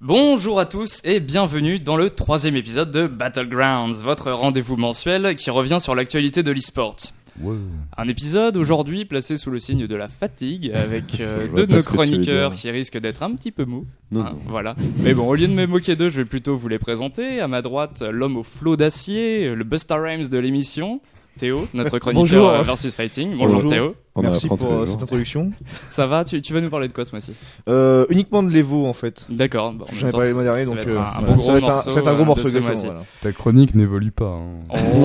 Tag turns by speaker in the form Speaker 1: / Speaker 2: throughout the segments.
Speaker 1: Bonjour à tous et bienvenue dans le troisième épisode de Battlegrounds, votre rendez-vous mensuel qui revient sur l'actualité de l'e-sport. Un épisode aujourd'hui placé sous le signe de la fatigue avec euh,
Speaker 2: Je vois
Speaker 1: deux de
Speaker 2: pas
Speaker 1: nos
Speaker 2: ce que tu veux
Speaker 1: chroniqueurs
Speaker 2: dire.
Speaker 1: qui risquent d'être un petit peu mous.
Speaker 2: Non,
Speaker 1: Hein,
Speaker 2: non.
Speaker 1: Voilà. Mais bon, au lieu de me moquer d'eux, je vais plutôt vous les présenter. À ma droite, l'homme au flot d'acier, le Busta Rhymes de l'émission. Théo, notre chroniqueur
Speaker 3: Bonjour.
Speaker 1: euh, versus fighting. Bonjour,
Speaker 2: Bonjour.
Speaker 1: Théo.
Speaker 2: On
Speaker 3: Merci
Speaker 2: apprend
Speaker 3: pour
Speaker 2: tous les
Speaker 3: euh,
Speaker 2: jours.
Speaker 3: cette introduction.
Speaker 1: Ça va tu, tu vas nous parler de quoi ce mois-ci
Speaker 3: Euh, uniquement de l'Evo en fait.
Speaker 1: D'accord. Bon, en
Speaker 3: J'en
Speaker 1: même
Speaker 3: ai
Speaker 1: temps,
Speaker 3: parlé le mois
Speaker 1: ça-
Speaker 3: dernier
Speaker 1: ça
Speaker 3: donc
Speaker 1: va être
Speaker 3: euh,
Speaker 1: un,
Speaker 3: ça
Speaker 1: bon gros
Speaker 3: ça va être un-
Speaker 1: morceau,
Speaker 3: ça va être un gros
Speaker 1: euh,
Speaker 3: morceau
Speaker 1: de ce
Speaker 3: exactement.
Speaker 1: mois-ci.
Speaker 4: Ta
Speaker 3: voilà.
Speaker 4: chronique n'évolue pas. hein.
Speaker 3: C'est pas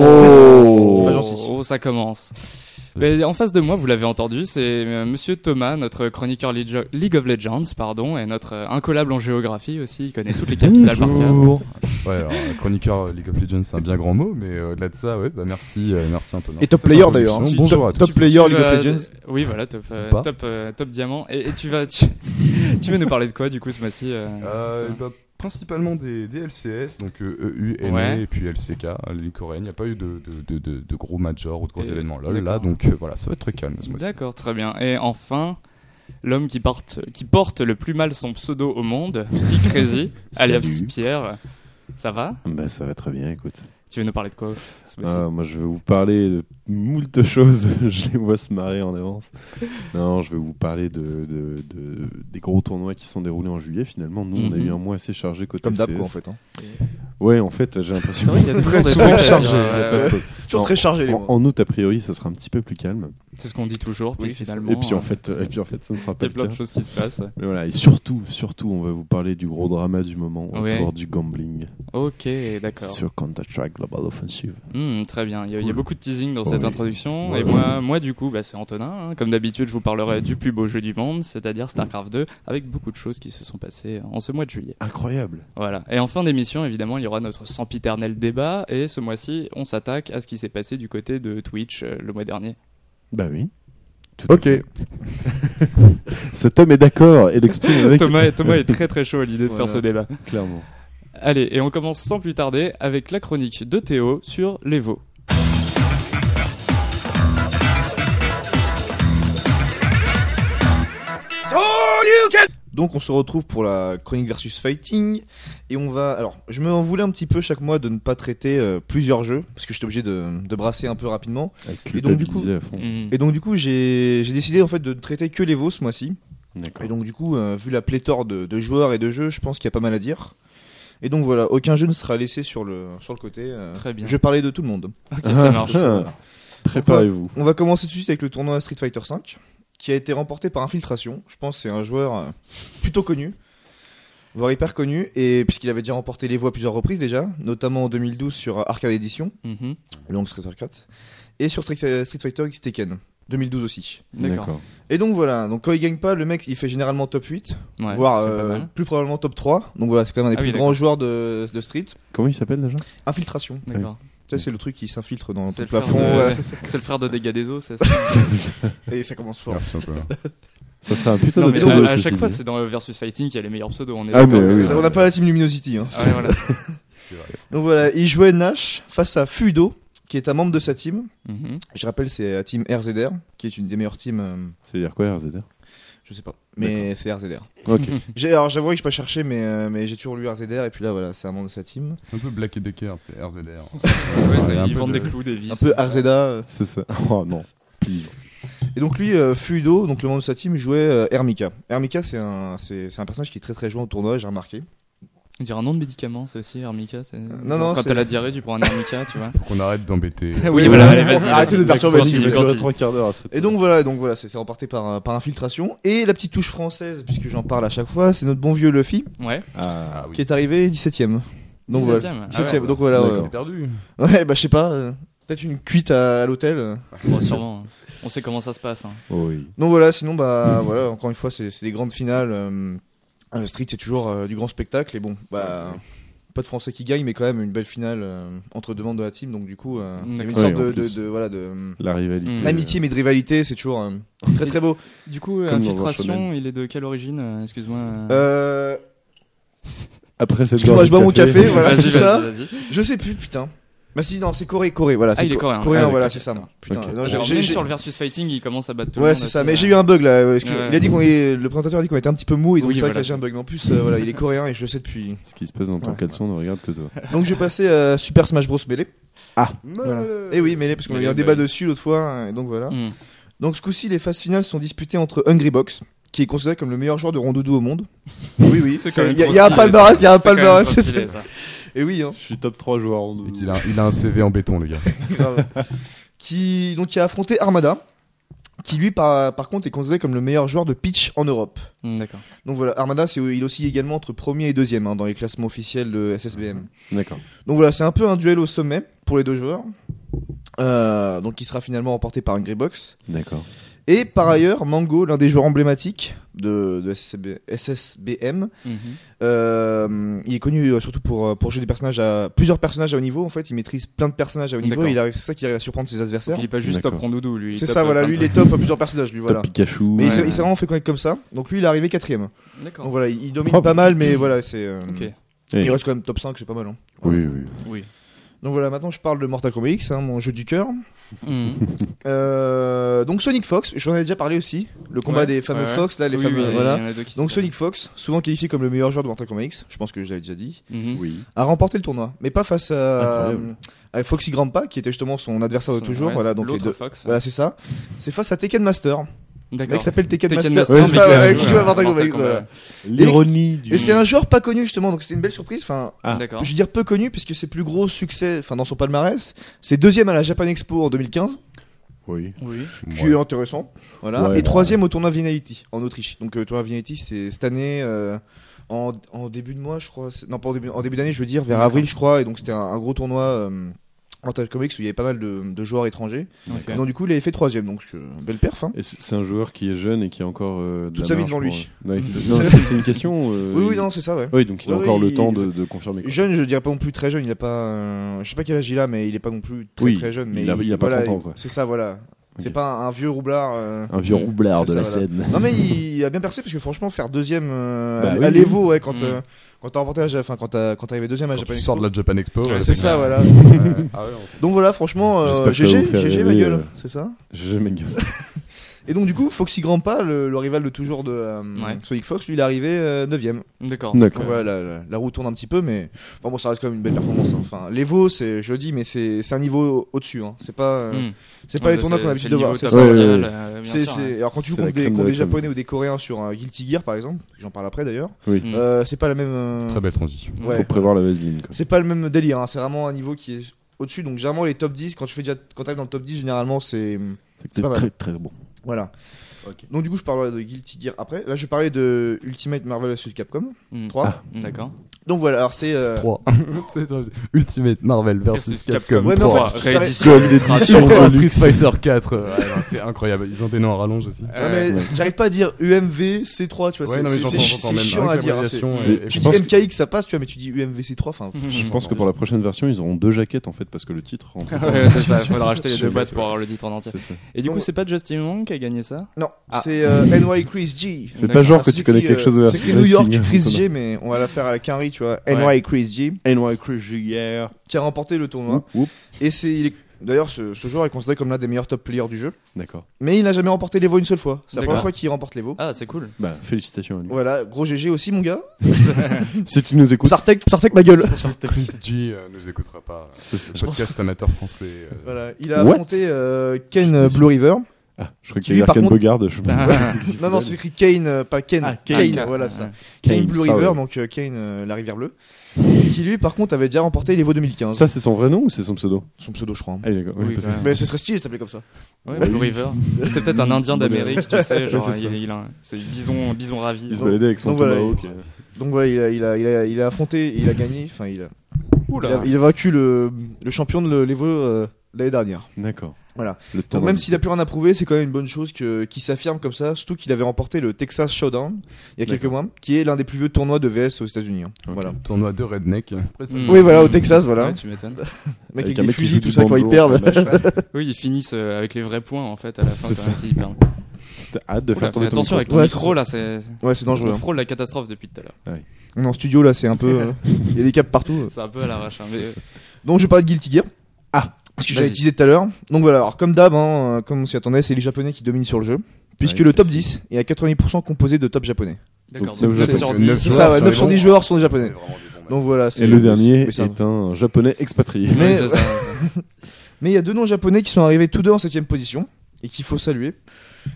Speaker 2: Oh
Speaker 3: gentil.
Speaker 1: Oh, ça commence. Mais en face de moi, vous l'avez entendu, c'est euh, Monsieur Thomas, notre chroniqueur Lige- League of Legends, pardon, et notre euh, incollable en géographie aussi. Il connaît toutes les capitales par cœur.
Speaker 4: Bonjour. Ouais, alors, chroniqueur League of Legends, c'est un bien grand mot, mais euh, au-delà de ça, ouais, bah merci, euh, merci Antonin.
Speaker 3: Et
Speaker 4: pour
Speaker 3: top
Speaker 4: cette
Speaker 3: player,
Speaker 4: introduction.
Speaker 3: d'ailleurs. hein.
Speaker 4: Bonjour
Speaker 3: Top-
Speaker 4: à tous.
Speaker 3: top player.
Speaker 1: Tu
Speaker 3: League of
Speaker 1: vas-
Speaker 3: Legends.
Speaker 1: Oui, voilà, top, euh,
Speaker 4: Ou pas.
Speaker 1: top, euh, top diamant. Et, et tu vas, tu, tu vas nous parler de quoi du coup ce mois-ci euh,
Speaker 4: Euh, bah, principalement des, des LCS, donc euh, EU, NA
Speaker 1: Ouais.
Speaker 4: et puis LCK, euh, les Coréennes. Il n'y a pas eu de, de, de, de, de gros majors ou de gros
Speaker 1: Et-
Speaker 4: événements LOL là,
Speaker 1: Euh, d'accord.
Speaker 4: donc euh, voilà, ça va être très calme ce mois-ci.
Speaker 1: D'accord, très bien. Et enfin, l'homme qui porte, qui porte le plus mal son pseudo au monde, Dick Crazy, alias
Speaker 2: Salut.
Speaker 1: Pierre. Ça va
Speaker 2: Bah ça va très bien, écoute.
Speaker 1: Tu veux nous parler de quoi ce mois-ci
Speaker 2: Ah, moi je vais vous parler de moult choses, je les vois se marrer en avance. Non, je vais vous parler de, de- de- des gros tournois qui se sont déroulés en juillet finalement. Nous on a
Speaker 1: Mhm.
Speaker 2: eu un mois assez chargé côté
Speaker 3: Comme d'hab
Speaker 2: CS.
Speaker 3: quoi en fait. hein.
Speaker 2: Ouais, en fait j'ai l'impression
Speaker 1: vrai qu'il y a toujours des
Speaker 2: souvent
Speaker 1: trucs à
Speaker 2: chargé.
Speaker 1: dire,
Speaker 2: Il y a pas de
Speaker 1: hein, ouais.
Speaker 2: faute.
Speaker 3: C'est
Speaker 2: Non,
Speaker 3: toujours très chargé les
Speaker 2: en,
Speaker 3: mois.
Speaker 2: en août a priori ça sera un petit peu plus calme.
Speaker 1: C'est ce qu'on dit toujours, puis
Speaker 2: Et puis,
Speaker 1: finalement.
Speaker 2: et puis
Speaker 1: euh,
Speaker 2: en fait, et puis en fait ça ne sera
Speaker 1: Il y
Speaker 2: pas
Speaker 1: a
Speaker 2: le
Speaker 1: plein
Speaker 2: cas.
Speaker 1: de choses qui se passent.
Speaker 2: Mais voilà, et surtout, surtout on va vous parler du gros drama du moment
Speaker 1: Ouais.
Speaker 2: autour du gambling
Speaker 1: Ok, d'accord.
Speaker 2: sur Counter-Strike Global Offensive.
Speaker 1: Hmm, très bien. Il y, a, il y a
Speaker 2: Cool. Oh
Speaker 1: beaucoup de teasing dans cette
Speaker 2: Oui.
Speaker 1: introduction.
Speaker 2: Ouais.
Speaker 1: Et moi, moi, du coup, bah, c'est Antonin. hein. Comme d'habitude, je vous parlerai du plus beau jeu du monde, c'est-à-dire StarCraft 2, avec beaucoup de choses qui se sont passées en ce mois de juillet.
Speaker 2: Incroyable.
Speaker 1: Voilà. Et en fin d'émission, évidemment, il y aura notre sempiternel débat. Et ce mois-ci, on s'attaque à ce qui s'est passé du côté de Twitch euh, le mois dernier.
Speaker 2: Bah oui. Tout à
Speaker 4: Ok,
Speaker 2: fait. Cet homme est d'accord et l'exprime avec
Speaker 1: Thomas, Thomas est très très chaud à l'idée de
Speaker 2: Voilà.
Speaker 1: faire ce débat.
Speaker 2: clairement.
Speaker 1: Allez, et on commence sans plus tarder avec la chronique de Théo sur l'Evo.
Speaker 3: Donc on se retrouve pour la chronique versus fighting et on va alors je me en voulais un petit peu chaque mois de ne pas traiter euh, plusieurs jeux parce que j'étais obligé de, de brasser un peu rapidement
Speaker 2: Avec
Speaker 3: Et donc, du coup-
Speaker 2: culpabilisé à fond.
Speaker 1: Hmm.
Speaker 3: et donc du coup j'ai j'ai décidé en fait de ne traiter que l'Evo ce mois-ci
Speaker 2: D'accord.
Speaker 3: Et donc du coup, euh, vu la pléthore de, de joueurs et de jeux, je pense qu'il y a pas mal à dire. Et donc voilà, aucun jeu ne sera laissé sur le, sur le côté. euh,
Speaker 1: Très bien.
Speaker 3: Je parlais de tout le monde.
Speaker 1: Ok, ça marche.
Speaker 2: Ah, Préparez-vous.
Speaker 3: On va commencer tout de suite avec le tournoi Street Fighter V, qui a été remporté par Infiltration. Je pense que c'est un joueur euh, plutôt connu, voire hyper connu, et puisqu'il avait déjà remporté les voix à plusieurs reprises déjà, notamment en 2012 sur euh, Arcade Edition,
Speaker 1: Mhm.
Speaker 3: donc Street Fighter 4, et sur Tri- euh, Street Fighter X Tekken, 2012 aussi.
Speaker 1: D'accord.
Speaker 3: Et donc voilà, donc quand il gagne pas, le mec il fait généralement top 8,
Speaker 1: Ouais,
Speaker 3: voire
Speaker 1: c'est pas
Speaker 3: euh,
Speaker 1: mal.
Speaker 3: plus probablement top 3. Donc voilà, c'est quand même un des
Speaker 1: Ah oui,
Speaker 3: plus grands joueurs de, de Street.
Speaker 2: Comment il s'appelle déjà
Speaker 3: Infiltration.
Speaker 1: D'accord.
Speaker 3: Ça, c'est le truc qui s'infiltre dans tout
Speaker 1: C'est
Speaker 3: le
Speaker 1: le frère
Speaker 3: plafond.
Speaker 1: de-
Speaker 3: ouais,
Speaker 1: ouais.
Speaker 3: c'est ça.
Speaker 1: C'est le frère de Dégâts des eaux, ça.
Speaker 3: Et ça commence fort.
Speaker 4: merci Antonin.
Speaker 2: Ça serait un putain
Speaker 1: Non,
Speaker 2: de
Speaker 1: mais
Speaker 2: pseudo,
Speaker 1: à, à
Speaker 2: ceci
Speaker 1: chaque
Speaker 2: dit.
Speaker 1: fois, c'est dans le versus fighting qu'il y a les meilleurs pseudos. On est
Speaker 2: Ah,
Speaker 1: d'accord,
Speaker 2: mais
Speaker 1: c'est
Speaker 2: oui,
Speaker 3: Ça,
Speaker 1: ça.
Speaker 3: on n'a pas la team Luminosity. hein.
Speaker 1: Ah ouais, voilà.
Speaker 4: C'est vrai.
Speaker 3: Donc voilà, il jouait Nash face à Fudo, qui est un membre de sa team.
Speaker 1: Mhm.
Speaker 3: Je rappelle, c'est la team RZR, qui est une des meilleures teams. euh,
Speaker 2: C'est-à-dire quoi, RZR
Speaker 3: je sais pas, mais c'est RZR.
Speaker 2: Ok.
Speaker 3: J'ai- Alors j'avoue que je pas cherché, mais, euh, mais j'ai toujours lu RZR, et puis là, voilà, c'est un membre de sa team.
Speaker 4: C'est un peu Black et Decker, c'est RZR.
Speaker 1: Ouais,
Speaker 4: il y
Speaker 1: ça,
Speaker 4: a un
Speaker 1: ils
Speaker 4: peu
Speaker 1: vendent
Speaker 4: de-
Speaker 1: des clous, des vis.
Speaker 3: Un peu RZA. euh.
Speaker 2: C'est ça. Oh non. Please.
Speaker 3: Et donc lui, euh, Fudo, donc le membre de sa team, jouait euh, Hermika. Hermika, c'est un, c'est, c'est un personnage qui est très très joué au tournoi, j'ai remarqué.
Speaker 1: On dirait un nom de médicament, c'est aussi Hermica. c'est-
Speaker 3: non, non,
Speaker 1: Quand
Speaker 3: c'est-
Speaker 1: t'as la diarrhée, tu prends un Hermica, tu vois.
Speaker 4: Faut qu'on arrête d'embêter.
Speaker 1: Oui, voilà, allez,
Speaker 3: vas-y, arrêtez de perturber,
Speaker 1: Continue,
Speaker 3: vas-y,
Speaker 1: continue.
Speaker 2: quarts d'heure à cette-
Speaker 3: Et donc voilà, donc voilà, c'est c'est remporté par, euh, par infiltration. Et la petite touche française, puisque j'en parle à chaque fois, c'est notre bon vieux Luffy
Speaker 1: Ouais.
Speaker 2: Ah,
Speaker 3: qui est arrivé 17ème. Donc voilà.
Speaker 1: 17e, ah ouais.
Speaker 3: 17e, donc voilà.
Speaker 2: D'accord.
Speaker 3: ouais.
Speaker 4: C'est perdu.
Speaker 3: Ouais, bah je sais pas, euh, peut-être une cuite à, à l'hôtel. euh.
Speaker 1: Bon, sûrement. On sait comment ça se passe. hein.
Speaker 2: Ah oui.
Speaker 3: Donc voilà, sinon bah voilà, encore une fois, c'est c'est des grandes finales. euh, euh, Street, c'est toujours euh, du grand spectacle. Et bon, bah pas de Français qui gagnent, mais quand même une belle finale euh, entre deux membres de la team. Donc du coup, euh, il y a une
Speaker 1: D'accord.
Speaker 3: sorte
Speaker 2: Oui, en
Speaker 3: de, de,
Speaker 2: plus.
Speaker 3: de- voilà de euh,
Speaker 2: La rivalité.
Speaker 1: Mm.
Speaker 3: amitié mais de rivalité, c'est toujours euh, très très beau.
Speaker 1: Du coup, euh,
Speaker 2: Comme dans un
Speaker 1: infiltration,
Speaker 2: shonen.
Speaker 1: il est de quelle origine euh, Excuse-moi. euh.
Speaker 3: Euh,
Speaker 2: Après cette
Speaker 3: Excuse-moi,
Speaker 2: gorgée
Speaker 3: je bois
Speaker 2: de
Speaker 3: mon café, voilà,
Speaker 1: Vas-y,
Speaker 3: c'est ça.
Speaker 1: vas-y, vas-y.
Speaker 3: Je sais plus, putain. Bah si, non, c'est Corée, Corée, voilà.
Speaker 1: Ah,
Speaker 3: c'est
Speaker 1: il est
Speaker 3: co-
Speaker 1: coréen.
Speaker 3: Coréen,
Speaker 1: Ah,
Speaker 3: voilà,
Speaker 1: d'accord,
Speaker 3: c'est ça.
Speaker 1: putain.
Speaker 3: Putain,
Speaker 2: Ok.
Speaker 3: non, j'ai-
Speaker 1: Alors,
Speaker 3: j'ai-
Speaker 1: même
Speaker 3: j'ai-
Speaker 1: sur le versus fighting, il commence à battre tout le
Speaker 3: Ouais,
Speaker 1: monde.
Speaker 3: c'est
Speaker 1: assez,
Speaker 3: ça. Mais
Speaker 1: euh,
Speaker 3: j'ai eu un bug là. euh, excuse-
Speaker 1: Ouais.
Speaker 3: Il a dit qu'on est... le présentateur a dit qu'on était un petit peu mou et donc
Speaker 1: Oui,
Speaker 3: c'est vrai
Speaker 1: voilà,
Speaker 3: que là, j'ai
Speaker 1: c'est
Speaker 3: un bug. Mais en plus, euh, voilà, il est coréen et je le sais depuis.
Speaker 2: Ce qui se passe dans ton
Speaker 3: Ouais.
Speaker 2: caleçon ne regarde que toi.
Speaker 3: Donc je vais passer à Super Smash Bros Melee. Et oui, Melee, parce qu'on a eu
Speaker 1: Ah. Melee,
Speaker 3: un débat
Speaker 1: bah oui.
Speaker 3: dessus l'autre fois. euh, Donc voilà.
Speaker 1: hmm.
Speaker 3: Donc ce coup-ci, les phases finales sont disputées entre Hungry Box, qui est considéré comme le meilleur joueur de rondoudou au monde. Oui, oui.
Speaker 1: C'est quand même
Speaker 3: Il y a-
Speaker 1: trop
Speaker 3: il y a un
Speaker 1: stylé,
Speaker 3: palmarès, il y a un
Speaker 1: C'est quand même
Speaker 3: palmarès.
Speaker 1: trop
Speaker 3: c'est
Speaker 1: stylé,
Speaker 3: ça.
Speaker 1: ça.
Speaker 3: Et oui, hein.
Speaker 2: Je suis top 3 joueur en
Speaker 4: Et qu'il a, il a un CV en béton, le gars.
Speaker 3: Grave. qui donc qui a affronté Armada, qui lui par, par contre est considéré comme le meilleur joueur de pitch en Europe.
Speaker 1: Hmm, D'accord.
Speaker 3: Donc voilà, Armada c'est il oscille également entre premier et deuxième hein, dans les classements officiels de SSBM.
Speaker 2: D'accord.
Speaker 3: Donc voilà, c'est un peu un duel au sommet pour les deux joueurs. Euh, donc qui sera finalement remporté par Angry Box.
Speaker 2: D'accord.
Speaker 3: Et par ailleurs, Mango, l'un des joueurs emblématiques de, de SSB SSBM,
Speaker 1: Mhm.
Speaker 3: euh, il est connu euh, surtout pour, euh, pour jouer des personnages à plusieurs personnages à haut niveau. En fait, il maîtrise plein de personnages à haut niveau.
Speaker 1: D'accord.
Speaker 3: et il arrive, c'est ça qu'il arrive à surprendre ses adversaires.
Speaker 1: Il est pas juste top
Speaker 2: D'accord.
Speaker 1: rondoudou, lui. il
Speaker 3: C'est
Speaker 1: tape
Speaker 3: ça, voilà,
Speaker 1: plein
Speaker 3: lui
Speaker 1: de
Speaker 3: il est top à plusieurs personnages, lui, voilà.
Speaker 2: Top Pikachu.
Speaker 3: Mais il s'est-
Speaker 1: ouais.
Speaker 3: il s'est vraiment fait connaître comme ça. Donc lui, il est arrivé quatrième.
Speaker 1: trucs. D'accord.
Speaker 3: Donc voilà, il il domine
Speaker 2: Propre.
Speaker 3: pas mal, mais voilà, c'est. euh,
Speaker 1: Ok.
Speaker 2: Eh,
Speaker 3: Il reste quand même top 5, c'est pas mal. hein.
Speaker 2: Oui, oui.
Speaker 1: Oui.
Speaker 3: Donc voilà, maintenant je parle de Mortal Kombat X, hein, mon jeu du cœur.
Speaker 1: Hmm.
Speaker 3: Euh, donc Sonic Fox, je vous en avais déjà parlé aussi. Le combat
Speaker 1: Ouais,
Speaker 3: des fameux
Speaker 1: ouais, ouais.
Speaker 3: Fox, là, les
Speaker 1: Oui,
Speaker 3: fameux.
Speaker 1: oui,
Speaker 3: voilà.
Speaker 1: il y en a deux qui
Speaker 3: Donc
Speaker 1: se-
Speaker 3: Sonic Fox, souvent qualifié comme le meilleur joueur de Mortal Kombat X, je pense que je l'avais déjà dit,
Speaker 1: Mhm.
Speaker 2: Oui.
Speaker 3: a remporté le tournoi, mais pas face à, euh,
Speaker 2: Incroyable.
Speaker 3: à Foxy Grandpa, qui était justement son adversaire de
Speaker 1: Son-
Speaker 3: toujours.
Speaker 1: ouais,
Speaker 3: voilà, donc les
Speaker 1: l'autre
Speaker 3: deux.
Speaker 1: Fox.
Speaker 3: Voilà, c'est ça. C'est face à Tekken Master. Le mec
Speaker 1: D'accord.
Speaker 3: s'appelle Tekken,
Speaker 1: Tekken
Speaker 3: Master.
Speaker 1: Master,
Speaker 3: C'est
Speaker 1: mais
Speaker 3: ça,
Speaker 1: qui
Speaker 3: ouais,
Speaker 1: joue
Speaker 3: qui
Speaker 1: à
Speaker 3: joue à Mortal
Speaker 1: Mortal
Speaker 3: Kombat.
Speaker 1: Kombat.
Speaker 3: voilà.
Speaker 2: L'ironie du.
Speaker 3: Et c'est un joueur pas connu justement, donc c'était une belle surprise. Enfin,
Speaker 2: Ah.
Speaker 1: D'accord.
Speaker 3: je veux dire peu connu puisque ses plus gros succès, enfin dans son palmarès, c'est deuxième à la Japan Expo en 2015,
Speaker 2: Oui.
Speaker 1: Oui.
Speaker 3: qui est intéressant. Voilà.
Speaker 2: Ouais,
Speaker 3: et
Speaker 2: ouais.
Speaker 3: troisième au tournoi Vitality en Autriche. Donc euh, le tournoi Vitality, c'est cette année. euh, en, en début de mois, je crois. c'est- Non, pas en début, en début d'année, je veux dire, vers
Speaker 1: D'accord.
Speaker 3: avril, je crois. Et donc, c'était un, un gros tournoi euh, en Comics où il y avait pas mal de, de joueurs étrangers.
Speaker 1: Ok.
Speaker 3: Et donc, du coup, il avait fait troisième. Donc, euh, belle perf. Hein.
Speaker 2: Et c'est c'est un joueur qui est jeune et qui a encore euh, de
Speaker 3: Toute
Speaker 2: la
Speaker 3: sa
Speaker 2: marge
Speaker 3: vie devant
Speaker 2: pour-
Speaker 3: lui.
Speaker 2: Ouais, qui- non, c'est c'est une question. euh,
Speaker 3: Oui, oui,
Speaker 2: il-
Speaker 3: non, c'est ça, ouais.
Speaker 2: Oui, donc il a
Speaker 3: Oui,
Speaker 2: encore
Speaker 3: oui,
Speaker 2: le temps
Speaker 3: il-
Speaker 2: de, de confirmer. quoi.
Speaker 3: Jeune, je dirais pas non plus très jeune, il a pas. euh, je sais pas quel âge il a, mais il est pas non plus très
Speaker 2: Oui,
Speaker 3: très jeune. Mais
Speaker 2: il a- il a pas
Speaker 3: voilà,
Speaker 2: 30 ans, quoi.
Speaker 3: C'est ça, voilà. C'est
Speaker 2: Ok.
Speaker 3: pas un, un vieux roublard. euh.
Speaker 2: Un vieux roublard
Speaker 3: C'est
Speaker 2: de
Speaker 3: ça,
Speaker 2: la
Speaker 3: voilà.
Speaker 2: scène.
Speaker 3: Non, mais il, a bien percé parce que franchement, faire deuxième euh,
Speaker 2: Bah
Speaker 3: à-
Speaker 2: oui,
Speaker 3: à
Speaker 2: oui.
Speaker 3: l'Evo, ouais, quand,
Speaker 1: Mm.
Speaker 3: euh, quand t'as remporté la enfin, quand t'as- quand t'es arrivé deuxième à
Speaker 4: Quand
Speaker 3: Japan
Speaker 4: tu
Speaker 3: Expo.
Speaker 4: sors de la Japan Expo.
Speaker 1: Ouais,
Speaker 4: ouais,
Speaker 3: C'est
Speaker 1: c'est
Speaker 3: ça, voilà.
Speaker 4: Ouais. Ah ouais, on s'en-
Speaker 3: Donc voilà, franchement, euh,
Speaker 2: J'espère que ça
Speaker 3: GG,
Speaker 2: vous fait
Speaker 3: GG ma
Speaker 2: rêver,
Speaker 3: gueule,
Speaker 2: euh.
Speaker 3: c'est ça.
Speaker 2: J'ai jamais gueule.
Speaker 3: Et donc, du coup, Foxy Grandpa, le, le rival de toujours de euh,
Speaker 1: Ouais.
Speaker 3: Sonic Fox, lui, il est arrivé euh, neuvième.
Speaker 1: D'accord.
Speaker 2: D'accord.
Speaker 3: Donc voilà, la, la- la roue tourne un petit peu, mais enfin, bon, ça reste quand même une belle performance. hein. Enfin, l'Evo, c'est, je le dis, mais c'est c'est un niveau au-dessus. Hein. C'est pas, euh,
Speaker 1: Hmm.
Speaker 3: c'est pas
Speaker 1: Ouais,
Speaker 3: les tournois
Speaker 1: c'est-
Speaker 3: qu'on a
Speaker 1: c'est
Speaker 3: l'habitude
Speaker 1: le
Speaker 3: de voir.
Speaker 1: niveau
Speaker 3: c'est
Speaker 1: top
Speaker 3: ça.
Speaker 2: Ouais,
Speaker 1: mondial,
Speaker 2: ouais.
Speaker 1: euh, bien
Speaker 3: C'est,
Speaker 1: sûr,
Speaker 3: c'est-
Speaker 1: ouais.
Speaker 3: Alors quand
Speaker 2: C'est
Speaker 3: tu joues
Speaker 2: la
Speaker 3: contre des,
Speaker 2: crème de
Speaker 3: contre
Speaker 2: la
Speaker 3: des
Speaker 2: crème.
Speaker 3: japonais ou des coréens sur un Guilty Gear par exemple, j'en parle après d'ailleurs,
Speaker 2: Oui.
Speaker 1: Mm.
Speaker 3: euh, c'est pas la même. euh,
Speaker 4: Très belle transition.
Speaker 3: ouais.
Speaker 2: Faut prévoir la vaseline. quoi.
Speaker 3: C'est pas le même délire, hein. c'est vraiment un niveau qui est au-dessus. Donc généralement les top 10, quand tu fais déjà, quand t'arrives dans le top 10, généralement c'est
Speaker 2: C'est que
Speaker 3: pas
Speaker 2: t'es très
Speaker 3: mal.
Speaker 2: très bon.
Speaker 3: voilà. Donc du coup je parlerai de Guilty Gear après. Là je vais parler de Ultimate Marvel vs Capcom
Speaker 1: Mm.
Speaker 3: 3.
Speaker 4: Ah.
Speaker 1: D'accord.
Speaker 3: Donc voilà, alors c'est. euh,
Speaker 4: 3. Ultimate Marvel versus
Speaker 1: Versus
Speaker 4: Capcom
Speaker 1: Capcom
Speaker 3: Ouais, mais en
Speaker 4: 3.
Speaker 3: fait, tu
Speaker 1: Réédition.
Speaker 2: Comme l'édition
Speaker 4: Ultra
Speaker 2: de
Speaker 4: Street
Speaker 2: luxe.
Speaker 4: Fighter 4. euh, ouais, non, c'est incroyable. Ils ont des noms à rallonge aussi.
Speaker 3: non, mais
Speaker 2: ouais.
Speaker 3: J'arrive pas à dire UMV C3, tu vois, c'est-
Speaker 4: non, mais
Speaker 3: c'est-
Speaker 4: j'entends,
Speaker 3: c'est
Speaker 4: j'entends,
Speaker 3: c'est
Speaker 4: même
Speaker 3: chiant
Speaker 4: avec
Speaker 3: à
Speaker 4: la
Speaker 3: dire. hein, c'est-
Speaker 4: variation
Speaker 2: c'est-
Speaker 4: et- et
Speaker 3: Tu
Speaker 4: je
Speaker 3: dis
Speaker 4: pense que-
Speaker 3: MKX ça passe, tu vois, mais tu dis UMV C3, enfin.
Speaker 1: Mhm.
Speaker 2: Je pense que pour la prochaine version, ils auront deux jaquettes en fait parce que le titre. rentre
Speaker 1: Ouais,
Speaker 2: pas.
Speaker 1: ouais, c'est ça, faudra acheter les
Speaker 2: Je
Speaker 1: deux
Speaker 2: sais
Speaker 1: boîtes
Speaker 2: pas.
Speaker 1: pour avoir le titre en entier.
Speaker 2: C'est ça.
Speaker 1: Et du
Speaker 3: Non,
Speaker 1: coup,
Speaker 3: mais-
Speaker 1: c'est pas Justin Wong qui a gagné ça
Speaker 3: Non,
Speaker 1: Ah.
Speaker 3: c'est euh, NY Chris G. Ah,
Speaker 2: Fais pas genre que tu connais quelque chose de la
Speaker 3: C'est écrit New York Chris G, mais on va la faire avec un riz, tu vois.
Speaker 1: Ouais.
Speaker 3: NY Chris G,
Speaker 2: NY Chris Jr.
Speaker 3: qui a remporté le
Speaker 2: Mmh.
Speaker 3: tournoi. Et c'est, il est- d'ailleurs, ce, ce joueur est considéré comme l'un des meilleurs top players du jeu.
Speaker 2: D'accord.
Speaker 3: Mais il n'a jamais remporté l'Evo une seule fois. C'est la
Speaker 1: D'accord.
Speaker 3: première fois qu'il remporte l'Evo.
Speaker 1: Ah, c'est cool.
Speaker 2: Bah, félicitations à lui.
Speaker 3: Voilà, gros GG aussi, mon gars.
Speaker 2: Si tu nous écoutes,
Speaker 3: Sartek, Sartek, ma gueule.
Speaker 4: Chris G euh, nous écoutera pas.
Speaker 2: c'est ça.
Speaker 4: Le podcast amateur français. euh,
Speaker 3: Voilà, il a
Speaker 2: What
Speaker 3: affronté euh, Ken euh, Blue River.
Speaker 2: Ah, je crois
Speaker 3: Qui,
Speaker 2: qu'il y
Speaker 3: lui,
Speaker 2: a
Speaker 3: par
Speaker 2: Ken
Speaker 3: contre- Ah.
Speaker 2: Bogard. je-
Speaker 3: Non, non, c'est écrit Kane, euh, pas Ken.
Speaker 2: Ah,
Speaker 3: Kane,
Speaker 1: Ah,
Speaker 3: voilà
Speaker 1: ouais.
Speaker 3: ça. Kane,
Speaker 2: Kane,
Speaker 3: Blue
Speaker 2: sorry.
Speaker 3: River, donc euh, Kane, euh, la rivière bleue. Qui lui, par contre, avait déjà remporté l'Evo 2015.
Speaker 2: Ça, c'est son vrai nom ou c'est son pseudo
Speaker 3: Son pseudo, je crois. hein.
Speaker 2: Ah, d'accord.
Speaker 1: Oui,
Speaker 2: Ouais, parce que-
Speaker 1: quand même.
Speaker 3: Mais ce serait stylé, il s'appelait comme ça.
Speaker 1: Ouais, Blue River. Ça, C'est peut-être un Indien d'Amérique, tu sais. Genre,
Speaker 2: Ouais, c'est ça.
Speaker 1: il, il a un- c'est bison, bison ravi.
Speaker 2: Il se baladait avec son
Speaker 3: Donc voilà,
Speaker 2: tomahawk.
Speaker 3: Donc voilà, il a, il a, il a, il a affronté, et il a gagné, enfin, il a, il
Speaker 1: Oula.
Speaker 3: a, il a vaincu le, le champion de le- l'Evo euh, l'année dernière.
Speaker 2: D'accord.
Speaker 3: Voilà.
Speaker 2: Le
Speaker 3: Donc
Speaker 2: tomahawk.
Speaker 3: même s'il a plus rien à prouver, c'est quand même une bonne chose que qu'il s'affirme comme ça, surtout qu'il avait remporté le Texas Showdown il y a quelques mois, qui est l'un des plus vieux tournois de VS aux États-Unis. hein.
Speaker 2: Ok.
Speaker 3: Voilà.
Speaker 4: Tournoi de Redneck. précisément.
Speaker 1: Mm.
Speaker 3: Oui, voilà, au Texas, voilà.
Speaker 1: Ouais, tu m'étonnes.
Speaker 3: Le
Speaker 2: Avec
Speaker 3: Mec avec,
Speaker 2: un
Speaker 3: des
Speaker 2: mec qui
Speaker 3: fusils,
Speaker 2: joue
Speaker 3: tout
Speaker 2: du
Speaker 3: ça quand ils
Speaker 2: banjo,
Speaker 3: perdent.
Speaker 2: ouais, bah,
Speaker 1: Oui, ils finissent euh, avec les vrais points en fait à la fin.
Speaker 2: C'est
Speaker 1: quand
Speaker 2: ça.
Speaker 1: même, s'ils perdent.
Speaker 2: T'as hâte de
Speaker 1: Oula,
Speaker 2: faire
Speaker 1: Fais
Speaker 2: tomber ton
Speaker 1: attention avec
Speaker 2: micro.
Speaker 1: ton
Speaker 3: Ouais,
Speaker 1: micro là, c'est.
Speaker 3: Ouais, c'est dangereux.
Speaker 1: On frôle la catastrophe depuis tout à l'heure.
Speaker 3: hein. En studio là, c'est un peu, euh, il y a des câbles partout. euh.
Speaker 1: C'est un peu à l'arrache. hein, mais-
Speaker 3: Donc je parle de Guilty Gear. ce que j'avais
Speaker 1: Vas-y.
Speaker 3: utilisé tout à l'heure. Donc voilà, alors comme d'hab, hein, euh, comme on s'y attendait, c'est les japonais qui dominent sur le jeu. Puisque
Speaker 2: Ouais,
Speaker 3: le top 10 est à 80% composé de top japonais.
Speaker 1: D'accord,
Speaker 2: c'est
Speaker 1: donc
Speaker 2: au
Speaker 1: c'est
Speaker 2: Japon.
Speaker 1: sur
Speaker 4: C'est
Speaker 1: 10.
Speaker 4: neuf
Speaker 3: C'est
Speaker 4: Ouais,
Speaker 3: ça,
Speaker 4: sur
Speaker 3: ouais,
Speaker 4: les
Speaker 3: 9 sur
Speaker 4: bons.
Speaker 3: 10 joueurs sont des japonais.
Speaker 4: Donc,
Speaker 3: Donc voilà,
Speaker 2: Et
Speaker 3: c'est
Speaker 2: le dernier
Speaker 3: mais ça
Speaker 2: est un japonais expatrié.
Speaker 1: Ouais,
Speaker 3: Mais-
Speaker 1: c'est ça.
Speaker 3: Mais il y a deux noms japonais qui sont arrivés tous deux en 7 position et qu'il faut saluer.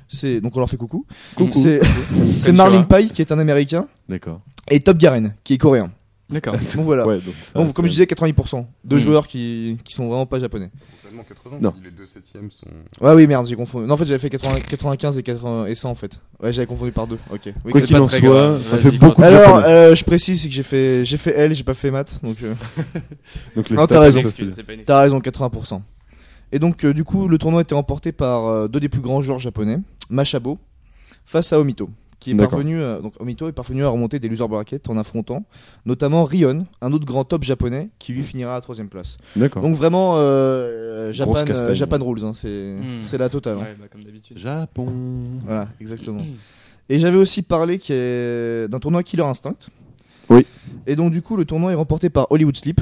Speaker 3: C'est donc on leur fait coucou.
Speaker 1: Coucou.
Speaker 3: C'est c'est
Speaker 1: Konnichiwa.
Speaker 3: Marlin Pai qui est un américain
Speaker 2: D'accord.
Speaker 3: et Top Garen qui est coréen.
Speaker 1: D'accord.
Speaker 3: Bon voilà.
Speaker 2: Ouais, donc ça,
Speaker 3: Bon,
Speaker 2: c'est- Hmm.
Speaker 3: comme je disais 80% de
Speaker 1: Mm.
Speaker 3: joueurs qui qui sont vraiment pas japonais.
Speaker 4: Totalement 80,
Speaker 2: Non.
Speaker 4: si les deux septièmes sont.
Speaker 3: Ouais oui merde, j'ai confondu. Non en fait, j'avais fait 80 95 et 80 et 100 en fait. Ouais, j'avais confondu par deux. OK. Oui,
Speaker 2: Quoi
Speaker 1: c'est
Speaker 2: qu'il
Speaker 1: pas
Speaker 2: en
Speaker 1: très
Speaker 2: soit,
Speaker 1: grave.
Speaker 2: ça
Speaker 1: Vas-y,
Speaker 2: fait beaucoup de
Speaker 3: Alors,
Speaker 2: japonais.
Speaker 3: euh, je précise c'est que j'ai fait j'ai fait L, j'ai pas fait maths donc euh,
Speaker 2: Donc les
Speaker 3: non, euh, t'as
Speaker 2: stats,
Speaker 3: raison.
Speaker 2: ça,
Speaker 1: Excuse,
Speaker 2: c'est-
Speaker 1: c'est pas une excuse.
Speaker 3: T'as raison, 80%. Et donc, euh, du coup, le tournoi était remporté par euh, deux des plus grands joueurs japonais, Machabo, face à Omito, qui est
Speaker 2: D'accord.
Speaker 3: parvenu, à- donc Omito est parvenu à remonter des loser brackets en affrontant notamment Rion, un autre grand top japonais, qui lui finira à la troisième place.
Speaker 2: D'accord.
Speaker 3: Donc vraiment, euh, Japan,
Speaker 2: Grosse castagne.
Speaker 3: euh, Japan rules, hein, c'est
Speaker 1: Hmm.
Speaker 3: c'est la totale. hein.
Speaker 1: Ouais, Hmm. bah, comme d'habitude.
Speaker 2: Japon.
Speaker 3: Voilà, exactement. Et j'avais aussi parlé qui est- d'un tournoi Killer Instinct.
Speaker 2: Oui.
Speaker 3: Et donc du coup, le tournoi est remporté par Hollywood Sleep.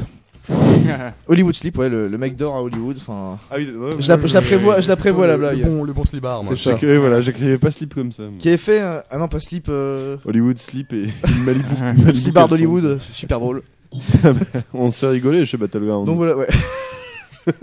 Speaker 3: Hollywood Sleep, ouais, le, le mec d'or à Hollywood. Enfin, je la, je la prévois, je la prévois la blague.
Speaker 4: Le bon, le bon slibard, moi.
Speaker 3: C'est ça.
Speaker 2: J'ai créé- euh, voilà, j'écrivais pas slip comme ça. moi.
Speaker 3: qui avait fait euh, ah non pas Sleep euh,
Speaker 2: Hollywood slip et Malibu. Malibu
Speaker 3: Sleep Bar
Speaker 2: Caleçon.
Speaker 3: d'Hollywood c'est super drôle
Speaker 2: On s'est rigolé chez Battleground.
Speaker 3: donc voilà ouais.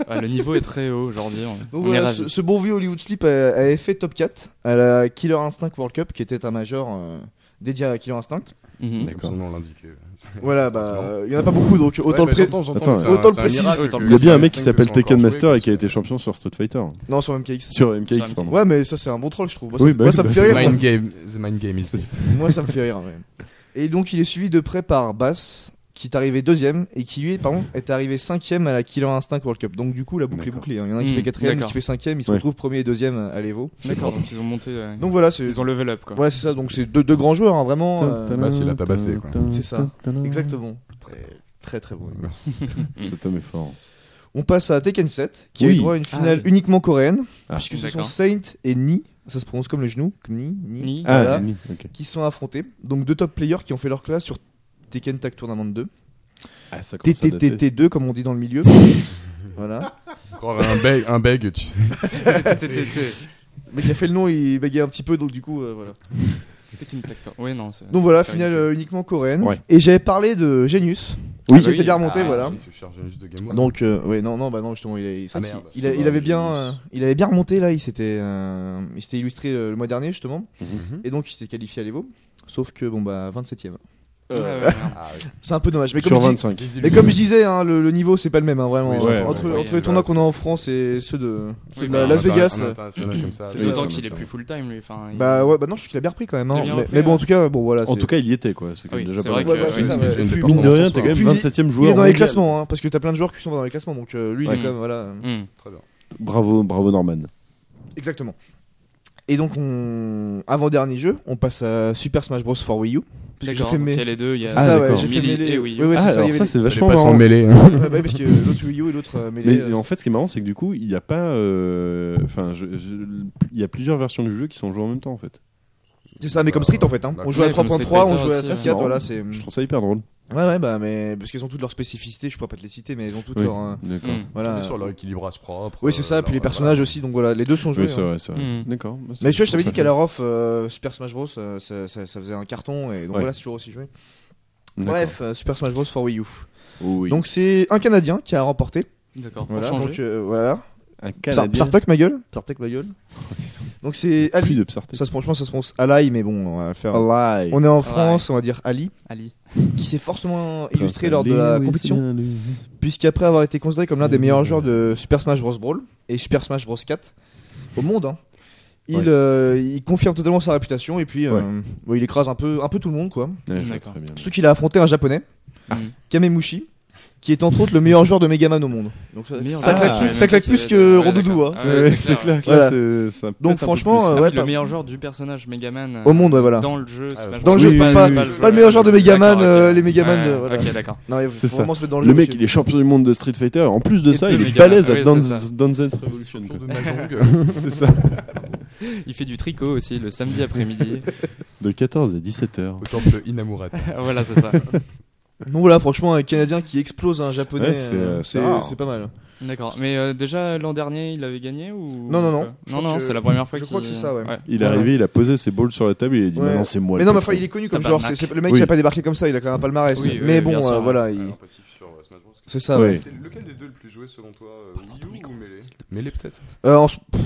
Speaker 1: Ah, le niveau est très haut aujourd'hui. On, on
Speaker 3: donc
Speaker 1: est
Speaker 3: voilà
Speaker 1: ravis.
Speaker 3: ce, ce bon vieux Hollywood Sleep euh, avait fait top 4 à la Killer Instinct World Cup qui était un major euh, dédié à Killer Instinct
Speaker 1: Mhm.
Speaker 4: Comme son nom l'indiquait. C'est-
Speaker 3: voilà bah
Speaker 4: C'est marrant.
Speaker 3: euh, il y en a pas beaucoup donc autant
Speaker 4: Ouais, bah,
Speaker 3: le pré-
Speaker 4: j'entends, j'entends,
Speaker 2: Attends,
Speaker 4: mais c'est un-
Speaker 3: autant le
Speaker 4: c'est un
Speaker 3: préciser.
Speaker 4: miracle
Speaker 1: Autant
Speaker 4: que
Speaker 1: le
Speaker 2: Il y a bien un
Speaker 4: Sonic
Speaker 2: mec qui
Speaker 4: Sonic
Speaker 2: s'appelle
Speaker 4: soit encore
Speaker 2: Tekken
Speaker 4: joué,
Speaker 2: Master
Speaker 4: quoi.
Speaker 2: et qui a été champion sur Street Fighter.
Speaker 3: non sur MKX
Speaker 2: Sur MKX,
Speaker 1: Sur
Speaker 2: pardon.
Speaker 3: ouais mais ça c'est un bon troll je trouve moi,
Speaker 2: Oui,
Speaker 3: ça,
Speaker 2: bah
Speaker 3: moi,
Speaker 2: oui,
Speaker 3: ça
Speaker 2: bah,
Speaker 3: me
Speaker 2: c'est
Speaker 3: fait rire
Speaker 4: Mind game, the mind game is this.
Speaker 3: ça. moi ça me fait rire ouais. et donc il est suivi de près par Bass qui est arrivé deuxième et qui lui pardon est arrivé cinquième à la Killer Instinct World Cup donc du coup la boucle est
Speaker 2: D'accord.
Speaker 3: bouclée hein. il y en a un qui
Speaker 1: Hmm,
Speaker 3: fait quatrième qui
Speaker 1: d'accord.
Speaker 3: fait cinquième ils se
Speaker 2: Ouais.
Speaker 3: retrouvent premier et deuxième à l'Evo
Speaker 1: D'accord, donc ils ont monté. euh,
Speaker 3: donc voilà c'est
Speaker 1: ils ont level up quoi.
Speaker 3: Ouais, c'est ça, donc c'est deux, deux grands joueurs, hein, vraiment. euh,
Speaker 4: bah, c'est la tabassée, quoi.
Speaker 3: C'est ça. exactement. Très, très, très bon.
Speaker 4: Merci.
Speaker 2: Cet homme est fort.
Speaker 3: On passe à Tekken 7, qui a
Speaker 2: Oui.
Speaker 3: eu droit à une
Speaker 1: Ah,
Speaker 3: finale
Speaker 1: oui.
Speaker 3: uniquement coréenne,
Speaker 2: Ah.
Speaker 3: puisque ce sont
Speaker 1: D'accord.
Speaker 3: Saint et Ni, ça se prononce comme le genou, Ni, Ni,
Speaker 1: Ni.
Speaker 2: Ah,
Speaker 3: voilà,
Speaker 2: oui, ok.
Speaker 3: qui sont affrontés. Donc deux top players qui ont fait leur classe sur Tekken Tag Tournament 2.
Speaker 2: Ah, ça commence à dater.
Speaker 3: TTT2, comme on dit dans le milieu. voilà.
Speaker 4: Encore un beg, un beg, tu sais.
Speaker 1: TTT.
Speaker 3: Mais qui a fait le nom, il bégayait un petit peu, donc du coup, euh, voilà.
Speaker 1: Tekken Tactor. Ouais, non, c'est-
Speaker 3: Donc voilà,
Speaker 1: Ah, c'est
Speaker 3: finale
Speaker 1: ridicule.
Speaker 3: euh, uniquement coréenne.
Speaker 2: Ouais.
Speaker 3: Et j'avais parlé de Genius,
Speaker 2: Oui.
Speaker 3: qui
Speaker 1: Ah
Speaker 3: était
Speaker 1: oui.
Speaker 3: bien remonté,
Speaker 1: Ah,
Speaker 3: voilà.
Speaker 4: Il se charge juste de game over.
Speaker 3: Donc euh, ouais non non bah non justement il, a- il- c'est
Speaker 4: Ah
Speaker 3: vrai
Speaker 4: merde,
Speaker 3: qu'il-
Speaker 4: c'est
Speaker 3: il a-
Speaker 4: vrai,
Speaker 3: il avait bien
Speaker 4: Genius.
Speaker 3: euh, il avait bien remonté là il s'était euh, il s'était illustré euh, le mois dernier justement
Speaker 4: Mhm.
Speaker 3: et donc il s'était qualifié à l'Evo sauf que bon bah 27ème euh,
Speaker 1: Ouais, ouais, ouais, merde.
Speaker 4: Ah oui.
Speaker 3: c'est un peu dommage mais comme
Speaker 2: Sur
Speaker 3: je dis-
Speaker 2: 25.
Speaker 4: Les
Speaker 3: mais
Speaker 4: illusions.
Speaker 3: comme je disais hein, le, le niveau c'est pas le même hein, vraiment
Speaker 4: Oui,
Speaker 3: Entre-
Speaker 2: ouais,
Speaker 3: entre,
Speaker 1: ouais,
Speaker 3: entre
Speaker 1: ouais,
Speaker 3: les
Speaker 1: c'est
Speaker 3: tournois
Speaker 4: vrai,
Speaker 3: qu'on a en
Speaker 4: c'est-
Speaker 3: France et ceux de ceux
Speaker 1: Oui,
Speaker 3: de
Speaker 1: bah,
Speaker 3: la-
Speaker 1: un
Speaker 3: Las
Speaker 1: inter-
Speaker 3: Vegas
Speaker 4: Un international comme ça.
Speaker 1: C'est
Speaker 3: Oui,
Speaker 1: autant
Speaker 2: ça,
Speaker 1: qu'il
Speaker 2: ça,
Speaker 1: est
Speaker 2: ça.
Speaker 1: plus full time lui. Enfin, il-
Speaker 3: bah ouais bah non je trouve qu'il a bien repris quand même hein.
Speaker 1: Il a bien
Speaker 3: mais,
Speaker 1: repris,
Speaker 3: mais bon
Speaker 1: ouais.
Speaker 3: en tout cas bon voilà
Speaker 2: En
Speaker 3: c'est-
Speaker 2: tout cas, il y était, quoi. C'est quand même
Speaker 1: Oui,
Speaker 2: déjà
Speaker 1: c'est
Speaker 2: pas
Speaker 1: vrai
Speaker 2: mal.
Speaker 1: que- ouais,
Speaker 4: Ouais,
Speaker 1: ça,
Speaker 4: c'est
Speaker 1: ouais.
Speaker 4: j'ai une
Speaker 3: Puis,
Speaker 4: performance
Speaker 2: Mine de rien,
Speaker 4: en
Speaker 2: t'es quand
Speaker 4: soi.
Speaker 2: même
Speaker 3: Puis il-
Speaker 2: 27 e
Speaker 3: il
Speaker 2: joueur.
Speaker 3: est dans les
Speaker 2: mondial.
Speaker 3: classements hein, parce que t'as plein de joueurs qui sont dans les classements donc euh, lui il est
Speaker 1: Ouais.
Speaker 3: quand même voilà
Speaker 1: Hmm.
Speaker 4: Très bien.
Speaker 2: Bravo, bravo Norman.
Speaker 3: Exactement. Et donc, on... avant dernier jeu, on passe à Super Smash Bros. for Wii U. Parce que j'ai
Speaker 1: D'accord,
Speaker 3: fait
Speaker 1: donc il y
Speaker 3: mes...
Speaker 1: a les deux. Il y a
Speaker 2: Ah,
Speaker 3: ça, ouais,
Speaker 2: d'accord.
Speaker 3: j'ai fait
Speaker 1: Melee
Speaker 3: mêler.
Speaker 1: et
Speaker 3: oui,
Speaker 1: Wii U.
Speaker 3: oui,
Speaker 2: Ah,
Speaker 3: c'est ça.
Speaker 2: alors
Speaker 3: Il y avait
Speaker 2: ça,
Speaker 3: des-
Speaker 2: c'est
Speaker 4: Fallait
Speaker 2: vachement
Speaker 4: pas hein. s'en
Speaker 2: marrant.
Speaker 4: mêler.
Speaker 3: Ouais, ouais, parce que l'autre Wii U et l'autre euh, mêlée.
Speaker 2: Mais
Speaker 3: euh,
Speaker 2: en fait, ce qui est marrant, c'est que du coup, il n'y a pas. euh, Enfin, je- je- il y a plusieurs versions du jeu qui sont jouées en même temps, en fait.
Speaker 3: C'est ça, mais comme Street en fait. Hein.
Speaker 4: Bah,
Speaker 3: On joue à
Speaker 1: ouais, comme
Speaker 3: 3.3, on
Speaker 1: Street
Speaker 3: joue à
Speaker 1: aussi, ouais.
Speaker 3: 5.4, voilà, c'est.
Speaker 2: Je trouve ça hyper drôle.
Speaker 3: Ouais, ouais, bah, mais. Parce qu'elles ont toutes leurs spécificités, je pourrais pas te les citer, mais elles ont toutes
Speaker 2: Oui,
Speaker 3: leurs. euh,
Speaker 2: D'accord.
Speaker 1: Hmm.
Speaker 3: Voilà.
Speaker 4: Voilà. Sur leur équilibrage propre.
Speaker 3: Oui, c'est ça,
Speaker 4: euh,
Speaker 3: puis les
Speaker 4: leur-
Speaker 3: personnages aussi, donc voilà, les deux sont joués.
Speaker 2: Oui, c'est
Speaker 3: hein.
Speaker 2: vrai, c'est vrai.
Speaker 1: Hmm.
Speaker 2: D'accord.
Speaker 3: Mais tu vois, je t'avais
Speaker 2: Ça
Speaker 3: dit
Speaker 2: fait-
Speaker 3: qu'à la ROF, euh, Super Smash Bros, euh, ça, ça- ça faisait un carton, et donc
Speaker 2: Ouais.
Speaker 3: voilà, c'est toujours aussi joué.
Speaker 2: D'accord.
Speaker 3: Bref, euh, Super Smash Bros for Wii U.
Speaker 2: Oh oui.
Speaker 3: Donc c'est un Canadien qui a remporté.
Speaker 1: Hmm. D'accord, pour
Speaker 3: Voilà, donc
Speaker 1: changer.
Speaker 3: euh, voilà.
Speaker 2: un
Speaker 3: Psar-
Speaker 2: Canadien.
Speaker 3: Psartok ma gueule Psartok ma gueule Donc c'est
Speaker 2: Plus
Speaker 3: Ali.
Speaker 2: de Ah Psartek.
Speaker 3: Ça se prononce, je pense que ça se prononce Ali, mais bon, on va faire.
Speaker 2: Alive.
Speaker 3: On est en France, on va dire Ali,
Speaker 1: Ali.
Speaker 3: qui s'est fortement
Speaker 2: Prince
Speaker 3: illustré lors de
Speaker 2: Ali,
Speaker 3: la
Speaker 2: oui,
Speaker 3: compétition,
Speaker 2: c'est bien lui.
Speaker 3: puisqu'après avoir été considéré comme l'un des meilleurs joueurs de Super Smash Bros. Brawl et Super Smash Bros. 4 au monde, hein, il,
Speaker 2: Ouais.
Speaker 3: euh, il confirme totalement sa réputation et puis euh,
Speaker 2: Ouais.
Speaker 3: bon, il écrase un peu, un peu tout le monde, quoi.
Speaker 2: Ouais, je vois
Speaker 1: D'accord.
Speaker 2: très bien.
Speaker 3: Surtout qu'il a affronté un japonais,
Speaker 1: Hmm.
Speaker 3: Kamemushi, qui est entre autres le meilleur joueur de Megaman au monde. Donc ça,
Speaker 1: Meilleur
Speaker 3: ça
Speaker 1: joueur. euh,
Speaker 3: claque,
Speaker 2: Ah,
Speaker 3: plus-
Speaker 2: ouais,
Speaker 3: ça claque
Speaker 1: ok,
Speaker 3: plus que
Speaker 1: d'accord. Ouais,
Speaker 3: Rondoudou.
Speaker 1: d'accord.
Speaker 3: hein.
Speaker 1: Ah ouais,
Speaker 2: Ouais,
Speaker 1: c'est
Speaker 2: C'est
Speaker 1: clair,
Speaker 2: clair,
Speaker 3: ouais.
Speaker 2: là, c'est- ça pète un
Speaker 3: Donc
Speaker 2: peu
Speaker 3: franchement,
Speaker 2: plus.
Speaker 3: euh,
Speaker 1: Ah,
Speaker 3: ouais,
Speaker 1: puis
Speaker 3: pas-
Speaker 1: le meilleur joueur du personnage Megaman. euh,
Speaker 3: au monde, ouais, voilà.
Speaker 1: Dans le jeu Smash
Speaker 4: je
Speaker 1: Bros.
Speaker 3: Dans le jeu,
Speaker 2: Oui,
Speaker 3: pas,
Speaker 2: oui,
Speaker 3: pas
Speaker 2: oui,
Speaker 1: pas
Speaker 3: le,
Speaker 1: le-
Speaker 3: meilleur joueur de
Speaker 1: D'accord,
Speaker 3: Megaman,
Speaker 1: ok.
Speaker 3: euh, les Megaman.
Speaker 1: Ouais,
Speaker 3: euh, voilà.
Speaker 1: Ok, d'accord.
Speaker 3: Non, il
Speaker 2: C'est
Speaker 3: faut
Speaker 2: ça.
Speaker 3: vraiment se mettre dans le,
Speaker 2: Le
Speaker 3: jeu,
Speaker 2: mec,
Speaker 3: monsieur.
Speaker 2: il est champion du monde de Street Fighter. En plus de
Speaker 1: Et
Speaker 2: ça,
Speaker 1: de
Speaker 2: il est
Speaker 1: Megaman.
Speaker 2: balèze à
Speaker 1: Oui, c'est
Speaker 2: Dance
Speaker 1: ça.
Speaker 2: Dance
Speaker 4: Sur
Speaker 2: Revolution.
Speaker 4: le
Speaker 2: quoi.
Speaker 4: tour de Mahjong. euh,
Speaker 2: C'est ça.
Speaker 1: Il fait du tricot aussi le samedi après-midi.
Speaker 2: De 14 à 17 heures.
Speaker 4: Au temple Inamurata.
Speaker 1: voilà, c'est ça.
Speaker 3: Donc voilà, franchement, un Canadien qui explose un Japonais,
Speaker 2: Ouais, c'est,
Speaker 3: euh,
Speaker 2: euh, c'est
Speaker 3: c'est
Speaker 2: rare.
Speaker 3: c'est pas mal.
Speaker 1: Hmm. D'accord. Mais euh, déjà l'an dernier, il avait gagné ou
Speaker 3: Non, non, non.
Speaker 1: Euh,
Speaker 3: Je
Speaker 1: Non,
Speaker 3: crois
Speaker 1: non,
Speaker 3: que-
Speaker 1: c'est la première fois
Speaker 3: je
Speaker 1: qu'il-
Speaker 3: crois que c'est ça, ouais.
Speaker 2: Il est arrivé, il a posé ses balles sur la table et il a dit
Speaker 3: Ouais.
Speaker 2: maintenant c'est moi.
Speaker 3: Mais
Speaker 2: le
Speaker 3: non, mais
Speaker 2: patron.
Speaker 3: enfin, il est connu comme
Speaker 1: T'as
Speaker 3: genre,
Speaker 1: pas
Speaker 3: c'est
Speaker 1: de
Speaker 3: c'est- le mec qui
Speaker 2: Oui.
Speaker 3: a pas débarqué comme ça, il a quand même un palmarès.
Speaker 1: Oui, oui,
Speaker 3: mais
Speaker 1: oui,
Speaker 3: bon,
Speaker 1: bien sûr,
Speaker 3: euh,
Speaker 1: ouais.
Speaker 3: voilà,
Speaker 4: Ah,
Speaker 3: il-
Speaker 4: non, pas si sur euh, Smash Bros.
Speaker 3: c'est ça.
Speaker 2: Ouais.
Speaker 3: ouais.
Speaker 4: C'est lequel des deux le plus joué selon toi euh, Wii U ou Melee Melee peut-être
Speaker 3: Euh, en s- pff,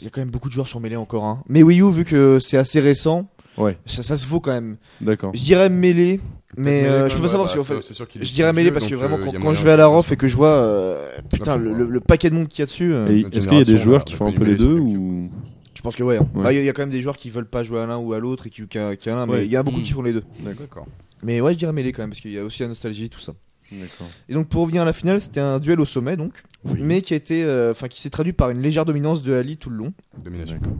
Speaker 3: Il y a quand même beaucoup de joueurs sur Melee encore. Hein. Mais Wii U, vu que c'est assez récent,
Speaker 2: Ouais.
Speaker 3: ça, ça se vaut quand même.
Speaker 2: D'accord.
Speaker 3: Je dirais Melee, mais
Speaker 4: Melee, quand même,
Speaker 3: euh, je peux pas
Speaker 4: ouais,
Speaker 3: savoir
Speaker 4: bah,
Speaker 3: parce qu'en
Speaker 4: c'est-
Speaker 3: fait,
Speaker 4: c'est sûr qu'il est
Speaker 3: je dirais
Speaker 4: plus
Speaker 3: Melee
Speaker 4: vieux,
Speaker 3: parce que
Speaker 4: donc,
Speaker 3: vraiment,
Speaker 4: euh,
Speaker 3: quand,
Speaker 4: y a
Speaker 3: quand
Speaker 4: moyen
Speaker 3: je vais à la
Speaker 4: de-
Speaker 3: ROF et que je vois euh, putain, le, le- le paquet de monde qu'il y a dessus, euh,
Speaker 2: Et
Speaker 4: Notre
Speaker 2: est-ce qu'il y a des
Speaker 4: génération,
Speaker 2: joueurs
Speaker 4: on
Speaker 2: qui
Speaker 4: a
Speaker 2: font un
Speaker 4: connu
Speaker 2: peu les
Speaker 4: les
Speaker 2: deux
Speaker 4: trucs.
Speaker 2: ou
Speaker 3: je pense que ouais. hein. Bah, Il
Speaker 2: Ouais.
Speaker 3: y, a- il y a quand même des joueurs qui veulent pas jouer à l'un ou à l'autre et qui, qui, a- qui a l'un, mais
Speaker 2: Ouais.
Speaker 3: il y en a beaucoup
Speaker 1: Mm.
Speaker 3: qui font les deux.
Speaker 4: D'accord.
Speaker 3: Mais ouais, je dirais Melee quand même parce qu'il y a aussi la nostalgie, tout ça.
Speaker 2: D'accord.
Speaker 3: Et donc pour revenir à la finale, c'était un duel au sommet donc,
Speaker 2: Oui.
Speaker 3: mais qui a été, euh, enfin qui s'est traduit par une légère dominance de Ali tout le long.
Speaker 4: Domination.
Speaker 2: D'accord.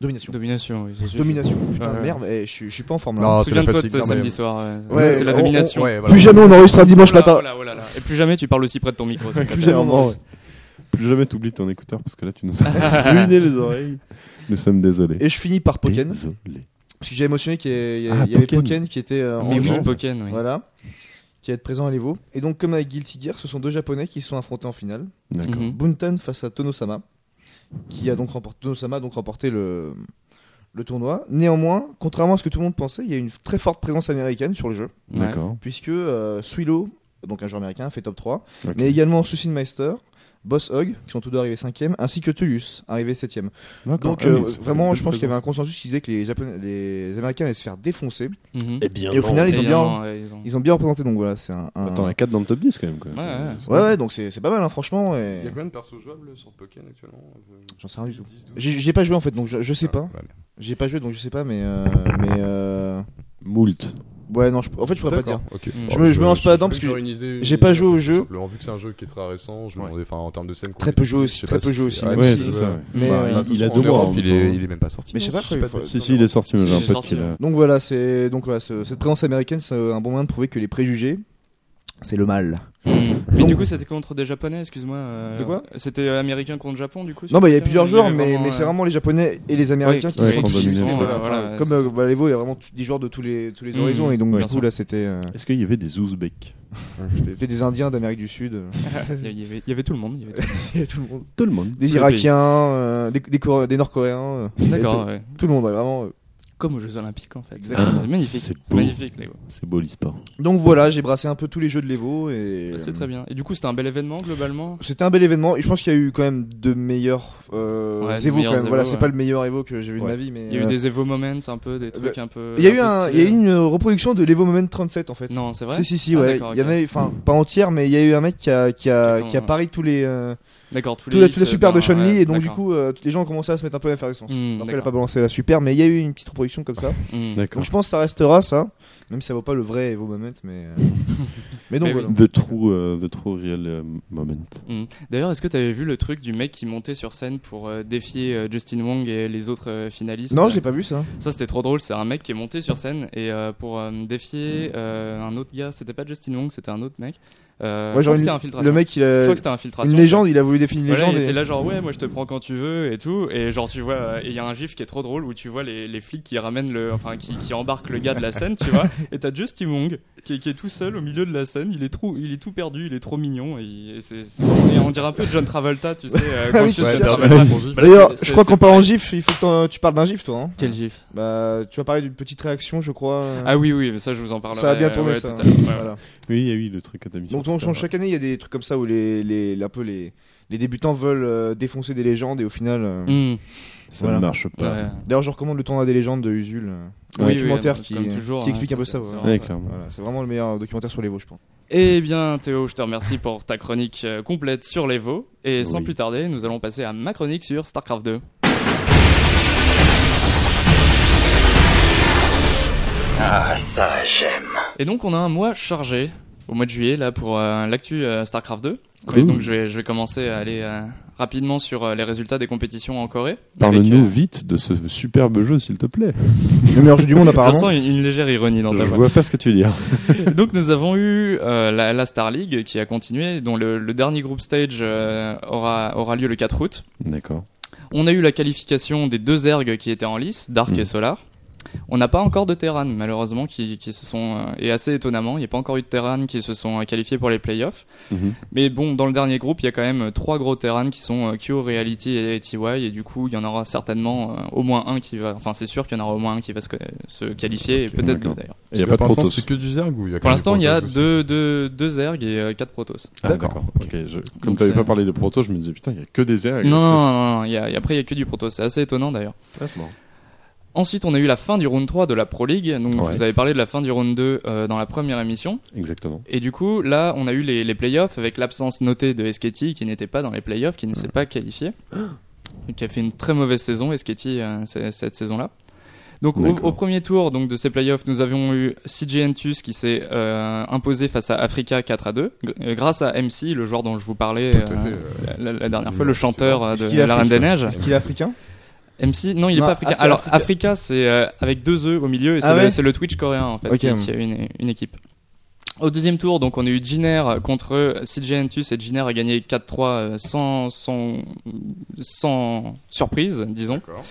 Speaker 3: Domination.
Speaker 1: Domination, oui. ça suffit.
Speaker 3: Domination. Putain
Speaker 1: Ouais, ouais.
Speaker 3: merde, eh, je suis- je suis pas en forme là.
Speaker 4: Non, c'est la
Speaker 1: Souviens-toi de
Speaker 4: fatigue.
Speaker 1: ce
Speaker 4: non, mais-
Speaker 1: samedi soir. ouais.
Speaker 3: Ouais,
Speaker 1: c'est la
Speaker 3: on-
Speaker 1: domination.
Speaker 4: Ouais, voilà.
Speaker 3: Plus jamais on enregistrera dimanche
Speaker 1: Oh là,
Speaker 3: matin.
Speaker 1: oh là, oh là là. Et plus jamais tu parles aussi près de ton micro. s'il te
Speaker 3: Plus
Speaker 1: plaît.
Speaker 3: jamais on
Speaker 2: Clairement,
Speaker 3: enregistre.
Speaker 2: Plus jamais t'oublies ton écouteur parce que là tu nous as ruiné les oreilles. Nous sommes désolés.
Speaker 3: Et je finis par Pokken,
Speaker 2: Désolés.
Speaker 3: parce que j'ai émotionné qu'il y, a- il y a-
Speaker 2: Ah,
Speaker 3: il y avait
Speaker 2: Pokken.
Speaker 3: Pokken qui était euh, en
Speaker 1: Mais oui,
Speaker 3: jeu.
Speaker 1: le Pokken, oui.
Speaker 3: voilà, qui est présent à l'Evo. Et donc comme avec Guilty Gear, ce sont deux Japonais qui se sont affrontés en finale.
Speaker 2: D'accord.
Speaker 1: Mhm.
Speaker 3: Buntan face à Tonosama, qui a donc remporté, Tonosama a donc remporté le, le tournoi. Néanmoins, contrairement à ce que tout le monde pensait, il y a une très forte présence américaine sur le jeu,
Speaker 1: Ouais.
Speaker 2: D'accord.
Speaker 3: puisque euh, Swilo, donc un joueur américain, fait top 3,
Speaker 2: Ok.
Speaker 3: mais également Meister, Boss Hog, qui sont tous deux arrivés 5ème, ainsi que Tullius, arrivé 7ème.
Speaker 2: D'accord.
Speaker 3: Donc
Speaker 2: Ah oui,
Speaker 3: euh,
Speaker 2: ça fait
Speaker 3: vraiment,
Speaker 2: une
Speaker 3: je pense qu'il y avait un
Speaker 2: présence.
Speaker 3: consensus qui disait que les, Japonais, les Américains allaient se faire défoncer.
Speaker 1: Mhm.
Speaker 2: bien.
Speaker 3: Et au
Speaker 2: non.
Speaker 3: final, ils ont,
Speaker 1: Évidemment,
Speaker 3: bien,
Speaker 1: ouais, ils ont-
Speaker 3: ils ont bien représenté, donc voilà, c'est un... un-
Speaker 2: Attends, il y a 4 dans le top 10 quand même. Quoi.
Speaker 1: Ouais,
Speaker 2: C'est-
Speaker 1: ouais.
Speaker 2: c'est-
Speaker 3: ouais, ouais, donc c'est c'est pas mal, hein, franchement. et-
Speaker 4: Il y a combien de persos jouables sur Pokémon actuellement Euh,
Speaker 3: J'en sais rien du tout.
Speaker 4: 10, 12?
Speaker 3: J'ai j'ai pas joué en fait, donc je, je sais
Speaker 4: Ah,
Speaker 3: pas.
Speaker 4: bah, merde.
Speaker 3: J'ai pas joué donc je sais pas, mais. euh, mais euh,
Speaker 2: Moult.
Speaker 3: Ouais, non, je- en fait, je pourrais pas te dire.
Speaker 4: D'accord, ok.
Speaker 1: Mm.
Speaker 4: Bon,
Speaker 1: Je
Speaker 3: me- je me lance pas là-dedans
Speaker 4: je-
Speaker 3: parce que
Speaker 4: j'aurais une idée,
Speaker 3: j'ai
Speaker 4: une-
Speaker 3: pas joué au jeu.
Speaker 4: tout simplement. Vu que c'est un jeu qui est très récent, je me
Speaker 2: Ouais.
Speaker 4: demandais, enfin, en termes de scène.
Speaker 3: Très peu joué aussi,
Speaker 4: je sais
Speaker 3: très
Speaker 4: pas
Speaker 3: peu
Speaker 4: si
Speaker 3: joué aussi,
Speaker 4: Ah,
Speaker 3: même
Speaker 2: Ouais,
Speaker 4: si,
Speaker 2: c'est ça. ouais.
Speaker 3: Mais,
Speaker 4: Bah,
Speaker 3: euh,
Speaker 4: a
Speaker 2: il a
Speaker 4: toujours
Speaker 2: deux
Speaker 4: en
Speaker 2: mois,
Speaker 4: Europe,
Speaker 2: en
Speaker 4: Il
Speaker 2: même temps.
Speaker 4: est, il est même pas sorti.
Speaker 3: Mais je
Speaker 4: non,
Speaker 3: sais pas,
Speaker 4: si
Speaker 3: faut-
Speaker 4: de
Speaker 3: faut-
Speaker 4: bêtises,
Speaker 2: Si, si, il est sorti, mais
Speaker 1: Si,
Speaker 2: j'ai un
Speaker 1: j'ai
Speaker 2: pote
Speaker 1: sorti,
Speaker 2: qui l'a.
Speaker 3: Donc voilà, c'est donc voilà, ce- cette présence américaine, c'est un bon moyen de prouver que les préjugés, c'est le mal.
Speaker 1: Mhm. Mais
Speaker 3: Donc-
Speaker 1: du coup, c'était contre des Japonais, excuse-moi. euh,
Speaker 3: De quoi
Speaker 1: C'était euh, américain contre Japon, du coup sur
Speaker 3: Non, bah il y a
Speaker 1: Pokken,
Speaker 3: plusieurs
Speaker 1: ou
Speaker 3: joueurs,
Speaker 1: avait
Speaker 3: mais, mais c'est
Speaker 1: euh,
Speaker 3: vraiment les Japonais et les Américains
Speaker 1: Ouais,
Speaker 3: qui
Speaker 1: qui
Speaker 3: sont
Speaker 2: sont
Speaker 3: qui
Speaker 2: dominés,
Speaker 3: sont-
Speaker 2: ouais,
Speaker 3: voilà,
Speaker 1: voilà,
Speaker 3: enfin,
Speaker 1: ouais,
Speaker 3: Comme
Speaker 1: c'est
Speaker 3: euh,
Speaker 1: ça.
Speaker 3: Valévo, il y a vraiment tout- des joueurs de tous les tous les
Speaker 1: Mhm.
Speaker 3: horizons, et donc
Speaker 1: Bien
Speaker 3: du coup
Speaker 1: sûr.
Speaker 3: là, c'était euh,
Speaker 2: Est-ce qu'il y avait des Ouzbeks
Speaker 3: c'était des Indiens d'Amérique du Sud, euh,
Speaker 1: Il y avait- il y, avait, il y avait tout le monde. il y avait tout le
Speaker 3: il y a tout le monde.
Speaker 2: Tout le monde.
Speaker 3: des
Speaker 1: Tout le pays.
Speaker 3: Irakiens, euh, des, des Coré- des Nord-Coréens, euh,
Speaker 1: monde.
Speaker 3: il y
Speaker 1: D'accord,
Speaker 3: avait
Speaker 1: ouais.
Speaker 3: tout, tout le monde, ouais, vraiment. euh,
Speaker 1: Comme aux Jeux Olympiques, en fait.
Speaker 2: Exactement.
Speaker 3: Ah,
Speaker 1: C'est magnifique.
Speaker 2: C'est
Speaker 1: C'est
Speaker 2: beau.
Speaker 1: magnifique, Léo.
Speaker 2: C'est beau l'e-sport.
Speaker 3: Donc voilà, j'ai brassé un peu tous les jeux de l'Evo et euh,
Speaker 1: Bah, C'est très bien. Et du coup, c'était un bel événement, globalement
Speaker 3: c'était un bel événement. Et je pense qu'il y a eu quand même de meilleurs euh,
Speaker 1: Ouais, de
Speaker 3: Evo
Speaker 1: meilleurs
Speaker 3: quand même. voilà,
Speaker 1: Evo,
Speaker 3: c'est
Speaker 1: ouais.
Speaker 3: pas le meilleur Evo que j'ai vu de
Speaker 2: Ouais.
Speaker 3: ma vie, mais
Speaker 1: Il y a eu
Speaker 3: euh,
Speaker 1: des Evo Moments, un peu, des trucs un peu.
Speaker 3: il y a eu un,
Speaker 1: peu
Speaker 3: il y a eu
Speaker 1: stylés.
Speaker 3: une euh, reproduction de l'Evo Moment 37 en fait.
Speaker 1: Non, c'est vrai
Speaker 3: Si si si
Speaker 1: Ah,
Speaker 3: ouais,
Speaker 1: d'accord,
Speaker 3: il y en
Speaker 1: ok.
Speaker 3: avait enfin pas entière mais il y a eu un mec qui a qui a
Speaker 1: D'accord,
Speaker 3: qui a
Speaker 1: ouais.
Speaker 3: pari tous les euh,
Speaker 1: D'accord, tous
Speaker 3: tous les,
Speaker 1: hits,
Speaker 3: tous les super
Speaker 1: ben,
Speaker 3: de Chun-Li
Speaker 1: ouais,
Speaker 3: et donc du
Speaker 1: d'accord.
Speaker 3: coup euh, les gens ont commencé à se mettre un peu à effervescence.
Speaker 1: Hmm,
Speaker 3: Après, il a
Speaker 1: d'accord.
Speaker 3: pas balancé la super mais il y a eu une petite reproduction comme ça.
Speaker 1: Hmm.
Speaker 2: D'accord.
Speaker 3: donc je pense que ça restera ça même si ça vaut pas le vrai Evo Moment mais euh, mais donc
Speaker 1: Mais oui.
Speaker 3: voilà.
Speaker 2: The true, euh, the true real euh, moment.
Speaker 1: Mm. D'ailleurs, est-ce que tu avais vu le truc du mec qui montait sur scène pour euh, défier euh, Justin Wong et les autres euh, finalistes
Speaker 3: Non, je l'ai pas vu ça.
Speaker 1: Ça, c'était trop drôle. C'est un mec qui est monté sur scène et euh, pour euh,
Speaker 3: Hmm.
Speaker 1: défier euh, un autre gars. C'était pas Justin Wong, c'était un autre mec. Euh,
Speaker 3: Ouais,
Speaker 1: je crois
Speaker 3: genre
Speaker 1: que
Speaker 3: une-
Speaker 1: c'était infiltration.
Speaker 3: Le mec il
Speaker 1: je
Speaker 3: a
Speaker 1: crois que c'était infiltration.
Speaker 3: une légende, il a voulu définir une
Speaker 1: Voilà,
Speaker 3: légende.
Speaker 1: il
Speaker 3: et-
Speaker 1: était là genre ouais moi je te prends quand tu veux et tout et genre tu vois euh, et il y a un gif qui est trop drôle où tu vois les, les flics qui ramènent le enfin qui, qui embarquent le gars de la scène tu vois et t'as Justin Wong qui, est- qui est tout seul au milieu de la scène il est trop il est tout perdu il est trop mignon et, il- et c'est, c'est- et on dirait un peu John Travolta tu sais euh, quand
Speaker 3: Ah oui,
Speaker 1: tu sais
Speaker 3: c'est
Speaker 1: John
Speaker 3: sûr.
Speaker 1: Travolta. Bah,
Speaker 3: D'ailleurs,
Speaker 1: c'est-
Speaker 3: je crois
Speaker 1: c'est-
Speaker 3: qu'on
Speaker 1: c'est
Speaker 3: parle en
Speaker 1: pareil.
Speaker 3: gif, il faut que t'en- tu parles d'un gif, toi. Hein.
Speaker 1: quel gif
Speaker 3: Bah, tu vas parler d'une petite réaction, je crois. euh,
Speaker 1: ah oui oui mais ça je vous en parlerai
Speaker 3: ça a bien
Speaker 1: euh,
Speaker 3: tourné,
Speaker 1: ouais,
Speaker 3: ça.
Speaker 1: tout à l'heure, ouais, ouais.
Speaker 3: Voilà.
Speaker 2: Oui, il y a eu le truc à ta mission.
Speaker 3: Donc, on change chaque année, il y a des trucs comme ça où les, les, un peu les, les débutants veulent euh, défoncer des légendes et au final. euh,
Speaker 1: Mm.
Speaker 2: Ça
Speaker 3: Voilà.
Speaker 2: ne marche pas.
Speaker 1: Ouais.
Speaker 3: D'ailleurs, je recommande le tournoi des légendes de Usul, euh, un
Speaker 1: Oui, oui,
Speaker 3: documentaire
Speaker 1: comme
Speaker 3: qui,
Speaker 1: toujours,
Speaker 3: qui
Speaker 1: hein,
Speaker 3: explique un peu
Speaker 1: c'est-
Speaker 3: ça.
Speaker 1: c'est
Speaker 3: voilà.
Speaker 1: vrai.
Speaker 2: Ouais, clairement.
Speaker 3: Voilà, c'est vraiment le meilleur documentaire sur les veaux, je pense.
Speaker 1: Eh bien, Théo, je te remercie pour ta chronique euh, complète sur les veaux. Et sans
Speaker 2: Oui.
Speaker 1: plus tarder, nous allons passer à ma chronique sur StarCraft 2.
Speaker 5: Ah, ça, j'aime.
Speaker 1: Et donc, on a un mois chargé au mois de juillet là pour euh, l'actu euh, StarCraft 2.
Speaker 2: Cool.
Speaker 1: Et donc, je vais, je vais commencer à aller euh, rapidement sur euh, les résultats des compétitions en Corée. Avec,
Speaker 2: Parle-nous
Speaker 1: euh,
Speaker 2: vite de ce superbe jeu, s'il te plaît.
Speaker 3: le meilleur jeu du monde, apparemment.
Speaker 1: Vincent, une, une légère ironie dans
Speaker 2: Je
Speaker 1: ta voix.
Speaker 2: vois pas ce que tu veux dire.
Speaker 1: Donc nous avons eu euh, la, la Star League qui a continué, dont le, le dernier group stage euh, aura, aura lieu le 4 août.
Speaker 2: D'accord.
Speaker 1: On a eu la qualification des deux ergs qui étaient en lice, Dark
Speaker 2: Mhm.
Speaker 1: et Solar. On n'a pas encore de Terran, malheureusement, qui, qui se sont. euh, et assez étonnamment, il n'y a pas encore eu de Terran qui se sont euh, qualifiés pour les playoffs.
Speaker 2: Mhm.
Speaker 1: Mais bon, dans le dernier groupe, il y a quand même euh, trois gros Terran qui sont euh, Q, Reality et TY. Et du coup, il y en aura certainement euh, au moins un qui va. Enfin, c'est sûr qu'il y en aura au moins un qui va se, euh, se qualifier, et peut-être
Speaker 2: d'accord.
Speaker 1: deux d'ailleurs.
Speaker 2: Il n'y
Speaker 4: Parce
Speaker 2: a pas
Speaker 4: que
Speaker 2: de
Speaker 4: pour l'instant,
Speaker 2: Protoss.
Speaker 4: c'est que du Zerg ou il y a quand
Speaker 1: Pour
Speaker 4: même
Speaker 1: l'instant,
Speaker 4: du
Speaker 1: il y a
Speaker 4: Protoss
Speaker 1: deux, deux, deux Zerg et euh, quatre Protoss.
Speaker 2: Ah,
Speaker 4: D'accord.
Speaker 2: Ok, je- Comme
Speaker 1: Donc
Speaker 2: tu n'avais
Speaker 1: c'est-
Speaker 2: pas parlé de proto, je me disais putain, il n'y a que des
Speaker 4: Ah,
Speaker 2: airs.
Speaker 1: Non, non, non, non, il y a- et après, il y a que du Protoss. C'est assez étonnant d'ailleurs.
Speaker 2: Ah, c'est marrant.
Speaker 1: Ensuite, on a eu la fin du round 3 de la Pro League. Donc, je
Speaker 2: Ouais.
Speaker 1: vous avais parlé de la fin du round 2 euh, dans la première émission.
Speaker 2: Exactement.
Speaker 1: Et du coup, là, on a eu les, les playoffs avec l'absence notée de Esketti qui n'était pas dans les playoffs, qui ne s'est pas qualifié, et qui a fait une très mauvaise saison, Esketti, euh, c- cette saison-là. Donc au,
Speaker 2: D'accord.
Speaker 1: au premier tour donc, de ces playoffs, nous avions eu CJ Entus qui s'est euh, imposé face à Africa 4 à 2, gr- euh, grâce à MC, le joueur dont je vous parlais
Speaker 4: Tout à
Speaker 1: euh,
Speaker 4: fait, euh,
Speaker 1: la, la- la dernière
Speaker 4: Oui,
Speaker 1: fois, le
Speaker 4: c'est vrai.
Speaker 1: chanteur euh,
Speaker 3: Est-ce
Speaker 1: de
Speaker 3: qu'il a
Speaker 1: la
Speaker 3: fait
Speaker 1: Reine
Speaker 3: ça
Speaker 1: des Neiges.
Speaker 3: Qu'il est africain
Speaker 1: MC, non, il n'est pas
Speaker 3: Non, ah,
Speaker 1: africain.
Speaker 3: c'est
Speaker 1: Alors,
Speaker 3: Africa.
Speaker 1: Africa, c'est euh, avec deux E au milieu et c'est
Speaker 3: Ah
Speaker 1: le-
Speaker 3: ouais
Speaker 1: c'est le, Twitch coréen en fait
Speaker 3: Ok.
Speaker 1: qui, qui a une, une équipe. Au deuxième tour, donc on a eu Giner contre CJ Entus et Giner a gagné 4-3 euh, sans, sans, sans surprise, disons.
Speaker 4: D'accord.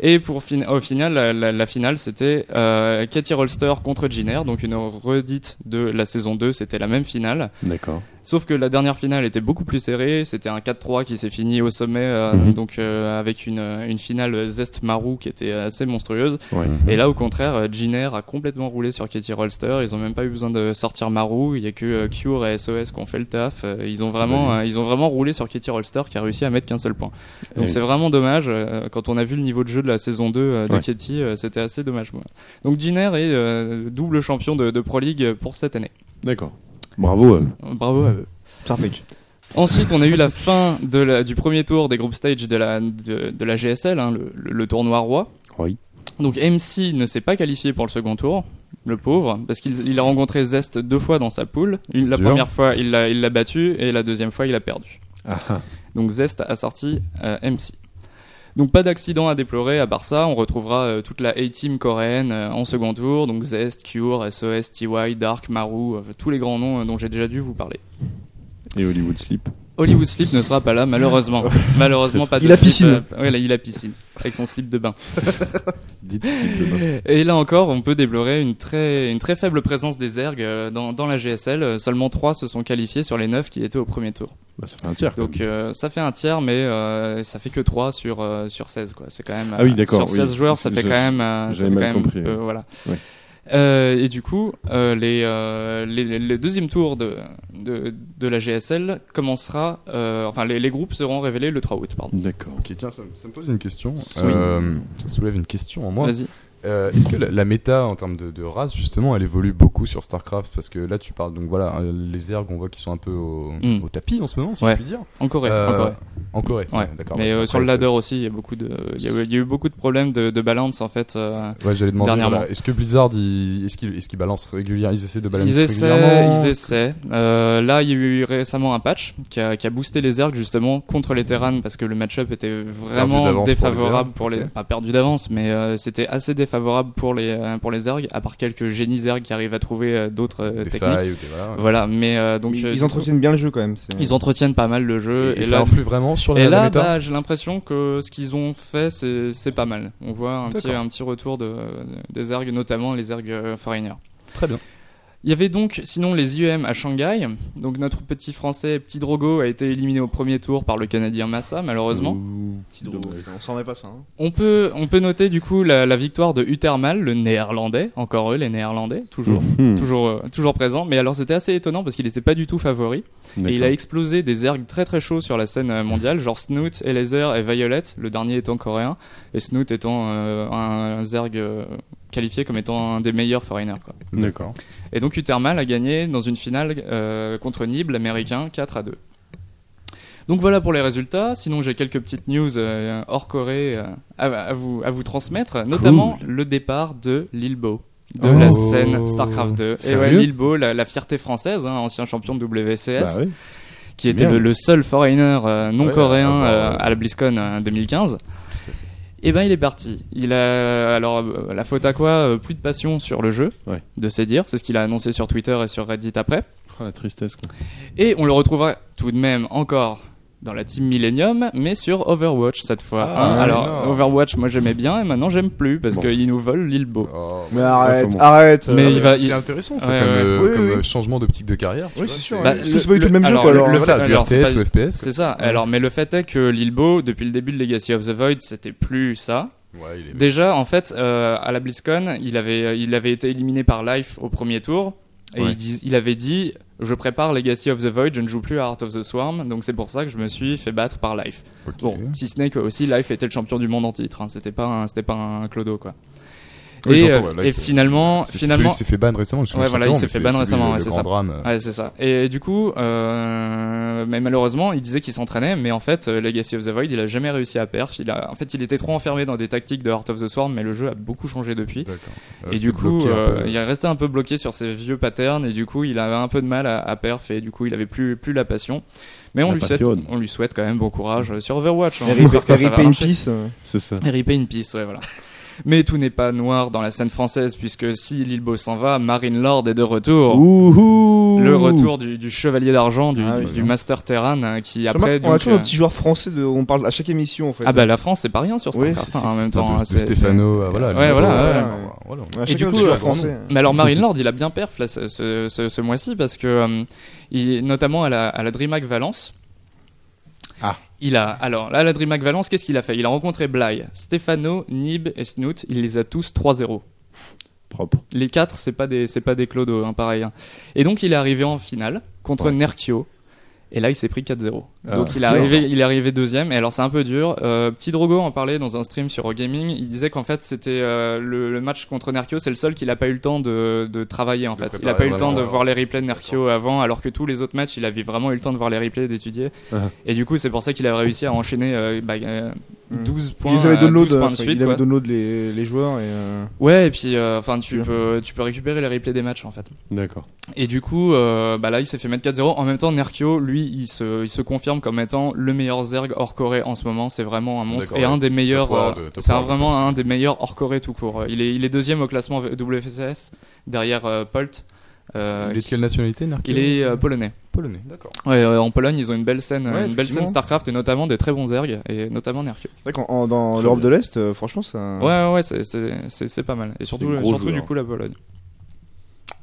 Speaker 1: Et pour fin- au final, la, la- la finale c'était euh, Katie Rolster contre Giner, donc une redite de la saison 2, c'était la même finale.
Speaker 2: D'accord.
Speaker 1: Sauf que la dernière finale était beaucoup plus serrée. C'était un 4-3 qui s'est fini au sommet, euh,
Speaker 2: Mhm.
Speaker 1: donc euh, avec une, euh, une finale Zest Maru qui était assez monstrueuse.
Speaker 2: Ouais.
Speaker 1: Et là, au contraire, euh, Giner a complètement roulé sur Katie Rolster. Ils ont même pas eu besoin de sortir Maru. Il y a que euh, Cure et SOS qui ont fait le taf. Euh, Ils ont
Speaker 2: Bah
Speaker 1: vraiment, euh, ils ont vraiment roulé sur Katie Rolster qui a réussi à mettre qu'un seul point. Donc
Speaker 2: Et-
Speaker 1: c'est vraiment dommage. euh, Quand on a vu le niveau de jeu de la saison 2 euh, de
Speaker 2: Ouais.
Speaker 1: Katie, euh, c'était assez dommage. moi. Donc Giner est euh, double champion de, de Pro League pour cette année.
Speaker 2: D'accord. Bravo. euh,
Speaker 1: Bravo à eux.
Speaker 3: Sarpec.
Speaker 1: Ensuite, on a eu la fin de la- du premier tour des groupes stage de la, de, de la GSL, hein, le, le- le tournoi roi.
Speaker 2: Oui.
Speaker 1: Donc MC ne s'est pas qualifié pour le second tour, le pauvre, parce qu'il il a rencontré Zest deux fois dans sa poule. Une- la
Speaker 4: Dur.
Speaker 1: première fois, il l'a il l'a battu, et la deuxième fois, il a perdu.
Speaker 2: Ah, ah.
Speaker 1: Donc Zest a sorti euh, MC. Donc pas d'accident à déplorer à part ça, on retrouvera euh, toute la A-team coréenne euh, en second tour, donc Zest, Cure, SOS, TY, Dark, Maru, euh, tous les grands noms euh, dont j'ai déjà dû vous parler.
Speaker 2: Et Hollywood Sleep.
Speaker 1: Hollywood Sleep ne sera pas là, malheureusement. malheureusement, pas de
Speaker 3: Il a
Speaker 1: slip,
Speaker 3: piscine.
Speaker 1: euh, ouais, là, il a piscine. Avec son slip de bain.
Speaker 2: Dites Sleep demain.
Speaker 1: Et là encore, on peut déplorer une très, une très faible présence des ergs euh, dans, dans la GSL. Euh, Seulement 3 se sont qualifiés sur les 9 qui étaient au premier tour.
Speaker 2: Bah, ça fait un tiers. quand
Speaker 1: Donc euh, ça fait un tiers, mais euh, ça fait que 3 sur, euh, sur 16. Quoi. C'est quand même,
Speaker 2: Ah oui,
Speaker 1: euh,
Speaker 2: d'accord,
Speaker 1: Sur 16
Speaker 2: oui.
Speaker 1: joueurs, ça fait
Speaker 2: Je-
Speaker 1: quand même. euh, ça
Speaker 2: j'avais
Speaker 1: fait
Speaker 2: mal
Speaker 1: quand même
Speaker 2: compris,
Speaker 1: peu,
Speaker 2: oui.
Speaker 1: voilà.
Speaker 2: Ouais.
Speaker 1: Euh, et du coup, euh, les, euh, les- le deuxième tour de, de, de la GSL commencera. euh, enfin, les, les groupes seront révélés le 3 août, pardon.
Speaker 2: même. D'accord.
Speaker 4: Ok, tiens, ça, me- ça me pose une question.
Speaker 1: Oui.
Speaker 4: Euh, ça soulève une question en moi.
Speaker 1: Vas-y.
Speaker 4: Euh, Est-ce que la, la méta en termes de, de race, justement, elle évolue beaucoup sur StarCraft Parce que là, tu parles, donc voilà, euh, les ergs, on voit qu'ils sont un peu au,
Speaker 1: Mm.
Speaker 4: au tapis en ce moment, si
Speaker 1: Ouais.
Speaker 4: je puis dire.
Speaker 1: En Corée.
Speaker 4: Euh,
Speaker 1: en Corée.
Speaker 4: En Corée,
Speaker 1: Ouais.
Speaker 4: ouais, d'accord.
Speaker 1: Mais
Speaker 4: ouais.
Speaker 1: euh,
Speaker 4: Après,
Speaker 1: sur le
Speaker 4: c'est-
Speaker 1: ladder aussi, il y a beaucoup de, il y a, eu- il y a eu beaucoup de problèmes de, de balance en fait. euh,
Speaker 4: Ouais, j'allais demander,
Speaker 1: Dernièrement.
Speaker 4: voilà, est-ce que Blizzard, ils- est-ce qu'ils est balancent régulièrement Ils essaient de balancer
Speaker 1: ils essaient,
Speaker 4: régulièrement
Speaker 1: ils essaient. Euh, là, il y a eu récemment un patch qui a, qui a boosté les ergs justement contre les terranes parce que le match-up était
Speaker 4: Perdu
Speaker 1: vraiment
Speaker 4: d'avance pour les
Speaker 1: défavorable
Speaker 4: Zerg,
Speaker 1: pour les,
Speaker 4: ok.
Speaker 1: pas perdu d'avance, mais euh, c'était assez défavorable pour les euh, pour les ergs, à part quelques génies ergs qui arrivent à trouver euh, d'autres euh,
Speaker 4: Des
Speaker 1: techniques.
Speaker 4: failles, des- voilà.
Speaker 1: Voilà, mais euh, donc
Speaker 3: Ils,
Speaker 1: euh,
Speaker 3: ils
Speaker 1: du coup,
Speaker 3: entretiennent bien le jeu quand même. c'est-
Speaker 1: ils entretiennent pas mal le jeu
Speaker 4: Et, et ça
Speaker 1: là,
Speaker 4: influe vraiment sur la,
Speaker 1: Et
Speaker 4: la
Speaker 1: là,
Speaker 4: méta
Speaker 1: bah, j'ai l'impression que ce qu'ils ont fait, c'est c'est pas mal. On voit un petit,
Speaker 4: D'accord.
Speaker 1: un petit retour de, des ergs, notamment les ergs euh, foreigners.
Speaker 4: Très bien.
Speaker 1: Il y avait donc, sinon, les IEM à Shanghai. Donc, notre petit français, petit Drogo, a été éliminé au premier tour par le Canadien Massa, malheureusement.
Speaker 2: Mmh.
Speaker 3: Petit drôle. On s'en met pas ça. hein.
Speaker 1: On peut, on peut noter, du coup, la, la victoire de Utermal, le néerlandais. Encore eux, les néerlandais, toujours.
Speaker 2: Mhm.
Speaker 1: Toujours, euh, toujours présent, mais alors c'était assez étonnant parce qu'il n'était pas du tout favori. Et il a
Speaker 2: D'accord.
Speaker 1: explosé des ergs très très chauds sur la scène euh, mondiale, genre Snoot, Laser et Violet, le dernier étant coréen, et Snoot étant euh, un, un zerg euh, qualifié comme étant un des meilleurs foreigners. quoi.
Speaker 2: D'accord.
Speaker 1: Et donc Utermal a gagné dans une finale euh, contre Nib, l'américain, 4 à 2. Donc voilà pour les résultats, sinon j'ai quelques petites news euh, hors Corée euh, à, à vous, à vous transmettre, notamment le départ de Lilbo. De
Speaker 4: Oh.
Speaker 1: la scène StarCraft 2. Et ouais,
Speaker 4: Sérieux
Speaker 1: Lilbo, la, la fierté française, hein, ancien champion de WCS,
Speaker 2: Bah oui.
Speaker 1: qui était le,
Speaker 2: Merde.
Speaker 1: le seul foreigner euh, non
Speaker 4: Ouais,
Speaker 1: coréen
Speaker 4: à
Speaker 1: euh,
Speaker 4: avoir,
Speaker 1: à la BlizzCon euh, 2015. Et ben il est parti. Il a alors euh, la faute à quoi Euh, Plus de passion sur le jeu,
Speaker 2: Ouais.
Speaker 1: de ses dires. C'est ce qu'il a annoncé sur Twitter et sur Reddit après.
Speaker 2: Oh, la tristesse. Quoi.
Speaker 1: Et on le retrouvera tout de même encore dans la team Millennium, mais sur Overwatch cette fois.
Speaker 4: Ah,
Speaker 1: hein.
Speaker 4: mais
Speaker 1: Alors,
Speaker 4: non.
Speaker 1: Overwatch, moi j'aimais bien, et maintenant j'aime plus parce
Speaker 2: Bon.
Speaker 1: qu'ils nous volent l'île beau.
Speaker 4: Oh,
Speaker 3: Mais
Speaker 4: ouais.
Speaker 3: arrête,
Speaker 2: bon.
Speaker 3: arrête.
Speaker 1: Mais
Speaker 3: euh,
Speaker 1: il
Speaker 4: c'est
Speaker 1: va-
Speaker 4: c'est
Speaker 1: il-
Speaker 4: intéressant ça
Speaker 1: Ouais,
Speaker 4: comme,
Speaker 1: ouais.
Speaker 4: euh,
Speaker 3: Oui, oui,
Speaker 4: comme,
Speaker 3: oui.
Speaker 4: euh, changement d'optique de carrière. tu
Speaker 2: Oui,
Speaker 4: vois,
Speaker 2: c'est sûr,
Speaker 1: Bah,
Speaker 2: ouais.
Speaker 3: Parce que c'est pas du tout le même jeu, quoi, alors.
Speaker 1: le
Speaker 4: C'est
Speaker 1: fait-
Speaker 4: voilà, du
Speaker 1: alors, c'est
Speaker 4: RTS
Speaker 1: pas-
Speaker 4: ou FPS.
Speaker 1: C'est ça. Alors, mais le fait est que l'île beau, depuis le début de Legacy of the Void, c'était plus ça.
Speaker 4: Ouais, il est-
Speaker 1: Déjà, en fait, euh, à la BlizzCon, il avait, il avait été éliminé par Life au premier tour. Et
Speaker 4: Ouais.
Speaker 1: il, dis- il avait dit Je prépare Legacy of the Void, je ne joue plus à Heart of the Swarm. Donc c'est pour ça que je me suis fait battre par Life.
Speaker 4: ok.
Speaker 1: Bon, si ce n'est que aussi Life était le champion du monde en titre. hein. C'était pas, un- c'était pas un clodo, quoi.
Speaker 4: Oui,
Speaker 1: et,
Speaker 4: j'entends,
Speaker 1: euh,
Speaker 4: ouais,
Speaker 1: et
Speaker 4: Life, euh,
Speaker 1: finalement,
Speaker 4: C'est
Speaker 1: finalement,
Speaker 4: celui qui s'est fait ban récemment. parce que
Speaker 1: Ouais,
Speaker 4: je me
Speaker 1: voilà,
Speaker 4: souviens,
Speaker 1: il s'est
Speaker 4: mais
Speaker 1: fait ban
Speaker 4: c'est lui,
Speaker 1: récemment,
Speaker 4: le-
Speaker 1: ouais,
Speaker 4: le
Speaker 1: c'est
Speaker 4: grand
Speaker 1: ça.
Speaker 4: drame.
Speaker 1: Ouais, c'est ça. Et du coup, euh, mais malheureusement, il disait qu'il s'entraînait, mais en fait, euh, Legacy of the Void, il a jamais réussi à perf. Il a, en fait, il était trop enfermé dans des tactiques de Heart of the Swarm, mais le jeu a beaucoup changé depuis.
Speaker 4: D'accord. Euh,
Speaker 1: et
Speaker 4: c'était
Speaker 1: du coup,
Speaker 4: bloqué un
Speaker 1: euh,
Speaker 4: peu.
Speaker 1: il est resté un peu bloqué sur ses vieux patterns, et du coup, il avait un peu de mal à, à perf, et du coup, il avait plus, plus la passion. Mais on
Speaker 2: La
Speaker 1: lui, souhaite,
Speaker 2: passion.
Speaker 1: on lui souhaite quand même bon courage euh, sur Overwatch. hein.
Speaker 3: RIP,
Speaker 1: J'espère que ça va
Speaker 3: RIP in
Speaker 1: marcher.
Speaker 3: peace. euh.
Speaker 2: C'est ça.
Speaker 1: R.I.P. in peace, ouais, voilà. Mais tout n'est pas noir dans la scène française, puisque si Lilbo s'en va, Marine Lord est de retour.
Speaker 2: Ouhou
Speaker 1: Le retour du, du Chevalier d'Argent, du,
Speaker 3: Ah
Speaker 1: du-
Speaker 3: oui.
Speaker 1: du Master Terran, hein, qui
Speaker 3: Je
Speaker 1: après...
Speaker 3: remarque, on a
Speaker 1: donc,
Speaker 3: toujours
Speaker 1: euh,
Speaker 3: nos petits joueurs français, de- on parle à chaque émission en fait.
Speaker 1: Ah bah la France, c'est pas rien sur
Speaker 3: Oui,
Speaker 1: StarCraft
Speaker 3: c'est-
Speaker 1: hein, en même temps.
Speaker 4: de,
Speaker 1: hein,
Speaker 4: de
Speaker 1: c'est-
Speaker 4: Stéphano, euh, voilà.
Speaker 1: Ouais,
Speaker 4: mais
Speaker 1: voilà,
Speaker 4: c'est-
Speaker 3: ouais.
Speaker 4: c'est- voilà, on-
Speaker 3: On a
Speaker 1: du
Speaker 3: chacun
Speaker 1: coup,
Speaker 3: nos joueurs
Speaker 1: euh,
Speaker 3: français.
Speaker 1: Mais alors Marine Lord, il a bien perf là, ce, ce, ce- ce mois-ci parce que euh, il, notamment à la, à la DreamHack Valence.
Speaker 4: Ah.
Speaker 1: Il a alors là à la DreamHack Valence, qu'est-ce qu'il a fait Il a rencontré Bly, Stefano, Nib et Snoot. Il les a tous 3-0.
Speaker 2: Propre.
Speaker 1: Les quatre, c'est pas des c'est pas des clodos, hein, pareil. hein. Et donc il est arrivé en finale contre
Speaker 4: Ouais.
Speaker 1: Nerkio. Et là, il s'est pris 4-0.
Speaker 2: Ah,
Speaker 1: Donc, il est, arrivé, il est arrivé deuxième. Et alors, c'est un peu dur. Euh, Petit Drogo en parlait dans un stream sur Gaming. Il disait qu'en fait, c'était euh, le, le match contre Nerkio, c'est le seul qu'il n'a pas eu le temps de, de travailler. En
Speaker 4: De
Speaker 1: fait, il n'a
Speaker 4: préparer,
Speaker 1: pas eu le temps de
Speaker 4: voilà.
Speaker 1: voir les replays de Nerkio avant, alors que tous les autres matchs, il avait vraiment eu le temps de voir les replays et d'étudier.
Speaker 2: Ah.
Speaker 1: Et du coup, c'est pour ça qu'il a réussi à enchaîner euh, bah, euh,
Speaker 3: Mm.
Speaker 1: 12 points,
Speaker 3: Ils avaient
Speaker 1: euh, 12
Speaker 3: download,
Speaker 1: points
Speaker 3: euh,
Speaker 1: de
Speaker 3: enfin,
Speaker 1: suite.
Speaker 3: il
Speaker 1: quoi.
Speaker 3: avait download les, les joueurs et. euh,
Speaker 1: Ouais, et puis, euh, enfin, tu
Speaker 3: Bien.
Speaker 1: peux, tu peux récupérer les replays des matchs en fait.
Speaker 2: D'accord.
Speaker 1: Et du coup, euh, bah là, il s'est fait mettre 4-0. En même temps, Nerkio, lui, il se, il se confirme comme étant le meilleur Zerg hors Corée en ce moment. C'est vraiment un monstre
Speaker 4: D'accord,
Speaker 1: et
Speaker 4: ouais.
Speaker 1: un des meilleurs.
Speaker 4: world,
Speaker 1: euh,
Speaker 4: top
Speaker 1: c'est un-
Speaker 4: world,
Speaker 1: vraiment
Speaker 4: quoi.
Speaker 1: un des meilleurs hors Corée tout court. Il est, il est deuxième au classement WFCS derrière euh, Polt. Euh,
Speaker 4: Il est de quelle nationalité, Narki
Speaker 1: il est euh, polonais.
Speaker 4: polonais, d'accord.
Speaker 1: Ouais, euh, en Pologne, ils ont une belle scène,
Speaker 3: Ouais,
Speaker 1: une belle
Speaker 3: effectivement.
Speaker 1: scène Starcraft et notamment des très bons Zerg et notamment Nerkio.
Speaker 3: C'est vrai qu'en en- dans l'Europe de l'Est, euh, franchement, ça.
Speaker 1: Ouais, ouais, ouais, c'est- c'est c'est- c'est pas mal. Et surtout,
Speaker 2: des gros
Speaker 1: surtout du
Speaker 2: joueurs.
Speaker 1: coup, la Pologne.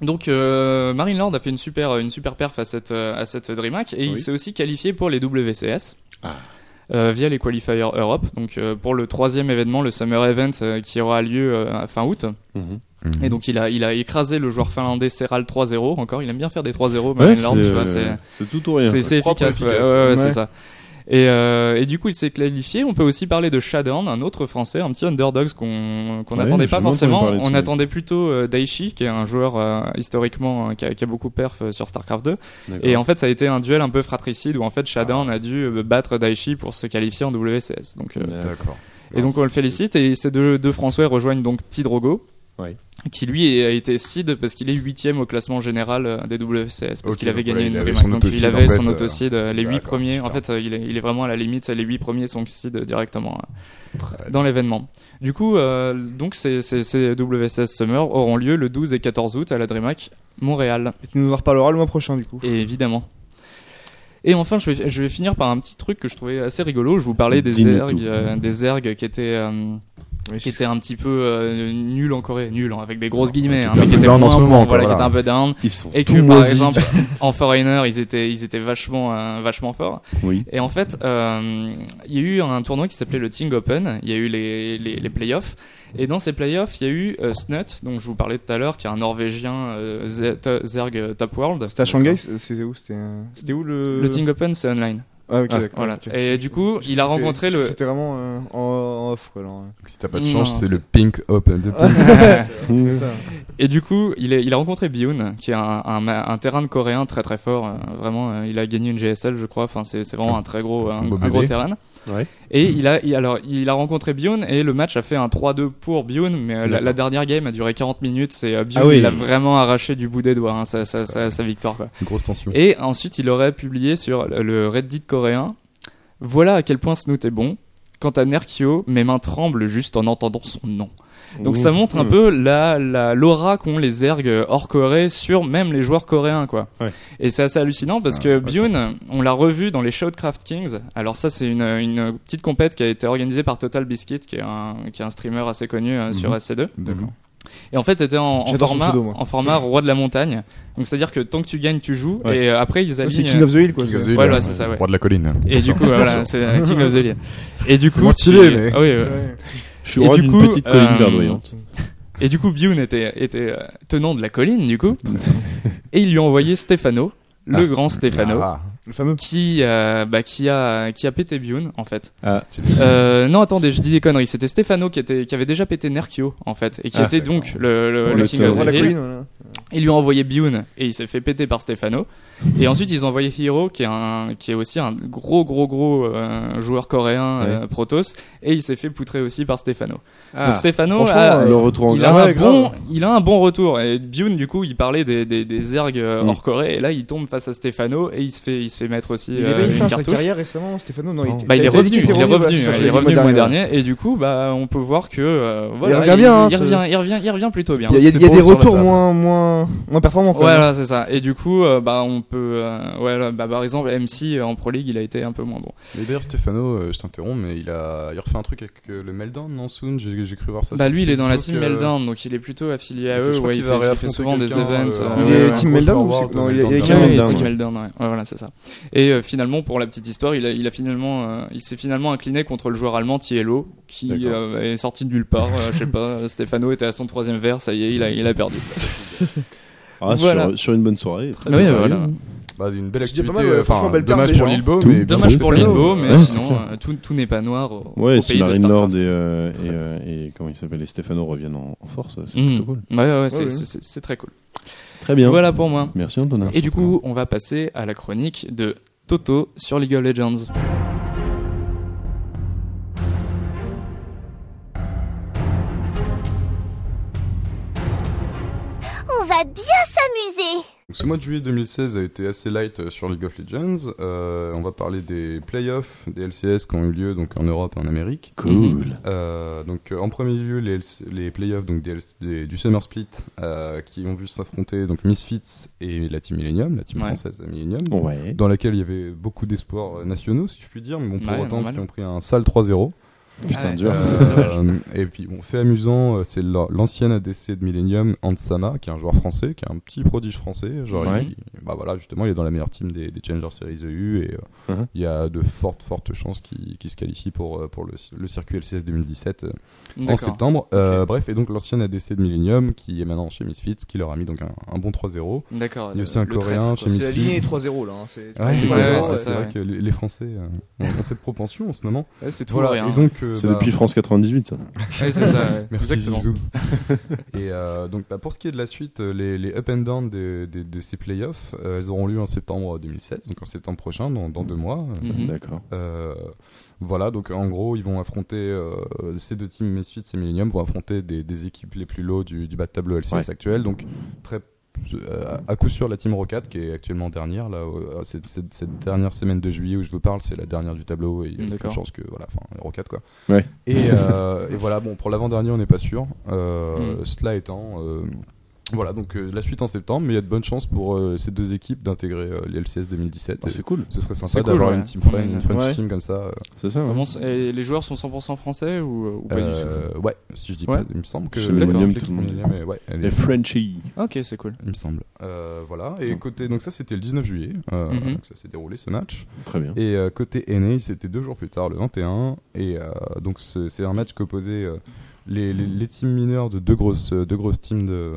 Speaker 1: Donc, euh, Marine Lord a fait une super, une super perf à cette, euh, à cette DreamHack et il
Speaker 2: Oui.
Speaker 1: s'est aussi qualifié pour les WCS.
Speaker 2: Ah.
Speaker 1: euh, via les qualifiers Europe, donc euh, pour le troisième événement, le Summer Event, euh, qui aura lieu euh, à fin août.
Speaker 2: Mhm.
Speaker 4: Mhm.
Speaker 1: Et donc il a, il a écrasé le joueur finlandais Seral 3-0. Encore, il aime bien faire des 3-0. Marine Lord, Bah, tu vois, c'est.
Speaker 2: euh, c'est tout ou rien.
Speaker 1: C'est
Speaker 2: ça.
Speaker 1: c'est
Speaker 4: propre et
Speaker 1: efficace, ouais,
Speaker 4: efficace.
Speaker 1: ouais, ouais,
Speaker 3: Ouais.
Speaker 1: c'est ça. Et, euh, et du coup, il s'est qualifié. On peut aussi parler de Shadowhand, un autre français, un petit Underdogs qu'on qu'on
Speaker 2: Ouais,
Speaker 1: n'attendait
Speaker 2: j'ai
Speaker 1: pas
Speaker 2: longtemps
Speaker 1: forcément.
Speaker 2: parlé de
Speaker 1: On
Speaker 2: celui-là.
Speaker 1: attendait plutôt euh, Daichi, qui est un joueur euh, historiquement euh, qui, a, qui a beaucoup perf euh, sur StarCraft 2.
Speaker 2: D'accord.
Speaker 1: Et en fait, ça a été un duel un peu fratricide où en fait Shadowhand a dû euh, battre Daichi pour se qualifier en WCS. Donc, euh,
Speaker 2: D'accord.
Speaker 4: D'accord.
Speaker 1: et donc on le
Speaker 2: c'est-
Speaker 1: félicite. Et ces deux, deux Français rejoignent donc Petit Drogo.
Speaker 2: Ouais.
Speaker 1: Qui lui a été seed parce qu'il est huitième au classement général euh, des WCS parce
Speaker 4: Ok,
Speaker 1: qu'il avait
Speaker 4: donc voilà,
Speaker 1: gagné
Speaker 4: il
Speaker 1: une
Speaker 4: avait
Speaker 1: DreamHack.
Speaker 4: son
Speaker 1: donc il
Speaker 4: auto-seed, en
Speaker 1: avait
Speaker 4: fait,
Speaker 1: son
Speaker 4: euh,
Speaker 1: auto-seed euh, les huit
Speaker 4: d'accord,
Speaker 1: premiers en
Speaker 4: super.
Speaker 1: fait euh, il est, il est vraiment à la limite c'est les huit premiers sont seed euh, directement euh, dans l'événement du coup euh, donc ces, ces, ces WCS Summer auront lieu le 12 et 14 août à la DreamHack Montréal
Speaker 3: Et tu nous en reparleras le mois prochain, du coup.
Speaker 1: et évidemment et enfin, je vais, je vais finir par un petit truc que je trouvais assez rigolo. Je vous parlais des
Speaker 2: Dis-nous
Speaker 1: ergs,
Speaker 2: tout.
Speaker 1: euh, des ergs qui étaient euh,
Speaker 3: Oui,
Speaker 1: qui
Speaker 3: c'est-
Speaker 1: était un petit peu euh, nul en Corée, nul hein, avec des grosses guillemets, hein,
Speaker 4: un
Speaker 1: mais
Speaker 4: peu
Speaker 1: qui était
Speaker 4: down en
Speaker 1: moins
Speaker 4: ce moment,
Speaker 1: bon,
Speaker 4: quoi,
Speaker 1: voilà, qui
Speaker 4: voilà.
Speaker 1: était un peu down.
Speaker 2: Ils sont
Speaker 1: Et
Speaker 2: tout
Speaker 1: que par
Speaker 2: moisis.
Speaker 1: exemple en foreigner ils étaient ils étaient vachement euh, vachement forts.
Speaker 2: Oui.
Speaker 1: Et en fait euh, il y a eu un tournoi qui s'appelait le Ting Open. Il y a eu les les, les playoffs. Et dans ces playoffs il y a eu euh, Snut dont je vous parlais tout à l'heure qui est un Norvégien euh, Ze- to- Zerg euh, Top World.
Speaker 3: C'était à Shanghai, c'est- c'était où C'était euh, c'était où le.
Speaker 1: Le Ting Open c'est online.
Speaker 3: Ah, ok,
Speaker 2: Ah,
Speaker 3: d'accord.
Speaker 1: voilà.
Speaker 3: ok.
Speaker 1: Et du coup,
Speaker 3: J'ai-
Speaker 1: il a
Speaker 3: c'était-
Speaker 1: rencontré le-
Speaker 3: C'était vraiment euh, en, en off, quoi. Alors, euh. ouais.
Speaker 4: Si t'as pas de
Speaker 1: Non,
Speaker 4: chance, c'est
Speaker 1: c'est- Ah.
Speaker 4: le Pink Open. de Pink.
Speaker 3: C'est ça.
Speaker 1: Et du coup, il, est, il a rencontré Bioun, qui est un, un, ma- un terrain de coréen très très fort. euh, vraiment, euh, il a gagné une GSL, je crois. Enfin, c'est c'est vraiment un très gros, un,
Speaker 4: Un beau
Speaker 1: un gros
Speaker 4: bébé.
Speaker 1: terrain.
Speaker 2: Ouais.
Speaker 1: Et il a, il- alors, il a rencontré Bioun et le match a fait un 3-2 pour Bioun, mais euh, la,
Speaker 4: D'accord.
Speaker 1: la dernière game a duré 40 minutes. C'est euh, Bioun,
Speaker 2: Ah oui.
Speaker 1: il a vraiment arraché du bout des doigts hein, sa, sa, sa, sa victoire. Quoi.
Speaker 4: Une grosse tension.
Speaker 1: Et ensuite, il aurait publié sur le le Reddit coréen Voilà à quel point Snoot est bon. Quant à Nerkio, mes mains tremblent juste en entendant son nom.
Speaker 2: Mmh.
Speaker 1: Donc ça montre un peu la la- l'aura qu'ont les ergs hors Corée sur même les joueurs coréens quoi.
Speaker 2: Ouais.
Speaker 1: Et c'est assez hallucinant parce
Speaker 4: Ça-
Speaker 1: que
Speaker 4: ouais,
Speaker 1: Byun, on l'a revu dans les Shoutcraft Kings. Alors ça c'est une, une petite compète qui a été organisée par Total Biscuit qui est un qui est un streamer assez connu euh, sur
Speaker 4: Mhm.
Speaker 1: SC2.
Speaker 2: Mmh.
Speaker 4: D'accord.
Speaker 1: Et en fait c'était en, en
Speaker 3: J'adore son
Speaker 1: format
Speaker 3: pseudo, moi.
Speaker 1: en format roi de la montagne. Donc c'est à dire que tant que tu gagnes tu joues
Speaker 2: Ouais.
Speaker 1: et euh, après ils
Speaker 3: C'est
Speaker 1: alignent.
Speaker 3: King of the Hill quoi.
Speaker 4: King of the
Speaker 3: c'est-
Speaker 4: Hill,
Speaker 1: ouais,
Speaker 4: euh,
Speaker 1: ouais, c'est ça, ouais.
Speaker 4: Roi de la colline.
Speaker 1: Et du coup, voilà, c'est euh, King of the Hill. Et du coup,
Speaker 4: moins
Speaker 1: tu-
Speaker 4: stylé, mais-
Speaker 1: Ah oui, ouais.
Speaker 3: Ouais.
Speaker 2: Je suis
Speaker 1: Et
Speaker 2: roi
Speaker 1: du
Speaker 2: d'une
Speaker 1: coup,
Speaker 2: petite colline
Speaker 1: euh,
Speaker 2: verdoyante.
Speaker 1: Et du coup, Bioun était, était euh, tenant de la colline, du coup. et il lui a envoyé Stefano, le
Speaker 2: Ah.
Speaker 1: grand Stefano,
Speaker 4: Ah,
Speaker 3: Le fameux.
Speaker 1: qui, euh, bah, qui, a, qui a pété Bioun, en fait.
Speaker 2: Ah.
Speaker 4: stylé.
Speaker 1: Euh, non, attendez, je dis des conneries. C'était Stefano qui, était, qui avait déjà pété Nerkio, en fait, et qui
Speaker 2: Ah,
Speaker 1: était
Speaker 4: d'accord.
Speaker 1: donc le, le,
Speaker 2: Bon,
Speaker 1: le
Speaker 2: le
Speaker 1: King of
Speaker 2: taureau.
Speaker 1: the
Speaker 3: euh, la
Speaker 1: Hill.
Speaker 3: colline. voilà.
Speaker 1: Il lui a envoyé Bioun et il s'est fait péter par Stefano. Et ensuite, ils ont envoyé Hiro, qui est, un, qui est aussi un gros, gros, gros euh, joueur coréen
Speaker 2: Ouais.
Speaker 1: euh, Protoss. Et il s'est fait poutrer aussi par Stefano.
Speaker 2: Ah,
Speaker 1: Donc Stefano
Speaker 2: franchement,
Speaker 3: euh,
Speaker 1: a,
Speaker 2: le retour en
Speaker 1: il, a
Speaker 2: grave.
Speaker 1: un bon, il a un bon retour. Et Bune, du coup, il parlait des, des, des ergs euh,
Speaker 2: Mm.
Speaker 1: hors Corée. Et là, il tombe face à Stefano et il se fait, il se fait mettre aussi
Speaker 3: Il
Speaker 1: euh,
Speaker 3: avait
Speaker 1: une
Speaker 3: fait sa
Speaker 1: cartouche.
Speaker 3: carrière récemment, Stéphano. Non,
Speaker 2: Bah,
Speaker 3: était-
Speaker 1: Bah, il est
Speaker 3: t'as dit
Speaker 1: revenu,
Speaker 3: qu'il
Speaker 1: il
Speaker 3: était
Speaker 1: est
Speaker 3: voilà,
Speaker 1: revenu,
Speaker 3: c'est ça,
Speaker 1: il est
Speaker 3: le
Speaker 1: revenu le mois
Speaker 3: dernier.
Speaker 1: dernier. Et du coup, bah, on peut voir que euh, voilà,
Speaker 3: revient bien, hein,
Speaker 1: il,
Speaker 3: ça-
Speaker 1: revient, il revient, il revient plutôt bien.
Speaker 3: Il y a, il y a-
Speaker 4: C'est
Speaker 3: il y a
Speaker 4: beau
Speaker 3: des
Speaker 4: sur la
Speaker 3: retours
Speaker 4: table.
Speaker 3: moins, moins, moins performants. Quand même.
Speaker 1: Voilà, c'est ça. Et du coup, euh, bah, on peut, euh, ouais, là, bah, par exemple, MC euh, en Pro League, il a été un peu moins bon.
Speaker 4: Mais d'ailleurs, Stefano, euh, je t'interromps, mais il a, il refait un truc avec euh, le Meltdown, non Soon J'ai j'ai cru voir ça.
Speaker 1: Bah,
Speaker 4: sur
Speaker 1: lui, il est dans la team
Speaker 4: Facebook, euh,
Speaker 1: Meltdown, donc il est plutôt affilié à
Speaker 4: donc je
Speaker 1: eux.
Speaker 4: crois
Speaker 1: Ouais,
Speaker 4: qu'il
Speaker 1: il,
Speaker 4: va
Speaker 1: fait, il fait
Speaker 4: réaffronter
Speaker 1: souvent des
Speaker 4: quelqu'un,
Speaker 1: events.
Speaker 4: euh,
Speaker 1: euh,
Speaker 3: Il est
Speaker 1: ouais, ouais.
Speaker 3: team
Speaker 4: un gros
Speaker 3: Meltdown ou
Speaker 4: joueur
Speaker 3: c'est-
Speaker 4: de
Speaker 3: non, il est-
Speaker 4: Meltdown
Speaker 3: il est
Speaker 4: d'un
Speaker 1: Ouais,
Speaker 3: Team
Speaker 1: ouais,
Speaker 4: moment.
Speaker 3: Meltdown,
Speaker 1: Team
Speaker 3: ouais.
Speaker 1: Meltdown, ouais. Ouais, voilà, c'est ça. Et euh, finalement, pour la petite histoire, il, a, il a finalement, euh, il s'est finalement incliné contre le joueur allemand Thiello, qui
Speaker 4: D'accord.
Speaker 1: euh, est sorti de nulle part. euh, je sais pas. euh, Stefano était à son troisième verre, ça y est, il a, il a perdu.
Speaker 2: Ah,
Speaker 1: Voilà.
Speaker 2: sur, sur une bonne soirée. Très
Speaker 1: Ouais,
Speaker 2: bien.
Speaker 1: Ah euh, voilà.
Speaker 4: Bah, une belle
Speaker 3: C'était pas
Speaker 4: activité.
Speaker 3: mal, ouais,
Speaker 4: euh, Enfin,
Speaker 3: franchement, belle perte
Speaker 4: dommage
Speaker 3: des
Speaker 4: pour
Speaker 3: gens.
Speaker 4: Lilbo,
Speaker 2: Tout.
Speaker 4: mais.
Speaker 1: Dommage pour
Speaker 2: Stefano,
Speaker 1: Limbo, mais
Speaker 2: ouais, c'est
Speaker 1: sinon,
Speaker 2: clair.
Speaker 1: euh, tout, tout n'est pas noir au,
Speaker 2: Ouais,
Speaker 1: au
Speaker 2: si
Speaker 1: pays de
Speaker 2: Marine Nord
Speaker 1: Starcraft.
Speaker 2: et, euh, et, euh, et comment il s'appelle, et Stefano reviennent en, en force, c'est
Speaker 1: Mhm.
Speaker 2: plutôt cool.
Speaker 1: Ouais, ouais, ouais, c'est-
Speaker 3: Ouais, ouais.
Speaker 1: c'est- c'est c'est très cool.
Speaker 2: Très bien.
Speaker 1: Voilà pour moi.
Speaker 2: Merci Antonin.
Speaker 1: Et du coup, on va passer à la chronique de Toto sur League of Legends.
Speaker 6: On va bien s'amuser.
Speaker 4: Donc, ce mois de juillet 2016 a été assez light euh, sur League of Legends. Euh, on va parler des playoffs, des LCS qui ont eu lieu donc en Europe et en Amérique.
Speaker 2: Cool.
Speaker 4: Euh, donc euh, en premier lieu les, LC les playoffs donc des LC des- du Summer Split euh, qui ont vu s'affronter donc Misfits et la team Millennium, la team
Speaker 1: Ouais.
Speaker 4: française Millennium,
Speaker 2: Ouais.
Speaker 4: dans laquelle il y avait beaucoup d'espoirs euh, nationaux si je puis dire, mais bon pour
Speaker 1: Ouais,
Speaker 4: autant
Speaker 1: normal.
Speaker 4: qui ont pris un sale 3-0.
Speaker 1: Ah ouais.
Speaker 2: Putain, dur.
Speaker 4: Euh, et puis bon fait amusant, euh, c'est la- l'ancien ADC de Millennium Ansama qui est un joueur français, qui est un petit prodige français, genre
Speaker 2: Ouais.
Speaker 4: il- bah voilà justement il est dans la meilleure team des, des Challenger Series EU et euh,
Speaker 2: Mhm.
Speaker 4: il y a de fortes fortes chances qu'il qu'il se qualifie pour euh, pour le, le circuit LCS 2017 euh, en
Speaker 1: D'accord.
Speaker 4: septembre. Euh, bref, et donc l'ancien ADC de Millennium qui est maintenant chez Misfits, qui leur a mis donc un, un bon 3-0.
Speaker 1: D'accord.
Speaker 4: Il y a
Speaker 1: le-
Speaker 4: aussi un
Speaker 1: le traître,
Speaker 4: Coréen
Speaker 1: quoi.
Speaker 4: chez
Speaker 3: C'est la lignée
Speaker 4: Misfits.
Speaker 3: 3-0 là. hein, c'est-
Speaker 4: Ouais, c'est
Speaker 1: Ouais,
Speaker 4: vrai,
Speaker 1: ouais,
Speaker 4: ça,
Speaker 1: ouais,
Speaker 4: c'est
Speaker 1: ouais.
Speaker 4: vrai que les les Français euh, ont ont cette propension en ce moment.
Speaker 1: Ouais, c'est tout
Speaker 4: Voilà,
Speaker 1: ou rien.
Speaker 4: et donc, euh,
Speaker 2: C'est
Speaker 4: bah,
Speaker 2: depuis France 98. ça.
Speaker 1: Ouais, c'est ça. ouais.
Speaker 4: Merci
Speaker 1: Exactement.
Speaker 4: Zizou. et euh, donc bah, pour ce qui est de la suite, euh, les, les up and down de, de- de ces playoffs, euh, elles auront lieu en septembre 2016, donc en septembre prochain, dans, dans deux mois.
Speaker 1: Mhm.
Speaker 2: D'accord.
Speaker 4: Euh, voilà, donc en gros, ils vont affronter euh, ces deux teams, Misfits et Millennium, vont affronter des, des équipes les plus low du, du bas de tableau LCS
Speaker 2: Ouais.
Speaker 4: actuel. Donc, très euh, à coup sûr, la team Rocket qui est actuellement dernière. Là, euh, cette, cette- cette dernière semaine de juillet où je vous parle, c'est la dernière du tableau et il y a
Speaker 1: D'accord.
Speaker 4: aucune chance que voilà, enfin Rocket quoi.
Speaker 2: Ouais.
Speaker 4: Et, euh, et voilà, bon pour l'avant dernier, on n'est pas sûr. Euh,
Speaker 2: Mm.
Speaker 4: Cela étant. euh, voilà, donc euh, la suite en septembre, mais il y a de bonnes chances pour euh, ces deux équipes d'intégrer euh, les LCS 2017.
Speaker 2: Ah,
Speaker 4: Et-
Speaker 2: c'est cool.
Speaker 4: ce serait sympa
Speaker 1: C'est cool,
Speaker 4: d'avoir
Speaker 1: ouais.
Speaker 4: une team friend,
Speaker 1: Ouais.
Speaker 4: une French
Speaker 2: Ouais.
Speaker 4: team comme ça. euh,
Speaker 2: C'est ça. hein.
Speaker 1: Vraiment, c'est- et les joueurs sont 100% français ou, ou pas du
Speaker 4: euh, ouais, si je dis
Speaker 1: Ouais.
Speaker 4: pas, il me semble que
Speaker 2: Chez
Speaker 1: Millennium,
Speaker 4: D'accord.
Speaker 2: tout le monde.
Speaker 4: Millennium, mais ouais, elle est-
Speaker 2: Les Frenchies.
Speaker 1: tout Ok, c'est cool.
Speaker 4: il me semble. Euh, voilà. Et côté, donc ça c'était le 19 juillet, euh,
Speaker 1: Mhm.
Speaker 4: que ça s'est déroulé ce match.
Speaker 2: Très bien.
Speaker 4: Et euh, côté NA, c'était deux jours plus tard, le 21. Et euh, donc ce- c'est un match qu'opposait euh, les, les, les teams mineures de deux grosses, deux grosses teams de,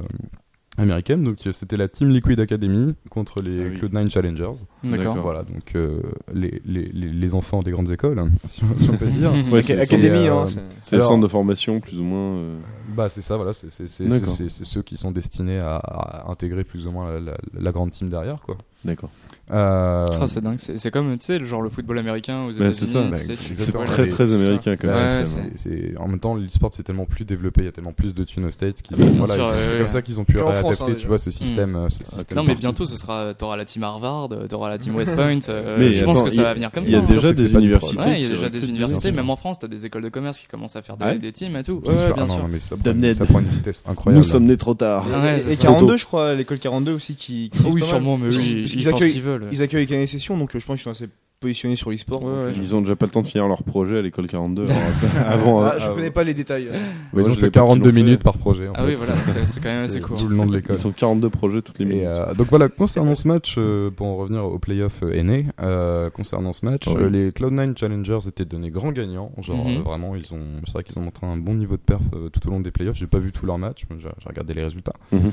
Speaker 4: américaines. Donc euh, c'était la Team Liquid Academy contre les
Speaker 2: Ah oui.
Speaker 4: Cloud9 Challengers.
Speaker 1: D'accord.
Speaker 4: Voilà, donc euh, les, les, les, les enfants des grandes écoles, hein, si on- si on peut dire.
Speaker 1: Mhm.
Speaker 2: Ouais,
Speaker 3: Ac-
Speaker 2: c'est-
Speaker 3: Académie,
Speaker 4: c'est,
Speaker 3: hein.
Speaker 4: euh,
Speaker 3: c'est-
Speaker 2: C'est le
Speaker 4: Alors-
Speaker 2: centre de formation, plus ou moins. euh,
Speaker 4: Bah c'est ça, voilà, c'est c'est- c'est-
Speaker 2: D'accord.
Speaker 4: c'est- c'est ceux qui sont destinés à, à intégrer plus ou moins la, la- la grande team derrière, quoi.
Speaker 2: D'accord.
Speaker 4: Euh,
Speaker 1: Ah, c'est dingue, c'est c'est comme, tu sais, le genre le football américain aux
Speaker 2: Ouais, c'est
Speaker 1: États-Unis.
Speaker 2: ça,
Speaker 1: tu
Speaker 4: bah,
Speaker 1: sais, tu-
Speaker 2: C'est
Speaker 4: Exactement,
Speaker 2: très
Speaker 4: les-
Speaker 2: très
Speaker 4: c'est
Speaker 2: américain comme
Speaker 4: Bah,
Speaker 1: Ouais,
Speaker 2: système.
Speaker 4: c'est- c'est- en même temps, l'e-sport c'est tellement plus développé, il y a tellement plus de thunes aux States qu'ils
Speaker 1: Ah bah, bien
Speaker 4: voilà,
Speaker 1: sûr,
Speaker 4: ils-
Speaker 1: ouais,
Speaker 4: c'est
Speaker 1: ouais.
Speaker 4: comme ça qu'ils ont pu
Speaker 3: Et en France,
Speaker 4: adapter,
Speaker 3: hein,
Speaker 4: tu
Speaker 3: déjà.
Speaker 4: vois, ce système. euh, ce système
Speaker 1: hmm. Ah, Non, mais
Speaker 4: partout.
Speaker 1: bientôt, ce sera, t'auras la team Harvard, euh, t'auras la team West Point. euh,
Speaker 2: Mais
Speaker 1: je pense
Speaker 2: attends,
Speaker 1: que
Speaker 2: il-
Speaker 1: ça va venir comme
Speaker 2: Il
Speaker 1: ça.
Speaker 2: y a
Speaker 1: hein.
Speaker 2: déjà
Speaker 4: C'est que c'est
Speaker 2: des
Speaker 4: pas du
Speaker 2: universités.
Speaker 1: Ouais, il y a
Speaker 2: qui
Speaker 1: déjà
Speaker 2: recrutent
Speaker 1: des universités,
Speaker 2: gens.
Speaker 1: même en France, t'as des écoles de commerce qui commencent à faire des,
Speaker 2: Ah ouais
Speaker 1: des teams et tout.
Speaker 4: Bien
Speaker 1: Ouais,
Speaker 4: sûr.
Speaker 1: ouais,
Speaker 4: Ah
Speaker 1: bien
Speaker 4: non,
Speaker 1: sûr.
Speaker 4: mais ça prend,
Speaker 2: Damned.
Speaker 4: ça prend une vitesse incroyable.
Speaker 2: Nous sommes nés trop tard.
Speaker 3: Et,
Speaker 1: Ouais,
Speaker 3: et
Speaker 1: c'est ça.
Speaker 3: 42, je crois, l'école 42 aussi qui. qui
Speaker 1: Oui,
Speaker 3: est pas mal.
Speaker 1: sûrement, mais
Speaker 3: Parce
Speaker 1: oui,
Speaker 3: qu'ils-
Speaker 1: ils,
Speaker 3: parce
Speaker 1: ils
Speaker 3: qu'ils
Speaker 1: font ce
Speaker 3: accueillent,
Speaker 1: qu'ils veeux.
Speaker 3: ils accueillent Canal Session, donc euh, je pense qu'ils sont assez positionnés sur l'e-sport.
Speaker 1: Ouais,
Speaker 3: donc,
Speaker 1: ouais.
Speaker 3: euh,
Speaker 2: Ils ont déjà pas le temps de finir leur projet à l'école 42. alors, avant, euh,
Speaker 3: ah, je
Speaker 2: avant-
Speaker 3: connais pas les détails.
Speaker 4: Ils
Speaker 2: Moi,
Speaker 4: ont
Speaker 2: je
Speaker 4: que
Speaker 2: l'ai pas qu'ils
Speaker 4: 42
Speaker 2: l'ont fait.
Speaker 4: minutes par projet. en
Speaker 1: Ah
Speaker 4: fait.
Speaker 1: oui, voilà, c'est c'est quand même assez
Speaker 4: C'est
Speaker 1: court.
Speaker 4: tout le nom de l'école.
Speaker 2: Ils sont 42 projets toutes les
Speaker 4: Et,
Speaker 2: minutes.
Speaker 4: euh, donc voilà, concernant ce match, euh, pour en revenir au playoff euh, aîné, euh, concernant ce match,
Speaker 2: Oui.
Speaker 4: euh, les Cloud9 Challengers étaient donnés grands gagnants. Genre
Speaker 1: Mhm.
Speaker 4: euh, vraiment, ils ont, c'est vrai qu'ils ont montré un bon niveau de perf euh, tout au long des playoffs. J'ai pas vu tous leurs matchs, mais j'ai j'ai regardé les résultats.
Speaker 2: Mhm.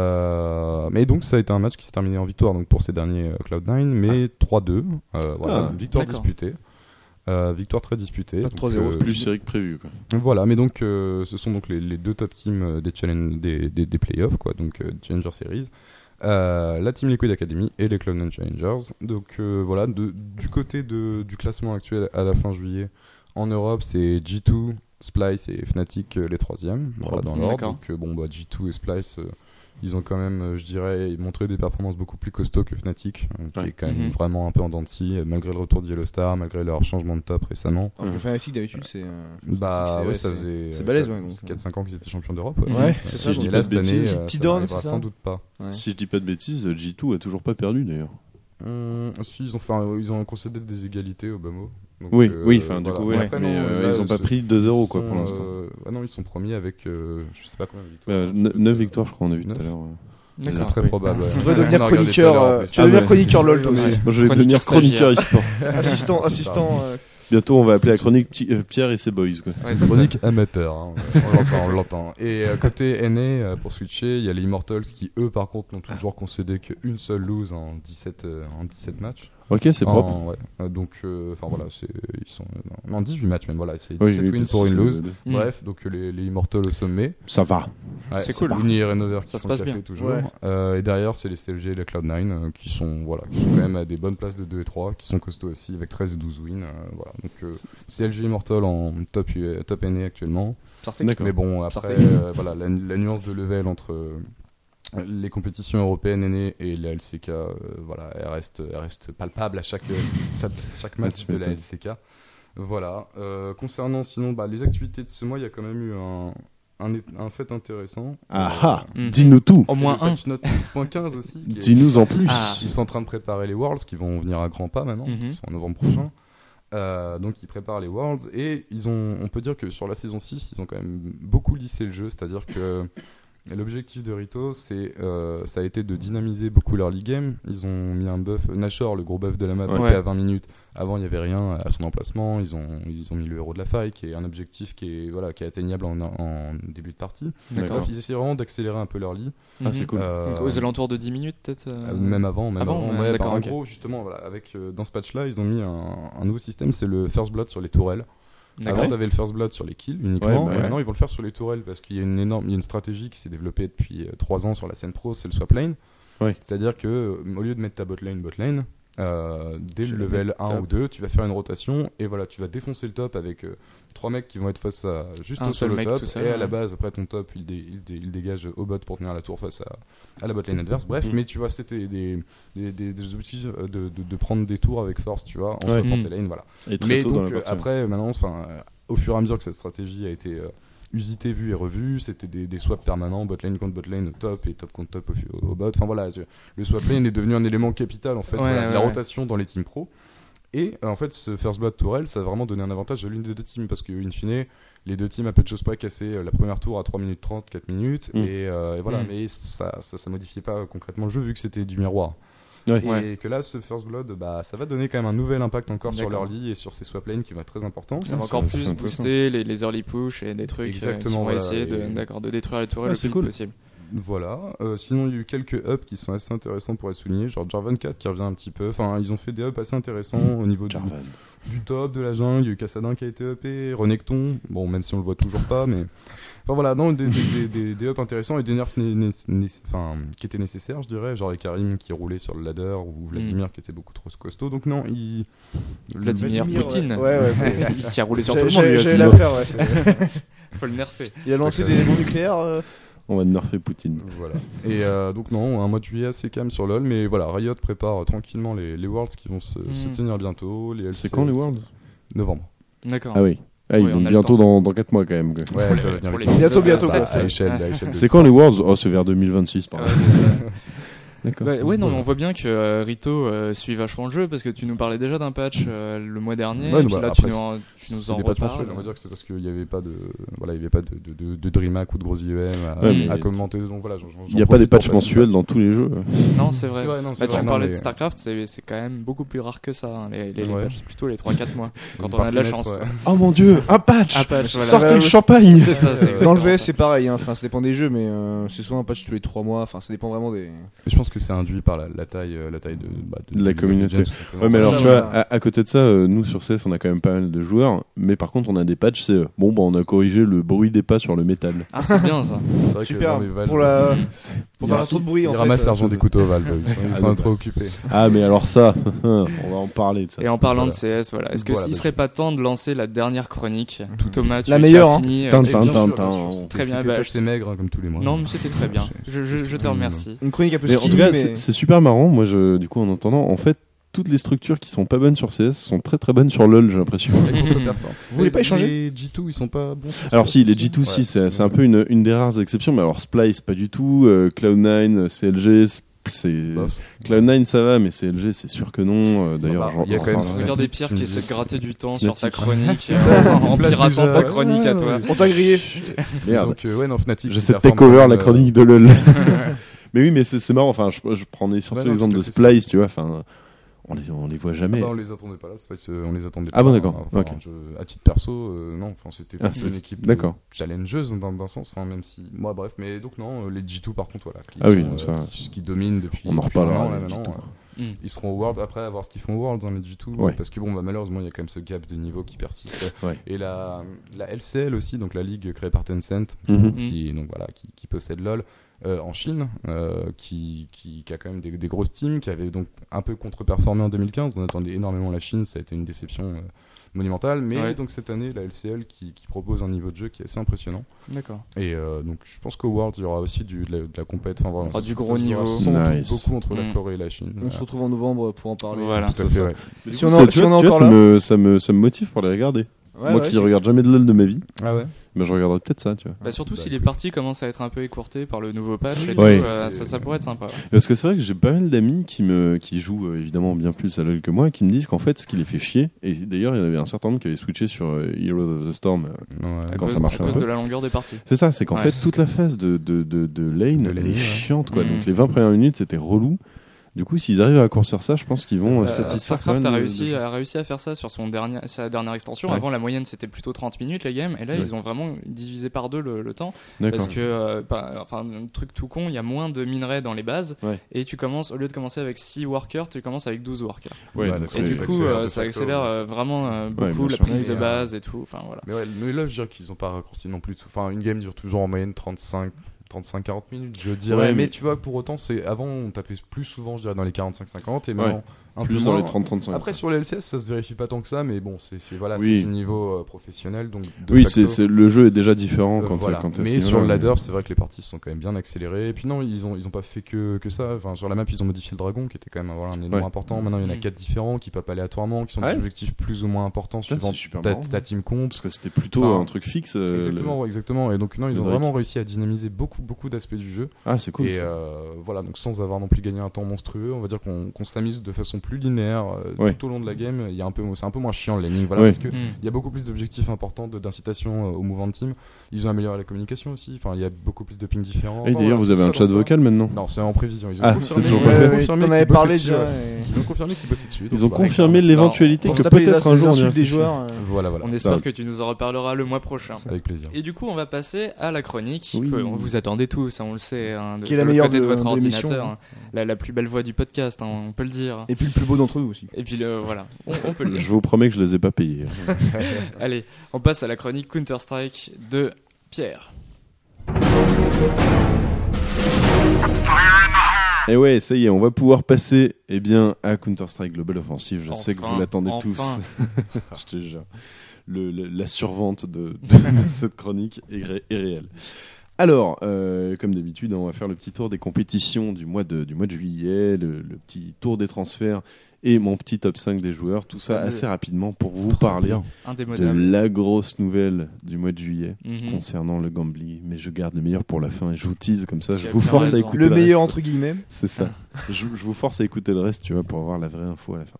Speaker 4: Euh, mais donc ça a été un match qui s'est terminé en victoire donc pour ces derniers euh, Cloud9, mais 3-2. Euh, voilà,
Speaker 2: Ah,
Speaker 4: victoire
Speaker 1: d'accord.
Speaker 4: disputée. Euh, victoire très disputée.
Speaker 3: Pas de
Speaker 4: Donc,
Speaker 3: 3-0,
Speaker 4: euh,
Speaker 2: Plus serré que prévu. quoi.
Speaker 4: voilà, mais donc euh, ce sont donc les, les deux top teams euh, des, challenge, des, des, des playoffs, quoi, donc euh, Challenger Series, Euh, la Team Liquid Academy et les Clone Challengers. Donc euh, voilà, de- du côté de, du classement actuel à la fin juillet, en Europe, c'est G2, Splice et Fnatic euh, les troisièmes, voilà, dans l'ordre.
Speaker 1: D'accord.
Speaker 4: Donc euh, bon, bah, G2 et Splice, euh, ils ont quand même, euh, je dirais, montré des performances beaucoup plus costauds que Fnatic, euh, qui
Speaker 2: Ouais.
Speaker 4: est quand même
Speaker 1: Mhm.
Speaker 4: vraiment un peu en dents de scie, euh, malgré le retour d'Yellowstar, malgré leur changement de top récemment.
Speaker 3: Alors que Fnatic d'habitude, c'est. euh,
Speaker 4: Bah
Speaker 3: c'est-
Speaker 4: ouais,
Speaker 3: ouais,
Speaker 4: ça
Speaker 3: c'est-
Speaker 4: faisait
Speaker 3: c'est balèze, ouais, donc.
Speaker 4: 4-5 ans qu'ils étaient champions d'Europe. Ouais.
Speaker 1: Ouais,
Speaker 4: Si
Speaker 3: c'est ça,
Speaker 4: je
Speaker 3: donc,
Speaker 4: dis
Speaker 2: pas
Speaker 4: là
Speaker 2: de
Speaker 4: cette année,
Speaker 2: bêtises.
Speaker 4: euh, ça
Speaker 3: Petit down,
Speaker 4: n'arrivera
Speaker 3: c'est ça
Speaker 4: sans doute pas.
Speaker 3: Ouais.
Speaker 2: Si je dis pas de bêtises, G2 a toujours pas perdu d'ailleurs.
Speaker 4: Hum, si ils ont fait, un- ils ont concédé des égalités au Bamo. Donc,
Speaker 2: Oui,
Speaker 4: euh,
Speaker 2: oui, enfin du
Speaker 4: voilà.
Speaker 2: coup,
Speaker 1: ouais,
Speaker 2: oui,
Speaker 4: Après,
Speaker 2: mais
Speaker 4: non,
Speaker 2: euh,
Speaker 4: là,
Speaker 2: ils ont pas
Speaker 4: ce-
Speaker 2: pris 2-0
Speaker 4: ils
Speaker 2: quoi pour
Speaker 4: sont,
Speaker 2: l'instant.
Speaker 4: euh, ah non, ils sont premiers avec euh, je sais pas combien de victoires.
Speaker 2: 9 Euh, victoires, je crois, on a vu tout à
Speaker 4: Neuf.
Speaker 2: l'heure. ouais.
Speaker 1: D'accord.
Speaker 4: C'est très
Speaker 1: Oui.
Speaker 4: probable. ouais.
Speaker 3: Tu vas devenir
Speaker 4: On a regardé
Speaker 3: chroniqueur.
Speaker 4: tout à l'heure,
Speaker 3: euh,
Speaker 4: en plus.
Speaker 3: Tu vas devenir
Speaker 2: Ah,
Speaker 3: chroniqueur LOL, toi
Speaker 1: Ouais.
Speaker 3: aussi.
Speaker 2: Moi, je vais
Speaker 1: Chroniqueur
Speaker 2: devenir chroniqueur e-sport.
Speaker 3: Assistant, assistant. euh,
Speaker 2: Bientôt, on va appeler la chronique Ti- euh, Pierre et ses boys.
Speaker 1: Ouais,
Speaker 2: Quoi.
Speaker 1: c'est ça.
Speaker 4: Chronique amateur, hein, on l'entend, on l'entend. Et euh, côté aîné, euh, pour switcher, il y a les Immortals qui, eux, par contre, n'ont toujours concédé qu'une seule lose en 17, euh, en 17 matchs.
Speaker 2: Ok, c'est
Speaker 4: En-
Speaker 2: propre.
Speaker 4: ouais. Euh, Donc, euh, enfin voilà, c'est- ils sont euh, en 18 matchs même. Voilà, c'est
Speaker 2: Oui,
Speaker 4: 17
Speaker 2: oui,
Speaker 4: wins
Speaker 2: parce
Speaker 4: pour
Speaker 2: que
Speaker 4: une
Speaker 2: c'est-
Speaker 4: lose.
Speaker 1: Mm.
Speaker 4: Bref, donc les, les Immortals au sommet.
Speaker 2: Ça va.
Speaker 4: Ouais,
Speaker 1: C'est cool.
Speaker 4: Uni et Renover qui
Speaker 1: Ça
Speaker 4: ça
Speaker 1: se
Speaker 4: font le
Speaker 1: passe
Speaker 4: café
Speaker 1: bien.
Speaker 4: toujours.
Speaker 3: Ouais.
Speaker 4: Euh, et derrière, c'est les CLG et les Cloud9 euh, qui sont voilà, qui sont quand même à des bonnes places de 2 et 3, qui sont costauds aussi avec 13 et 12 wins. euh, voilà. Donc euh, CLG Immortal en top U- top NA actuellement.
Speaker 3: Sartek.
Speaker 2: D'accord.
Speaker 4: Mais bon, après
Speaker 3: Sortez.
Speaker 4: euh, voilà, la, la nuance de level entre euh, les compétitions européennes aînées et la LCK, euh, voilà, elle reste, elle reste palpable à chaque, euh, sa- chaque match
Speaker 2: tu
Speaker 4: de la
Speaker 2: m'étonnes.
Speaker 4: LCK. Voilà. Euh, concernant sinon bah, les activités de ce mois, il y a quand même eu un, un, é- un fait intéressant.
Speaker 2: Ah ah
Speaker 1: Mm.
Speaker 2: Dis-nous tout
Speaker 1: Au
Speaker 4: C'est
Speaker 1: moins
Speaker 4: le patch note 10.15 aussi. qui est-
Speaker 2: Dis-nous en plus
Speaker 1: Ah.
Speaker 4: Ils sont en train de préparer les Worlds qui vont venir à grands pas maintenant,
Speaker 1: Mhm.
Speaker 4: qui sont en novembre prochain. Euh, donc ils préparent les Worlds et ils ont, on peut dire que sur la saison 6, ils ont quand même beaucoup lissé le jeu, c'est-à-dire que l'objectif de Rito, c'est, euh, ça a été de dynamiser beaucoup leur league game. Ils ont mis un buff, Nashor, le gros buff de la map,
Speaker 1: Ouais.
Speaker 4: était à 20 minutes. Avant, il n'y avait rien à son emplacement. Ils ont, ils ont mis le héros de la faille, qui est un objectif qui est, voilà, qui est atteignable en, en début de partie.
Speaker 1: D'accord.
Speaker 4: Bref, ils essaient vraiment d'accélérer un peu leur lit.
Speaker 2: Ah, c'est cool. Ah,
Speaker 4: Euh,
Speaker 1: Donc, aux alentours de 10 minutes, peut-être euh,
Speaker 4: euh, Même avant, même
Speaker 1: avant,
Speaker 4: avant.
Speaker 1: ouais,
Speaker 4: ouais,
Speaker 1: d'accord,
Speaker 4: bah, en
Speaker 1: ok.
Speaker 4: gros, justement, voilà, avec, euh, dans ce patch-là, ils ont mis un, un nouveau système, c'est le First Blood sur les tourelles.
Speaker 1: D'accord.
Speaker 4: Avant, Ah
Speaker 2: Ah
Speaker 4: t'avais le First Blood sur les kills uniquement,
Speaker 2: Ouais, bah
Speaker 4: et
Speaker 2: ouais.
Speaker 4: maintenant, ils vont le faire sur les tourelles, parce qu'il y a une énorme il y a une stratégie qui s'est développée depuis 3 ans sur la scène pro, c'est le swap lane.
Speaker 2: Ouais.
Speaker 4: C'est-à-dire que, euh, au lieu de mettre ta bot lane, bot lane, euh, dès
Speaker 1: Je
Speaker 4: le
Speaker 1: vais
Speaker 4: level
Speaker 1: mettre
Speaker 4: 1
Speaker 1: top.
Speaker 4: ou 2, tu vas faire une rotation, et voilà, tu vas défoncer le top avec... euh, Trois mecs qui vont être face à juste
Speaker 1: Un
Speaker 4: au
Speaker 1: seul
Speaker 4: solo
Speaker 1: mec
Speaker 4: top
Speaker 1: tout seul,
Speaker 4: et à la
Speaker 1: ouais.
Speaker 4: base après ton top il, dé- il dé- il dégage au bot pour tenir la tour face à, à la botlane adverse. Bref,
Speaker 2: Mm.
Speaker 4: mais tu vois, c'était des, des, des- des objectifs euh, de, de, de prendre des tours avec force, tu vois, en
Speaker 2: Ouais.
Speaker 4: swappant
Speaker 1: Mm.
Speaker 4: tes lanes, voilà.
Speaker 2: Et très
Speaker 4: Mais
Speaker 2: tôt dans
Speaker 4: donc,
Speaker 2: la
Speaker 4: euh,
Speaker 2: partie.
Speaker 4: après, maintenant, enfin, euh, au fur et à mesure que cette stratégie a été euh, usitée, vue et revue, c'était des, des swaps permanents, botlane contre botlane au top et top contre top au, fu- au bot. Enfin voilà, tu- le swap lane est devenu un élément capital, en fait,
Speaker 1: Ouais,
Speaker 4: voilà, de la
Speaker 1: ouais, ouais.
Speaker 4: rotation dans les teams pro. Et euh, en fait, ce first blood tourelle, ça a vraiment donné un avantage à l'une des deux teams parce que, in fine, les deux teams à peu de choses près cassaient euh, la première tour à 3 minutes 30, 4 minutes.
Speaker 2: Mm.
Speaker 4: Et, euh, et voilà,
Speaker 1: Mm.
Speaker 4: mais ça, ça, ça modifiait pas euh, concrètement le jeu vu que c'était du miroir.
Speaker 2: Ouais.
Speaker 4: Et
Speaker 1: Ouais.
Speaker 4: que là, ce First Blood, bah, ça va donner quand même un nouvel impact encore sur
Speaker 1: D'accord.
Speaker 4: leur lit et sur ses swap lanes qui va être très important.
Speaker 1: Ça va
Speaker 2: Ouais,
Speaker 1: encore
Speaker 2: c'est- c'est
Speaker 1: plus
Speaker 2: intéressant.
Speaker 1: booster les, les early push et des trucs euh, qui
Speaker 4: Exactement,
Speaker 1: vont
Speaker 4: voilà,
Speaker 1: essayer de,
Speaker 4: et-
Speaker 1: d'accord, de détruire les tourelles
Speaker 2: Ah,
Speaker 1: le
Speaker 2: c'est
Speaker 1: plus
Speaker 2: cool.
Speaker 1: possible.
Speaker 4: Voilà. Euh, sinon, il y a eu quelques ups qui sont assez intéressants pour être soulignés, genre Jarvan 4 qui revient un petit peu. Enfin, ils ont fait des ups assez intéressants au niveau du,
Speaker 2: Jarvan.
Speaker 4: du top, de la jungle. Il y a eu Cassadin qui a été upé, Renekton. Bon, même si on le voit toujours pas, mais. Enfin voilà, non, des, des, des, des- des ups intéressants et des nerfs né- né- né- enfin, qui étaient nécessaires, je dirais. Genre les Karim qui roulait sur le ladder
Speaker 1: Hmm.
Speaker 4: ou Vladimir qui était beaucoup trop costaud. Donc non, il.
Speaker 1: Vladimir
Speaker 3: Vladimir,
Speaker 1: Poutine.
Speaker 3: ouais. Ouais, ouais.
Speaker 1: qui a roulé sur tout
Speaker 3: J'allais-
Speaker 1: le monde lui
Speaker 3: j'allais-
Speaker 1: aussi.
Speaker 3: j'allais la faire, ouais, c'est-
Speaker 1: Faut le nerfer.
Speaker 3: Il a lancé des bombes nucléaires. euh,
Speaker 2: On va nerfer Poutine.
Speaker 4: Voilà. Et euh, donc non, un mois de juillet assez calme sur LoL, mais voilà, Riot prépare euh, tranquillement les, les Worlds qui vont se, se
Speaker 1: Mm.
Speaker 4: tenir bientôt. Les
Speaker 2: C'est
Speaker 4: LCS,
Speaker 2: quand les Worlds
Speaker 4: Novembre.
Speaker 1: D'accord.
Speaker 2: Ah oui. Ah, ils
Speaker 1: Ouais, on
Speaker 2: vont
Speaker 1: a le
Speaker 2: bientôt
Speaker 1: temps.
Speaker 2: dans, dans 4 mois quand même. quoi.
Speaker 4: Ouais, ça va venir
Speaker 1: Pour les
Speaker 4: vite.
Speaker 1: épisodes
Speaker 3: Bientôt,
Speaker 1: à
Speaker 3: bientôt,
Speaker 4: À,
Speaker 1: sept.
Speaker 3: quoi.
Speaker 4: à échelle, à échelle de-
Speaker 2: C'est quand les Worlds Oh, c'est vers 2026,
Speaker 1: Ouais,
Speaker 2: pardon.
Speaker 1: c'est ça.
Speaker 2: D'accord.
Speaker 1: Bah, ouais, non, mais on voit bien que euh, Rito euh, suit vachement le jeu parce que tu nous parlais déjà d'un patch euh, le mois dernier.
Speaker 4: Ouais,
Speaker 1: et puis
Speaker 4: bah,
Speaker 1: là,
Speaker 4: après,
Speaker 1: tu nous en, tu nous
Speaker 4: C'est
Speaker 1: en
Speaker 4: des patchs
Speaker 1: reparles.
Speaker 4: mensuels, on va dire que c'est parce qu'il n'y avait pas de voilà il y avait pas de de, de, de DreamHack ou de gros IEM à,
Speaker 2: Ouais,
Speaker 1: mais-
Speaker 4: à commenter donc voilà j'en- j'en-
Speaker 2: Il
Speaker 4: j'en
Speaker 2: n'y a pas des
Speaker 4: profite pour
Speaker 2: patchs
Speaker 4: passer-
Speaker 2: mensuels dans tous les jeux.
Speaker 1: Non, c'est vrai.
Speaker 4: c'est vrai non c'est
Speaker 1: Bah, tu
Speaker 4: vrai,
Speaker 1: me
Speaker 4: non,
Speaker 1: parlais de
Speaker 4: mais-
Speaker 1: StarCraft, c'est c'est quand même beaucoup plus rare que ça. hein, les les, les
Speaker 4: Ouais.
Speaker 1: patchs, c'est plutôt les 3-4 mois. Quand on
Speaker 4: par
Speaker 1: a de la
Speaker 4: trimestre,
Speaker 1: chance.
Speaker 4: ouais.
Speaker 2: Oh mon dieu, un patch
Speaker 1: Un patch, voilà.
Speaker 3: Sortez le
Speaker 2: champagne
Speaker 1: C'est ça, c'est
Speaker 3: Dans le
Speaker 1: exactement
Speaker 3: VS,
Speaker 1: ça.
Speaker 3: c'est pareil, hein. enfin, ça dépend des jeux, mais euh, c'est soit un patch tous les 3 mois, enfin, ça dépend vraiment des.
Speaker 4: je pense que c'est induit par la, la taille euh, la taille de, bah, de-
Speaker 2: De la
Speaker 4: de-
Speaker 2: communauté.
Speaker 4: de- tout simplement.
Speaker 2: Ouais, mais
Speaker 3: C'est
Speaker 2: alors,
Speaker 3: ça,
Speaker 2: tu
Speaker 3: ouais.
Speaker 2: vois, à, à côté de ça, euh, nous sur CS, on a quand même pas mal de joueurs, mais par contre, on a des patchs, c'est euh, bon, bah, on a corrigé le bruit des pas sur le métal.
Speaker 1: Ah, c'est bien ça.
Speaker 4: C'est vrai que,
Speaker 3: Super,
Speaker 4: non, mais Valve-
Speaker 3: pour, la... pour
Speaker 4: Ils
Speaker 3: faire un
Speaker 4: rassent-
Speaker 3: trop de bruit.
Speaker 4: ils
Speaker 3: en fait,
Speaker 4: ramassent
Speaker 3: euh,
Speaker 4: l'argent
Speaker 3: c'est-
Speaker 4: des couteaux Valve ils sont, ils
Speaker 2: Ah,
Speaker 4: sont
Speaker 2: donc,
Speaker 4: trop occupés
Speaker 2: Ah, mais alors ça, on va en parler de ça.
Speaker 1: Et en parlant de CS, voilà. Est-ce que
Speaker 4: Voilà,
Speaker 1: il
Speaker 4: bah, Mhm.
Speaker 1: serait pas temps de lancer la dernière chronique Thomas, tu
Speaker 3: La
Speaker 1: tu
Speaker 3: meilleure,
Speaker 1: as
Speaker 3: hein.
Speaker 1: fini, euh,
Speaker 2: Tintin.
Speaker 4: Et bien sûr, bien sûr,
Speaker 2: Tintin.
Speaker 4: c'était-
Speaker 1: Très bien,
Speaker 4: c'était
Speaker 1: bah, je-
Speaker 4: assez maigre hein, comme tous les mois
Speaker 1: Non, mais c'était très bien.
Speaker 4: C'est-
Speaker 1: Je, je- je te
Speaker 4: Mm.
Speaker 1: remercie.
Speaker 3: Une chronique un peu
Speaker 2: Mais en
Speaker 3: skinny,
Speaker 2: tout cas,
Speaker 3: mais
Speaker 2: c'est c'est super marrant. Moi, je, du coup, en entendant, en fait, toutes les structures qui sont pas bonnes sur CS sont très très bonnes sur LoL, j'ai l'impression.
Speaker 4: Les contre-performants.
Speaker 3: Vous voulez pas échanger
Speaker 4: Les G2 ils sont pas bons sur
Speaker 2: Alors
Speaker 4: ça,
Speaker 2: si, les
Speaker 4: si.
Speaker 2: G2,
Speaker 4: Ouais,
Speaker 2: si,
Speaker 4: euh,
Speaker 2: c'est c'est un peu une, une des rares exceptions, mais alors Splice, pas du tout, euh, Cloud9, CLG, c'est...
Speaker 4: bof.
Speaker 2: Cloud9, ça va, mais CLG, c'est sûr que non. euh, D'ailleurs,
Speaker 4: pas grave. Il y a
Speaker 2: j'en-
Speaker 4: quand même-
Speaker 2: j'en-
Speaker 1: Je
Speaker 4: Ouais.
Speaker 1: regarde des pires
Speaker 4: Tu me
Speaker 1: qui
Speaker 4: dis-
Speaker 1: essaient de gratter du temps sur sa
Speaker 2: Fnatic.
Speaker 1: chronique
Speaker 4: ça,
Speaker 1: euh, en
Speaker 4: on place
Speaker 1: piratant
Speaker 4: déjà,
Speaker 1: ta
Speaker 4: ouais.
Speaker 1: chronique à toi.
Speaker 3: on t'a grillé.
Speaker 2: Merde.
Speaker 4: Donc, euh, ouais, non, Fnatic.
Speaker 2: J'essaie de
Speaker 4: performe
Speaker 2: take over
Speaker 4: comme,
Speaker 2: la
Speaker 4: euh,
Speaker 2: chronique de LoL. mais oui, mais c'est c'est marrant. Enfin, je, je prenais surtout
Speaker 4: Ouais, non,
Speaker 2: l'exemple
Speaker 4: je
Speaker 2: de
Speaker 4: te fais ça.
Speaker 2: Splice, tu vois. Enfin, on les, on les voit
Speaker 4: Ah
Speaker 2: jamais.
Speaker 4: bah, on les attendait pas là, c'est vrai, c'est- on les attendait
Speaker 2: Ah
Speaker 4: pas. hein.
Speaker 2: bon, d'accord,
Speaker 4: Enfin,
Speaker 2: ok.
Speaker 4: je- à titre perso, euh, non, enfin, c'était
Speaker 2: Ah,
Speaker 4: plutôt
Speaker 2: c'est-
Speaker 4: une équipe
Speaker 2: d'accord.
Speaker 4: euh, challengeuse d'un d'un sens, enfin, même si. Moi, bref, mais donc, non, euh, les G2 par contre, voilà, qui,
Speaker 2: Ah oui,
Speaker 4: sont, euh,
Speaker 2: ça-
Speaker 4: qui, qui dominent depuis.
Speaker 2: On en
Speaker 4: depuis un
Speaker 2: reparlera,
Speaker 4: an, là,
Speaker 2: les
Speaker 4: maintenant, hein.
Speaker 2: G2.
Speaker 4: ouais.
Speaker 1: Mm.
Speaker 4: Ils seront au World après, à voir ce qu'ils font au hein, World dans les G2.
Speaker 2: Ouais.
Speaker 4: Parce que, bon, bah, malheureusement, il y a quand même ce gap de niveau qui persiste.
Speaker 2: Ouais.
Speaker 4: Et la, la LCL aussi, donc la ligue créée par Tencent,
Speaker 2: Mhm.
Speaker 1: Mm.
Speaker 4: qui, donc, voilà, qui, qui possède LoL euh, en Chine, euh, qui, qui, qui a quand même des, des grosses teams, qui avait donc un peu contre-performé en 2015. On attendait énormément la Chine, ça a été une déception euh, monumentale. Mais
Speaker 1: Ouais.
Speaker 4: donc cette année, la LCL qui, qui propose un niveau de jeu qui est assez impressionnant.
Speaker 1: D'accord.
Speaker 4: Et euh, donc je pense qu'au World, il y aura aussi du, de, la, de la compète. Enfin, voilà,
Speaker 1: aura
Speaker 4: ça-
Speaker 1: Oh, du
Speaker 4: ça
Speaker 1: gros
Speaker 4: se jouera
Speaker 1: niveau.
Speaker 4: sans doute
Speaker 2: Nice.
Speaker 4: beaucoup entre la
Speaker 1: Mm. Ah,
Speaker 4: Corée et la Chine. Euh,
Speaker 3: On se retrouve en novembre pour en parler.
Speaker 1: Voilà.
Speaker 4: Tout à fait, ouais.
Speaker 2: Mais du
Speaker 3: Si
Speaker 2: coup,
Speaker 3: on en-
Speaker 2: ça, tu
Speaker 3: si
Speaker 2: vois-
Speaker 3: on est
Speaker 2: tu vois,
Speaker 3: encore
Speaker 2: ça
Speaker 3: là.
Speaker 2: me, ça me, ça me motive pour les regarder.
Speaker 3: Ouais,
Speaker 2: Moi
Speaker 3: ouais,
Speaker 2: qui regarde jamais de LoL de ma vie,
Speaker 4: Ah ouais
Speaker 2: bah, je regarderai peut-être ça, tu vois.
Speaker 1: Bah surtout
Speaker 4: Bah,
Speaker 1: si les
Speaker 4: écoute.
Speaker 1: parties commencent à être un peu écourtées par le nouveau patch et tout,
Speaker 2: Ouais.
Speaker 1: euh,
Speaker 4: C'est-
Speaker 1: ça, ça pourrait être sympa.
Speaker 2: Parce que c'est vrai que j'ai pas mal d'amis qui me, qui jouent euh, évidemment bien plus à LoL que moi, qui me disent qu'en fait, ce qui les fait chier, et d'ailleurs, il y en avait un certain nombre qui avait switché sur euh, Heroes of the Storm. euh,
Speaker 4: Non, ouais.
Speaker 1: À
Speaker 2: Quand
Speaker 1: cause,
Speaker 2: ça marche
Speaker 1: à
Speaker 2: un
Speaker 1: cause
Speaker 2: peu.
Speaker 1: de la longueur des parties.
Speaker 2: C'est ça, c'est qu'en
Speaker 1: Ouais.
Speaker 2: fait, toute la phase de, de, de, de lane,
Speaker 4: De lane,
Speaker 2: elle est
Speaker 4: ouais.
Speaker 2: chiante, quoi.
Speaker 1: Mhm.
Speaker 2: Donc les 20 premières minutes, c'était relou. Du coup, s'ils arrivent à raccourcir ça, je pense qu'ils vont euh,
Speaker 1: Euh,
Speaker 2: satisfaire
Speaker 1: Starcraft
Speaker 2: quand
Speaker 1: a
Speaker 2: même de-
Speaker 1: réussi, euh,
Speaker 2: de-
Speaker 1: a réussi à faire ça sur son dernier, sa dernière extension.
Speaker 2: Ouais.
Speaker 1: Avant, la moyenne c'était plutôt 30 minutes les games, et là
Speaker 2: Ouais.
Speaker 1: ils ont vraiment divisé par deux le, le temps.
Speaker 2: D'accord.
Speaker 1: Parce que, euh, pas- enfin, un truc tout con, il y a moins de minerais dans les bases,
Speaker 2: Ouais.
Speaker 1: et tu commences, au lieu de commencer avec 6 workers, tu commences avec 12 workers.
Speaker 2: Ouais,
Speaker 4: Ouais,
Speaker 2: donc
Speaker 4: donc
Speaker 2: c'est-
Speaker 1: Et du
Speaker 4: ça
Speaker 1: coup,
Speaker 4: accélère
Speaker 1: euh,
Speaker 4: de
Speaker 1: ça
Speaker 4: facto,
Speaker 1: accélère
Speaker 4: ouais.
Speaker 1: euh, vraiment euh,
Speaker 2: Ouais,
Speaker 1: beaucoup
Speaker 2: bien
Speaker 1: la
Speaker 2: sûr.
Speaker 1: prise de
Speaker 4: Ouais.
Speaker 1: base et tout. Enfin voilà.
Speaker 4: Mais ouais, mais là, je veux dire qu'ils ont pas raccourci non plus. Enfin, une game dure toujours en moyenne 35. 35-40 minutes, je dirais.
Speaker 2: Ouais,
Speaker 4: mais...
Speaker 2: mais-
Speaker 4: tu vois, pour autant, c'est avant, on tapait plus souvent, je dirais, dans les 45-50 et maintenant,
Speaker 2: Ouais.
Speaker 4: un peu
Speaker 2: plus dans
Speaker 4: moins.
Speaker 2: les 30-35.
Speaker 4: Après, sur les LCS, ça se vérifie pas tant que ça, mais bon, c'est c'est- voilà,
Speaker 2: Oui.
Speaker 4: c'est du niveau euh, professionnel, donc de
Speaker 2: oui,
Speaker 4: facto,
Speaker 2: c'est, c'est- le jeu est déjà différent
Speaker 4: euh,
Speaker 2: quand,
Speaker 4: voilà.
Speaker 2: quand t'es à ce
Speaker 4: Mais
Speaker 2: niveau-là,
Speaker 4: sur le ladder, c'est vrai que les parties sont quand même bien accélérées. Et puis non, ils ont ils ont pas fait que, que ça. Enfin, sur la map, ils ont modifié le dragon, qui était quand même voilà, un élément
Speaker 2: Ouais.
Speaker 4: important. Maintenant, il y en a
Speaker 1: Mm.
Speaker 4: quatre différents qui papent aléatoirement, qui sont
Speaker 2: Ah
Speaker 4: des
Speaker 2: ouais
Speaker 4: objectifs plus ou moins importants
Speaker 2: Ça,
Speaker 4: suivant
Speaker 2: c'est super
Speaker 4: ta,
Speaker 2: marrant.
Speaker 4: ta team comp.
Speaker 2: Parce que c'était plutôt
Speaker 4: Enfin,
Speaker 2: un truc fixe. euh, le-
Speaker 4: Exactement, ouais, exactement. Et donc non, ils
Speaker 2: le
Speaker 4: ont
Speaker 2: break.
Speaker 4: vraiment réussi à dynamiser beaucoup, beaucoup d'aspects du jeu.
Speaker 2: Ah, c'est cool.
Speaker 4: Et
Speaker 2: ça.
Speaker 4: euh, voilà, donc sans avoir non plus gagné un temps monstrueux, on va dire qu'on qu'on s'amuse de façon sont plus linéaires euh,
Speaker 2: Ouais.
Speaker 4: tout au long de la game. Il y a un peu, c'est un peu moins chiant le laning, voilà,
Speaker 2: Ouais.
Speaker 4: parce que il y a beaucoup plus d'objectifs importants, de- d'incitation euh, au mouvement de team. Ils ont amélioré la communication aussi. Enfin, il y a beaucoup plus de pings différents.
Speaker 2: Et
Speaker 4: Enfin, voilà,
Speaker 2: d'ailleurs, vous avez
Speaker 4: tout
Speaker 2: un
Speaker 4: ça
Speaker 2: chat
Speaker 4: dans ça.
Speaker 2: vocal maintenant
Speaker 4: Non, c'est en prévision. Ils ont
Speaker 2: Ah,
Speaker 4: confirmé,
Speaker 2: c'est toujours
Speaker 4: ils ont
Speaker 2: pas fait.
Speaker 4: confirmé
Speaker 7: T'en
Speaker 4: qu'ils
Speaker 7: avais
Speaker 4: bossaient
Speaker 7: parlé
Speaker 4: dessus,
Speaker 7: déjà.
Speaker 4: ouais.
Speaker 7: et-
Speaker 4: Ils ont confirmé qu'ils bossaient dessus. donc
Speaker 2: Ils ont
Speaker 4: voilà.
Speaker 2: confirmé l'éventualité
Speaker 1: Pour
Speaker 2: que
Speaker 3: se taper les
Speaker 2: peut-être
Speaker 3: as-
Speaker 2: un
Speaker 3: les
Speaker 2: jour. on
Speaker 3: insultes
Speaker 2: ira-
Speaker 3: des joueurs. euh,
Speaker 4: Voilà, voilà.
Speaker 1: On espère
Speaker 2: Ça-
Speaker 1: que tu nous en reparleras le mois prochain.
Speaker 4: Avec plaisir.
Speaker 1: Et du coup, on va passer à la chronique
Speaker 2: Oui.
Speaker 1: que on vous attendez tous, hein, on le sait, hein, de,
Speaker 3: Qui est la
Speaker 1: de l'autre
Speaker 3: meilleure
Speaker 1: côté de,
Speaker 3: de-
Speaker 1: votre
Speaker 3: de l'émission.
Speaker 1: ordinateur. hein. La, la plus belle voix du podcast, hein, on peut le dire.
Speaker 3: Et puis le plus beau d'entre nous aussi.
Speaker 1: Et puis le- voilà, on, on peut le dire.
Speaker 2: Je vous promets que je les ai pas payés. hein.
Speaker 1: Allez, on passe à la chronique Counter-Strike de Pierre.
Speaker 2: Et Eh ouais, ça y est, on va pouvoir passer eh bien, à Counter-Strike Global Offensive. Je sais que
Speaker 1: Enfin,
Speaker 2: vous l'attendez
Speaker 1: enfin.
Speaker 2: tous. je te jure. Le- le- la survente de, de- de cette chronique est, ré- est réelle. Alors, euh, comme d'habitude, hein, on va faire le petit tour des compétitions du mois de, du mois de juillet, le, le petit tour des transferts et mon petit top 5 des joueurs. Tout ça
Speaker 1: Fabuleux.
Speaker 2: assez rapidement pour vous
Speaker 4: Trop
Speaker 2: parler
Speaker 4: bien.
Speaker 2: de
Speaker 1: Indémodable.
Speaker 2: la grosse nouvelle du mois de juillet
Speaker 1: Mhm.
Speaker 2: concernant le gambling. Mais je garde le meilleur pour la fin et je vous tease comme ça,
Speaker 1: Tu
Speaker 2: je
Speaker 1: as
Speaker 2: vous
Speaker 1: bien
Speaker 2: force à
Speaker 1: raison.
Speaker 2: écouter
Speaker 3: le meilleur
Speaker 2: reste.
Speaker 3: entre guillemets.
Speaker 2: C'est ça.
Speaker 1: Ah.
Speaker 2: je, je vous force à écouter le reste, tu vois, pour avoir la vraie info à la fin.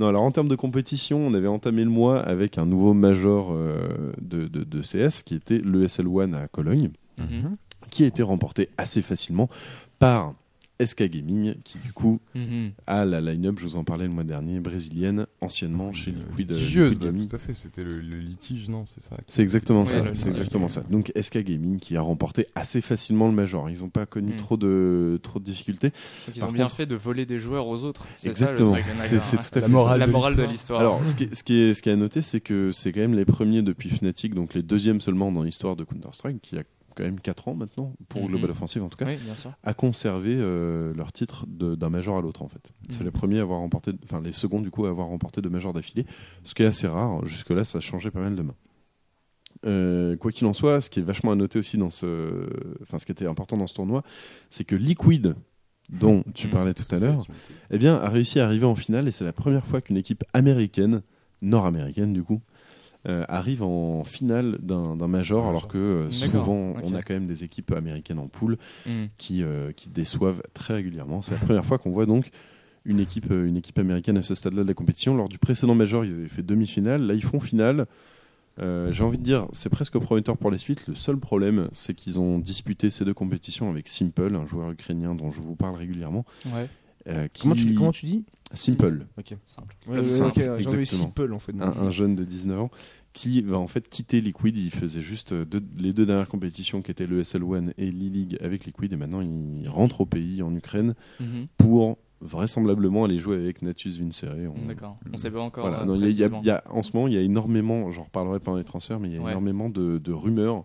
Speaker 2: Non, alors en termes de compétition, on avait entamé le mois avec un nouveau major euh, de, de- de CS qui était l'ESL One à Cologne,
Speaker 1: Mhm.
Speaker 2: qui a été remporté assez facilement par SK Gaming, qui du coup
Speaker 1: Mhm.
Speaker 2: a la line-up, je vous en parlais le mois dernier, brésilienne, anciennement
Speaker 1: Euh,
Speaker 2: chez Liquid, euh,
Speaker 4: Litigieuse,
Speaker 2: Liquid
Speaker 4: là,
Speaker 2: Gaming.
Speaker 4: tout à fait. C'était le, le litige, non C'est ça.
Speaker 2: C'est exactement
Speaker 1: Ouais,
Speaker 2: ça.
Speaker 1: le-
Speaker 2: C'est
Speaker 1: le-
Speaker 2: exactement ça. Donc SK Gaming qui a remporté assez facilement le major. Ils n'ont pas connu
Speaker 1: Mm.
Speaker 2: trop de trop de difficultés.
Speaker 1: Donc ils
Speaker 2: Par
Speaker 1: ont bien
Speaker 2: contre-
Speaker 1: fait de voler des joueurs aux autres. C'est ça le
Speaker 2: Exactement.
Speaker 1: Strike Naga,
Speaker 2: C'est c'est
Speaker 1: hein.
Speaker 2: tout à fait
Speaker 4: La
Speaker 2: ça.
Speaker 4: morale
Speaker 1: la
Speaker 4: de
Speaker 1: morale de
Speaker 4: l'histoire.
Speaker 1: l'histoire.
Speaker 2: Alors, ce qui, est- ce, qui est, ce qui est à noter, c'est que c'est quand même les premiers depuis Fnatic, donc les deuxièmes seulement dans l'histoire de Counter-Strike, qui a quand même 4 ans maintenant, pour
Speaker 1: Mhm.
Speaker 2: Global Offensive en tout cas,
Speaker 1: oui, bien sûr.
Speaker 2: à conserver euh, leur titre de- d'un major à l'autre en fait. C'est
Speaker 1: Mhm.
Speaker 2: les premiers à avoir remporté, enfin les seconds du coup à avoir remporté deux majors d'affilée, ce qui est assez rare. Jusque-là, ça changeait pas mal de mains. Euh, quoi qu'il en soit, ce qui est vachement à noter aussi dans ce, enfin ce qui était important dans ce tournoi, c'est que Liquid, dont tu
Speaker 1: Mhm.
Speaker 2: parlais tout à l'heure, eh bien, a réussi à arriver en finale et c'est la première fois qu'une équipe américaine, nord-américaine du coup, euh, arrive en finale d'un d'un major, alors que euh,
Speaker 1: D'accord,
Speaker 2: souvent
Speaker 1: ok.
Speaker 2: on a quand même des équipes américaines en poule
Speaker 1: Mhm.
Speaker 2: qui, euh, qui déçoivent très régulièrement. C'est la première fois qu'on voit donc une équipe, euh, une équipe américaine à ce stade-là de la compétition. Lors du précédent major, ils avaient fait demi-finale. Là, ils font finale. Euh, J'ai envie de dire, c'est presque prometteur pour les suites. Le seul problème, c'est qu'ils ont disputé ces deux compétitions avec Simple, un joueur ukrainien dont je vous parle régulièrement.
Speaker 1: Ouais,
Speaker 2: euh, qui-
Speaker 3: Comment tu, comment tu dis
Speaker 2: Simple.
Speaker 1: simple.
Speaker 3: Ouais,
Speaker 2: Comme
Speaker 3: ouais,
Speaker 2: ça,
Speaker 3: ok, ouais, j'en ai eu
Speaker 2: exactement.
Speaker 3: Simple en fait.
Speaker 2: un, un jeune de 19 ans qui va en fait quitter Liquid. Il faisait juste euh, deux- les deux dernières compétitions qui étaient le SL1 et l'E-League avec Liquid et maintenant il rentre au pays en Ukraine
Speaker 1: Mhm.
Speaker 2: pour vraisemblablement aller jouer avec Natus Vincere. On-
Speaker 1: D'accord. On sait pas encore.
Speaker 2: Voilà.
Speaker 1: euh,
Speaker 2: Non, il y a- il y a-
Speaker 1: précisément.
Speaker 2: il y a- en ce moment, il y a énormément, j'en reparlerai pendant les transferts, mais il y a
Speaker 1: Ouais.
Speaker 2: énormément de, de rumeurs.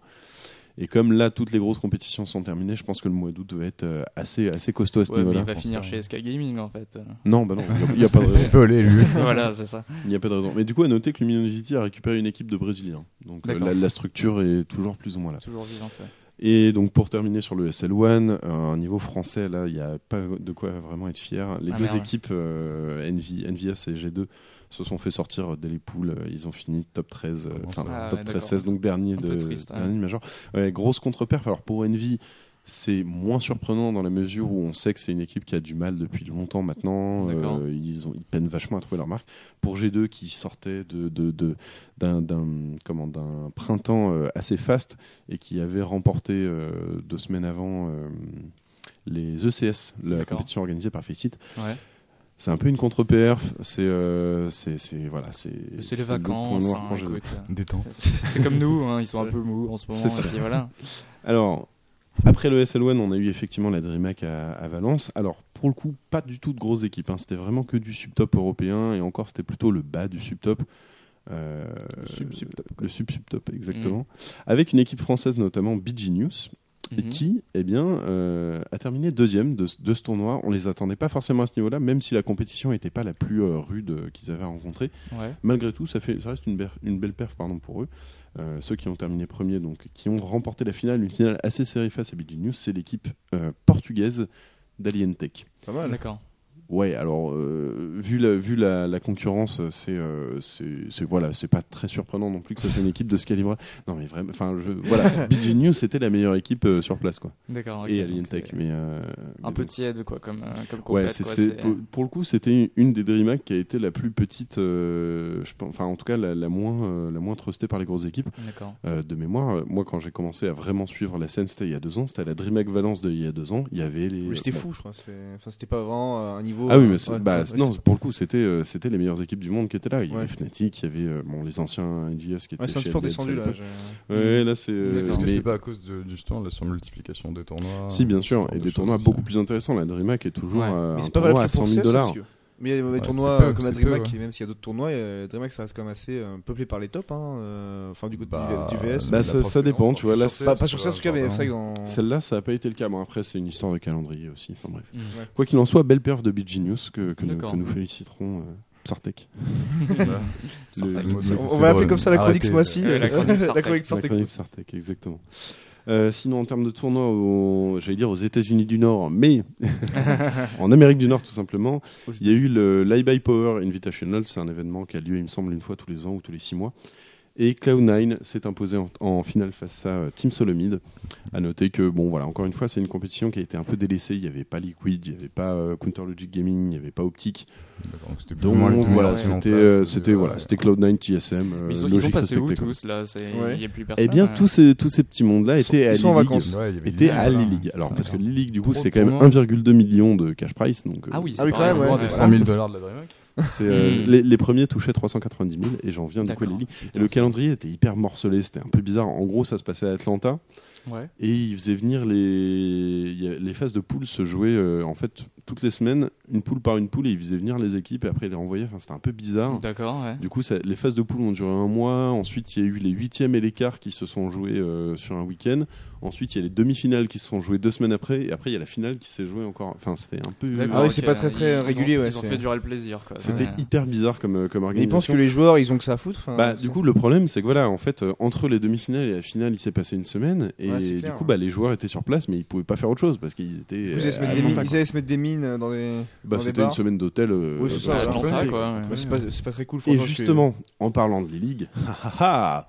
Speaker 2: Et comme là, toutes les grosses compétitions sont terminées, je pense que le mois d'août va être euh, assez, assez costaud à ce
Speaker 1: Ouais, mais
Speaker 2: niveau-là.
Speaker 1: il va
Speaker 2: Enfin,
Speaker 1: finir
Speaker 2: ça-
Speaker 1: chez SK Gaming en fait.
Speaker 2: Non, bah non, il y a- il y a, pas
Speaker 4: C'est
Speaker 2: de
Speaker 4: fait
Speaker 2: raison.
Speaker 4: voler lui. aussi.
Speaker 1: voilà, c'est ça.
Speaker 2: Il n'y a pas de raison. Mais du coup, à noter que Luminosity a récupéré une équipe de Brésiliens. Donc euh,
Speaker 1: D'accord.
Speaker 2: la, la structure est toujours plus ou moins là.
Speaker 1: Toujours vivante. ouais.
Speaker 2: Et donc pour terminer sur le SL1, euh, un niveau français, là, il n'y a pas de quoi vraiment être fier. Les
Speaker 1: Ah,
Speaker 2: deux
Speaker 1: merde.
Speaker 2: équipes, euh, NV NVS et G2, se sont fait sortir dès les poules. Ils ont fini top 13, euh, enfin,
Speaker 1: Ah,
Speaker 2: top
Speaker 1: ouais,
Speaker 2: 13
Speaker 1: d'accord.
Speaker 2: 16, donc dernier,
Speaker 1: Un
Speaker 2: de,
Speaker 1: peu triste, ouais.
Speaker 2: dernier de major. Ouais, grosse contre-perf. Alors pour Envy, c'est moins surprenant dans la mesure où on sait que c'est une équipe qui a du mal depuis longtemps maintenant.
Speaker 1: D'accord.
Speaker 2: Euh, ils, ont, ils peinent vachement à trouver leur marque. Pour G2 qui sortait de, de, de- d'un, d'un- comment, d'un printemps euh, assez faste et qui avait remporté euh, deux semaines avant euh, les ECS, la
Speaker 1: D'accord.
Speaker 2: compétition organisée par Faceit.
Speaker 1: Ouais.
Speaker 2: C'est un peu une contre-perf. C'est, euh, c'est, c'est, voilà, c'est,
Speaker 1: C'est les
Speaker 2: le point
Speaker 1: vacances.
Speaker 2: noir
Speaker 1: hein,
Speaker 2: pour G2.
Speaker 1: écoute, euh,
Speaker 4: Détente.
Speaker 1: c'est- C'est comme nous, hein, ils sont un peu mous en ce moment.
Speaker 2: C'est
Speaker 1: Et puis voilà.
Speaker 2: Alors, après le SL1, on a eu effectivement la DreamHack à, à Valence. Alors, pour le coup, pas du tout de grosses équipes. hein. C'était vraiment que du subtop européen. Et encore, c'était plutôt le bas du subtop. Euh, le sub-subtop. exactement.
Speaker 1: Mm.
Speaker 2: Avec une équipe française, notamment BG News, et
Speaker 1: Mhm.
Speaker 2: qui, eh bien, euh, a terminé deuxième de, de ce tournoi. On les attendait pas forcément à ce niveau-là, même si la compétition n'était pas la plus euh, rude euh, qu'ils avaient rencontrée.
Speaker 1: Ouais.
Speaker 2: Malgré tout, ça, fait, ça reste une, ber- une belle perf pardon, pour eux. Euh, ceux qui ont terminé premier, donc qui ont remporté la finale, une finale assez serrée face à BG News, c'est l'équipe euh, portugaise d'Alien Tech.
Speaker 3: Pas mal.
Speaker 1: D'accord.
Speaker 2: Ouais, alors euh, vu la, vu la, la concurrence, c'est euh, c'est- c'est- voilà, c'est pas très surprenant non plus que ça soit une équipe de ce calibre. Non mais vraiment, enfin je- voilà, BG News c'était la meilleure équipe euh, sur place quoi.
Speaker 1: D'accord. ok,
Speaker 2: Et
Speaker 1: donc
Speaker 2: Alien
Speaker 1: c'est
Speaker 2: Tech, mais euh,
Speaker 1: Un
Speaker 2: mais
Speaker 1: peu
Speaker 2: bon.
Speaker 1: tiède, quoi, comme, euh, comme
Speaker 2: Ouais,
Speaker 1: compète,
Speaker 2: c'est-
Speaker 1: quoi,
Speaker 2: c'est-
Speaker 1: c'est-
Speaker 2: pour, pour le coup, c'était une des DreamHack qui a été la plus petite, euh, je pense- enfin en tout cas la, la moins, euh, la moins trustée par les grosses équipes.
Speaker 1: D'accord.
Speaker 2: Euh, de mémoire, euh, moi quand j'ai commencé à vraiment suivre la scène, c'était il y a deux ans, c'était à la DreamHack Valence de il y a deux ans, il y avait les.
Speaker 3: Mais C'était
Speaker 2: bon.
Speaker 3: fou, je crois. c'est- Enfin, c'était pas vraiment euh, un niveau.
Speaker 2: Ah oui, mais c'est-
Speaker 3: Ouais,
Speaker 2: bah,
Speaker 3: ouais,
Speaker 2: non, pour le coup, c'était euh, c'était les meilleures équipes du monde qui étaient là. Il y
Speaker 3: Ouais.
Speaker 2: avait Fnatic, il y avait euh, bon, les anciens NGS qui étaient
Speaker 3: Ouais, c'est un
Speaker 2: chez
Speaker 3: petit
Speaker 2: LDLC
Speaker 3: peu
Speaker 2: à
Speaker 3: descendu là.
Speaker 2: l'époque.
Speaker 3: je-
Speaker 2: Ouais, là c'est. euh,
Speaker 4: Est-ce que
Speaker 2: mais-
Speaker 4: c'est pas à cause de, justement de la surmultiplication des tournois
Speaker 2: Si, bien sûr,
Speaker 4: ce
Speaker 2: et
Speaker 4: genre
Speaker 2: des
Speaker 4: de
Speaker 2: tournois
Speaker 4: choses,
Speaker 2: beaucoup
Speaker 4: ça.
Speaker 2: plus intéressants. La DreamHack est toujours
Speaker 1: Ouais.
Speaker 2: euh,
Speaker 3: Mais
Speaker 2: un
Speaker 3: c'est pas valable
Speaker 2: tournoi à
Speaker 3: que
Speaker 2: 100
Speaker 3: pour
Speaker 2: 000
Speaker 3: CS,
Speaker 2: dollars.
Speaker 3: parce que- Mais il y a des
Speaker 4: Ouais,
Speaker 3: tournois
Speaker 4: c'est peu,
Speaker 3: euh, comme la
Speaker 4: c'est peu,
Speaker 3: DreamHack,
Speaker 4: ouais.
Speaker 3: et même s'il y a d'autres tournois, euh, la DreamHack ça reste quand même assez euh, peuplé par les tops. hein, euh, Enfin, du coup, du-
Speaker 4: Bah,
Speaker 3: du VS.
Speaker 2: Bah,
Speaker 4: la
Speaker 2: ça- ça
Speaker 4: propre-
Speaker 2: dépend, tu vois, là,
Speaker 4: CS,
Speaker 2: c'est-
Speaker 3: Pas, pas sur
Speaker 4: tu
Speaker 3: ça en
Speaker 4: vois,
Speaker 3: tout cas, mais
Speaker 4: genre,
Speaker 3: c'est vrai que dans.
Speaker 2: Celle-là, ça n'a pas été le cas. Bon, après, c'est une histoire de calendrier aussi. Enfin, bref.
Speaker 1: Mm.
Speaker 3: Ouais.
Speaker 2: Quoi qu'il en soit, belle perf de BG News que, que nous,
Speaker 1: D'accord.
Speaker 2: que nous féliciterons euh, Sartek.
Speaker 1: Bah,
Speaker 4: c'est-
Speaker 2: Le-
Speaker 4: c'est-
Speaker 2: le-
Speaker 4: c'est-
Speaker 3: On-
Speaker 4: c'est
Speaker 3: On va l'appeler
Speaker 4: drôle.
Speaker 3: comme ça la chronique
Speaker 4: Arrêtez.
Speaker 3: ce mois-ci.
Speaker 1: Euh, la
Speaker 3: c'est ça
Speaker 1: chronique
Speaker 3: La
Speaker 1: Sartek.
Speaker 3: chronique
Speaker 2: La
Speaker 3: Sartek.
Speaker 2: chronique Sartek, exactement. Euh, sinon, en termes de tournoi, au- j'allais dire aux États-Unis du Nord, mais en Amérique du Nord, tout simplement,
Speaker 3: Aux
Speaker 2: il y a eu le l'I-Buy Power Invitational. C'est un événement qui a lieu, il me semble, une fois tous les ans ou tous les six mois. Et Cloud9 s'est imposé en, en finale face à euh, Team Solomid. À noter que, bon, voilà, encore une fois, c'est une compétition qui a été un peu délaissée. Il n'y avait pas Liquid, il n'y avait pas euh, Counter Logic Gaming, il n'y avait pas Optic.
Speaker 4: D'accord, euh, donc c'était plus ou
Speaker 2: Donc
Speaker 4: moins les tournois
Speaker 2: voilà,
Speaker 4: qui sont en
Speaker 2: c'était
Speaker 4: place,
Speaker 2: euh,
Speaker 4: euh,
Speaker 2: c'était voilà,
Speaker 4: ouais.
Speaker 2: c'était Cloud9, TSM. euh,
Speaker 1: Ils sont, ils
Speaker 2: logique
Speaker 1: sont passés où
Speaker 2: respectée, quoi.
Speaker 1: tous là c'est- Il
Speaker 3: Ouais.
Speaker 1: n'y a plus personne.
Speaker 2: Eh bien,
Speaker 1: euh.
Speaker 2: tous ces, tous ces petits mondes-là étaient à
Speaker 3: sont en
Speaker 2: l'e-league.
Speaker 3: vacances.
Speaker 4: Ouais, il y avait
Speaker 2: Étaient
Speaker 4: l'I-League,
Speaker 2: à
Speaker 4: voilà,
Speaker 2: l'e-league.
Speaker 4: c'est
Speaker 2: Alors,
Speaker 4: ça.
Speaker 2: parce que l'e-league, du coup,
Speaker 4: Trop
Speaker 2: c'est
Speaker 4: de
Speaker 2: quand même
Speaker 4: tournois.
Speaker 2: 1,2 million de cash price. Donc, euh,
Speaker 1: hein. Ah oui,
Speaker 3: Ah oui,
Speaker 1: c'est
Speaker 3: quand
Speaker 1: pas
Speaker 3: même,
Speaker 1: mal.
Speaker 3: ouais.
Speaker 4: Loin
Speaker 3: voilà.
Speaker 4: des 100 000 dollars de la DreamHack.
Speaker 2: c'est, euh,
Speaker 1: Mm.
Speaker 2: les, les premiers touchaient 390 000 et j'en viens du coup à
Speaker 1: D'accord.
Speaker 2: l'e-league. Et le calendrier était hyper morcelé, c'était un peu bizarre. En gros, ça se passait à Atlanta
Speaker 1: Ouais.
Speaker 2: et ils faisaient venir les, il y a- les phases de poule se jouaient euh, en fait toutes les semaines, une poule par une poule et ils faisaient venir les équipes et après ils les renvoyaient. Enfin, c'était un peu bizarre.
Speaker 1: D'accord, ouais.
Speaker 3: Ah
Speaker 2: Du coup, ça- les phases de poule ont duré un mois. Ensuite, il y a eu les huitièmes et les quarts qui se sont joués euh, sur un week-end. Ensuite, il y a les demi-finales qui se sont jouées deux semaines après. Et après, il y a la finale qui s'est jouée encore. Enfin, c'était un peu.
Speaker 1: D'accord,
Speaker 3: Ah oui, c'est
Speaker 1: ok,
Speaker 3: pas très,
Speaker 1: ils-
Speaker 3: très
Speaker 1: ils ont-
Speaker 3: régulier, ouais,
Speaker 1: Ils ont
Speaker 3: c'est-
Speaker 1: fait durer le plaisir, quoi.
Speaker 2: C'était
Speaker 1: Ouais.
Speaker 2: hyper bizarre comme, euh, comme
Speaker 3: Mais ils pensent
Speaker 2: organisation.
Speaker 3: que les joueurs ils ont que ça à foutre. enfin,
Speaker 2: Bah, du coup, le problème, c'est que voilà, en fait, euh, entre les demi-finales et la finale, il s'est passé une semaine. Et
Speaker 3: Ouais, c'est
Speaker 2: du
Speaker 3: clair,
Speaker 2: coup,
Speaker 3: ouais.
Speaker 2: bah, les joueurs étaient sur place, mais ils pouvaient pas faire autre chose parce qu'ils
Speaker 3: Ils
Speaker 2: étaient.
Speaker 3: allaient se
Speaker 2: euh,
Speaker 3: mettre
Speaker 2: à
Speaker 3: des mines-
Speaker 2: Atlanta,
Speaker 3: ils
Speaker 2: quoi.
Speaker 3: allaient se mettre des mines euh, dans les.
Speaker 2: Bah,
Speaker 3: dans des
Speaker 2: c'était une
Speaker 3: bars.
Speaker 2: semaine d'hôtel. euh,
Speaker 3: Oui, c'est ça,
Speaker 2: dans
Speaker 3: à
Speaker 2: la
Speaker 1: Atlanta,
Speaker 2: journée,
Speaker 1: quoi, ouais.
Speaker 3: Ouais, C'est pas, c'est pas très cool.
Speaker 2: Et
Speaker 3: franchement, parce que-
Speaker 2: justement, en parlant de les ligues, ah ah ah,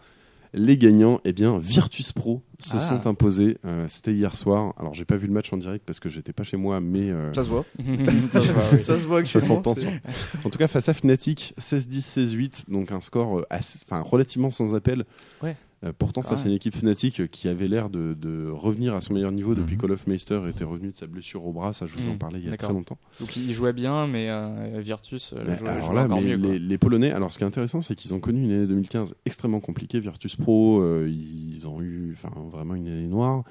Speaker 2: les gagnants, eh bien, Virtus Pro se
Speaker 1: Ah.
Speaker 2: sont imposés. euh, C'était hier soir. Alors, j'ai pas vu le match en direct parce que j'étais pas chez moi, mais euh,
Speaker 3: Ça se voit.
Speaker 1: Ça se voit, oui.
Speaker 3: Ça se voit
Speaker 2: ça
Speaker 3: actuellement.
Speaker 2: s'entend.
Speaker 3: c'est-
Speaker 2: sûr. En tout cas, face à Fnatic, 16-10, 16-8, donc un score euh, assez- enfin, relativement sans appel.
Speaker 1: Ouais.
Speaker 2: Euh, pourtant,
Speaker 1: Quand
Speaker 2: face à
Speaker 1: même.
Speaker 2: une équipe Fnatic euh, qui avait l'air de, de revenir à son meilleur niveau depuis
Speaker 4: Mhm.
Speaker 2: que Call of Meister était revenu de sa blessure au bras, ça je vous en
Speaker 1: Mhm.
Speaker 2: parlais il y a
Speaker 1: D'accord.
Speaker 2: très longtemps.
Speaker 1: Donc ils jouaient bien, mais euh, Virtus euh,
Speaker 2: Mais
Speaker 1: jouait,
Speaker 2: alors
Speaker 1: jouait
Speaker 2: là,
Speaker 1: encore
Speaker 2: mais
Speaker 1: mieux. quoi.
Speaker 2: les, les Polonais, alors ce qui est intéressant, c'est qu'ils ont connu une année 2015 extrêmement compliquée. Virtus Pro, euh, ils ont eu enfin, vraiment une année noire.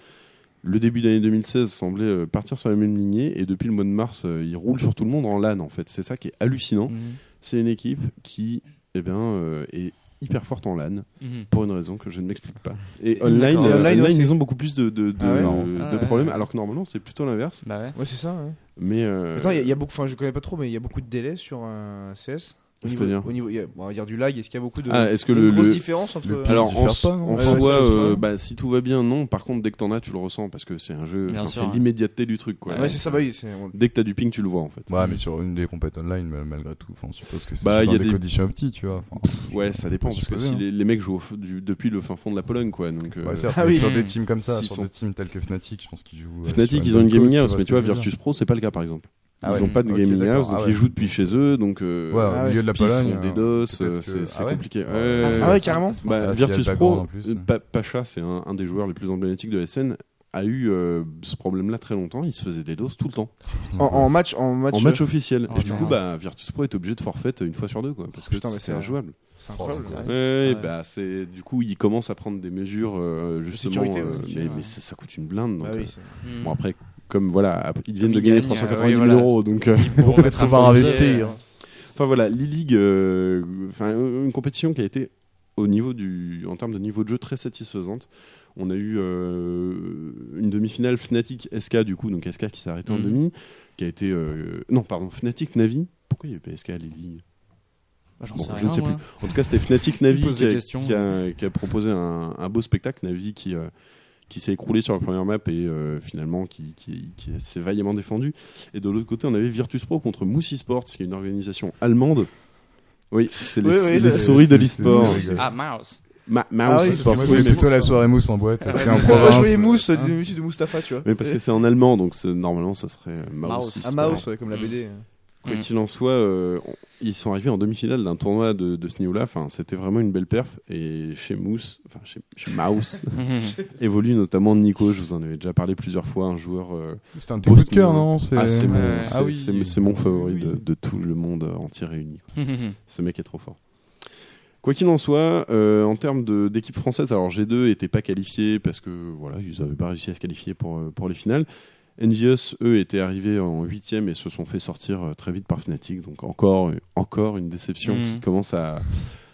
Speaker 2: Le début de l'année 2016 semblait euh, partir sur la même lignée et depuis le mois de mars, euh, ils roulent sur tout le monde en LAN en fait. C'est ça qui est hallucinant.
Speaker 1: Mhm.
Speaker 2: C'est une équipe qui eh bien, euh, est hyper forte en LAN
Speaker 1: Mhm.
Speaker 2: pour une raison que je ne m'explique pas. Et
Speaker 1: D'accord.
Speaker 2: online,
Speaker 1: Et
Speaker 2: euh,
Speaker 3: online,
Speaker 2: online,
Speaker 3: ouais, c'est-
Speaker 2: ils ont beaucoup plus de, de, de-
Speaker 3: Ah ouais.
Speaker 2: de-
Speaker 4: marrant,
Speaker 2: de
Speaker 1: ça. Ah ouais.
Speaker 2: problèmes alors que normalement c'est plutôt l'inverse.
Speaker 1: Bah ouais.
Speaker 3: Ouais, c'est ça. hein. ouais.
Speaker 2: Mais euh,
Speaker 3: Attends, il y a- il y a beaucoup. Enfin, je connais pas trop, mais il y a beaucoup de délais sur un CS. Au niveau-
Speaker 2: C'est-à-dire
Speaker 3: Au niveau, il y a- bon, on va dire du lag. Est-ce qu'il y a beaucoup de.
Speaker 2: ah, est-ce que
Speaker 3: une
Speaker 2: le-
Speaker 3: grosse
Speaker 2: le,
Speaker 3: différence entre.
Speaker 4: le-
Speaker 2: Alors
Speaker 4: Ils
Speaker 2: en,
Speaker 4: diffèrent pas, non
Speaker 2: en
Speaker 3: Ouais, ouais,
Speaker 2: soi,
Speaker 3: je pense
Speaker 2: euh,
Speaker 4: pas.
Speaker 2: bah, si tout va bien, non. Par contre, dès que t'en as, tu le ressens parce que c'est un jeu,
Speaker 1: Bien
Speaker 2: enfin,
Speaker 1: sûr,
Speaker 2: c'est
Speaker 1: ouais.
Speaker 2: l'immédiateté du truc. Quoi.
Speaker 3: Ouais, c'est ça. Bah oui, c'est.
Speaker 2: Dès que t'as du ping, tu le vois en fait.
Speaker 4: Ouais, mais sur une des compètes online, mal- malgré tout, enfin, on suppose que c'est
Speaker 2: Bah,
Speaker 4: bah,
Speaker 2: il y a
Speaker 4: des,
Speaker 2: des-
Speaker 4: conditions optiques, tu vois. enfin.
Speaker 2: Ouais, ça dépend
Speaker 4: Faut
Speaker 2: parce que
Speaker 4: supposer,
Speaker 2: si
Speaker 4: hein.
Speaker 2: les, les mecs jouent au f- du- depuis le fin fond de la Pologne, quoi. Donc, euh,
Speaker 4: Ouais, certes,
Speaker 3: Ah
Speaker 4: mais
Speaker 3: oui.
Speaker 4: sur
Speaker 1: Mm.
Speaker 4: des teams comme ça,
Speaker 2: S'ils
Speaker 4: sur
Speaker 2: sont-
Speaker 4: des teams tels que Fnatic, je pense qu'ils jouent. euh, sur
Speaker 2: Fnatic, ils ont une
Speaker 4: bonne
Speaker 2: gaming
Speaker 4: cause,
Speaker 2: house, mais
Speaker 4: ce
Speaker 2: tu vois,
Speaker 4: que je veux dire.
Speaker 2: Virtus Pro, c'est pas le cas par exemple.
Speaker 4: Ah
Speaker 2: ils
Speaker 4: ouais.
Speaker 2: ont pas de
Speaker 4: Ok,
Speaker 2: gaming
Speaker 4: d'accord.
Speaker 2: house,
Speaker 4: Ah
Speaker 2: donc
Speaker 4: ouais.
Speaker 2: ils jouent depuis chez eux, donc. euh,
Speaker 4: Ouais,
Speaker 3: Ah
Speaker 4: au milieu de la
Speaker 2: Puis ils se
Speaker 4: Pologne.
Speaker 2: font des
Speaker 4: euh,
Speaker 2: DOS,
Speaker 4: peut-être
Speaker 2: euh,
Speaker 4: que-
Speaker 2: c'est c'est
Speaker 4: Ah ouais
Speaker 2: compliqué. Ouais,
Speaker 4: Ah,
Speaker 2: ouais,
Speaker 3: Ah ouais,
Speaker 2: ouais.
Speaker 3: carrément.
Speaker 2: Bah,
Speaker 4: Ah, s'il y a le
Speaker 2: Virtus
Speaker 4: background
Speaker 2: Pro,
Speaker 4: en plus.
Speaker 2: euh, Pa- Pacha, c'est un, un des joueurs les plus emblématiques de la scène, a eu euh, ce problème-là très longtemps. Il se faisait des doses tout le temps.
Speaker 3: En, en match, en match. euh,
Speaker 2: en match officiel.
Speaker 1: Oh,
Speaker 2: et du
Speaker 1: putain.
Speaker 2: coup, bah, Virtus Pro est obligé de forfait une fois sur deux, quoi, parce que
Speaker 3: Putain, mais
Speaker 2: c'est
Speaker 3: c'est-
Speaker 2: injouable.
Speaker 3: C'est
Speaker 4: Oh,
Speaker 3: incroyable.
Speaker 4: c'est
Speaker 1: Ouais.
Speaker 2: Ouais,
Speaker 1: Ouais.
Speaker 2: Bah, c'est du coup, ils commencent à prendre des mesures euh, justement,
Speaker 3: sécurité,
Speaker 2: euh,
Speaker 3: ouais,
Speaker 1: c'est
Speaker 2: mais,
Speaker 1: sûr, ouais.
Speaker 2: mais ça, ça coûte une blinde. Donc,
Speaker 3: Bah oui,
Speaker 2: euh,
Speaker 3: c'est-
Speaker 1: Mhm.
Speaker 2: Bon après, comme voilà, après, ils viennent
Speaker 1: Comme
Speaker 2: de
Speaker 1: ils
Speaker 2: gagner
Speaker 1: gagnent,
Speaker 2: 380
Speaker 1: euh,
Speaker 2: 000
Speaker 1: oui, voilà,
Speaker 2: euros, donc euh,
Speaker 1: Ils vont
Speaker 7: peut-être savoir
Speaker 1: un
Speaker 7: investir.
Speaker 1: budget, euh,
Speaker 2: enfin voilà, l'e-league, euh, enfin une compétition qui a été au niveau du, en termes de niveau de jeu très satisfaisante. On a eu euh, une demi-finale Fnatic SK du coup, donc SK qui s'est arrêté en
Speaker 1: Mhm.
Speaker 2: demi, qui a été euh, non pardon Fnatic Navi. Pourquoi il y a eu pas SK à l'e-league
Speaker 1: bah, j'en
Speaker 2: Bon,
Speaker 1: sais
Speaker 2: je
Speaker 1: rien,
Speaker 2: ne sais
Speaker 1: moi.
Speaker 2: En tout cas, c'était Fnatic Navi
Speaker 1: Il pose
Speaker 2: qui
Speaker 1: des
Speaker 2: a,
Speaker 1: questions.
Speaker 2: qui a- qui a proposé un, un beau spectacle. Navi qui, euh, qui s'est écroulé sur la première map et euh, finalement qui, qui- qui s'est vaillamment défendu. Et de l'autre côté, on avait Virtus Pro contre Moussi Sports, qui est une organisation allemande. Oui, c'est les,
Speaker 3: Oui, oui,
Speaker 2: les
Speaker 3: le-
Speaker 2: souris de
Speaker 4: c'est-
Speaker 3: Oh,
Speaker 2: l'e-sport.
Speaker 4: c'est- c'est-
Speaker 1: Ah, mouse.
Speaker 2: Ma- Mouse
Speaker 3: Ah oui, parce
Speaker 2: Sports,
Speaker 4: Parce que
Speaker 2: oui,
Speaker 4: moi,
Speaker 2: mais
Speaker 4: je fais plutôt
Speaker 2: c'est-
Speaker 4: la soirée mousse en boîte.
Speaker 1: Ouais,
Speaker 4: c'est en
Speaker 1: c'est
Speaker 3: On
Speaker 1: ça.
Speaker 3: va
Speaker 4: province.
Speaker 3: jouer Mousse
Speaker 4: Hein.
Speaker 3: du musée de Mustapha, tu vois.
Speaker 2: mais parce que c'est en allemand, donc c'est- normalement, ça serait euh,
Speaker 1: Mouse.
Speaker 2: Mouse.
Speaker 3: Ah,
Speaker 2: Sports.
Speaker 3: Mouse, ouais, comme la hein. BD.
Speaker 2: Quoi
Speaker 1: Mm.
Speaker 2: qu'il en soit, euh, on- ils sont arrivés en demi-finale d'un tournoi de, de ce niveau-là. Enfin, c'était vraiment une belle perf. Et chez Moose, enfin chez, chez Mouse, évolue notamment Nico. Je vous en avais déjà parlé plusieurs fois. Un joueur. euh,
Speaker 4: C'est un de tes coups de cœur, non
Speaker 2: ah, c'est mon,
Speaker 1: ouais.
Speaker 2: c'est-
Speaker 4: Ah oui.
Speaker 2: c'est- c'est mon favori
Speaker 4: Oui.
Speaker 2: de, de tout le monde entier réuni. quoi.
Speaker 1: ouais,
Speaker 2: Ce mec est trop fort. Quoi qu'il en soit, euh, en termes de- d'équipe française, alors G2 était pas qualifié parce que voilà, ils n'avaient pas réussi à se qualifier pour, euh, pour les finales. NGS, eux, étaient arrivés en huitième et se sont fait sortir euh, très vite par Fnatic. Donc encore, encore une déception
Speaker 1: Mhm.
Speaker 4: Mm.
Speaker 2: qui commence à,
Speaker 3: À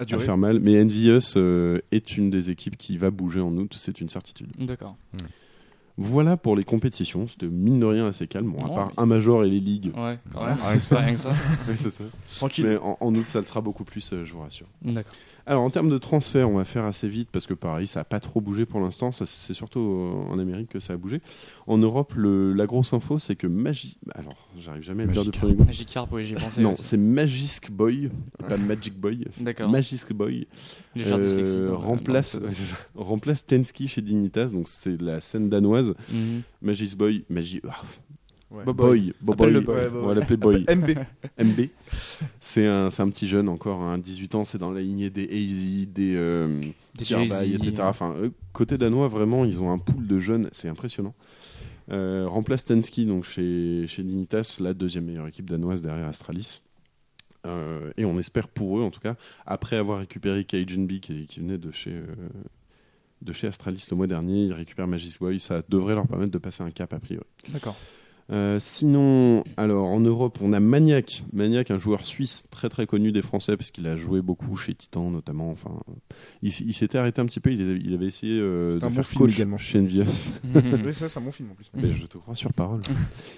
Speaker 2: à
Speaker 3: durer.
Speaker 2: faire mal. Mais NGS euh, est une des équipes qui va bouger en août, c'est une certitude.
Speaker 1: d'accord.
Speaker 2: Voilà pour les compétitions. C'était mine de rien assez calme, bon, à
Speaker 1: Ouais.
Speaker 2: part un major et les ligues.
Speaker 1: Ouais, quand
Speaker 4: Ouais,
Speaker 1: même.
Speaker 4: rien que ça.
Speaker 1: Rien que ça.
Speaker 2: c'est ça.
Speaker 3: Tranquille.
Speaker 2: Mais en, en août, ça le sera beaucoup plus, euh, je vous rassure.
Speaker 1: D'accord.
Speaker 2: Alors en termes de transfert, on va faire assez vite parce que pareil, ça n'a pas trop bougé pour l'instant. Ça, C'est surtout euh, en Amérique que ça a bougé. En Europe, le- la grosse info, c'est que Magi... Alors, j'arrive jamais à le dire de
Speaker 4: Magikarp.
Speaker 2: premier coup.
Speaker 1: Magikarp, oui, j'y pensais.
Speaker 2: Non,
Speaker 1: aussi.
Speaker 2: c'est Magisk Boy, pas Magic Boy. c'est
Speaker 1: D'accord.
Speaker 2: Magisk Boy
Speaker 1: Les gens
Speaker 2: euh,
Speaker 1: dyslexiques, ouais,
Speaker 2: remplace, euh,
Speaker 1: donc,
Speaker 2: remplace Tensky chez Dignitas, donc c'est la scène danoise.
Speaker 1: euh, mhm.
Speaker 2: Magisk Boy, Magi... ah,
Speaker 3: Ouais.
Speaker 2: Boy, Boboy.
Speaker 1: Appelle-le
Speaker 3: Boy.
Speaker 2: on va l'appeler Boy.
Speaker 3: MB.
Speaker 2: MB. C'est un, c'est un petit jeune encore, hein, 18 ans, c'est dans la lignée des Hazy, des, euh,
Speaker 1: Des
Speaker 2: Kirby,
Speaker 1: Jay-Z,
Speaker 2: etc.
Speaker 1: ouais.
Speaker 2: Enfin, eux, côté danois, vraiment, ils ont un pool de jeunes, c'est impressionnant. Euh, remplace Tensky donc chez, chez Dignitas, la deuxième meilleure équipe danoise derrière Astralis. Euh, et on espère pour eux, en tout cas, après avoir récupéré Cajun B qui, qui venait de chez, euh, de chez Astralis le mois dernier, ils récupèrent Magic Boy, ça devrait leur permettre de passer un cap a priori.
Speaker 1: D'accord.
Speaker 2: Euh, sinon, alors en Europe, on a Maniac. Maniac, un joueur suisse très très connu des Français, parce qu'il a joué beaucoup chez Titan notamment. Enfin, il, s- il s'était arrêté un petit peu. Il, avait- il avait essayé euh,
Speaker 4: C'est
Speaker 2: de
Speaker 4: un bon
Speaker 2: faire
Speaker 4: film
Speaker 2: coach
Speaker 4: également.
Speaker 2: chez Envious.
Speaker 1: Mhm.
Speaker 3: Ouais, ça, c'est un bon film en plus.
Speaker 2: Mais je te crois sur parole.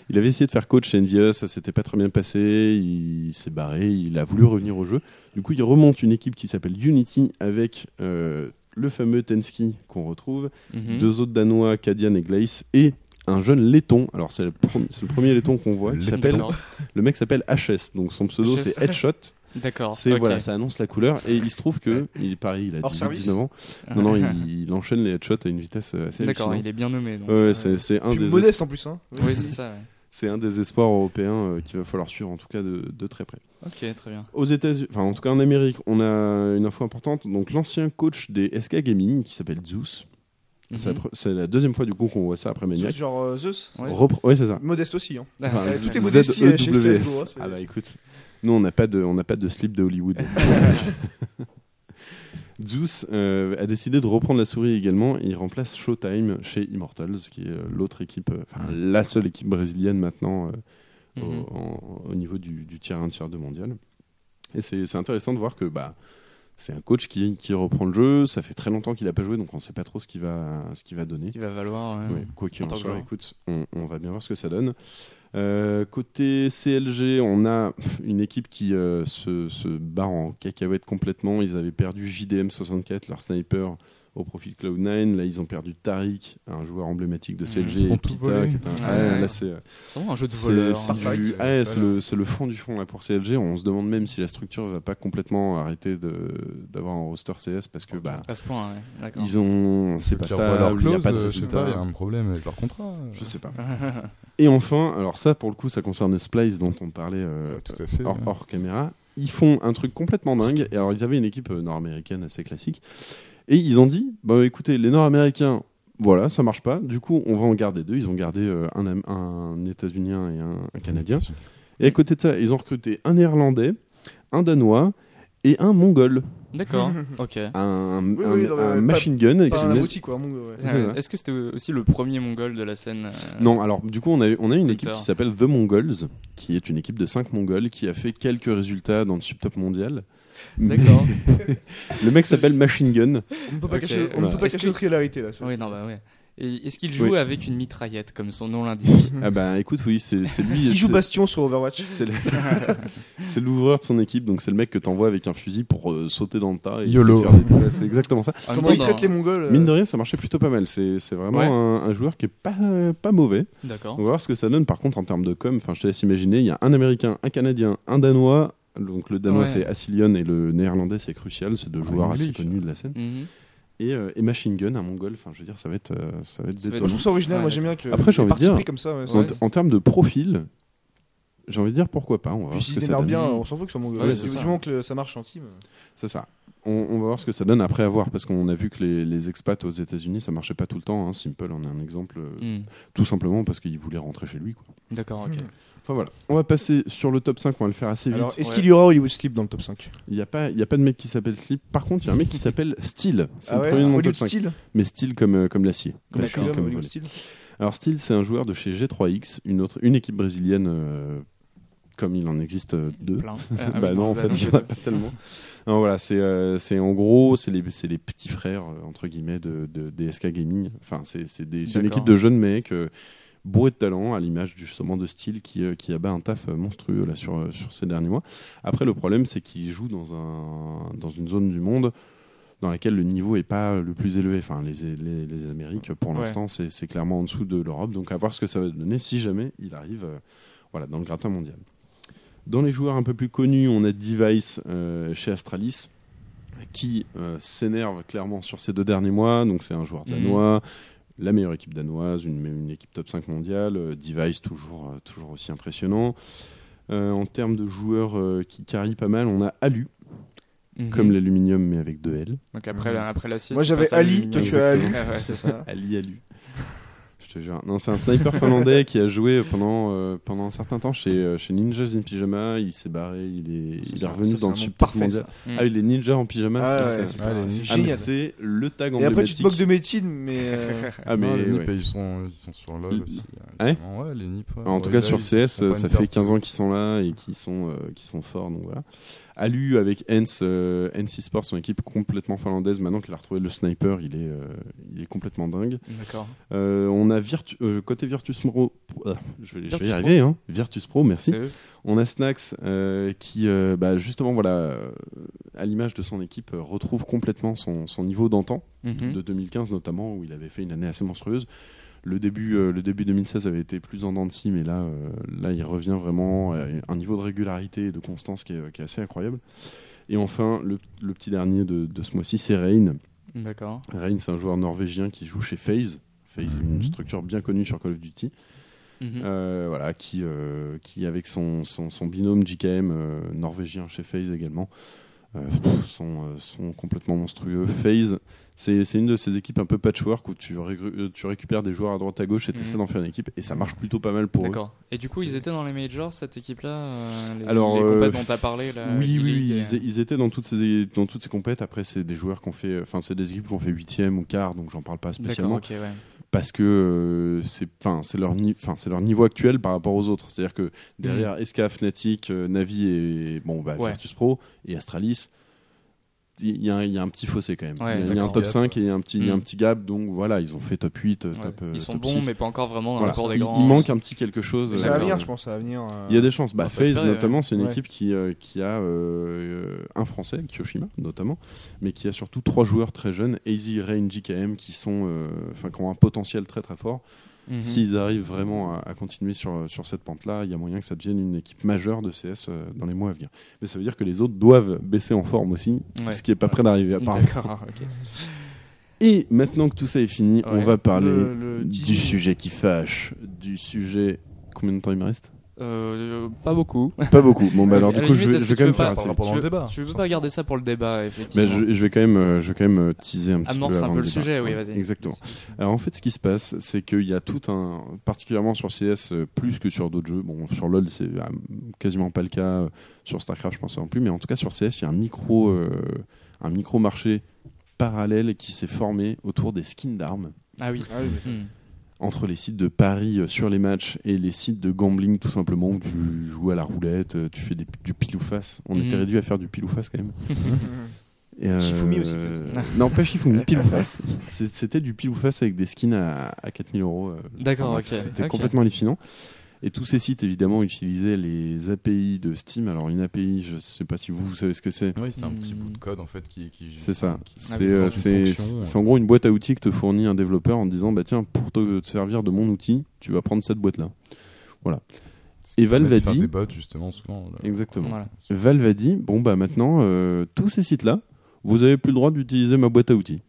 Speaker 2: Il avait essayé de faire coach chez Envious, ça s'était pas très bien passé. Il s'est barré. Il a voulu revenir au jeu. Du coup, il remonte une équipe qui s'appelle Unity avec euh, le fameux Tensky qu'on retrouve
Speaker 1: Mhm.
Speaker 2: deux autres Danois, Kadian et Gleiss, et un jeune laiton. Alors, c'est le, prom- c'est le premier laiton qu'on voit. Qui
Speaker 4: Le
Speaker 2: s'appelle,
Speaker 1: D'accord.
Speaker 2: le mec s'appelle HS, donc son pseudo
Speaker 1: HS.
Speaker 2: c'est Headshot.
Speaker 1: D'accord.
Speaker 2: C'est,
Speaker 1: Ah, ok.
Speaker 2: voilà, ça annonce la couleur. Et il se trouve que, il est pareil, il a
Speaker 3: Hors
Speaker 2: 18,
Speaker 3: service
Speaker 2: 19 ans. Non, non, il, il enchaîne les headshots à une vitesse euh, assez
Speaker 1: D'accord,
Speaker 2: hallucinante.
Speaker 1: il est bien nommé. donc,
Speaker 2: Ouais,
Speaker 1: euh,
Speaker 2: ouais, c'est, c'est un
Speaker 3: Puis
Speaker 2: des
Speaker 3: modeste en plus, hein.
Speaker 1: Oui, c'est ça. ouais.
Speaker 2: c'est un des espoirs européens euh, qu'il va falloir suivre en tout cas de, de très près.
Speaker 1: Ok, très bien.
Speaker 2: Aux États-Unis, enfin en tout cas en Amérique, on a une info importante. Donc l'ancien coach des SK Gaming qui s'appelle Zeus, c'est, la
Speaker 1: Mhm.
Speaker 2: pre- c'est la deuxième fois du coup qu'on voit ça après Maniac.
Speaker 3: Genre euh, Zeus.
Speaker 1: Ouais.
Speaker 2: Repre- ouais, c'est ça.
Speaker 3: Modeste aussi, hein.
Speaker 1: Ah,
Speaker 2: Enfin,
Speaker 3: Euh,
Speaker 1: c'est-
Speaker 3: tout est
Speaker 2: Z-
Speaker 3: modestie,
Speaker 2: ZEWS.
Speaker 3: euh, chez CSGO, hein, c'est-
Speaker 2: Ah bah écoute, nous on n'a pas de, on n'a pas de slip de Hollywood. Zeus euh, a décidé de reprendre la souris également. et il remplace Showtime chez Immortals, qui est euh, l'autre équipe, euh, enfin la seule équipe brésilienne maintenant euh,
Speaker 1: Mhm.
Speaker 2: au, en- au niveau du, du tier 1, tier 2 mondial. Et c'est c'est intéressant de voir que bah c'est un coach qui, qui reprend le jeu. Ça fait très longtemps qu'il n'a pas joué, donc on ne sait pas trop ce qu'il va, ce qu'il va donner.
Speaker 1: Il va valoir. ouais.
Speaker 2: Ouais, quoi qu'il
Speaker 1: En
Speaker 2: en
Speaker 1: tant que
Speaker 2: soit,
Speaker 1: joueur.
Speaker 2: écoute, on, on va bien voir ce que ça donne. Euh, côté CLG, on a une équipe qui euh, se, se barre en cacahuète complètement. Ils avaient perdu JDM64, leur sniper, au profit de Cloud9. Là, ils ont perdu Tariq, un joueur emblématique de
Speaker 1: Mmh,
Speaker 2: CLG.
Speaker 4: ils se font
Speaker 2: et
Speaker 4: tout
Speaker 2: Pita,
Speaker 4: voler.
Speaker 2: qui est un-
Speaker 1: Ouais,
Speaker 2: Ah,
Speaker 1: ouais.
Speaker 2: là, c'est-
Speaker 1: C'est vraiment un jeu de
Speaker 2: c'est-
Speaker 1: voleur.
Speaker 2: c'est
Speaker 1: hein.
Speaker 2: du-
Speaker 4: Parfait.
Speaker 2: ah, c'est le, c'est le fond du fond là, pour CLG. On se demande même si la structure va pas complètement arrêter de- d'avoir un roster CS parce que bah,
Speaker 1: À ce point, ouais. D'accord.
Speaker 2: ils ont. C'est pas
Speaker 4: Qui revoient leur
Speaker 2: stable, il n'y a
Speaker 4: clause,
Speaker 2: pas de
Speaker 4: euh, je sais pas, il y a
Speaker 2: résultat.
Speaker 4: un problème avec leur contrat.
Speaker 2: Je sais pas. Et enfin, alors ça pour le coup, ça concerne Splice dont on parlait euh,
Speaker 4: Tout à fait.
Speaker 2: hors, hors caméra. Ils font un truc complètement dingue. Et alors ils avaient une équipe euh, nord-américaine assez classique. Et ils ont dit, bah écoutez, les nord-américains, voilà, ça marche pas. Du coup, on va en garder deux. Ils ont gardé euh, un, Am- un états-unien et un, un canadien. Et à côté de ça, ils ont recruté un néerlandais, un danois et un mongol.
Speaker 1: D'accord. Ok. Euh,
Speaker 2: Un, un-
Speaker 3: Oui, oui, non, mais
Speaker 2: un
Speaker 3: pas-
Speaker 2: machine gun.
Speaker 3: Pas un
Speaker 2: qui-
Speaker 3: abruti, quoi. mon gars, ouais.
Speaker 2: C'est ça.
Speaker 1: Est-ce que c'était aussi le premier mongol de la scène euh,
Speaker 2: Non, alors du coup, on a, on a une équipe
Speaker 1: Hunter.
Speaker 2: qui s'appelle The Mongols, qui est une équipe de 5 Mongols qui a fait quelques résultats dans le subtop mondial. Mais
Speaker 1: D'accord.
Speaker 2: Le mec s'appelle Machine Gun.
Speaker 3: On ne peut pas
Speaker 1: Ok,
Speaker 3: cacher, on ne
Speaker 2: ouais.
Speaker 3: peut pas
Speaker 1: Est-ce
Speaker 3: cacher
Speaker 1: que-
Speaker 3: notre réalité là. ça,
Speaker 1: oui,
Speaker 3: c'est-
Speaker 1: non, bah ouais. Et Est-ce qu'il joue
Speaker 2: Oui.
Speaker 1: avec une mitraillette, comme son nom l'indique
Speaker 2: Ah bah écoute, oui, c'est c'est lui.
Speaker 3: Qui joue
Speaker 2: c'est-
Speaker 3: Bastion sur Overwatch
Speaker 2: C'est le- c'est l'ouvreur de son équipe, donc c'est le mec que t'envoies avec un fusil pour euh, sauter dans le tas. Et
Speaker 4: YOLO.
Speaker 2: essayer de faire des- ouais, C'est exactement ça.
Speaker 1: En même
Speaker 3: Comment
Speaker 1: temps,
Speaker 3: ils traitent
Speaker 1: dans-
Speaker 3: les Mongols euh,
Speaker 2: Mine de rien, ça marchait plutôt pas mal. C'est c'est vraiment
Speaker 1: Ouais.
Speaker 2: un, un joueur qui est pas, pas mauvais.
Speaker 1: euh, D'accord.
Speaker 2: On va voir ce que ça donne. Par contre, en termes de com, enfin, je te laisse imaginer, il y a un Américain, un Canadien, un Danois. Donc le Danois
Speaker 1: Ouais.
Speaker 2: c'est Assilion et le Néerlandais c'est Crucial, c'est deux
Speaker 4: Ah,
Speaker 2: joueurs assez
Speaker 4: English.
Speaker 2: connus de la scène.
Speaker 1: Mhm.
Speaker 2: Et, euh, et Machine Gun, un Mongol. Enfin, je veux dire, ça va être, euh, ça va être
Speaker 1: Ça va être
Speaker 2: détonnant.
Speaker 3: Moi, je trouve ça original.
Speaker 1: Ouais,
Speaker 3: Moi, j'aime bien que.
Speaker 2: Après, j'ai
Speaker 3: les
Speaker 2: envie de
Speaker 3: partis
Speaker 2: dire-
Speaker 3: pris comme ça. ouais,
Speaker 2: En,
Speaker 1: Ouais.
Speaker 3: c'est-
Speaker 2: en termes de profil, j'ai envie de dire pourquoi pas. On va voir
Speaker 3: Puis
Speaker 2: ce
Speaker 3: s'ils
Speaker 2: que
Speaker 3: se
Speaker 2: ça
Speaker 3: démerdent
Speaker 2: donne.
Speaker 3: bien, on s'en fout que ce soit mongol.
Speaker 1: Ouais,
Speaker 3: Du-
Speaker 1: c'est ça.
Speaker 3: du moment que le- ça marche en team.
Speaker 2: C'est ça. On, on va voir ce que ça donne après avoir, parce qu'on a vu que les, les expats aux États-Unis, ça marchait pas tout le temps. hein. Simple en est un exemple, euh,
Speaker 1: Mhm.
Speaker 2: tout simplement parce qu'il voulait rentrer chez lui. Quoi.
Speaker 1: D'accord, ok.
Speaker 2: Enfin voilà. On va passer sur le top 5, on va le faire assez vite.
Speaker 3: Alors, est-ce
Speaker 1: ouais.
Speaker 3: qu'il y aura Hollywood Sleep dans le top 5
Speaker 2: Il n'y a, pas- il y a pas de mec qui s'appelle Slip. Par contre, il y a un mec qui s'appelle Steel. C'est le premier de mon
Speaker 3: Ah Hollywood
Speaker 2: top 5.
Speaker 3: Style
Speaker 2: Mais Steel comme, euh, comme l'acier.
Speaker 3: Comme
Speaker 2: Pas
Speaker 3: la
Speaker 1: D'accord.
Speaker 2: Steel
Speaker 3: Freedom,
Speaker 2: comme
Speaker 3: Hollywood
Speaker 2: volet.
Speaker 3: Steel.
Speaker 2: Alors Steel, c'est un joueur de chez G3X, une, autre, une équipe brésilienne, euh, comme il en existe euh, deux.
Speaker 1: Plein. Ah, ah
Speaker 2: bah
Speaker 1: oui,
Speaker 2: non, en fait, il n'y en a
Speaker 1: d'accord.
Speaker 2: pas tellement. Non, voilà, c'est euh, c'est en gros, c'est les, c'est les petits frères, euh, entre guillemets, de, de, des SK Gaming. Enfin, c'est c'est des- c'est une
Speaker 1: D'accord.
Speaker 2: équipe de jeunes mecs euh, bourrés de talent, à l'image justement de Steel qui, euh, qui abat un taf euh, monstrueux là, sur, euh, sur ces derniers mois. Après, le problème, c'est qu'ils jouent dans, un, dans une zone du monde dans laquelle le niveau est pas le plus élevé. Enfin, les, les, les Amériques, pour
Speaker 1: Ouais.
Speaker 2: l'instant, c'est c'est clairement en dessous de l'Europe. Donc, à voir ce que ça va donner si jamais il arrive euh, voilà, dans le gratin mondial. Dans les joueurs un peu plus connus, on a Device euh, chez Astralis qui euh, s'énerve clairement sur ces deux derniers mois. Donc, c'est un joueur
Speaker 1: Mhm.
Speaker 2: danois, la meilleure équipe danoise, une, une équipe top 5 mondiale. euh, Device, toujours, euh, toujours aussi impressionnant. Euh, en termes de joueurs euh, qui carrient pas mal, on a Alu,
Speaker 1: Mhm.
Speaker 2: comme l'aluminium mais avec deux L.
Speaker 1: Donc après, la- après l'acier.
Speaker 3: Moi,
Speaker 1: tu
Speaker 3: j'avais
Speaker 1: passes à
Speaker 3: Ali,
Speaker 1: l'aluminium.
Speaker 3: toi, tu as Ali.
Speaker 1: Ah ouais, c'est ça.
Speaker 2: Ali Alu. Je te jure. Non, c'est un sniper finlandais qui a joué pendant, euh, pendant un certain temps chez, euh, chez Ninjas in Pyjama. Il s'est barré, il est,
Speaker 3: Ça,
Speaker 2: il est
Speaker 3: c'est-
Speaker 2: revenu
Speaker 3: ça, c'est
Speaker 2: dans le
Speaker 3: un monde
Speaker 2: sub
Speaker 3: parfait,
Speaker 2: mondial.
Speaker 3: ça.
Speaker 1: Mm.
Speaker 2: Ah, il est ninja en pyjama.
Speaker 3: Ah,
Speaker 2: c'est-
Speaker 3: ouais,
Speaker 2: c'est-
Speaker 3: c'est
Speaker 4: Ah, les
Speaker 3: c'est
Speaker 4: ninjas.
Speaker 2: ah, mais
Speaker 3: génial.
Speaker 2: c'est le tag
Speaker 3: Et après, tu te
Speaker 2: emblématique.
Speaker 3: moques de médecine, mais. euh,
Speaker 2: Ah, mais
Speaker 4: Non, les
Speaker 2: ouais.
Speaker 4: NIP, ils, sont, ils sont sur LoL
Speaker 2: Le-
Speaker 4: aussi.
Speaker 2: Hein
Speaker 4: carrément. ouais, les NIP. ouais.
Speaker 2: En tout
Speaker 4: Ouais,
Speaker 2: cas,
Speaker 4: là,
Speaker 2: sur
Speaker 4: ils se
Speaker 2: CS,
Speaker 4: font pas
Speaker 2: ça
Speaker 4: une
Speaker 2: fait
Speaker 4: perte.
Speaker 2: 15 ans qu'ils sont là et qu'ils sont, euh, qu'ils sont forts. Donc voilà. Alu avec Hens, euh, Hens Esports, son équipe complètement finlandaise. Maintenant qu'il a retrouvé le sniper, il est, euh, il est complètement dingue.
Speaker 1: D'accord.
Speaker 2: Euh, on a Virtu- euh, côté Virtus Pro, euh, je vais, je vais
Speaker 1: Virtus
Speaker 2: y
Speaker 1: Pro.
Speaker 2: arriver, hein. Virtus Pro, merci.
Speaker 1: C'est eux.
Speaker 2: On a Snax euh, qui, euh, bah, justement, voilà, euh, à l'image de son équipe, euh, retrouve complètement son, son niveau d'antan,
Speaker 1: Mhm.
Speaker 2: de 2015 notamment, où il avait fait une année assez monstrueuse. Le début, euh, le début 2016 avait été plus en dents de scie, mais là, euh, là, il revient vraiment à un niveau de régularité et de constance qui est, qui est assez incroyable. Et enfin, le, le petit dernier de, de ce mois-ci, c'est Rain.
Speaker 1: D'accord.
Speaker 2: Reign, c'est un joueur norvégien qui joue chez FaZe. FaZe, une structure bien connue sur Call of Duty.
Speaker 1: Mhm.
Speaker 2: Euh, voilà, qui, euh, qui avec son, son, son binôme JKM euh, norvégien chez FaZe également, euh, pff, sont, euh, sont complètement monstrueux. FaZe, c'est c'est une de ces équipes un peu patchwork où tu, régru- euh, tu récupères des joueurs à droite à gauche et tu essaies
Speaker 1: Mhm.
Speaker 2: d'en faire une équipe et ça marche plutôt pas mal pour eux.
Speaker 1: D'accord. Et du coup,
Speaker 2: C'est-
Speaker 1: ils étaient dans les majors, cette équipe-là euh, Les,
Speaker 2: Alors,
Speaker 1: les
Speaker 2: euh,
Speaker 1: compètes dont t'as parlé là,
Speaker 2: oui, oui,
Speaker 1: E-League,
Speaker 2: oui,
Speaker 1: euh,
Speaker 2: ils, é- ils étaient dans toutes ces, dans toutes ces compètes. Après, c'est des joueurs qu'on fait, enfin, c'est des équipes qu'on fait huitième ou quart, donc j'en parle pas
Speaker 1: D'accord,
Speaker 2: spécialement.
Speaker 1: ok, ouais.
Speaker 2: parce que euh, c'est enfin c'est leur ni- enfin c'est leur niveau actuel par rapport aux autres. C'est-à-dire
Speaker 1: Mm.
Speaker 2: que derrière SK, Fnatic, euh, Navi et bon bah
Speaker 1: Ouais.
Speaker 2: Virtus Pro et Astralis, il y, a un- il y a un petit fossé quand même. Il
Speaker 1: Ouais,
Speaker 2: y a- il y a un
Speaker 1: d'accord.
Speaker 2: top 5 et il y a un petit il y a un
Speaker 1: Mm.
Speaker 2: petit gap donc voilà, ils ont fait top 8, euh,
Speaker 1: Ouais.
Speaker 2: top euh,
Speaker 1: Ils sont
Speaker 2: top
Speaker 1: bons,
Speaker 2: 6.
Speaker 1: mais pas encore vraiment dans
Speaker 2: Voilà.
Speaker 1: le corps des
Speaker 2: Il,
Speaker 1: grands. hein.
Speaker 2: il manque un petit quelque chose.
Speaker 1: Mais
Speaker 3: Ça
Speaker 2: euh,
Speaker 3: va
Speaker 1: D'accord.
Speaker 3: venir, je pense, ça va venir. euh,
Speaker 2: il y a des chances. Bah,
Speaker 1: faut espérer,
Speaker 2: FaZe,
Speaker 1: ouais.
Speaker 2: notamment, c'est une
Speaker 3: Ouais.
Speaker 2: équipe qui, euh, qui a euh, un Français, Kyoshima, notamment, mais qui a surtout trois joueurs très jeunes, Easy, Rain, JKM, qui, sont, euh, enfin, qui ont un potentiel très très fort.
Speaker 1: Mhm.
Speaker 2: S'ils arrivent vraiment à, à continuer sur, sur cette pente-là, il y a moyen que ça devienne une équipe majeure de CS euh, dans les mois à venir. Mais ça veut dire que les autres doivent baisser en forme aussi,
Speaker 1: Ouais.
Speaker 2: ce qui n'est pas près d'arriver à part.
Speaker 1: D'accord, ok.
Speaker 2: Et maintenant que tout ça est fini, on
Speaker 1: Ouais.
Speaker 2: va parler
Speaker 3: Le- le
Speaker 2: du
Speaker 3: 18.
Speaker 2: sujet qui fâche, du sujet. Combien de temps il me reste
Speaker 1: Euh, pas beaucoup.
Speaker 2: Pas beaucoup. Bon, bah alors du
Speaker 1: À la
Speaker 2: coup, je
Speaker 1: limite,
Speaker 2: vais,
Speaker 1: est-ce
Speaker 2: je vais
Speaker 1: que tu
Speaker 2: quand même
Speaker 1: veux pas
Speaker 2: faire
Speaker 1: parler
Speaker 2: assez.
Speaker 4: Pendant le
Speaker 1: veux-
Speaker 4: débat.
Speaker 1: Tu veux pas garder ça pour le débat, effectivement.
Speaker 2: Mais je, je vais quand même, euh, je vais quand même euh, teaser un petit
Speaker 1: hein Amorce
Speaker 2: peu.
Speaker 1: un
Speaker 2: avant
Speaker 1: peu le
Speaker 2: débat.
Speaker 1: sujet, oui,
Speaker 2: Ouais,
Speaker 1: vas-y.
Speaker 2: Exactement. Alors en fait, ce qui se passe, c'est qu'il y a tout un, particulièrement sur CS, euh, plus que sur d'autres jeux. Bon, sur LoL, c'est euh, quasiment pas le cas. euh, Sur Starcraft, je pense non plus. Mais en tout cas, sur CS, il y a un micro, euh, un micro marché parallèle qui s'est formé autour des skins d'armes
Speaker 1: Ah oui.
Speaker 3: Ah oui, mais ça-
Speaker 1: Hmm.
Speaker 2: entre les sites de paris euh, sur les matchs et les sites de gambling tout simplement où tu joues à la roulette, euh, tu fais des- du pile ou face. On
Speaker 1: Mhm.
Speaker 2: était réduit à faire du pile ou face quand même. Et, euh,
Speaker 3: Shifumi aussi,
Speaker 2: Non, pas Shifumi, pile ou face. C'est- C'était du pile ou face avec des skins à, à 4000 euros. euh,
Speaker 1: D'accord,
Speaker 2: Enfin,
Speaker 1: ok.
Speaker 2: C'était
Speaker 1: ok.
Speaker 2: complètement hallucinant. Et tous ces sites, évidemment, utilisaient les API de Steam. Alors, une API, je ne sais pas si vous, vous savez ce que c'est.
Speaker 4: Oui, c'est un
Speaker 1: Hmm.
Speaker 4: petit bout de code en fait qui. qui
Speaker 2: C'est ça.
Speaker 4: qui-
Speaker 2: C'est
Speaker 1: oui,
Speaker 2: euh,
Speaker 4: dans une
Speaker 2: c'est-
Speaker 4: fonction,
Speaker 2: c'est en gros une boîte à outils que te fournit un développeur en te disant bah tiens pour te, te servir de mon outil tu vas prendre cette boîte là.
Speaker 4: ce qui
Speaker 2: Et Valve
Speaker 4: permet de
Speaker 2: a
Speaker 4: faire
Speaker 2: dit-
Speaker 4: des bots justement souvent. là.
Speaker 2: Exactement.
Speaker 1: Hmm. Voilà.
Speaker 2: Valve a dit bon bah maintenant euh, tous ces sites là vous avez plus le droit d'utiliser ma boîte à outils.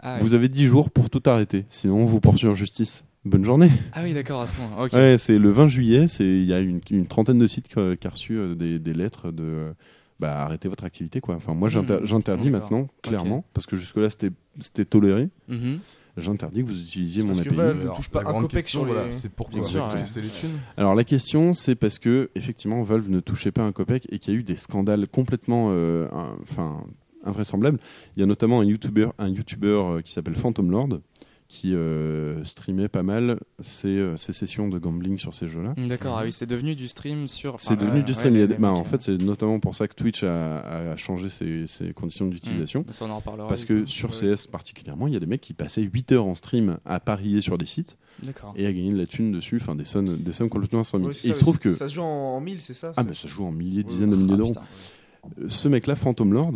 Speaker 1: Ah, oui.
Speaker 2: Vous avez 10 jours pour tout arrêter sinon on vous poursuit en justice. Bonne journée.
Speaker 1: Ah oui, d'accord, à ce point. Ok.
Speaker 2: Ouais, c'est le 20 juillet, c'est il y a une, une trentaine de sites qui ont qui ont reçu euh, des, des lettres de euh, bah arrêtez votre activité quoi. Enfin moi j'inter-
Speaker 1: Mhm.
Speaker 2: j'interdis
Speaker 1: D'accord.
Speaker 2: maintenant clairement parce que jusque là c'était c'était toléré.
Speaker 1: Mhm.
Speaker 2: J'interdis que vous utilisiez
Speaker 3: C'est
Speaker 2: mon
Speaker 3: parce que
Speaker 2: API.
Speaker 3: Valve- ne
Speaker 4: Alors,
Speaker 3: touche pas
Speaker 4: la
Speaker 3: un
Speaker 4: grande
Speaker 3: copec
Speaker 4: question,
Speaker 3: sur les-
Speaker 4: voilà, c'est pourquoi
Speaker 1: Bien sûr,
Speaker 4: Parce
Speaker 1: ouais.
Speaker 4: que c'est les thunes.
Speaker 2: Alors la question c'est parce que effectivement Valve ne touchait pas un copec et qu'il y a eu des scandales complètement euh, un- enfin invraisemblables. Il y a notamment un youtubeur un youtubeur euh, qui s'appelle Phantom Lord qui euh, streamait pas mal ses, euh, ses sessions de gambling sur ces jeux-là.
Speaker 1: D'accord, ah oui, c'est devenu du stream sur.
Speaker 2: Mmh. C'est
Speaker 1: enfin,
Speaker 2: devenu
Speaker 1: euh,
Speaker 2: du
Speaker 1: ouais, Mmh. hein.
Speaker 2: stream. Il y a
Speaker 1: ouais,
Speaker 2: des-
Speaker 1: ouais,
Speaker 2: bah,
Speaker 1: ok.
Speaker 2: en fait, c'est notamment pour ça que Twitch a, a changé ses, ses conditions d'utilisation.
Speaker 1: Mm. Ça, on en reparlera.
Speaker 2: Parce
Speaker 1: du
Speaker 2: que
Speaker 1: coup.
Speaker 2: sur
Speaker 1: Ouais.
Speaker 2: CS particulièrement, il y a des mecs qui passaient 8 heures en stream à parier sur des sites
Speaker 1: D'accord.
Speaker 2: et à gagner de la thune dessus, enfin des sommes, des sommes complètement insolites.
Speaker 3: Ouais, c'est
Speaker 2: et il
Speaker 3: ça,
Speaker 2: se trouve que.
Speaker 3: c'est- Ça se joue en, en 1000, c'est ça
Speaker 2: Ah,
Speaker 3: c'est-
Speaker 2: mais ça se joue en milliers,
Speaker 3: Ouais.
Speaker 2: dizaines de milliers
Speaker 1: Ah,
Speaker 2: d'euros.
Speaker 1: putain.
Speaker 2: Euh, Ce mec-là, Phantom Lord,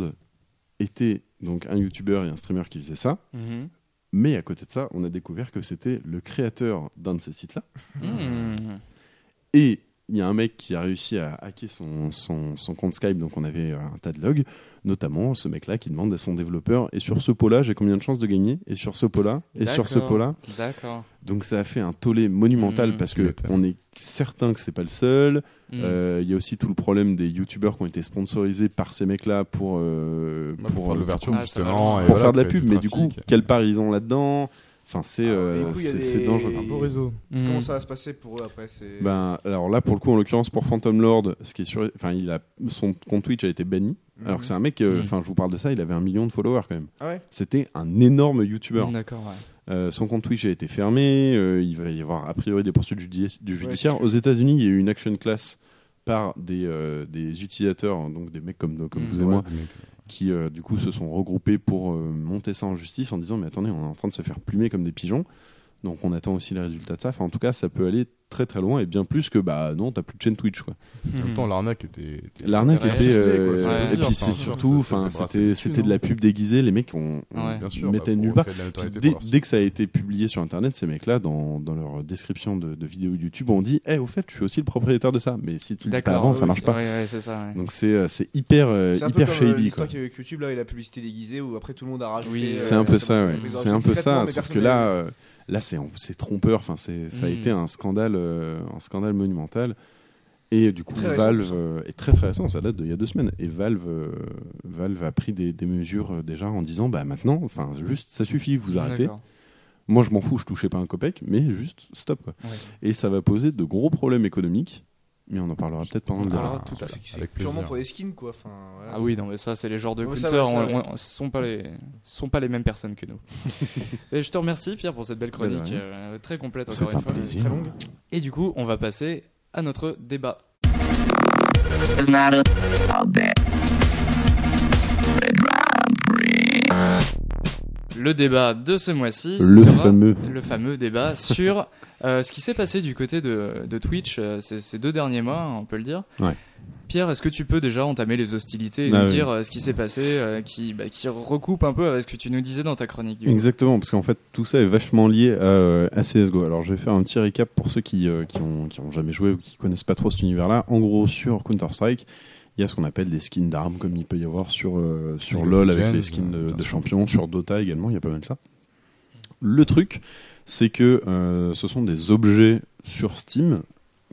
Speaker 2: était donc un youtubeur et un streamer qui faisait ça.
Speaker 1: Mhm.
Speaker 2: Mais à côté de ça, on a découvert que c'était le créateur d'un de ces sites-là. Mmh.
Speaker 1: Mhm.
Speaker 2: Et il y a un mec qui a réussi à hacker son, son, son compte Skype, donc on avait euh, un tas de logs, notamment ce mec-là qui demande à son développeur Et sur ce pot-là, j'ai combien de chances de gagner Et sur ce pot-là Et sur ce
Speaker 1: D'accord.
Speaker 2: pot-là
Speaker 1: D'accord.
Speaker 2: Donc ça a fait un tollé monumental
Speaker 1: Mhm.
Speaker 2: parce
Speaker 4: Tu
Speaker 2: que
Speaker 4: m'étonnes.
Speaker 2: on est certain que c'est pas le seul.
Speaker 1: Mhm.
Speaker 2: Euh, Il y a aussi tout le problème des youtubeurs qui ont été sponsorisés par ces mecs-là pour, euh,
Speaker 4: Pour, faire de l'ouverture
Speaker 1: Ah, ça
Speaker 4: justement.
Speaker 1: va.
Speaker 4: et
Speaker 2: pour
Speaker 4: voilà,
Speaker 2: faire de la
Speaker 4: créer
Speaker 2: pub,
Speaker 4: du
Speaker 2: mais du coup,
Speaker 4: trafic.
Speaker 2: quel part ils ont là-dedans Enfin, c'est euh,
Speaker 3: et Ah, du coup, il y a
Speaker 2: c'est-
Speaker 3: des- Ah
Speaker 2: c'est dangereux.
Speaker 4: Un beau réseau.
Speaker 1: Mhm.
Speaker 3: Comment ça va se passer pour eux après c'est-
Speaker 2: Ben, alors là, pour le coup, en l'occurrence, pour Phantom Lord, ce qui est sûr, enfin, il a son compte Twitch a été banni. Alors que c'est un mec, euh,
Speaker 1: Mhm.
Speaker 2: enfin, je vous parle de ça, il avait un million de followers quand même.
Speaker 3: Mmh. Ah ouais
Speaker 2: C'était un énorme youtubeur.
Speaker 1: D'accord, ouais.
Speaker 2: Euh, son compte Twitch a été fermé. euh, il va y avoir a priori des poursuites judi- du judiciaire.
Speaker 3: c'est
Speaker 2: Aux États-Unis, il y a eu une action class par des, euh, des utilisateurs, donc des mecs comme, comme
Speaker 4: Mmh,
Speaker 1: Mhm.
Speaker 2: vous et moi, qui euh, du coup se sont regroupés pour euh, monter ça en justice en disant mais attendez on est en train de se faire plumer comme des pigeons donc on attend aussi les résultats de ça enfin en tout cas ça peut aller très très loin et bien plus que bah non t'as plus de chaîne Twitch quoi
Speaker 4: En
Speaker 1: Mmh.
Speaker 4: même temps, l'arnaque était. était-
Speaker 2: l'arnaque
Speaker 1: Ouais,
Speaker 2: était
Speaker 1: c'est
Speaker 4: stylé,
Speaker 2: euh,
Speaker 4: quoi, ça
Speaker 1: veut
Speaker 2: et
Speaker 1: dire,
Speaker 2: puis
Speaker 4: enfin,
Speaker 2: c'est
Speaker 4: ça-
Speaker 2: surtout
Speaker 4: ça fait
Speaker 2: enfin
Speaker 4: brasser
Speaker 2: c'était
Speaker 4: des
Speaker 2: c'était
Speaker 4: thunes, hein.
Speaker 2: de la pub déguisée les mecs on, on
Speaker 1: Ouais.
Speaker 4: Bien sûr.
Speaker 2: mettait
Speaker 4: bah,
Speaker 2: nulle
Speaker 4: pour
Speaker 2: part.
Speaker 4: créer de la
Speaker 2: Puis
Speaker 4: notoriété
Speaker 2: dès,
Speaker 4: pour leur
Speaker 2: dès que ça a été publié sur internet, ces mecs-là, dans, dans leur description de, de vidéos YouTube, ont dit Eh, au fait, je suis aussi le propriétaire de ça. Mais si tu le dis pas
Speaker 1: D'accord.
Speaker 2: avant, ça
Speaker 1: ouais,
Speaker 2: marche pas.
Speaker 1: Ouais, ouais, c'est ça. ouais.
Speaker 2: Donc c'est euh, c'est hyper, euh,
Speaker 3: C'est un peu
Speaker 2: hyper
Speaker 3: comme euh,
Speaker 2: shady. quoi.
Speaker 3: l'histoire qu'il y a eu avec YouTube là et la publicité déguisée où après tout le monde a rajouté.
Speaker 1: Oui,
Speaker 3: euh,
Speaker 2: C'est un peu ça,
Speaker 3: ça,
Speaker 2: ouais.
Speaker 3: mais
Speaker 1: ils
Speaker 2: C'est
Speaker 3: dans-
Speaker 2: un peu
Speaker 3: discrètement,
Speaker 2: ça.
Speaker 3: mais
Speaker 2: Sauf
Speaker 3: personne
Speaker 2: que
Speaker 3: ne
Speaker 2: là,
Speaker 3: l'a vu.
Speaker 2: euh, là c'est c'est trompeur. Enfin, c'est- ça a
Speaker 1: Mm.
Speaker 2: été un scandale, euh, un scandale monumental. Et du coup,
Speaker 3: Très récent,
Speaker 2: Valve
Speaker 3: tout ça.
Speaker 2: euh, est très très récent. Ça date d'il y a deux semaines. Et Valve, euh, Valve a pris des, des mesures euh, déjà en disant bah maintenant, enfin juste ça suffit, vous arrêtez.
Speaker 1: D'accord.
Speaker 2: Moi, je m'en fous, je touchais pas un copec, mais juste stop quoi.
Speaker 1: Ouais.
Speaker 2: Et ça va poser de gros problèmes économiques. Mais on en parlera peut-être pendant le
Speaker 1: On en
Speaker 2: débat.
Speaker 1: parlera tout à l'heure.
Speaker 3: C'est- C'est
Speaker 4: Avec
Speaker 3: purement
Speaker 4: plaisir.
Speaker 3: pour des skins quoi. Enfin, voilà.
Speaker 1: Ah oui, non, mais ça, c'est les genres de
Speaker 3: Ouais, ça,
Speaker 1: culteurs.
Speaker 3: ouais, ça,
Speaker 1: on- on- sont pas les, sont pas les mêmes personnes que nous. Et je te remercie, Pierre, pour cette belle
Speaker 2: Bah, de
Speaker 1: chronique
Speaker 2: rien.
Speaker 1: euh, très complète.
Speaker 2: C'est
Speaker 1: encore une
Speaker 2: un
Speaker 1: fois.
Speaker 2: plaisir.
Speaker 3: Très longue.
Speaker 1: Et du coup, on va passer à notre débat. Le débat de ce mois-ci ce
Speaker 2: Le
Speaker 1: sera
Speaker 2: fameux.
Speaker 1: le fameux débat sur euh, ce qui s'est passé du côté de, de Twitch euh, ces, ces deux derniers mois, hein, on peut le dire.
Speaker 2: Ouais.
Speaker 1: Pierre, est-ce que tu peux déjà entamer les hostilités et
Speaker 2: Ah
Speaker 1: nous
Speaker 2: oui.
Speaker 1: dire euh, ce qui s'est passé, euh, qui, bah, qui recoupe un peu avec ce que tu nous disais dans ta chronique du coup.
Speaker 2: Exactement, parce qu'en fait, tout ça est vachement lié à, euh, à CSGO. Alors, je vais faire un petit récap pour ceux qui, euh, qui, ont, qui ont jamais joué ou qui connaissent pas trop cet univers-là. En gros, sur Counter-Strike, il y a ce qu'on appelle des skins d'armes, comme il peut y avoir sur, euh, sur
Speaker 4: League of
Speaker 2: LoL avec
Speaker 4: Legends,
Speaker 2: les skins de,
Speaker 4: euh, bien
Speaker 2: de
Speaker 4: sûr.
Speaker 2: champions, sur Dota également, il y a pas mal de ça. Le truc, c'est que euh, ce sont des objets sur Steam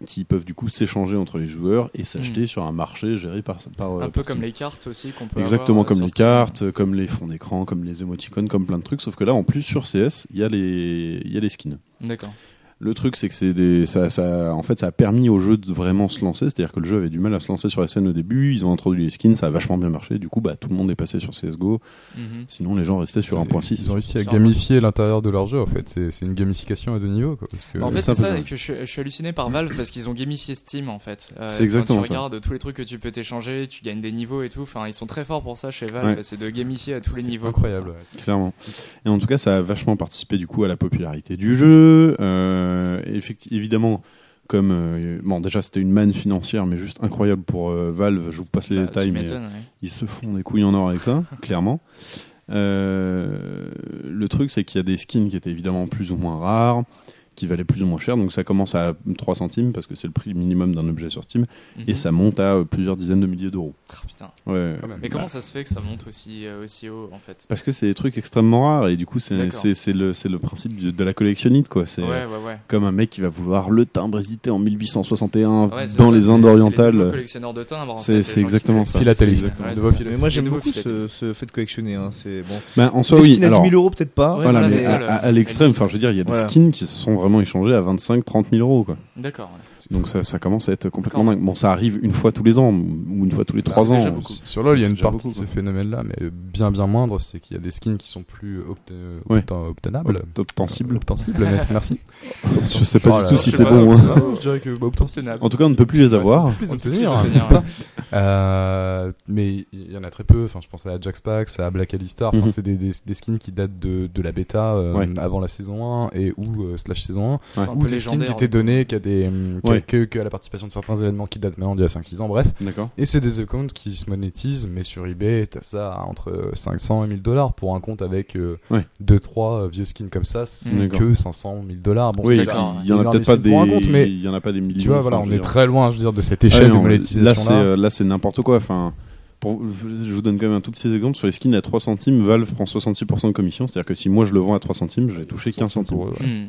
Speaker 2: qui peuvent du coup s'échanger entre les joueurs et s'acheter sur un marché géré par, par euh,
Speaker 1: Hmm. Un peu
Speaker 2: par
Speaker 1: comme
Speaker 2: Steam.
Speaker 1: les cartes aussi qu'on peut
Speaker 2: Exactement
Speaker 1: avoir, euh,
Speaker 2: comme
Speaker 1: sur
Speaker 2: les
Speaker 1: Steam.
Speaker 2: cartes, comme les fonds d'écran, comme les émoticônes, comme plein de trucs. Sauf que là, en plus, sur CS, il y, a les- il y a les skins.
Speaker 1: D'accord.
Speaker 2: Le truc, c'est que c'est des, ça, ça, en fait, ça a permis au jeu de vraiment se lancer. C'est-à-dire que le jeu avait du mal à se lancer sur la scène au début. Ils ont introduit les skins, ça a vachement bien marché. Du coup, bah, tout le monde est passé sur CS:GO.
Speaker 1: Mhm.
Speaker 2: Sinon, les gens restaient sur 1.6.
Speaker 4: Ils ont réussi à gamifier l'intérieur de leur jeu en fait. C'est c'est une gamification à deux niveaux quoi. Parce que-
Speaker 1: En fait,
Speaker 2: Euh, c'est un
Speaker 1: c'est
Speaker 2: peu
Speaker 1: ça
Speaker 2: ça.
Speaker 1: que je, suis- je suis halluciné par Valve parce qu'ils ont gamifié Steam en fait. Euh,
Speaker 2: C'est
Speaker 1: quand
Speaker 2: exactement
Speaker 1: Tu
Speaker 2: ça.
Speaker 1: regardes tous les trucs que tu peux t'échanger, tu gagnes des niveaux et tout. Enfin, ils sont très forts pour ça chez Valve,
Speaker 2: Ouais.
Speaker 1: c'est de gamifier à tous les
Speaker 4: c'est
Speaker 1: niveaux.
Speaker 4: Incroyable. ouais.
Speaker 2: clairement. Et en tout cas, ça a vachement participé du coup à la popularité du jeu. Euh, effecti- évidemment, comme euh, bon, déjà c'était une manne financière, mais juste incroyable pour euh, Valve. Je vous passe les
Speaker 1: Bah,
Speaker 2: détails,
Speaker 1: tu
Speaker 2: mais
Speaker 1: m'étonnes, ouais.
Speaker 2: ils se font des couilles en or avec ça, clairement. Euh, le truc, c'est qu'il y a des skins qui étaient évidemment plus ou moins rares, qui valaient plus ou moins cher, donc ça commence à 3 centimes parce que c'est le prix minimum d'un objet sur Steam, et
Speaker 1: Mhm.
Speaker 2: ça monte à euh, plusieurs dizaines de milliers d'euros.
Speaker 1: Ah, putain.
Speaker 2: Ouais. Bah,
Speaker 4: Quand même.
Speaker 1: Mais comment ça se fait que ça monte aussi, euh, aussi haut en fait
Speaker 2: Parce que c'est des trucs extrêmement rares et du coup c'est
Speaker 1: D'accord.
Speaker 2: c'est- c'est le c'est le principe de, de la collectionnite quoi. C'est
Speaker 1: Ouais, ouais,
Speaker 2: euh,
Speaker 1: ouais.
Speaker 2: comme un mec qui va vouloir le timbre hésité en 1861
Speaker 1: Ouais, c'est
Speaker 2: euh, dans
Speaker 1: ça,
Speaker 2: les
Speaker 1: c'est-
Speaker 2: Indes
Speaker 1: c'est nouveaux
Speaker 2: orientales. euh,
Speaker 1: collectionneurs de timbres. en
Speaker 2: C'est-
Speaker 1: fait, les
Speaker 2: c'est
Speaker 1: gens qui
Speaker 2: exactement
Speaker 1: collectionnent.
Speaker 2: ça.
Speaker 4: Philatéliste.
Speaker 1: Ouais,
Speaker 4: On
Speaker 1: c'est
Speaker 4: doit
Speaker 1: ça.
Speaker 4: philatélister.
Speaker 3: Mais moi j'aime
Speaker 1: Les nouveaux
Speaker 3: beaucoup ce,
Speaker 1: philatélistes.
Speaker 3: ce fait de collectionner, hein, c'est bon.
Speaker 2: Bah, en soi
Speaker 3: Des
Speaker 2: oui.
Speaker 3: skins à
Speaker 2: Alors
Speaker 3: 10 000 euros peut-être pas.
Speaker 1: Ouais,
Speaker 2: voilà,
Speaker 1: voilà,
Speaker 2: mais
Speaker 1: c'est
Speaker 2: à,
Speaker 1: ça, le-
Speaker 2: à- à l'extrême, enfin je veux dire, il y a des
Speaker 3: Voilà.
Speaker 2: skins qui se sont vraiment échangés à 25, 30 000 euros quoi.
Speaker 1: D'accord. ouais.
Speaker 2: Donc ça, ça commence à être complètement dingue. Bon, ça arrive une fois tous les ans ou une fois tous les
Speaker 1: Bah,
Speaker 2: trois
Speaker 1: c'est
Speaker 2: ans. euh,
Speaker 1: déjà beaucoup.
Speaker 4: Sur LoL, il y a
Speaker 2: C'est
Speaker 4: une
Speaker 2: déjà
Speaker 4: partie
Speaker 2: beaucoup,
Speaker 4: de ce
Speaker 2: quoi.
Speaker 4: phénomène-là, mais bien bien moindre, c'est qu'il y a des skins qui sont plus obte-
Speaker 2: Ouais.
Speaker 4: obten- obtenables.
Speaker 2: Obtensible.
Speaker 4: Obtensibles, merci, merci.
Speaker 2: Je sais pas
Speaker 4: Oh
Speaker 2: du
Speaker 4: là
Speaker 2: tout
Speaker 4: là.
Speaker 2: si
Speaker 1: Je
Speaker 2: c'est
Speaker 1: sais
Speaker 2: bon.
Speaker 1: pas,
Speaker 2: hein.
Speaker 1: c'est pas-
Speaker 4: je dirais que
Speaker 1: obtenables.
Speaker 2: En tout cas, on ne peut plus les avoir.
Speaker 4: plus
Speaker 1: Plus
Speaker 4: obtenir, hein,
Speaker 1: obtenir,
Speaker 4: n'est-ce pas
Speaker 1: ouais.
Speaker 4: Euh, mais il y en a très peu. Enfin, je pense à Jack Spax, à Black Alistar. Enfin,
Speaker 2: Mhm.
Speaker 4: c'est des, des, des skins qui datent de, de la bêta euh,
Speaker 2: Ouais.
Speaker 4: avant la saison 1 et ou euh, slash saison
Speaker 1: Ils sont
Speaker 2: hein. Ouais.
Speaker 1: un
Speaker 4: 1
Speaker 1: peu
Speaker 4: ou des skins qui
Speaker 1: légendaires.
Speaker 4: étaient donnés qu'à des hum, qu'à-
Speaker 2: Ouais.
Speaker 4: que, que à la participation de certains événements qui datent maintenant d'il y a 5-6 ans. Bref,
Speaker 2: D'accord.
Speaker 4: et c'est des accounts qui se monétisent, mais sur eBay, t'as ça entre 500 et 1000 dollars pour un compte avec euh,
Speaker 2: Ouais.
Speaker 4: 2-3 euh, vieux skins comme ça, c'est
Speaker 2: D'accord.
Speaker 4: que 500 000 dollars. Bon,
Speaker 2: Oui,
Speaker 4: c'est
Speaker 2: il
Speaker 1: d'accord,
Speaker 4: déjà
Speaker 2: y en a peut-être
Speaker 4: énormissime
Speaker 2: pas des,
Speaker 4: pour un compte, mais
Speaker 2: il y en a pas des millions.
Speaker 4: tu vois, voilà,
Speaker 2: enfin, je
Speaker 4: on
Speaker 2: veux
Speaker 4: est
Speaker 2: dire.
Speaker 4: très loin, je veux dire, de cette
Speaker 2: Ah
Speaker 4: échelle
Speaker 2: oui,
Speaker 4: de
Speaker 2: non, Là, c'est
Speaker 4: monétisation là.
Speaker 2: euh, là, c'est n'importe quoi. Enfin, pour, je vous donne quand même un tout petit exemple sur les skins à 3 centimes. Valve prend 66% de commission, c'est-à-dire que si moi je le vends à 3 centimes, je vais toucher 15 centimes.
Speaker 4: Pour, euh,
Speaker 1: Hmm,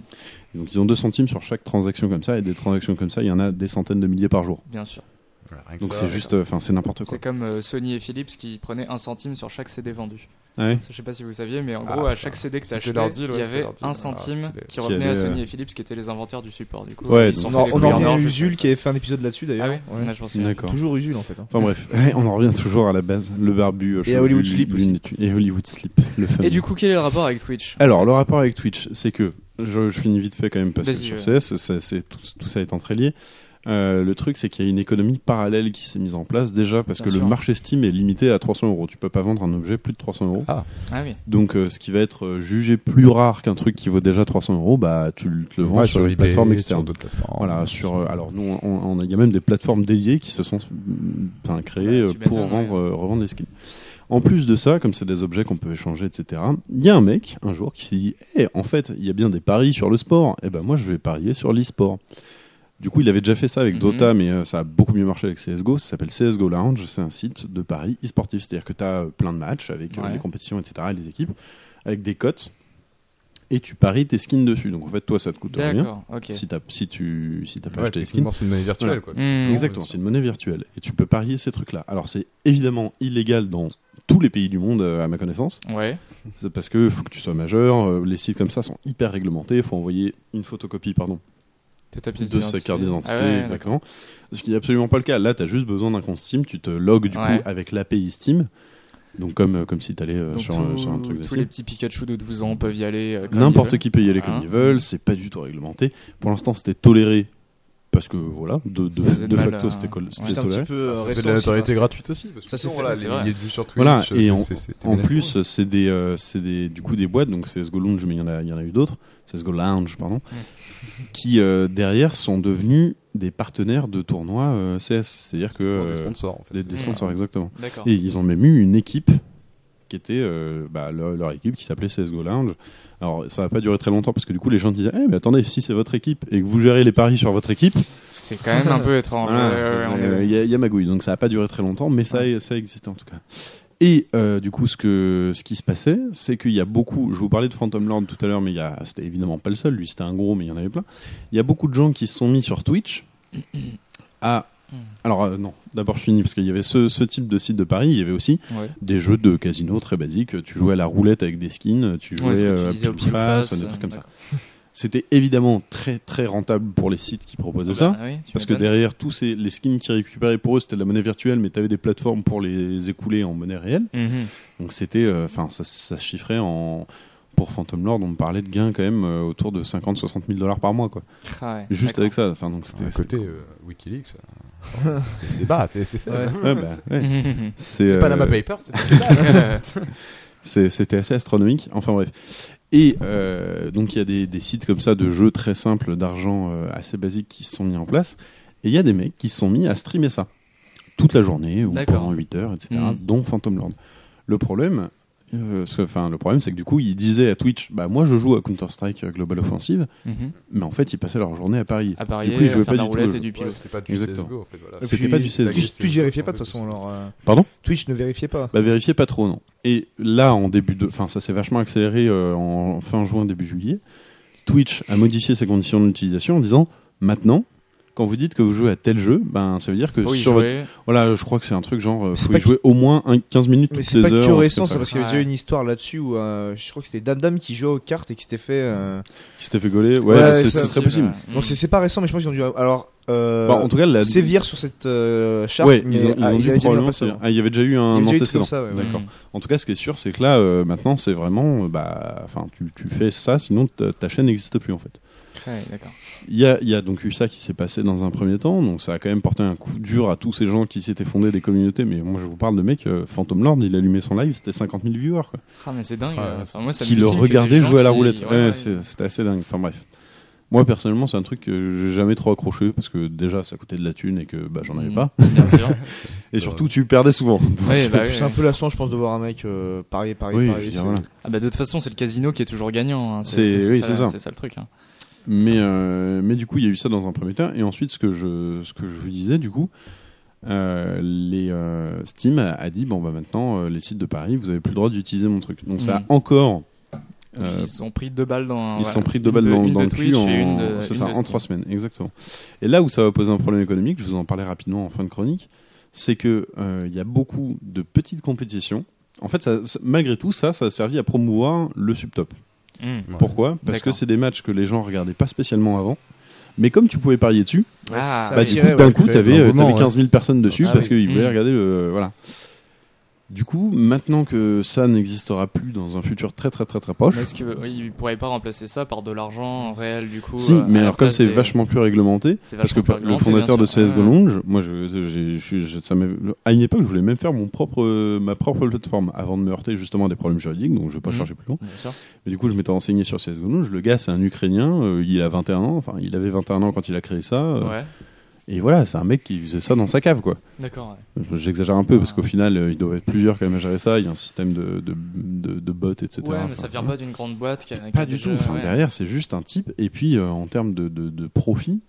Speaker 2: Donc ils ont 2 centimes sur chaque transaction comme ça, et des transactions comme ça, il y en a des centaines de milliers par jour.
Speaker 1: Bien sûr.
Speaker 4: voilà, rien que
Speaker 2: Donc
Speaker 4: ça,
Speaker 2: c'est juste, euh, enfin, c'est n'importe quoi.
Speaker 1: C'est comme euh, Sony et Philips qui prenaient un centime sur chaque CD vendu.
Speaker 2: Ah ouais.
Speaker 1: Ça, je sais pas si vous saviez, mais en
Speaker 4: Ah,
Speaker 1: gros, à
Speaker 4: putain.
Speaker 1: chaque CD que
Speaker 4: C'était
Speaker 1: t'achetais,
Speaker 4: leur deal, ouais,
Speaker 1: il y
Speaker 4: c'était
Speaker 1: avait
Speaker 4: leur deal.
Speaker 1: un
Speaker 4: Ah,
Speaker 1: centime
Speaker 4: stylé.
Speaker 1: qui revenait
Speaker 2: avait,
Speaker 1: à Sony
Speaker 2: euh,
Speaker 1: et Philips qui étaient les inventaires du support. Du coup,
Speaker 2: Ouais,
Speaker 1: ils se sont
Speaker 2: donc-
Speaker 3: On,
Speaker 1: fait
Speaker 3: en-
Speaker 1: des
Speaker 3: on
Speaker 1: couilles
Speaker 3: en revient
Speaker 1: or
Speaker 3: à
Speaker 1: juste
Speaker 3: Usul
Speaker 1: pour
Speaker 3: qui
Speaker 1: ça.
Speaker 3: avait fait un épisode là-dessus
Speaker 1: Ah
Speaker 3: d'ailleurs.
Speaker 1: ouais,
Speaker 3: Ouais.
Speaker 1: Là, je pense que-
Speaker 2: D'accord.
Speaker 3: Toujours Usul en fait. hein.
Speaker 2: Enfin bref, eh, on en revient toujours à la base, le barbu. euh,
Speaker 3: Et à
Speaker 2: chevelu,
Speaker 3: Hollywood Sleep
Speaker 2: l'une des tu- Et Hollywood Sleep, le fameux.
Speaker 1: Et du coup, quel est le rapport avec Twitch
Speaker 2: Alors, le rapport avec Twitch, c'est que, je, je finis vite fait quand même parce que
Speaker 1: Vas-y,
Speaker 2: sur CS, ça- c'est, tout, tout ça est entrelié. Euh, le truc, c'est qu'il y a une économie parallèle qui s'est mise en place déjà parce
Speaker 1: Bien
Speaker 2: que
Speaker 1: sûr.
Speaker 2: le marché Steam est limité à 300 euros. Tu peux pas vendre un objet plus de 300 euros.
Speaker 1: Ah oui.
Speaker 2: Donc, euh, ce qui va être euh, jugé plus rare qu'un truc qui vaut déjà 300 euros, bah, tu le- te le vends
Speaker 4: euh, ouais,
Speaker 2: sur, une
Speaker 4: eBay,
Speaker 2: plateforme
Speaker 4: sur
Speaker 2: externe.
Speaker 4: d'autres plateformes.
Speaker 2: Voilà, sur euh, alors nous on, on a- il y a même des plateformes dédiées qui se sont mm, enfin, créées
Speaker 1: Bah,
Speaker 2: euh,
Speaker 1: tu
Speaker 2: pour
Speaker 1: m'étonnes,
Speaker 2: vendre euh, revendre des skins. En plus de ça, comme c'est des objets qu'on peut échanger, etc. Il y a un mec un jour qui s'est dit, Eh, en fait, il y a bien des paris sur le sport. Et ben moi, je vais parier sur l'e-sport. Du coup, il avait déjà fait ça avec
Speaker 1: Mhm.
Speaker 2: Dota, mais euh, ça a beaucoup mieux marché avec CS:GO. Ça s'appelle CS:GO Lounge. C'est un site de paris e-sportif, c'est-à-dire que tu as plein de matchs avec euh,
Speaker 1: Ouais.
Speaker 2: les compétitions, etc. et les équipes avec des cotes. Et tu paries tes skins dessus. Donc en fait, toi, ça te coûte rien
Speaker 1: D'accord, ok.
Speaker 2: si t'as si tu si t'as pas
Speaker 4: Ouais,
Speaker 2: acheté les skins.
Speaker 4: techniquement, c'est une monnaie virtuelle,
Speaker 2: Voilà.
Speaker 4: quoi.
Speaker 1: Hmm.
Speaker 2: Exactement, c'est une monnaie virtuelle et tu peux parier ces trucs-là. Alors c'est évidemment illégal dans tous les pays du monde euh, à ma connaissance
Speaker 1: Ouais.
Speaker 2: C'est parce que faut que tu sois majeur, euh, les sites comme ça sont hyper réglementés, faut envoyer une photocopie pardon
Speaker 1: De ta pièce
Speaker 2: de sa carte d'identité
Speaker 1: Ah ouais,
Speaker 2: exactement. Ce qui est absolument pas le cas. Là, tu as juste besoin d'un compte Steam, tu te logs du
Speaker 1: Ouais.
Speaker 2: coup avec l'API Steam. Donc comme euh, comme si tu allais
Speaker 1: Donc
Speaker 2: sur,
Speaker 1: tous-
Speaker 2: un- sur un truc de
Speaker 1: tous
Speaker 2: Steam.
Speaker 1: les petits Pikachu de 12 ans peuvent y aller. euh, comme ils
Speaker 2: N'importe
Speaker 1: veulent.
Speaker 2: qui peut y aller comme
Speaker 1: Hein.
Speaker 2: ils veulent, c'est pas du tout réglementé. Pour l'instant, c'était toléré parce que voilà, de, de-
Speaker 1: Ça faisait
Speaker 2: de
Speaker 1: mal,
Speaker 2: facto,
Speaker 1: euh,
Speaker 2: c'était col-
Speaker 1: ouais.
Speaker 2: c'était
Speaker 3: Juste un
Speaker 2: toléré. Ah,
Speaker 3: petit peu euh,
Speaker 4: Ça,
Speaker 3: récent
Speaker 4: C'est de la
Speaker 3: aussi,
Speaker 4: notoriété
Speaker 3: enfin,
Speaker 4: gratuite aussi. Parce que
Speaker 3: Ça, c'est
Speaker 4: bon,
Speaker 3: fait,
Speaker 4: voilà,
Speaker 1: c'est
Speaker 4: les
Speaker 1: vrai.
Speaker 4: milliers de vues sur Twitch.
Speaker 2: Bah, Voilà,
Speaker 4: c'est-
Speaker 2: et
Speaker 4: c'est-
Speaker 2: en-
Speaker 4: c'est-
Speaker 2: En plus, c'est des, euh, c'est des, du coup des boîtes, donc CSGO Lounge, mais il y en a, il y en a eu d'autres, CSGO Lounge, pardon, qui euh, derrière sont devenus des partenaires de tournois euh, CS. C'est-à-dire que.
Speaker 4: Pour des
Speaker 2: euh,
Speaker 4: sponsors, en fait.
Speaker 2: des- des sponsors, exactement.
Speaker 1: D'accord.
Speaker 2: Et ils ont même eu une équipe qui était euh, bah, leur, leur équipe qui s'appelait CSGO Lounge. Alors ça n'a pas duré très longtemps parce que du coup les gens disaient Eh mais attendez, si c'est votre équipe et que vous gérez les paris sur votre équipe,
Speaker 1: C'est quand même un peu étrange.
Speaker 2: voilà,
Speaker 1: Ouais,
Speaker 2: c'est-
Speaker 1: ouais, on est-
Speaker 2: euh, il y, a- il y a magouille. Donc ça n'a pas duré très longtemps mais ça, ça existait en tout cas. Et euh, du coup ce, que, ce qui se passait c'est qu'il y a beaucoup, je vous parlais de Phantom Lord tout à l'heure mais il y a- c'était évidemment pas le seul, lui c'était un gros mais il y en avait plein. Il y a beaucoup de gens qui se sont mis sur Twitch à...
Speaker 1: Hmm.
Speaker 2: Alors euh, non, d'abord je finis parce qu'il y avait ce, ce type de site de paris, il y avait aussi
Speaker 1: ouais.
Speaker 2: des jeux de casino très basiques. Tu jouais à la roulette avec des skins, tu jouais
Speaker 1: Ouais, ce que tu
Speaker 2: euh, à
Speaker 1: disais au
Speaker 2: pile ou face,
Speaker 1: pile ou face,
Speaker 2: des trucs comme ça.
Speaker 1: euh,
Speaker 2: C'était évidemment très très rentable pour les sites qui proposaient ça.
Speaker 1: Ah oui, tu
Speaker 2: Parce que
Speaker 1: m'étonnes.
Speaker 2: derrière tous ces, les skins qu'ils récupéraient pour eux, c'était de la monnaie virtuelle, mais tu avais des plateformes pour les écouler en monnaie réelle.
Speaker 1: Mhm.
Speaker 2: Donc c'était, euh, enfin, ça, ça se chiffrait en. Pour Phantom Lord, on parlait de gains quand même euh, autour de 50-60 000 dollars par mois, quoi.
Speaker 1: Ah ouais,
Speaker 2: Juste
Speaker 1: d'accord.
Speaker 2: avec ça. Enfin, donc c'était.
Speaker 4: À côté euh, Wikileaks, euh, c'est- c'est c'est bas, c'est c'est faible.
Speaker 2: c'était- ouais, bah, ouais.
Speaker 1: Mhm.
Speaker 2: C'est, euh,
Speaker 4: Panama Papers, c'est très
Speaker 2: c'est- c'était assez astronomique. Enfin bref. Et euh, donc il y a des, des sites comme ça de jeux très simples d'argent euh, assez basiques qui se sont mis en place. Et il y a des mecs qui se sont mis à streamer ça toute la journée ou
Speaker 1: D'accord.
Speaker 2: pendant 8 heures, etc.
Speaker 1: Mhm.
Speaker 2: Dont Phantom Lord. Le problème, euh, c'est- enfin le problème, c'est que du coup ils disaient à Twitch, bah moi je joue à Counter Strike Global Offensive,
Speaker 1: Mhm.
Speaker 2: mais en fait ils passaient leur journée à Paris.
Speaker 1: À parier,
Speaker 2: coup, ils jouaient
Speaker 1: à faire
Speaker 2: pas
Speaker 1: la
Speaker 2: du tout
Speaker 1: roulette
Speaker 2: le
Speaker 1: et
Speaker 2: jeu.
Speaker 1: du pilot.
Speaker 4: C'était pas du
Speaker 2: Exactement.
Speaker 4: CSGO en fait. Voilà.
Speaker 3: Et
Speaker 2: C'était
Speaker 3: puis,
Speaker 2: pas du CSGO.
Speaker 3: Twitch, Twitch vérifiait pas de toute façon. Alors, euh,
Speaker 2: Pardon
Speaker 3: Twitch ne vérifiait pas.
Speaker 2: Bah vérifiez pas trop non. Et là en début de, enfin ça s'est vachement accéléré euh, en fin juin début juillet. Twitch a modifié ses conditions d'utilisation en disant maintenant quand vous dites que vous jouez à tel jeu, ben ça veut dire que
Speaker 1: Faut y
Speaker 2: sur votre...
Speaker 1: jouer.
Speaker 2: voilà je crois que c'est un truc genre euh,
Speaker 3: C'est
Speaker 2: faut
Speaker 3: pas
Speaker 2: y jouer au moins un- 15 minutes
Speaker 3: Mais
Speaker 2: toutes
Speaker 3: c'est
Speaker 2: les
Speaker 3: pas
Speaker 2: heures. un
Speaker 3: que
Speaker 2: truc
Speaker 3: récent,
Speaker 2: comme
Speaker 3: ça,
Speaker 2: ça.
Speaker 3: parce qu'il y avait déjà
Speaker 1: Ouais.
Speaker 3: une histoire là-dessus où euh, je crois que c'était Dame Dame qui jouait aux cartes et qui s'était fait. euh,
Speaker 2: Qui s'était fait gauler, ouais,
Speaker 3: Ouais,
Speaker 2: c'est
Speaker 3: ça,
Speaker 2: c'est très possible.
Speaker 1: Mhm.
Speaker 3: Donc c'est c'est pas récent, mais je pense qu'ils ont dû. Alors, euh,
Speaker 2: Bah, en tout cas la...
Speaker 3: sévir sur cette euh, charte.
Speaker 2: ouais,
Speaker 3: mais,
Speaker 2: ils ont, ils
Speaker 3: ah,
Speaker 2: ont
Speaker 3: il
Speaker 2: dû
Speaker 3: avait déjà eu un
Speaker 2: probablement
Speaker 3: passeur.
Speaker 2: sévir. Ah, il y avait déjà eu
Speaker 3: Il y
Speaker 2: un
Speaker 3: avait déjà eu des trucs
Speaker 2: antécédent.
Speaker 3: comme ça, ouais, ouais.
Speaker 2: D'accord. En tout cas, ce qui est sûr, c'est que là, euh, maintenant, c'est vraiment, euh, bah, enfin, tu, tu fais ça, sinon ta ta chaîne n'existe plus en fait.
Speaker 1: Ouais, d'accord.
Speaker 2: Il y a, il y a donc eu ça qui s'est passé dans un premier temps, donc ça a quand même porté un coup dur à tous ces gens qui s'étaient fondés des communautés. Mais moi, je vous parle de mec, euh, Phantom Lord, il allumait son live, c'était 50 000 viewers quoi,
Speaker 1: Ah, mais c'est dingue.
Speaker 4: Ah,
Speaker 1: euh, enfin, moi, ça me
Speaker 2: qui le
Speaker 1: fascine que des
Speaker 2: regardaient
Speaker 1: gens
Speaker 2: jouer à la
Speaker 1: qui-
Speaker 2: roulette.
Speaker 1: ouais,
Speaker 2: Ouais,
Speaker 1: ouais.
Speaker 2: c'est- C'était assez dingue. Enfin bref. Moi personnellement, c'est un truc que j'ai jamais trop accroché parce que déjà ça coûtait de la thune et que bah, j'en avais
Speaker 1: Mhm.
Speaker 2: pas.
Speaker 1: Bien sûr.
Speaker 2: Et surtout, tu perdais souvent. Donc,
Speaker 1: Ouais, bah oui,
Speaker 3: C'est
Speaker 1: oui.
Speaker 3: un peu lassant, je pense, de voir un mec euh, parier, parier,
Speaker 2: oui, je
Speaker 3: parier.
Speaker 2: veux
Speaker 3: c'est-
Speaker 2: dire, voilà.
Speaker 1: Ah bah de toute façon, c'est le casino qui est toujours gagnant. hein.
Speaker 2: C'est- oui, c'est ça.
Speaker 1: C'est ça le truc. hein.
Speaker 2: Mais, euh, mais du coup, il y a eu ça dans un premier temps. Et ensuite, ce que je, ce que je vous disais, du coup, euh, les, euh, Steam a, a dit bon, bah maintenant, euh, les sites de Paris, vous avez plus le droit d'utiliser mon truc. Donc, ça a
Speaker 1: Mhm.
Speaker 2: encore.
Speaker 1: Donc,
Speaker 2: euh,
Speaker 1: ils se sont pris deux balles dans.
Speaker 2: ils se
Speaker 1: voilà.
Speaker 2: sont pris deux
Speaker 1: Une
Speaker 2: balles dans,
Speaker 1: une
Speaker 2: dans
Speaker 1: de
Speaker 2: le cul
Speaker 1: Twitch
Speaker 2: en,
Speaker 1: et une de-
Speaker 2: c'est
Speaker 1: une
Speaker 2: ça,
Speaker 1: de
Speaker 2: en
Speaker 1: Steam.
Speaker 2: trois semaines, exactement. Et là où ça va poser un problème économique, je vous en parlais rapidement en fin de chronique, c'est que euh, il y a beaucoup de petites compétitions. En fait, ça- ça- malgré tout, ça, ça a servi à promouvoir le subtop.
Speaker 1: Mm.
Speaker 4: Ouais.
Speaker 2: Pourquoi Parce que
Speaker 1: D'accord.
Speaker 2: c'est des matchs que les gens regardaient pas spécialement avant. Mais comme tu pouvais parier dessus,
Speaker 1: Ah,
Speaker 2: bah,
Speaker 3: oui.
Speaker 2: du
Speaker 3: Ouais,
Speaker 2: coup, d'un
Speaker 3: ouais,
Speaker 2: coup,
Speaker 4: créer un
Speaker 2: t'avais euh,
Speaker 4: engouement,
Speaker 2: t'avais
Speaker 4: ouais.
Speaker 2: 15 000 personnes dessus
Speaker 4: Ah
Speaker 2: parce
Speaker 4: oui.
Speaker 2: qu'ils voulaient
Speaker 1: Mm.
Speaker 2: regarder le. Voilà. Du coup, maintenant que ça n'existera plus dans un futur très très très très proche,
Speaker 1: Mais Est-ce qu'ils ne pourraient pas remplacer ça par de l'argent réel du coup
Speaker 2: si,
Speaker 1: euh,
Speaker 2: mais
Speaker 1: à la
Speaker 2: alors comme
Speaker 1: place
Speaker 2: c'est
Speaker 1: des-
Speaker 2: vachement plus réglementé,
Speaker 1: C'est
Speaker 2: parce que
Speaker 1: vachement plus
Speaker 2: par- le
Speaker 1: réglementé,
Speaker 2: fondateur de
Speaker 1: bien sûr.
Speaker 2: CSGO
Speaker 1: Ouais.
Speaker 2: Lounge, moi, je, j'ai- je- je- ça m'est- à une époque, je voulais même faire mon propre, euh, ma propre plateforme avant de me heurter justement à des problèmes juridiques, donc je vais pas
Speaker 1: Mm.
Speaker 2: chercher plus loin.
Speaker 1: Bien sûr.
Speaker 2: Mais du coup, je m'étais renseigné sur CSGO Lounge. Le gars, c'est un Ukrainien, euh, il a 21 ans, enfin, il avait 21 ans quand il a créé ça. euh,
Speaker 1: Ouais.
Speaker 2: Et voilà, c'est un mec qui faisait ça dans sa cave, quoi.
Speaker 1: D'accord. ouais.
Speaker 2: J'exagère un peu parce
Speaker 1: Ah.
Speaker 2: qu'au final, euh, il doit être plusieurs quand même à gérer ça. Il y a un système de, de, de, de bots, etc.
Speaker 1: Ouais, mais
Speaker 2: Enfin,
Speaker 1: ça vient pas d'une grande boîte qui a. qui a
Speaker 2: Pas du
Speaker 1: déjà-
Speaker 2: tout. Enfin,
Speaker 1: ouais.
Speaker 2: derrière, c'est juste un type. Et puis, euh, en termes de, de, de profit,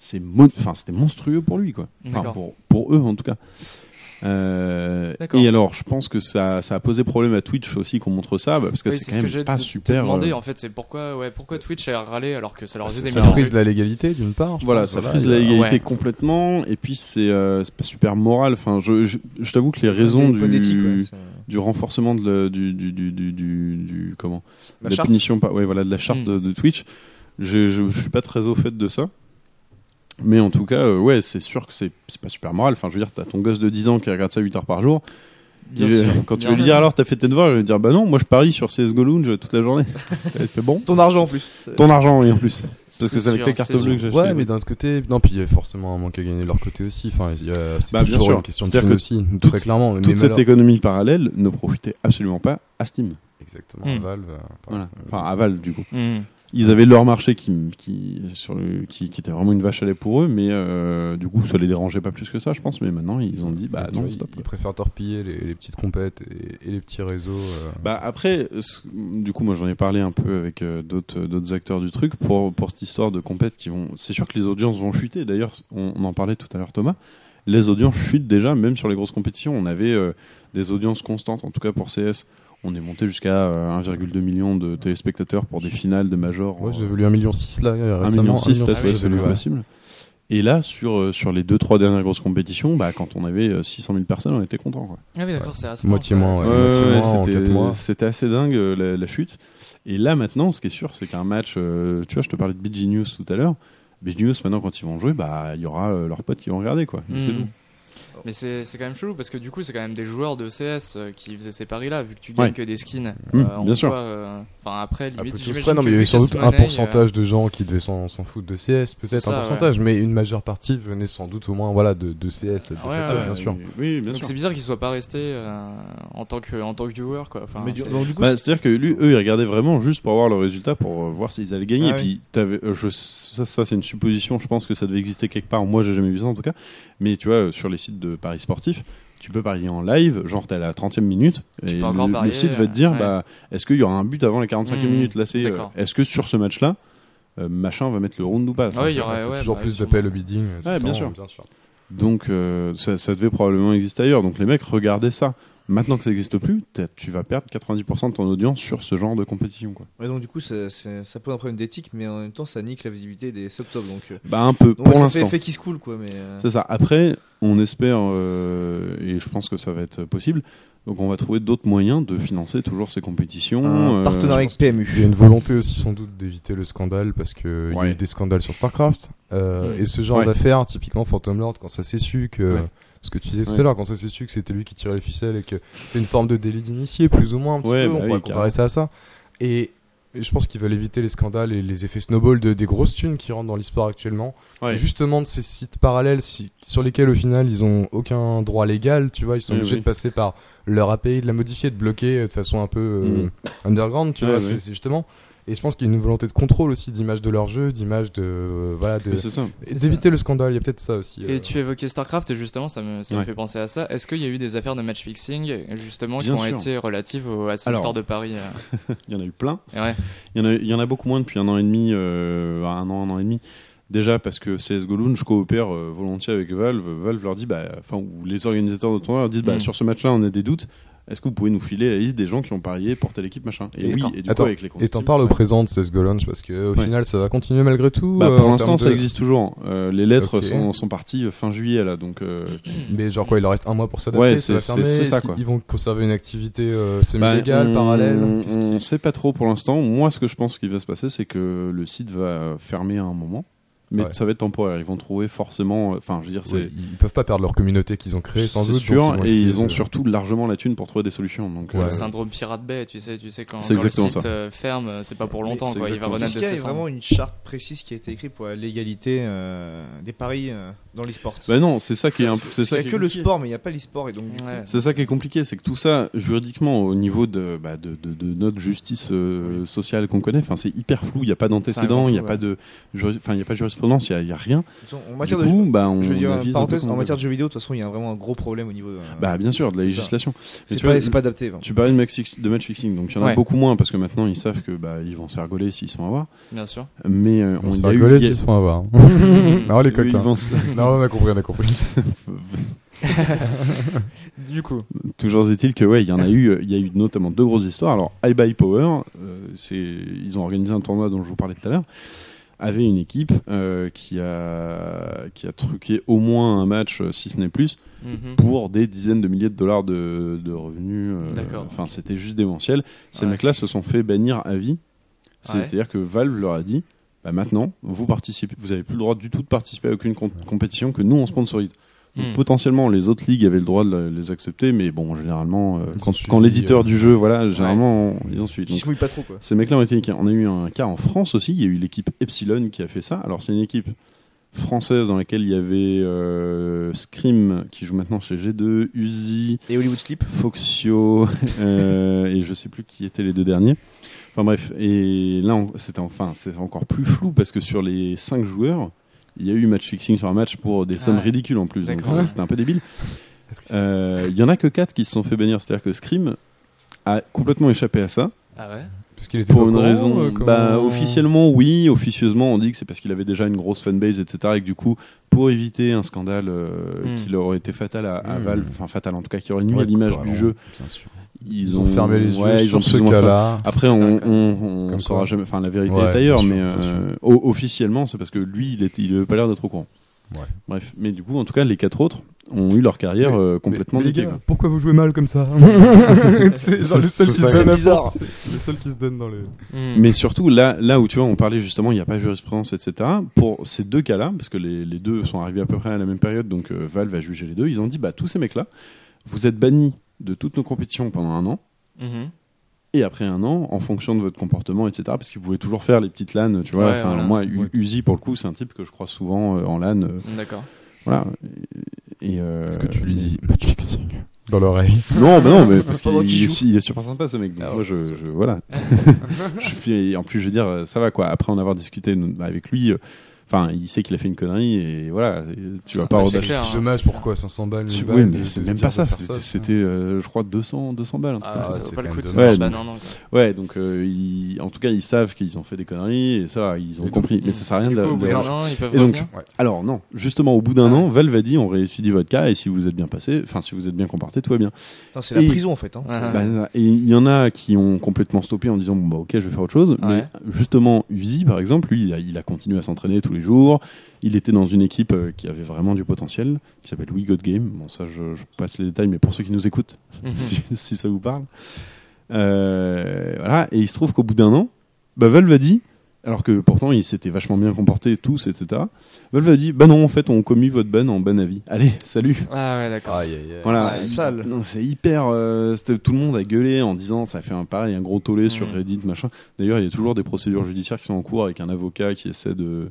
Speaker 2: c'est mon- enfin, c'était monstrueux pour lui, quoi. Enfin,
Speaker 1: D'accord.
Speaker 2: pour, pour eux, en tout cas. Euh,
Speaker 1: D'accord.
Speaker 2: et alors, je pense que ça, ça a posé problème à Twitch aussi qu'on montre ça, bah, parce que
Speaker 1: Oui,
Speaker 2: c'est
Speaker 1: ce
Speaker 2: quand
Speaker 1: que
Speaker 2: même
Speaker 1: j'ai
Speaker 2: pas
Speaker 1: te- te
Speaker 2: super.
Speaker 1: demandé,
Speaker 2: euh, Ah,
Speaker 1: en fait, c'est pourquoi, ouais, pourquoi Twitch a râlé alors que ça leur faisait
Speaker 4: Ça,
Speaker 1: des
Speaker 4: ça
Speaker 1: millions.
Speaker 4: frise la légalité d'une part. je
Speaker 2: Voilà,
Speaker 4: pense,
Speaker 2: ça frise la
Speaker 4: il y a-
Speaker 2: légalité
Speaker 1: ouais.
Speaker 2: complètement, et puis c'est euh, c'est pas super moral. Enfin, je, je, je t'avoue que les raisons
Speaker 3: Des bonnes éthiques, ouais,
Speaker 2: du,
Speaker 3: ça-
Speaker 2: du renforcement de la, du, du, du, du, du, du- comment
Speaker 3: La
Speaker 2: de
Speaker 3: charte.
Speaker 2: punition par- ouais, voilà, de la charte
Speaker 1: Mm.
Speaker 2: de, de Twitch, je, je, je suis pas très au fait de ça. Mais en tout cas, euh, ouais, c'est sûr que c'est c'est pas super moral. Enfin, je veux dire, t'as ton gosse de 10 ans qui regarde ça 8 heures par jour.
Speaker 1: Bien
Speaker 2: Il-
Speaker 1: sûr.
Speaker 2: Quand tu
Speaker 1: Bien
Speaker 2: veux lui
Speaker 1: sûr.
Speaker 2: dire alors, t'as fait tes devoirs, il va dire bah non, moi je parie sur CSGO Lounge toute la journée. Elle fait bon.
Speaker 3: Ton argent en plus.
Speaker 2: Ton argent, oui, en plus. Parce que
Speaker 1: C'est
Speaker 2: c'est avec
Speaker 1: sûr,
Speaker 2: tes cartes
Speaker 1: c'est
Speaker 2: bleues
Speaker 1: sûr.
Speaker 2: que j'ai acheté.
Speaker 4: Ouais, mais d'un autre côté, non, puis il y a forcément un manque à gagner de leur côté aussi. Enfin, il y a- c'est
Speaker 2: Bah, bien
Speaker 4: toujours
Speaker 2: sûr.
Speaker 4: une question de thune
Speaker 2: C'est-à-dire que
Speaker 4: aussi,
Speaker 2: toute-
Speaker 4: très clairement. mais
Speaker 2: Toute cette
Speaker 4: malheur-
Speaker 2: économie parallèle ne profitait absolument pas à Steam.
Speaker 4: Exactement,
Speaker 1: Hmm.
Speaker 4: Valve. euh,
Speaker 2: Voilà.
Speaker 4: euh,
Speaker 2: Enfin, à Valve, du coup.
Speaker 1: Mhm.
Speaker 2: Ils avaient leur marché qui, qui, sur le, qui, qui était vraiment une vache à lait pour eux, mais euh, du coup, ça les dérangeait pas plus que ça, je pense. Mais maintenant, ils ont dit, bah
Speaker 4: tu vois,
Speaker 2: non,
Speaker 4: ils,
Speaker 2: stop.
Speaker 4: ils préfèrent torpiller les, les petites compètes et, et les petits réseaux. euh,
Speaker 2: Bah après, ce- du coup, moi j'en ai parlé un peu avec euh, d'autres euh, d'autres acteurs du truc pour pour cette histoire de compètes qui vont. C'est sûr que les audiences vont chuter. D'ailleurs, on, on en parlait tout à l'heure, Thomas. Les audiences chutent déjà, même sur les grosses compétitions. On avait euh, des audiences constantes, en tout cas pour CS. On est monté jusqu'à euh, 1,2 million de téléspectateurs pour des finales de major.
Speaker 4: Ouais,
Speaker 2: en-
Speaker 4: j'avais lu 1,6 million là euh,
Speaker 2: Un
Speaker 4: récemment.
Speaker 2: million six,
Speaker 4: un million
Speaker 2: peut-être,
Speaker 4: six,
Speaker 2: ouais,
Speaker 4: je
Speaker 2: c'est
Speaker 4: sais
Speaker 2: le
Speaker 4: plus, ouais.
Speaker 2: possible. Et là, sur, euh, sur les 2-3 dernières grosses compétitions, bah, quand on avait euh, 600 000 personnes, on était content. quoi.
Speaker 1: Ah oui, d'accord, c'est à ce
Speaker 4: Moitié
Speaker 1: point,
Speaker 4: moins, ouais.
Speaker 2: Ouais, ouais,
Speaker 4: mois en
Speaker 2: c'était-
Speaker 4: quatre mois.
Speaker 2: C'était assez dingue euh, la, la chute. Et là maintenant, ce qui est sûr, c'est qu'un match, euh, tu vois, je te parlais de BG News tout à l'heure. BG News maintenant, quand ils vont jouer, bah il y aura euh, leurs potes qui vont regarder quoi. Et
Speaker 1: Hmm.
Speaker 2: C'est tout.
Speaker 1: Mais c'est c'est quand même chelou parce que du coup, c'est quand même des joueurs de CS euh, qui faisaient ces paris-là, vu que tu gagnes
Speaker 2: Ouais.
Speaker 1: que des skins.
Speaker 2: Mmh,
Speaker 1: euh, en
Speaker 2: bien sûr.
Speaker 1: soi, euh, Enfin, après,
Speaker 4: À peu
Speaker 1: limite,
Speaker 4: tous
Speaker 1: j'imagine
Speaker 4: près, non,
Speaker 1: que
Speaker 4: mais il y avait sans
Speaker 1: Lucas
Speaker 4: doute un
Speaker 1: Monet, euh,
Speaker 4: pourcentage de gens qui devaient s'en s'en foutre de CS, peut-être
Speaker 1: ça,
Speaker 4: un
Speaker 1: ouais.
Speaker 4: pourcentage, mais une majeure partie venait sans doute au moins voilà, de, de CS, de
Speaker 1: Ah ouais,
Speaker 4: fait,
Speaker 1: ouais,
Speaker 4: bien
Speaker 2: Euh,
Speaker 4: sûr.
Speaker 2: Oui, bien
Speaker 1: Donc c'est
Speaker 2: sûr.
Speaker 1: bizarre qu'il soit pas resté euh, en tant que en tant que viewer quoi. Enfin,
Speaker 3: Mais du-
Speaker 1: c'est-
Speaker 3: donc, du coup,
Speaker 2: Bah, C'est-à-dire que lui, eux, ils regardaient vraiment juste pour avoir le résultat, pour euh, voir s'ils allaient gagner.
Speaker 3: Ah
Speaker 2: et puis, t'avais- euh, je- ça, ça, c'est une supposition. Je pense que ça devait exister quelque part. Moi, j'ai jamais vu ça en tout cas. Mais tu vois, euh, sur les sites de paris sportifs, tu peux parier en live. Genre, t'es à la 30e minute
Speaker 1: Tu
Speaker 2: et
Speaker 1: peux encore
Speaker 2: le, le
Speaker 1: parier, euh,
Speaker 2: site va te dire,
Speaker 1: ouais.
Speaker 2: bah, est-ce qu'il y aura un but avant la 45e
Speaker 1: Mmh,
Speaker 2: minute Là, c'est, euh,
Speaker 1: d'accord.
Speaker 2: est-ce que sur ce match-là, euh, machin va mettre le round ou pas
Speaker 1: Ah oui, il y
Speaker 4: Ouais,
Speaker 1: aurait
Speaker 4: c'est
Speaker 1: ouais,
Speaker 4: toujours
Speaker 1: bah,
Speaker 4: plus
Speaker 1: sûrement.
Speaker 4: d'appels au bidding. euh, tout
Speaker 2: Ouais,
Speaker 4: le
Speaker 2: bien
Speaker 4: temps,
Speaker 2: sûr. Donc euh, ça, ça devait probablement exister ailleurs. Donc les mecs regardaient ça. Maintenant que ça n'existe plus, t'as- tu vas perdre 90% de ton audience sur ce genre de compétition. Quoi.
Speaker 3: Ouais, donc du coup, ça, ça, ça pose un problème d'éthique, mais en même temps, ça nique la visibilité des sub-top. Donc, euh,
Speaker 2: Bah un peu,
Speaker 3: donc
Speaker 2: pour
Speaker 3: ouais, ça fait
Speaker 2: l'instant.
Speaker 3: effet qui se coule, quoi. Mais, euh,
Speaker 2: C'est ça. Après, on espère, euh, et je pense que ça va être possible, donc on va trouver d'autres moyens de financer toujours ces compétitions.
Speaker 3: un
Speaker 2: euh,
Speaker 3: partenariat avec
Speaker 4: Il y a
Speaker 3: PMU.
Speaker 4: une volonté aussi sans doute d'éviter le scandale parce que il y a eu
Speaker 2: Ouais.
Speaker 4: des scandales sur StarCraft euh,
Speaker 1: Mm.
Speaker 4: et ce genre
Speaker 2: Ouais.
Speaker 4: d'affaires typiquement Phantom Lord quand ça s'est su que
Speaker 2: Ouais.
Speaker 4: ce que tu disais tout
Speaker 2: Ouais.
Speaker 4: à l'heure quand ça s'est su que c'était lui qui tirait les ficelles et que c'est une forme de délit d'initié plus ou moins un petit
Speaker 2: Ouais,
Speaker 4: peu
Speaker 2: bah
Speaker 4: on
Speaker 2: oui,
Speaker 4: pourrait comparer ça à ça et je pense qu'ils veulent éviter les scandales et les effets snowball de, des grosses thunes qui rentrent dans l'e-sport actuellement.
Speaker 2: Ouais.
Speaker 4: Et justement de ces sites parallèles si- sur lesquels au final ils ont aucun droit légal, tu vois, ils sont
Speaker 2: Oui,
Speaker 4: obligés
Speaker 2: oui.
Speaker 4: de passer par leur API, de la modifier, de bloquer euh, de façon un peu euh,
Speaker 2: Mm.
Speaker 4: underground, tu
Speaker 2: Ouais,
Speaker 4: vois,
Speaker 2: ouais.
Speaker 4: c'est c'est justement. Et je pense qu'il y a une volonté de contrôle aussi, d'image de leur jeu, d'image de. euh, voilà, de-
Speaker 2: oui, c'est ça.
Speaker 4: et d'éviter le scandale, il y a peut-être ça aussi. euh.
Speaker 1: Et tu évoquais StarCraft et justement ça me, ça me
Speaker 2: Ouais.
Speaker 1: fait penser à ça. Est-ce qu'il y a eu des affaires de match fixing justement
Speaker 2: Bien
Speaker 1: qui ont
Speaker 2: sûr.
Speaker 1: été relatives au, à ces
Speaker 2: Alors.
Speaker 1: histoires de Paris euh,
Speaker 2: Il y en a eu plein.
Speaker 1: et ouais.
Speaker 2: Il y en a, il y en a beaucoup moins depuis un an et demi, euh, un an, un an et demi. Déjà parce que CSGO Lounge coopère euh, volontiers avec Valve. Valve leur dit, bah, enfin, ou les organisateurs de tournoi leur disent, bah,
Speaker 1: Mm.
Speaker 2: sur ce match-là, on a des doutes. Est-ce que vous pouvez nous filer la liste des gens qui ont parié pour telle équipe, machin Et oui,
Speaker 1: Attends,
Speaker 2: et du
Speaker 4: attends,
Speaker 2: coup, avec les comptes
Speaker 4: Et t'en
Speaker 2: Steam,
Speaker 4: parles au
Speaker 2: ouais.
Speaker 4: présent de ce Launch parce que au
Speaker 2: Ouais.
Speaker 4: final ça va continuer malgré tout.
Speaker 2: Bah,
Speaker 4: euh,
Speaker 2: pour
Speaker 4: en
Speaker 2: l'instant,
Speaker 4: termes
Speaker 2: ça
Speaker 4: de-
Speaker 2: existe toujours. Euh, les lettres
Speaker 4: Ok.
Speaker 2: sont, sont parties fin juillet, là, donc euh,
Speaker 4: Mais genre quoi, il leur reste un mois pour s'adapter,
Speaker 2: Ouais,
Speaker 4: ça va
Speaker 2: c'est- c'est-
Speaker 4: fermer.
Speaker 2: c'est ça,
Speaker 4: Est-ce qu'ils-
Speaker 2: quoi.
Speaker 4: Ils vont conserver une activité euh,
Speaker 2: Bah,
Speaker 4: semi-légale,
Speaker 2: on-
Speaker 4: parallèle. Qu'est-ce qui-
Speaker 2: On sait pas trop pour l'instant. Moi, ce que je pense qu'il va se passer, c'est que le site va fermer à un moment. Mais
Speaker 4: Ouais.
Speaker 2: ça va être temporaire. Ils vont trouver forcément. euh, Enfin, je veux dire,
Speaker 4: Ouais,
Speaker 2: c'est
Speaker 4: Ils peuvent pas perdre leur communauté qu'ils ont créée sans
Speaker 2: c'est
Speaker 4: doute. donc
Speaker 2: sûr.
Speaker 4: vont
Speaker 2: et
Speaker 4: essayer
Speaker 2: ils ont
Speaker 4: de-
Speaker 2: surtout largement la thune pour trouver des solutions. Donc,
Speaker 4: Ouais.
Speaker 1: C'est
Speaker 2: euh,
Speaker 1: le syndrome Pirate Bay, tu sais, tu sais quand,
Speaker 2: C'est
Speaker 1: quand le
Speaker 2: exactement
Speaker 1: site
Speaker 2: ça.
Speaker 1: euh, ferme, c'est pas pour
Speaker 3: Mais
Speaker 1: longtemps
Speaker 2: c'est
Speaker 1: quoi, il va
Speaker 2: exactement
Speaker 1: renaître
Speaker 3: Est-ce
Speaker 1: de
Speaker 3: qu'il y a
Speaker 1: ses
Speaker 3: vraiment
Speaker 1: cendres.
Speaker 3: une charte précise qui a été écrite pour la légalité euh, des paris euh, dans l'e-sport
Speaker 2: Bah non, c'est ça qui est. imp- C'est
Speaker 3: Parce qu'il
Speaker 2: ça
Speaker 3: y a
Speaker 2: qui est
Speaker 3: que le
Speaker 2: compliqué.
Speaker 3: sport, mais il n'y a pas l'e-sport. Et donc, du coup,
Speaker 1: Ouais.
Speaker 2: C'est ça qui est compliqué, c'est que tout ça, juridiquement, au niveau de, bah, de, de- de notre justice euh, sociale qu'on connaît, enfin, c'est hyper flou. Il n'y a pas d'antécédent,
Speaker 1: grand
Speaker 2: il n'y a
Speaker 1: flou,
Speaker 2: pas
Speaker 1: ouais.
Speaker 2: de, juri- enfin, il y a pas de jurisprudence, il n'y a, il y a rien.
Speaker 3: en
Speaker 2: Du
Speaker 3: matière de.
Speaker 2: coup, bah, on
Speaker 3: je veux dire,
Speaker 2: avise un peu
Speaker 3: parenthèse,
Speaker 2: comment
Speaker 3: en
Speaker 2: on
Speaker 3: matière de jeux vidéo, de toute façon, il y a vraiment un gros problème au niveau. euh,
Speaker 2: Bah bien sûr, de la
Speaker 3: C'est ça.
Speaker 2: législation. Et
Speaker 3: c'est
Speaker 2: tu
Speaker 3: pas,
Speaker 2: vois,
Speaker 3: c'est pas adapté. vraiment.
Speaker 2: tu parlais de match, fix- de match fixing, donc il y en a
Speaker 1: Ouais.
Speaker 2: beaucoup moins parce que maintenant ils savent que bah ils vont se faire gauler s'ils sont à voir.
Speaker 1: Bien sûr.
Speaker 2: Mais euh,
Speaker 4: On
Speaker 2: il
Speaker 4: se
Speaker 2: y
Speaker 4: fait
Speaker 2: a eu-
Speaker 4: rigoler
Speaker 2: il y a-
Speaker 4: s'ils se font avoir. non, les
Speaker 2: oui, ils
Speaker 4: coquins.
Speaker 2: vont se-
Speaker 4: Non, on a compris, on a compris.
Speaker 1: Du coup,
Speaker 2: Toujours est-il que ouais, il y en a eu, euh, il y a eu notamment deux grosses histoires. Alors, I Buy Power, euh, c'est ils ont organisé un tournoi dont je vous parlais tout à l'heure, avait une équipe euh, qui a qui a truqué au moins un match, euh, si ce n'est plus,
Speaker 1: Mhm.
Speaker 2: pour des dizaines de milliers de dollars de, de revenus. euh,
Speaker 1: D'accord.
Speaker 2: Enfin, c'était juste démentiel. Ces
Speaker 1: Ouais.
Speaker 2: mecs-là se sont fait bannir à vie. C'est-à-dire que Valve leur a dit bah maintenant, vous participez, vous avez plus le droit du tout de participer à aucune comp- compétition que nous on sponsorise. Donc,
Speaker 1: Hmm.
Speaker 2: Potentiellement, les autres ligues avaient le droit de les accepter, mais bon, généralement, euh,
Speaker 4: Ils ont
Speaker 2: quand,
Speaker 4: suivi,
Speaker 2: quand l'éditeur
Speaker 4: euh,
Speaker 2: du jeu, voilà, généralement, on- ils ont suivi.
Speaker 3: Ils
Speaker 2: Donc,
Speaker 3: se mouillent pas trop, quoi.
Speaker 2: ces mecs-là ont été niqués. On a eu un cas en France aussi. Il y a eu l'équipe Epsilon qui a fait ça. Alors, c'est une équipe française dans laquelle il y avait euh, Scream qui joue maintenant chez G2, Uzi,
Speaker 3: Et Hollywood Sleep
Speaker 2: Foxio euh, et je sais plus qui étaient les deux derniers. Enfin bref, et là on- c'était enfin c'est encore plus flou parce que sur les cinq joueurs, il y a eu match fixing sur un match pour des sommes
Speaker 1: ouais.
Speaker 2: ridicules en plus. Donc
Speaker 1: D'accord.
Speaker 2: euh, c'était un peu débile. Euh, Il y en a que quatre qui se sont fait bannir, c'est-à-dire que Scream a complètement échappé à ça
Speaker 1: Ah ouais.
Speaker 4: Parce qu'il était
Speaker 2: pour
Speaker 4: pas au
Speaker 2: une
Speaker 4: courant,
Speaker 2: raison
Speaker 4: euh, comment-
Speaker 2: bah, officiellement oui officieusement on dit que c'est parce qu'il avait déjà une grosse fanbase etc et que du coup pour éviter un scandale euh,
Speaker 1: Mm.
Speaker 2: qui leur aurait été fatal à, à
Speaker 4: Mm.
Speaker 2: Valve enfin fatal en tout cas qui aurait nuit
Speaker 4: Ouais,
Speaker 2: à l'image du
Speaker 4: vraiment,
Speaker 2: jeu
Speaker 4: bien sûr.
Speaker 2: ils,
Speaker 4: Ils ont fermé les yeux
Speaker 2: ouais, ils ont
Speaker 4: sur ce
Speaker 2: plus ou moins fermé.
Speaker 4: cas-là.
Speaker 2: Après,
Speaker 1: C'est
Speaker 2: on,
Speaker 1: dingue,
Speaker 2: on, on
Speaker 4: Comme
Speaker 2: saura
Speaker 4: quoi.
Speaker 2: jamais. Enfin, la vérité
Speaker 4: Ouais,
Speaker 2: est ailleurs,
Speaker 4: bien sûr,
Speaker 2: mais
Speaker 4: bien
Speaker 2: euh, o- officiellement, c'est parce que lui, il n'avait il avait pas l'air d'être au courant.
Speaker 4: Ouais.
Speaker 2: Bref, mais du coup, en tout cas, les quatre autres ont eu leur carrière euh, complètement
Speaker 4: mais, mais les
Speaker 2: niquée,
Speaker 4: gars,
Speaker 2: quoi.
Speaker 4: pourquoi vous jouez mal comme ça C'est genre le seul qui se
Speaker 3: c'est
Speaker 4: donne à
Speaker 3: bizarre.
Speaker 4: fond, c'est le seul qui se donne dans le.
Speaker 1: Hmm.
Speaker 2: Mais surtout, là, là où tu vois, on parlait justement, il n'y a pas jurisprudence, etc. Pour ces deux cas-là, parce que les, les deux sont arrivés à peu près à la même période, donc euh, Valve a jugé les deux, ils ont dit, bah, tous ces mecs-là, vous êtes bannis de toutes nos compétitions pendant un an,
Speaker 1: Mhm.
Speaker 2: et après un an, en fonction de votre comportement, etc., parce qu'ils pouvaient toujours faire les petites LAN, tu vois.
Speaker 1: Ouais,
Speaker 2: Enfin,
Speaker 1: voilà.
Speaker 2: Moi, U-
Speaker 4: Ouais.
Speaker 2: Uzi, pour le coup, c'est un type que je croise souvent euh, en LAN. euh,
Speaker 1: D'accord.
Speaker 2: voilà. Et, euh,
Speaker 4: Est-ce que tu lui dis match fixing dans l'oreille
Speaker 2: Non, mais non, mais parce
Speaker 3: pas moi qui
Speaker 2: qu'il
Speaker 3: joue.
Speaker 2: est, il est super sympa ce mec. Donc moi, je, je- voilà. Ah je suis- en plus, je veux dire, euh, ça va quoi. Après en avoir discuté nous, bah, avec lui, euh, enfin, il sait qu'il a fait une connerie et voilà, et tu vas pas
Speaker 1: bah,
Speaker 2: redâcher.
Speaker 1: clair,
Speaker 4: C'est
Speaker 1: hein.
Speaker 4: dommage pourquoi 500 balles.
Speaker 2: Tu-
Speaker 4: 1000
Speaker 2: Oui,
Speaker 4: balles,
Speaker 2: mais
Speaker 4: de-
Speaker 2: c'est
Speaker 4: de
Speaker 2: même
Speaker 4: se
Speaker 2: pas
Speaker 4: dire
Speaker 2: ça.
Speaker 4: de faire
Speaker 2: C'était,
Speaker 4: ça.
Speaker 2: c'était, euh, je crois, 200, 200 balles. un truc
Speaker 1: Ah,
Speaker 2: comme ça.
Speaker 1: ça
Speaker 4: c'est
Speaker 1: vaut pas le
Speaker 4: quand
Speaker 1: coup de
Speaker 4: même
Speaker 1: faire. Bah,
Speaker 2: dommage.
Speaker 1: non, non, quoi.
Speaker 2: Ouais, donc euh, ils- en tout cas, ils savent qu'ils ont fait des conneries et ça, ils ont
Speaker 4: Et donc,
Speaker 2: compris. mais
Speaker 1: mm.
Speaker 2: ça sert à rien
Speaker 1: Du
Speaker 2: de.
Speaker 1: coup, au bout
Speaker 2: de-
Speaker 1: d'un an, ils peuvent
Speaker 2: Et donc,
Speaker 1: revenir.
Speaker 2: alors non, justement, au bout d'un
Speaker 1: Ah.
Speaker 2: an, Valve a dit, on réétudie votre cas et si vous êtes bien passé, enfin si vous êtes bien comporté, tout va bien.
Speaker 3: Putain, C'est la
Speaker 2: Et-
Speaker 3: prison en fait. hein.
Speaker 1: Ouais.
Speaker 2: Bah, et il y en a qui ont complètement stoppé en disant bon bah ok je vais faire autre chose
Speaker 1: Ouais.
Speaker 2: mais justement Uzi par exemple lui il a, il a continué à s'entraîner tous les jours il était dans une équipe euh, qui avait vraiment du potentiel qui s'appelle We Got Game bon ça je, je passe les détails mais pour ceux qui nous écoutent
Speaker 1: Mhm.
Speaker 2: si, si ça vous parle Euh, voilà et il se trouve qu'au bout d'un an bah, Valve a dit alors que pourtant ils s'étaient vachement bien comportés tous etc Valve a dit bah non en fait on commis votre ban en ban à vie allez salut
Speaker 1: Ah ouais, d'accord.
Speaker 4: Aïe, aïe, aïe.
Speaker 2: voilà,
Speaker 3: C'est sale.
Speaker 2: Non, c'est hyper. euh, c'était- tout le monde a gueulé en disant ça fait un pareil, un gros tollé sur
Speaker 1: Mhm.
Speaker 2: Reddit, machin. D'ailleurs, il y a toujours des procédures judiciaires qui sont en cours avec un avocat qui essaie de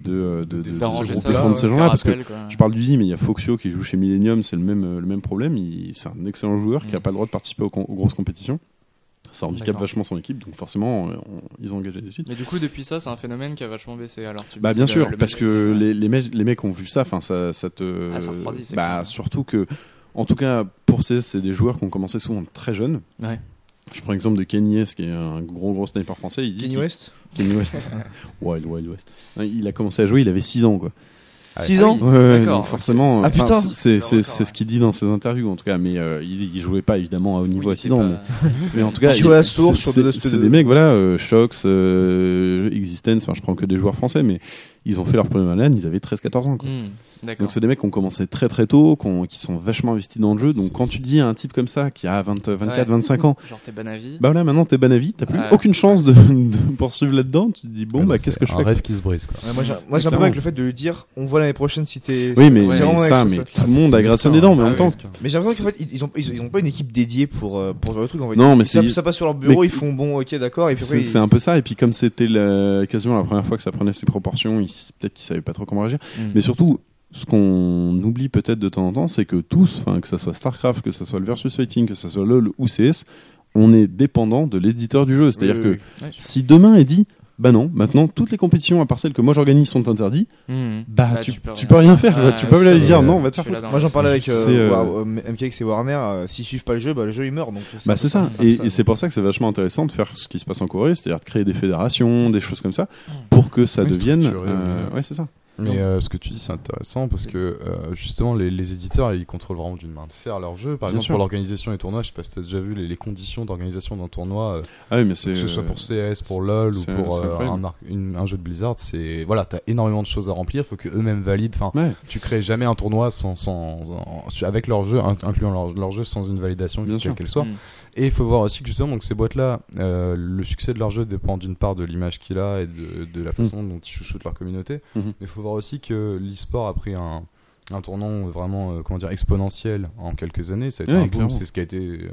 Speaker 2: de euh, de, de- de se
Speaker 1: S'arranger
Speaker 2: grouper
Speaker 1: ça,
Speaker 2: contre ces
Speaker 1: ouais,
Speaker 2: gens-là
Speaker 1: faire
Speaker 2: parce que
Speaker 1: appel, quoi.
Speaker 2: je parle d'Uzi, mais il y a Foxio qui joue chez Millennium, c'est le même euh, le même problème. Il- C'est un excellent joueur qui a
Speaker 1: Mhm.
Speaker 2: pas le droit de participer aux, con- aux grosses compétitions. Ça handicape
Speaker 1: D'accord.
Speaker 2: vachement son équipe, donc forcément, euh, on- ils ont engagé des suites.
Speaker 1: Mais du coup, depuis ça, c'est un phénomène qui a vachement baissé. Alors, tu me
Speaker 2: Bah
Speaker 1: dis
Speaker 2: bien
Speaker 1: le-
Speaker 2: sûr,
Speaker 1: le
Speaker 2: parce que
Speaker 1: mécanisme, ouais.
Speaker 2: les, les, mecs, les mecs ont vu ça, enfin ça, ça te,
Speaker 1: Ah, ça refroidit, c'est
Speaker 2: bah
Speaker 1: clair.
Speaker 2: surtout que, en tout cas pour ces, c'est des joueurs qui ont commencé souvent très jeunes.
Speaker 1: Ouais.
Speaker 2: Je prends l'exemple de Kenny West, qui est un gros gros sniper français. Il dit
Speaker 3: Kanye
Speaker 2: qu'il-
Speaker 3: West
Speaker 2: Kenny West. Wild Wild West. Non, Il a commencé à jouer, il avait 6 ans quoi.
Speaker 3: 6
Speaker 1: Ah
Speaker 3: ans
Speaker 1: oui.
Speaker 2: Ouais, ouais,
Speaker 1: D'accord,
Speaker 2: donc
Speaker 1: ok.
Speaker 2: forcément.
Speaker 3: Ah,
Speaker 2: enfin,
Speaker 3: putain.
Speaker 2: c'est- C'est
Speaker 1: Le
Speaker 2: c'est
Speaker 1: record,
Speaker 2: c'est ce qu'il dit dans ses interviews en tout cas, mais euh, il, il jouait pas évidemment à haut niveau
Speaker 1: Oui,
Speaker 2: à 6
Speaker 1: c'est
Speaker 2: ans.
Speaker 1: pas-
Speaker 2: mais- mais en tout cas,
Speaker 3: Il jouait à
Speaker 2: il-
Speaker 3: Source
Speaker 2: c'est-
Speaker 3: sur de
Speaker 2: c'est-
Speaker 3: l'espèce
Speaker 2: C'est
Speaker 3: de-
Speaker 2: des mecs, voilà, euh, Shox, euh, Existence, enfin, je prends que des joueurs français, mais ils ont fait leur premier LAN, ils avaient 13-14 ans. quoi.
Speaker 1: Hmm, D'accord.
Speaker 2: Donc, c'est des mecs qui ont commencé très très tôt, qui, ont- qui sont vachement investis dans le jeu. Donc, quand tu dis à un type comme ça, qui a 20, 24,
Speaker 1: Ouais.
Speaker 2: 25 ans,
Speaker 1: Genre, t'es bon avis.
Speaker 2: bah voilà, maintenant t'es banavi, t'as plus
Speaker 1: Ouais.
Speaker 2: aucune chance de, de poursuivre là-dedans, tu te dis, bon,
Speaker 4: Ouais,
Speaker 2: bah
Speaker 4: Ah c'est
Speaker 2: qu'est-ce que je
Speaker 4: un
Speaker 2: fais
Speaker 4: rêve qui se brise quoi.
Speaker 3: Ouais, Moi j'ai moi, j'ai un
Speaker 2: Clairement.
Speaker 3: problème avec le fait de lui dire on voit l'année prochaine si t'es.
Speaker 2: Oui, mais,
Speaker 1: Ouais,
Speaker 2: mais
Speaker 3: c'est vraiment
Speaker 2: ça,
Speaker 3: avec
Speaker 2: mais
Speaker 3: ça.
Speaker 2: tout le monde a grassé les
Speaker 4: hein.
Speaker 2: dents, mais en
Speaker 1: Ah
Speaker 2: même
Speaker 1: oui.
Speaker 2: temps,
Speaker 3: Mais j'ai l'impression qu'en fait, ils- ils ont, ils, ils ont pas une équipe dédiée pour, euh, pour ce genre de truc.
Speaker 1: Ah
Speaker 3: En fait.
Speaker 2: Non, mais
Speaker 3: ça,
Speaker 2: c'est-
Speaker 3: ça passe sur leur bureau,
Speaker 2: mais-
Speaker 3: ils font bon, ok, d'accord, et puis après.
Speaker 2: C'est
Speaker 3: ils-
Speaker 2: c'est un peu ça, et puis comme c'était la- quasiment la première fois que ça prenait ses proportions, il- peut-être qu'ils savaient pas trop comment réagir.
Speaker 1: Mm.
Speaker 2: Mais surtout, ce qu'on oublie peut-être de temps en temps, c'est que tous, enfin, que ça soit StarCraft, que ça soit le Versus Fighting, que ça soit LoL ou CS, on est dépendant de l'éditeur du jeu. C'est-à-dire
Speaker 3: Oui,
Speaker 2: que
Speaker 3: oui,
Speaker 1: Ouais.
Speaker 2: si demain est dit, bah non, maintenant toutes les compétitions à part celles que moi j'organise sont interdites,
Speaker 1: Hmm.
Speaker 2: bah
Speaker 1: Ah,
Speaker 2: tu, tu peux, rien faire, quoi.
Speaker 1: Ah,
Speaker 2: tu peux
Speaker 1: ça,
Speaker 2: pas lui dire
Speaker 4: euh,
Speaker 2: non, on va te
Speaker 1: tu
Speaker 2: faire
Speaker 1: fais la
Speaker 2: foutre.
Speaker 1: danse.
Speaker 3: Moi j'en parlais avec euh,
Speaker 2: C'est, euh,
Speaker 3: War- euh, MKX et Warner, euh, s'ils suivent pas le jeu, bah, le jeu il meurt. Donc,
Speaker 2: Bah c'est ça,
Speaker 3: un peu
Speaker 2: et,
Speaker 3: ça,
Speaker 2: et
Speaker 3: donc.
Speaker 2: c'est pour ça que c'est vachement intéressant de faire ce qui se passe en Corée, c'est-à-dire de créer des fédérations, des choses comme ça, pour que ça
Speaker 4: Oui,
Speaker 2: devienne...
Speaker 4: structurer,
Speaker 2: euh,
Speaker 4: oui.
Speaker 2: ouais, c'est ça.
Speaker 4: Mais euh, ce que tu dis, c'est intéressant parce que euh, justement, les, les éditeurs, ils contrôlent vraiment d'une main de fer leur jeu. Par
Speaker 2: Bien
Speaker 4: exemple,
Speaker 2: sûr.
Speaker 4: pour l'organisation des tournois, je sais pas si t'as déjà vu les, les conditions d'organisation d'un tournoi, euh,
Speaker 2: Ah oui, mais c'est...
Speaker 4: que ce soit
Speaker 2: euh,
Speaker 4: pour CS, pour LoL ou
Speaker 2: c'est-
Speaker 4: pour
Speaker 2: c'est
Speaker 4: euh,
Speaker 2: incroyable.
Speaker 4: un, arc- une- un jeu de Blizzard. C'est voilà, t'as énormément de choses à remplir. Faut que eux-mêmes valident. Enfin,
Speaker 2: euh, Ouais,
Speaker 4: tu crées jamais un tournoi sans, sans, sans- avec leur jeu, in- incluant leur, leur jeu sans une validation
Speaker 2: Bien
Speaker 4: quelle
Speaker 2: sûr.
Speaker 4: qu'elle soit.
Speaker 1: Mm.
Speaker 4: Et il faut voir aussi que justement, donc ces boîtes-là, euh, le succès de leur jeu dépend d'une part de l'image qu'il a et de, de la
Speaker 2: Mm.
Speaker 4: façon dont ils chouchoutent leur communauté.
Speaker 2: Mhm.
Speaker 4: Mais il faut voir aussi que l'e-sport a pris un, un tournant vraiment euh, comment dire exponentiel en quelques années. Ça a été
Speaker 2: Ouais,
Speaker 4: un boom.
Speaker 2: clairement.
Speaker 4: C'est ce qui a été, euh,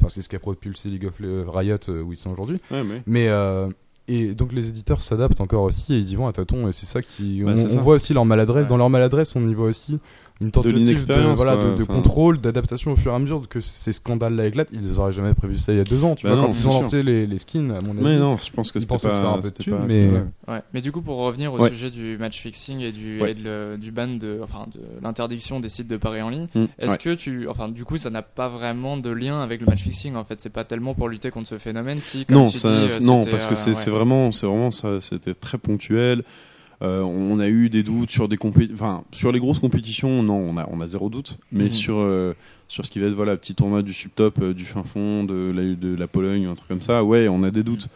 Speaker 4: enfin c'est ce qui a propulsé League of Le- Riot euh, où ils sont aujourd'hui.
Speaker 2: ouais, ouais.
Speaker 4: Mais euh, et donc les éditeurs s'adaptent encore aussi et ils y vont à tâtons et c'est ça qui
Speaker 2: Bah,
Speaker 4: on,
Speaker 2: c'est
Speaker 4: on
Speaker 2: ça.
Speaker 4: voit aussi leur maladresse
Speaker 1: Ouais.
Speaker 4: dans leur maladresse on y voit aussi une tentative de,
Speaker 2: l'inexpérience,
Speaker 4: voilà,
Speaker 2: quoi,
Speaker 4: de, de
Speaker 2: enfin.
Speaker 4: contrôle d'adaptation au fur et à mesure que ces scandales là éclatent ils auraient jamais prévu ça il y a deux ans tu
Speaker 2: Bah
Speaker 4: vois
Speaker 2: non,
Speaker 4: quand ils
Speaker 2: c'est
Speaker 4: ont
Speaker 2: sûr.
Speaker 4: lancé les, les skins à mon avis
Speaker 2: Mais non, je pense que
Speaker 4: Ils
Speaker 2: c'était pas...
Speaker 4: pensaient se faire un peu de
Speaker 2: c'était
Speaker 4: thune,
Speaker 2: pas-
Speaker 4: mais- euh,
Speaker 2: c'était-
Speaker 1: Ouais. Mais du coup, pour revenir au
Speaker 2: Ouais.
Speaker 1: sujet du match fixing et du,
Speaker 2: Ouais.
Speaker 1: et de le- du ban de, enfin, de l'interdiction des sites de paris en ligne,
Speaker 2: Mm.
Speaker 1: est-ce
Speaker 2: Ouais.
Speaker 1: que tu, enfin, du coup, ça n'a pas vraiment de lien avec le match fixing en fait. C'est pas tellement pour lutter contre ce phénomène, si. Comme
Speaker 2: Non,
Speaker 1: tu
Speaker 2: ça-
Speaker 1: dis, euh,
Speaker 2: non,
Speaker 1: c'était,
Speaker 2: parce que
Speaker 1: euh,
Speaker 2: c'est
Speaker 1: ouais.
Speaker 2: c'est vraiment, c'est vraiment ça, c'était très ponctuel. Euh, on a eu des doutes sur des compé- enfin sur les grosses compétitions, non, on a on a zéro doute, mais
Speaker 1: Mhm.
Speaker 2: sur euh, sur ce qui va être voilà petit tournoi du subtop euh, du fin fond de la de la Pologne ou un truc comme ça, ouais, on a des doutes.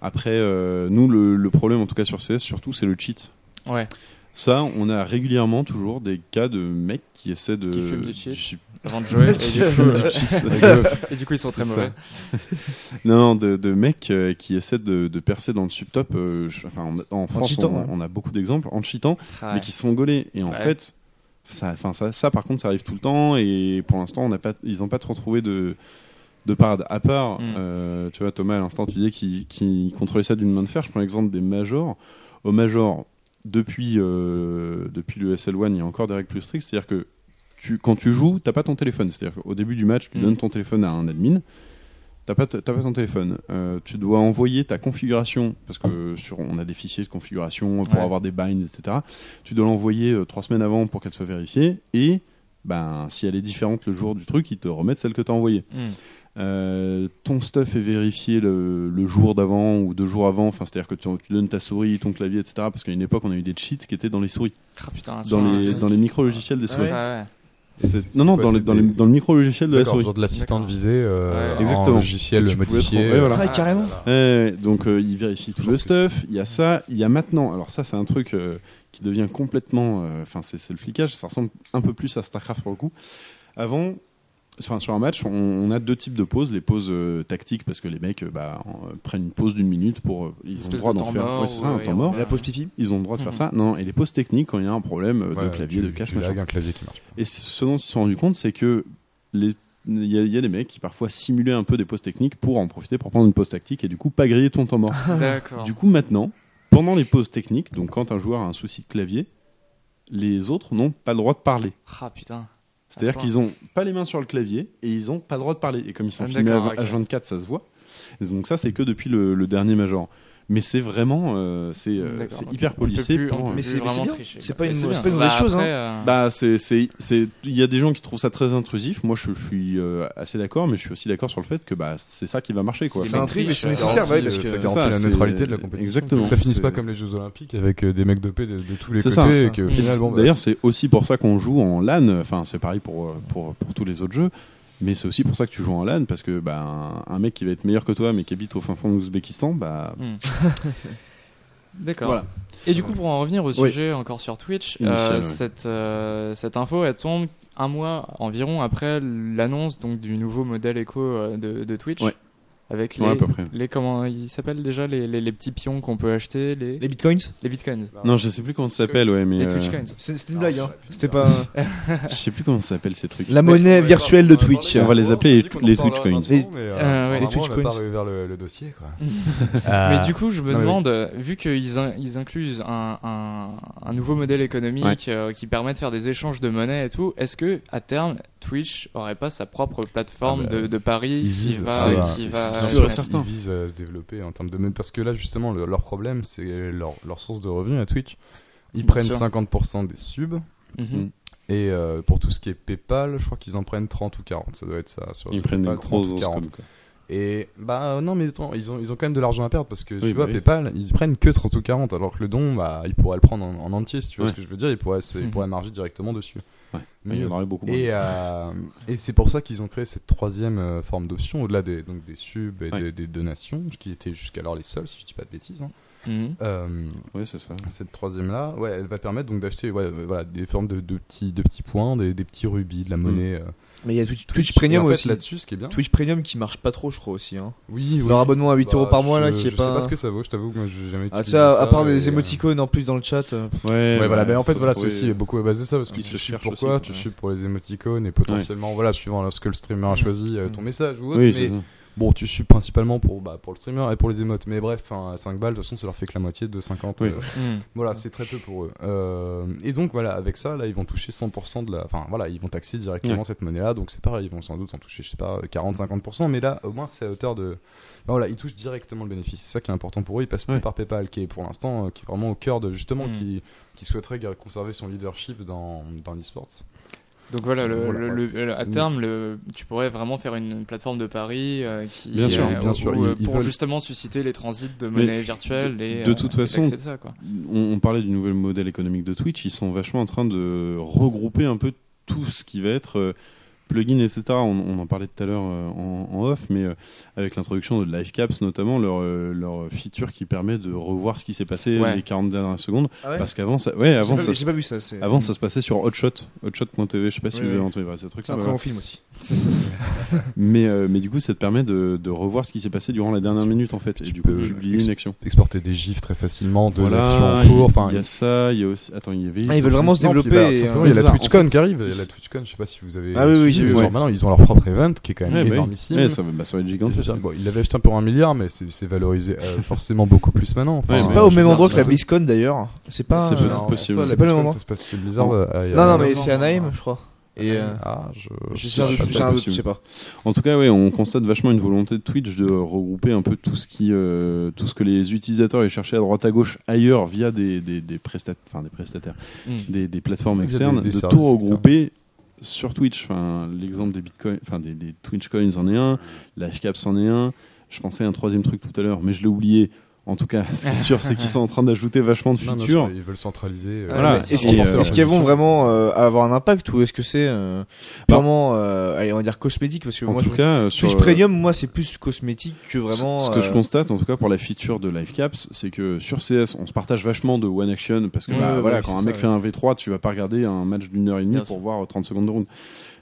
Speaker 2: Après, euh, nous le, le problème en tout cas sur CS surtout c'est le cheat.
Speaker 1: Ouais.
Speaker 2: Ça, on a régulièrement toujours des cas de mecs qui essaient de.
Speaker 1: Qui fument du shit.
Speaker 2: shit.
Speaker 1: avant de jouer. et
Speaker 2: Qui
Speaker 1: du coup,
Speaker 2: fument
Speaker 1: euh,
Speaker 2: du shit.
Speaker 1: Et du coup, ils sont très
Speaker 2: C'est
Speaker 1: mauvais.
Speaker 2: Non, non, de, de mecs euh, qui essaient de, de percer dans le subtop. euh, je- enfin, en, en France,
Speaker 3: cheatant,
Speaker 2: on,
Speaker 3: ouais.
Speaker 2: on a beaucoup d'exemples en cheatant,
Speaker 1: Ah ouais.
Speaker 2: mais qui se font gauler. Et en
Speaker 1: Ouais.
Speaker 2: fait, ça, enfin, ça, ça, par contre, ça arrive tout le temps. Et pour l'instant, on n'a pas, ils n'ont pas trop trouvé de, de parade. À part,
Speaker 1: Mm.
Speaker 2: euh, tu vois, Thomas, à l'instant, tu disais qu'il qu'il contrôlait ça d'une main de fer. Je prends l'exemple des majors. Au major, depuis, euh, depuis le SL1, il y a encore des règles plus strictes. C'est-à-dire que tu, quand tu joues, t'as pas ton téléphone. C'est-à-dire qu'au début du match, tu
Speaker 1: Mm.
Speaker 2: donnes ton téléphone à un admin. T'as pas, t- t'as pas ton téléphone. Euh, tu dois envoyer ta configuration parce que sur on a des fichiers de configuration pour
Speaker 1: Ouais.
Speaker 2: avoir des binds, etc. Tu dois l'envoyer euh, trois semaines avant pour qu'elle soit vérifiée et ben si elle est différente le jour du truc, ils te remettent celle que t'as envoyée.
Speaker 1: Mm.
Speaker 2: Euh, ton stuff est vérifié le, le jour d'avant ou deux jours avant. Enfin c'est-à-dire que tu, tu donnes ta souris, ton clavier, etc. Parce qu'à une époque on a eu des cheats qui étaient dans les souris,
Speaker 1: Ah, putain,
Speaker 2: dans
Speaker 1: ça,
Speaker 2: les
Speaker 1: ouais.
Speaker 2: dans les micro logiciels des
Speaker 3: Ah
Speaker 2: souris.
Speaker 3: ouais.
Speaker 1: Ah
Speaker 2: C'est- Non non dans, les- dans, les- dans le micro logiciel de la souris.
Speaker 4: de l'assistant
Speaker 1: D'accord.
Speaker 4: visée, euh,
Speaker 1: Ouais.
Speaker 4: en
Speaker 2: Exactement. Que
Speaker 4: logiciel
Speaker 2: tu pouvais
Speaker 4: modifié.
Speaker 2: trouver, voilà.
Speaker 3: Ah, carrément.
Speaker 2: Ouais, donc euh, il vérifie tout
Speaker 4: Toujours
Speaker 2: le
Speaker 4: plus.
Speaker 2: stuff. Il y a ça. Il y a maintenant. Alors ça, c'est un truc euh, qui devient complètement. euh, Enfin, c'est- c'est le flicage. Ça ressemble un peu plus à Starcraft pour le coup. Avant. Enfin, sur un match, on, on a deux types de pauses. Les pauses euh, tactiques, parce que les mecs euh, bah, en- euh, prennent une pause d'une minute pour. euh, ils ont le
Speaker 1: Espèce
Speaker 2: droit
Speaker 1: de
Speaker 2: d'en
Speaker 1: temps
Speaker 2: faire.
Speaker 1: mort,
Speaker 2: ouais, c'est ça, un
Speaker 1: ouais,
Speaker 2: temps
Speaker 1: on-
Speaker 2: mort.
Speaker 3: La pause pipi.
Speaker 2: Ils ont le droit de faire
Speaker 1: Mhm.
Speaker 2: ça. Non, et les pauses techniques, quand il y a un problème euh,
Speaker 4: Ouais,
Speaker 2: de clavier,
Speaker 4: tu-
Speaker 2: de cache,
Speaker 4: tu
Speaker 2: machin.
Speaker 4: lagues un clavier qui marche.
Speaker 2: Et c- ce dont ils se sont rendus compte, c'est que les il y, a- il y a des mecs qui parfois simulaient un peu des pauses techniques pour en profiter pour prendre une pause tactique et du coup pas griller ton temps mort.
Speaker 1: ouais. D'accord.
Speaker 2: Du coup, maintenant, pendant les pauses techniques, donc quand un joueur a un souci de clavier, les autres n'ont pas le droit de parler.
Speaker 1: Ah putain.
Speaker 2: C'est-à-dire
Speaker 1: point.
Speaker 2: qu'ils n'ont pas les mains sur le clavier et ils n'ont pas le droit de parler. Et comme ils sont
Speaker 1: Ah,
Speaker 2: filmés à,
Speaker 1: d'accord, ok.
Speaker 2: à 24, ça se voit. Et donc ça, c'est que depuis le, le dernier Major. Mais c'est vraiment, euh, c'est euh,
Speaker 1: D'accord,
Speaker 2: c'est
Speaker 1: ok.
Speaker 2: hyper
Speaker 1: On peut
Speaker 2: policé.
Speaker 1: plus- on
Speaker 2: pour,
Speaker 1: peut
Speaker 2: euh,
Speaker 1: plus
Speaker 3: Mais c'est- mais c'est
Speaker 1: vraiment
Speaker 3: bien.
Speaker 1: tricher,
Speaker 3: C'est
Speaker 1: quoi.
Speaker 3: pas une-
Speaker 1: Et
Speaker 3: c'est
Speaker 1: bien.
Speaker 3: pas une
Speaker 1: Bah,
Speaker 3: mauvaise chose, hein.
Speaker 1: après, euh,
Speaker 2: Bah, c'est, c'est, c'est, il y a des gens qui trouvent ça très intrusif. Moi, je, je suis euh, assez d'accord, mais je suis aussi d'accord sur le fait que bah, c'est ça qui va marcher, quoi.
Speaker 1: C'est
Speaker 3: C'est un
Speaker 1: mecs
Speaker 3: truc,
Speaker 1: qui-
Speaker 3: mais c'est
Speaker 1: ça
Speaker 3: nécessaire, ouais, parce
Speaker 4: euh,
Speaker 3: que.
Speaker 4: ça
Speaker 2: c'est
Speaker 4: garantit
Speaker 2: ça,
Speaker 4: la
Speaker 2: c'est-
Speaker 4: neutralité de la compétition.
Speaker 2: Exactement.
Speaker 4: Que ça finisse
Speaker 2: C'est-
Speaker 4: pas comme les Jeux Olympiques avec euh, des mecs dopés de, de tous les
Speaker 2: C'est
Speaker 4: côtés
Speaker 2: ça.
Speaker 4: et que au final, bon, bah,
Speaker 2: D'ailleurs, c'est aussi pour ça qu'on joue en LAN. Enfin, c'est pareil pour, euh, pour, pour tous les autres jeux. Mais c'est aussi pour ça que tu joues en LAN, parce que ben, un mec qui va être meilleur que toi, mais qui habite au fin fond de l'Ouzbékistan, bah.
Speaker 1: D'accord. Euh,
Speaker 2: Voilà.
Speaker 1: Et du coup, pour en revenir au
Speaker 2: Oui.
Speaker 1: sujet encore sur Twitch,
Speaker 2: Initial,
Speaker 1: euh,
Speaker 2: ouais.
Speaker 1: cette, euh, cette info, elle tombe un mois environ après l'annonce donc du nouveau modèle éco euh, de, de Twitch.
Speaker 2: Ouais.
Speaker 1: Avec les,
Speaker 2: Ouais, à peu près.
Speaker 1: les comment ils s'appellent déjà les, les, les petits pions qu'on peut acheter les,
Speaker 3: Les bitcoins
Speaker 1: les bitcoins
Speaker 2: Non, je sais plus comment ça s'appelle, ouais, mais.
Speaker 1: les
Speaker 2: euh,
Speaker 1: Twitch coins.
Speaker 3: C'est- C'était une
Speaker 4: Ah,
Speaker 3: blague,
Speaker 4: ça
Speaker 3: hein.
Speaker 4: aurait pu
Speaker 3: C'était
Speaker 4: dire.
Speaker 3: pas.
Speaker 2: je sais plus comment ça s'appelle ces trucs.
Speaker 3: La monnaie virtuelle de Twitch.
Speaker 2: On va les appeler les- les Twitch coins.
Speaker 1: Euh, ouais.
Speaker 4: Les
Speaker 1: Les
Speaker 4: Twitch
Speaker 3: Twitch
Speaker 4: coins. On n'a pas
Speaker 3: coins.
Speaker 4: réouvert le le dossier, quoi. Euh,
Speaker 1: Mais du coup, je me
Speaker 4: Non, mais oui.
Speaker 1: demande, euh, vu qu'ils in- ils inclusent un, un, un nouveau modèle économique
Speaker 2: Ouais.
Speaker 1: euh, qui permet de faire des échanges de monnaie et tout, est-ce que à terme Twitch aurait pas sa propre plateforme
Speaker 4: Ah bah,
Speaker 1: de, de paris
Speaker 4: ils
Speaker 1: qui
Speaker 4: visent
Speaker 1: va,
Speaker 4: ça,
Speaker 1: qui
Speaker 4: là.
Speaker 2: C'est
Speaker 1: va-
Speaker 2: sûr et
Speaker 1: Ouais.
Speaker 2: certain.
Speaker 4: Ils visent à euh, se développer en termes de même parce que là justement le- leur problème c'est leur, leur source de revenus à Twitch. Ils
Speaker 1: Bien
Speaker 4: prennent
Speaker 1: sûr.
Speaker 4: 50% des subs
Speaker 1: Mhm.
Speaker 4: et euh, pour tout ce qui est PayPal, je crois qu'ils en prennent 30 ou 40, ça doit être ça sur
Speaker 2: Ils prennent des
Speaker 4: PayPal, 30
Speaker 2: grosses
Speaker 4: ou
Speaker 2: grosses
Speaker 4: 40.
Speaker 2: codes, quoi.
Speaker 4: Et bah non mais attends, ils ont ils ont quand même de l'argent à perdre parce que tu
Speaker 2: Oui,
Speaker 4: vois
Speaker 2: bah oui.
Speaker 4: PayPal, ils prennent que 30 ou 40 alors que le don bah ils pourraient le prendre en, en entier si tu vois
Speaker 2: Ouais.
Speaker 4: ce que je veux dire, ils pourraient se- ils
Speaker 1: Mhm.
Speaker 4: pourraient marger directement dessus.
Speaker 2: Ouais.
Speaker 4: Mais
Speaker 2: Il y en aurait beaucoup moins.
Speaker 4: et, euh, et c'est pour ça qu'ils ont créé cette troisième euh, forme d'option, au-delà des, donc des subs et
Speaker 2: Ouais.
Speaker 4: des, des donations, qui étaient jusqu'alors les seules, si je dis pas de bêtises. hein.
Speaker 1: Mhm.
Speaker 4: Euh,
Speaker 2: Ouais, c'est ça.
Speaker 4: cette troisième-là, ouais, elle va permettre donc d'acheter ouais, euh, voilà, des formes de, de petits, de petits points, des, des petits rubis,
Speaker 2: Mm.
Speaker 4: de la monnaie. euh,
Speaker 3: Mais il y a Twitch,
Speaker 4: Et
Speaker 3: Twitch
Speaker 4: en
Speaker 3: Premium
Speaker 4: fait,
Speaker 3: aussi.
Speaker 4: là-dessus, ce qui est bien.
Speaker 3: Twitch Premium qui marche pas trop, je crois aussi. Hein.
Speaker 4: Oui, oui.
Speaker 3: Leur abonnement à 8 euros
Speaker 4: Bah,
Speaker 3: par mois, là,
Speaker 4: je-
Speaker 3: qui est
Speaker 4: Je
Speaker 3: pas.
Speaker 4: sais pas ce que ça vaut, je t'avoue que moi, j'ai jamais
Speaker 3: Ah,
Speaker 4: utilisé
Speaker 3: ça, à part
Speaker 4: et,
Speaker 3: des
Speaker 4: euh,
Speaker 3: émoticônes en plus dans le chat. euh,
Speaker 2: Ouais,
Speaker 4: Ouais, voilà,
Speaker 2: bah,
Speaker 4: mais en fait,
Speaker 2: faut
Speaker 4: voilà, c'est
Speaker 2: trouver-
Speaker 4: aussi euh, beaucoup basé sur ça parce que
Speaker 2: Qui
Speaker 4: tu
Speaker 2: se
Speaker 4: suis
Speaker 2: cherche
Speaker 4: pourquoi,
Speaker 2: aussi,
Speaker 4: tu
Speaker 2: ouais.
Speaker 4: suis pour les émoticônes et potentiellement, voilà, suivant ce que le streamer a
Speaker 1: Mm.
Speaker 4: choisi, euh, ton message ou autre.
Speaker 2: Oui,
Speaker 4: mais
Speaker 2: c'est ça.
Speaker 4: Bon, tu suis principalement pour, bah, pour le streamer et pour les émotes, mais bref, hein, à 5 balles, de toute façon, ça leur fait que la moitié de 50. euh,
Speaker 2: Oui.
Speaker 1: Mhm.
Speaker 4: voilà, c'est très peu pour eux. Euh, et donc, voilà, avec ça, là, ils vont toucher 100% de la. Enfin, voilà, ils vont taxer directement
Speaker 2: Ouais.
Speaker 4: cette monnaie-là, donc c'est pareil, ils vont sans doute en toucher, je sais pas, 40-50%, mais là, au moins, c'est à hauteur de. Enfin, voilà, ils touchent directement le bénéfice, c'est ça qui est important pour eux, ils passent plus
Speaker 2: Ouais.
Speaker 4: par PayPal, qui est pour l'instant, euh, qui est vraiment au cœur de justement,
Speaker 1: Mm.
Speaker 4: qui, qui souhaiterait gar- conserver son leadership dans, dans l'e-sport.
Speaker 1: Donc voilà, le,
Speaker 4: Voilà, Mm.
Speaker 1: le- le- le- à terme, le, tu pourrais vraiment faire une plateforme de paris euh, qui
Speaker 2: Bien sûr,
Speaker 4: bien sûr,
Speaker 1: où,
Speaker 4: ils-
Speaker 1: euh,
Speaker 4: ils
Speaker 1: pour
Speaker 4: veulent-
Speaker 1: justement susciter les transits de monnaie virtuelle et
Speaker 2: de
Speaker 1: euh,
Speaker 2: toute
Speaker 1: et
Speaker 2: façon,
Speaker 1: l'accès de ça, quoi.
Speaker 2: on, on parlait du nouvel modèle économique de Twitch, ils sont vachement en train de regrouper un peu tout ce qui va être euh, plugins, etc. On, on en parlait tout à l'heure euh, en, en off, mais euh, avec l'introduction de LiveCaps notamment, leur, euh, leur feature qui permet de revoir ce qui s'est passé
Speaker 1: Ouais.
Speaker 2: les 40 dernières secondes.
Speaker 3: Ah ouais
Speaker 2: Parce qu'avant, ça, ouais,
Speaker 3: J'ai
Speaker 2: avant,
Speaker 3: pas-
Speaker 2: ça,
Speaker 3: J'ai pas vu ça. C'est
Speaker 2: avant ça se passait sur Hotshot, hotshot.tv, je sais pas si
Speaker 3: Oui,
Speaker 2: vous
Speaker 3: oui.
Speaker 2: avez entendu parler de ce truc
Speaker 3: c'est un très bon film aussi.
Speaker 2: mais, euh, mais du coup, ça te permet de, de revoir ce qui s'est passé durant la dernière minute en fait, et
Speaker 4: Tu
Speaker 2: du coup,
Speaker 4: peux
Speaker 2: publier
Speaker 4: exp-
Speaker 2: une action.
Speaker 4: Exporter des gifs très facilement de
Speaker 2: Voilà,
Speaker 4: l'action en
Speaker 2: il-
Speaker 4: cours. Enfin,
Speaker 2: il y a ça, il y a aussi. Attends, il y avait.
Speaker 3: Ah, ils veulent vraiment se
Speaker 4: Non, puis,
Speaker 3: développer.
Speaker 4: bah,
Speaker 3: et,
Speaker 4: simplement, il
Speaker 3: euh,
Speaker 4: y a la
Speaker 2: hein, c'est ça, en
Speaker 4: TwitchCon
Speaker 2: fait.
Speaker 4: qui arrive. Il y a la TwitchCon, je sais pas si vous avez.
Speaker 3: Ah oui, oui,
Speaker 4: suivi,
Speaker 3: j'ai vu,
Speaker 4: mais
Speaker 2: ouais.
Speaker 4: Genre maintenant, ils ont leur propre event qui est quand même
Speaker 2: Ouais, bah oui.
Speaker 4: énormissime.
Speaker 2: Ouais, ça, va- bah, ça va être
Speaker 4: Et je veux
Speaker 2: gigantesque.
Speaker 4: dire, bon, ils l'avaient acheté un peu un milliard, mais c'est c'est valorisé euh, forcément beaucoup plus maintenant. Enfin, euh,
Speaker 2: Ouais,
Speaker 3: C'est
Speaker 2: mais
Speaker 3: pas
Speaker 2: je
Speaker 3: au
Speaker 2: veux
Speaker 3: même
Speaker 2: dire,
Speaker 3: endroit que la
Speaker 2: c'est-
Speaker 3: BlizzCon d'ailleurs. C'est pas.
Speaker 2: C'est
Speaker 3: euh,
Speaker 2: peut-être possible.
Speaker 3: C'est pas le moment.
Speaker 4: Ça se passe chez Blizzard.
Speaker 2: Non.
Speaker 4: euh, à-
Speaker 3: Non, non,
Speaker 4: à-
Speaker 3: mais c'est Anaheim, je crois. Et. euh,
Speaker 4: Ah, je.
Speaker 3: J'ai
Speaker 4: je-
Speaker 3: j'ai un doute,
Speaker 2: pas,
Speaker 3: j'ai un doute, je
Speaker 2: possible.
Speaker 3: sais pas.
Speaker 2: En tout cas, ouais, on constate vachement une volonté de Twitch de regrouper un peu tout ce qui, euh, tout ce que les utilisateurs allaient chercher à droite à gauche ailleurs via des des, des, prestat- enfin, des prestataires,
Speaker 1: Mm.
Speaker 2: des, des plateformes
Speaker 4: Via des-
Speaker 2: externes,
Speaker 4: des
Speaker 2: de
Speaker 4: services
Speaker 2: tout regrouper sur Twitch. Enfin, l'exemple des Bitcoin, enfin des, des Twitch Coins en est un, l'Hcaps en est un. Je pensais à un troisième truc tout à l'heure, mais je l'ai oublié. En tout cas, ce qui est sûr, c'est qu'ils sont en train d'ajouter vachement de
Speaker 4: Non, non,
Speaker 2: features.
Speaker 4: ils veulent centraliser. euh,
Speaker 1: Voilà.
Speaker 4: renforcer
Speaker 3: Est-ce
Speaker 2: Et,
Speaker 3: qu'ils
Speaker 2: euh,
Speaker 4: leur
Speaker 3: est-ce qu'ils vont
Speaker 4: position.
Speaker 3: vraiment euh, avoir un impact ou est-ce que c'est euh,
Speaker 4: Bah,
Speaker 3: purement, euh, allez, on va dire cosmétique parce que
Speaker 2: en
Speaker 3: moi,
Speaker 2: tout
Speaker 3: je-
Speaker 2: cas, euh, sur
Speaker 3: Twitch
Speaker 2: euh,
Speaker 3: Premium, moi, c'est plus cosmétique que vraiment.
Speaker 2: Ce ce que je
Speaker 3: euh,
Speaker 2: constate, en tout cas pour la feature de LiveCaps, c'est que sur CS, on se partage vachement de one action parce que
Speaker 1: Ouais,
Speaker 2: bah,
Speaker 3: ouais,
Speaker 2: voilà,
Speaker 3: ouais,
Speaker 2: quand
Speaker 3: c'est
Speaker 2: un mec
Speaker 3: ça,
Speaker 2: fait un V3, tu vas pas regarder un match d'une heure et demie
Speaker 1: Bien
Speaker 2: pour voir euh, 30 secondes de round.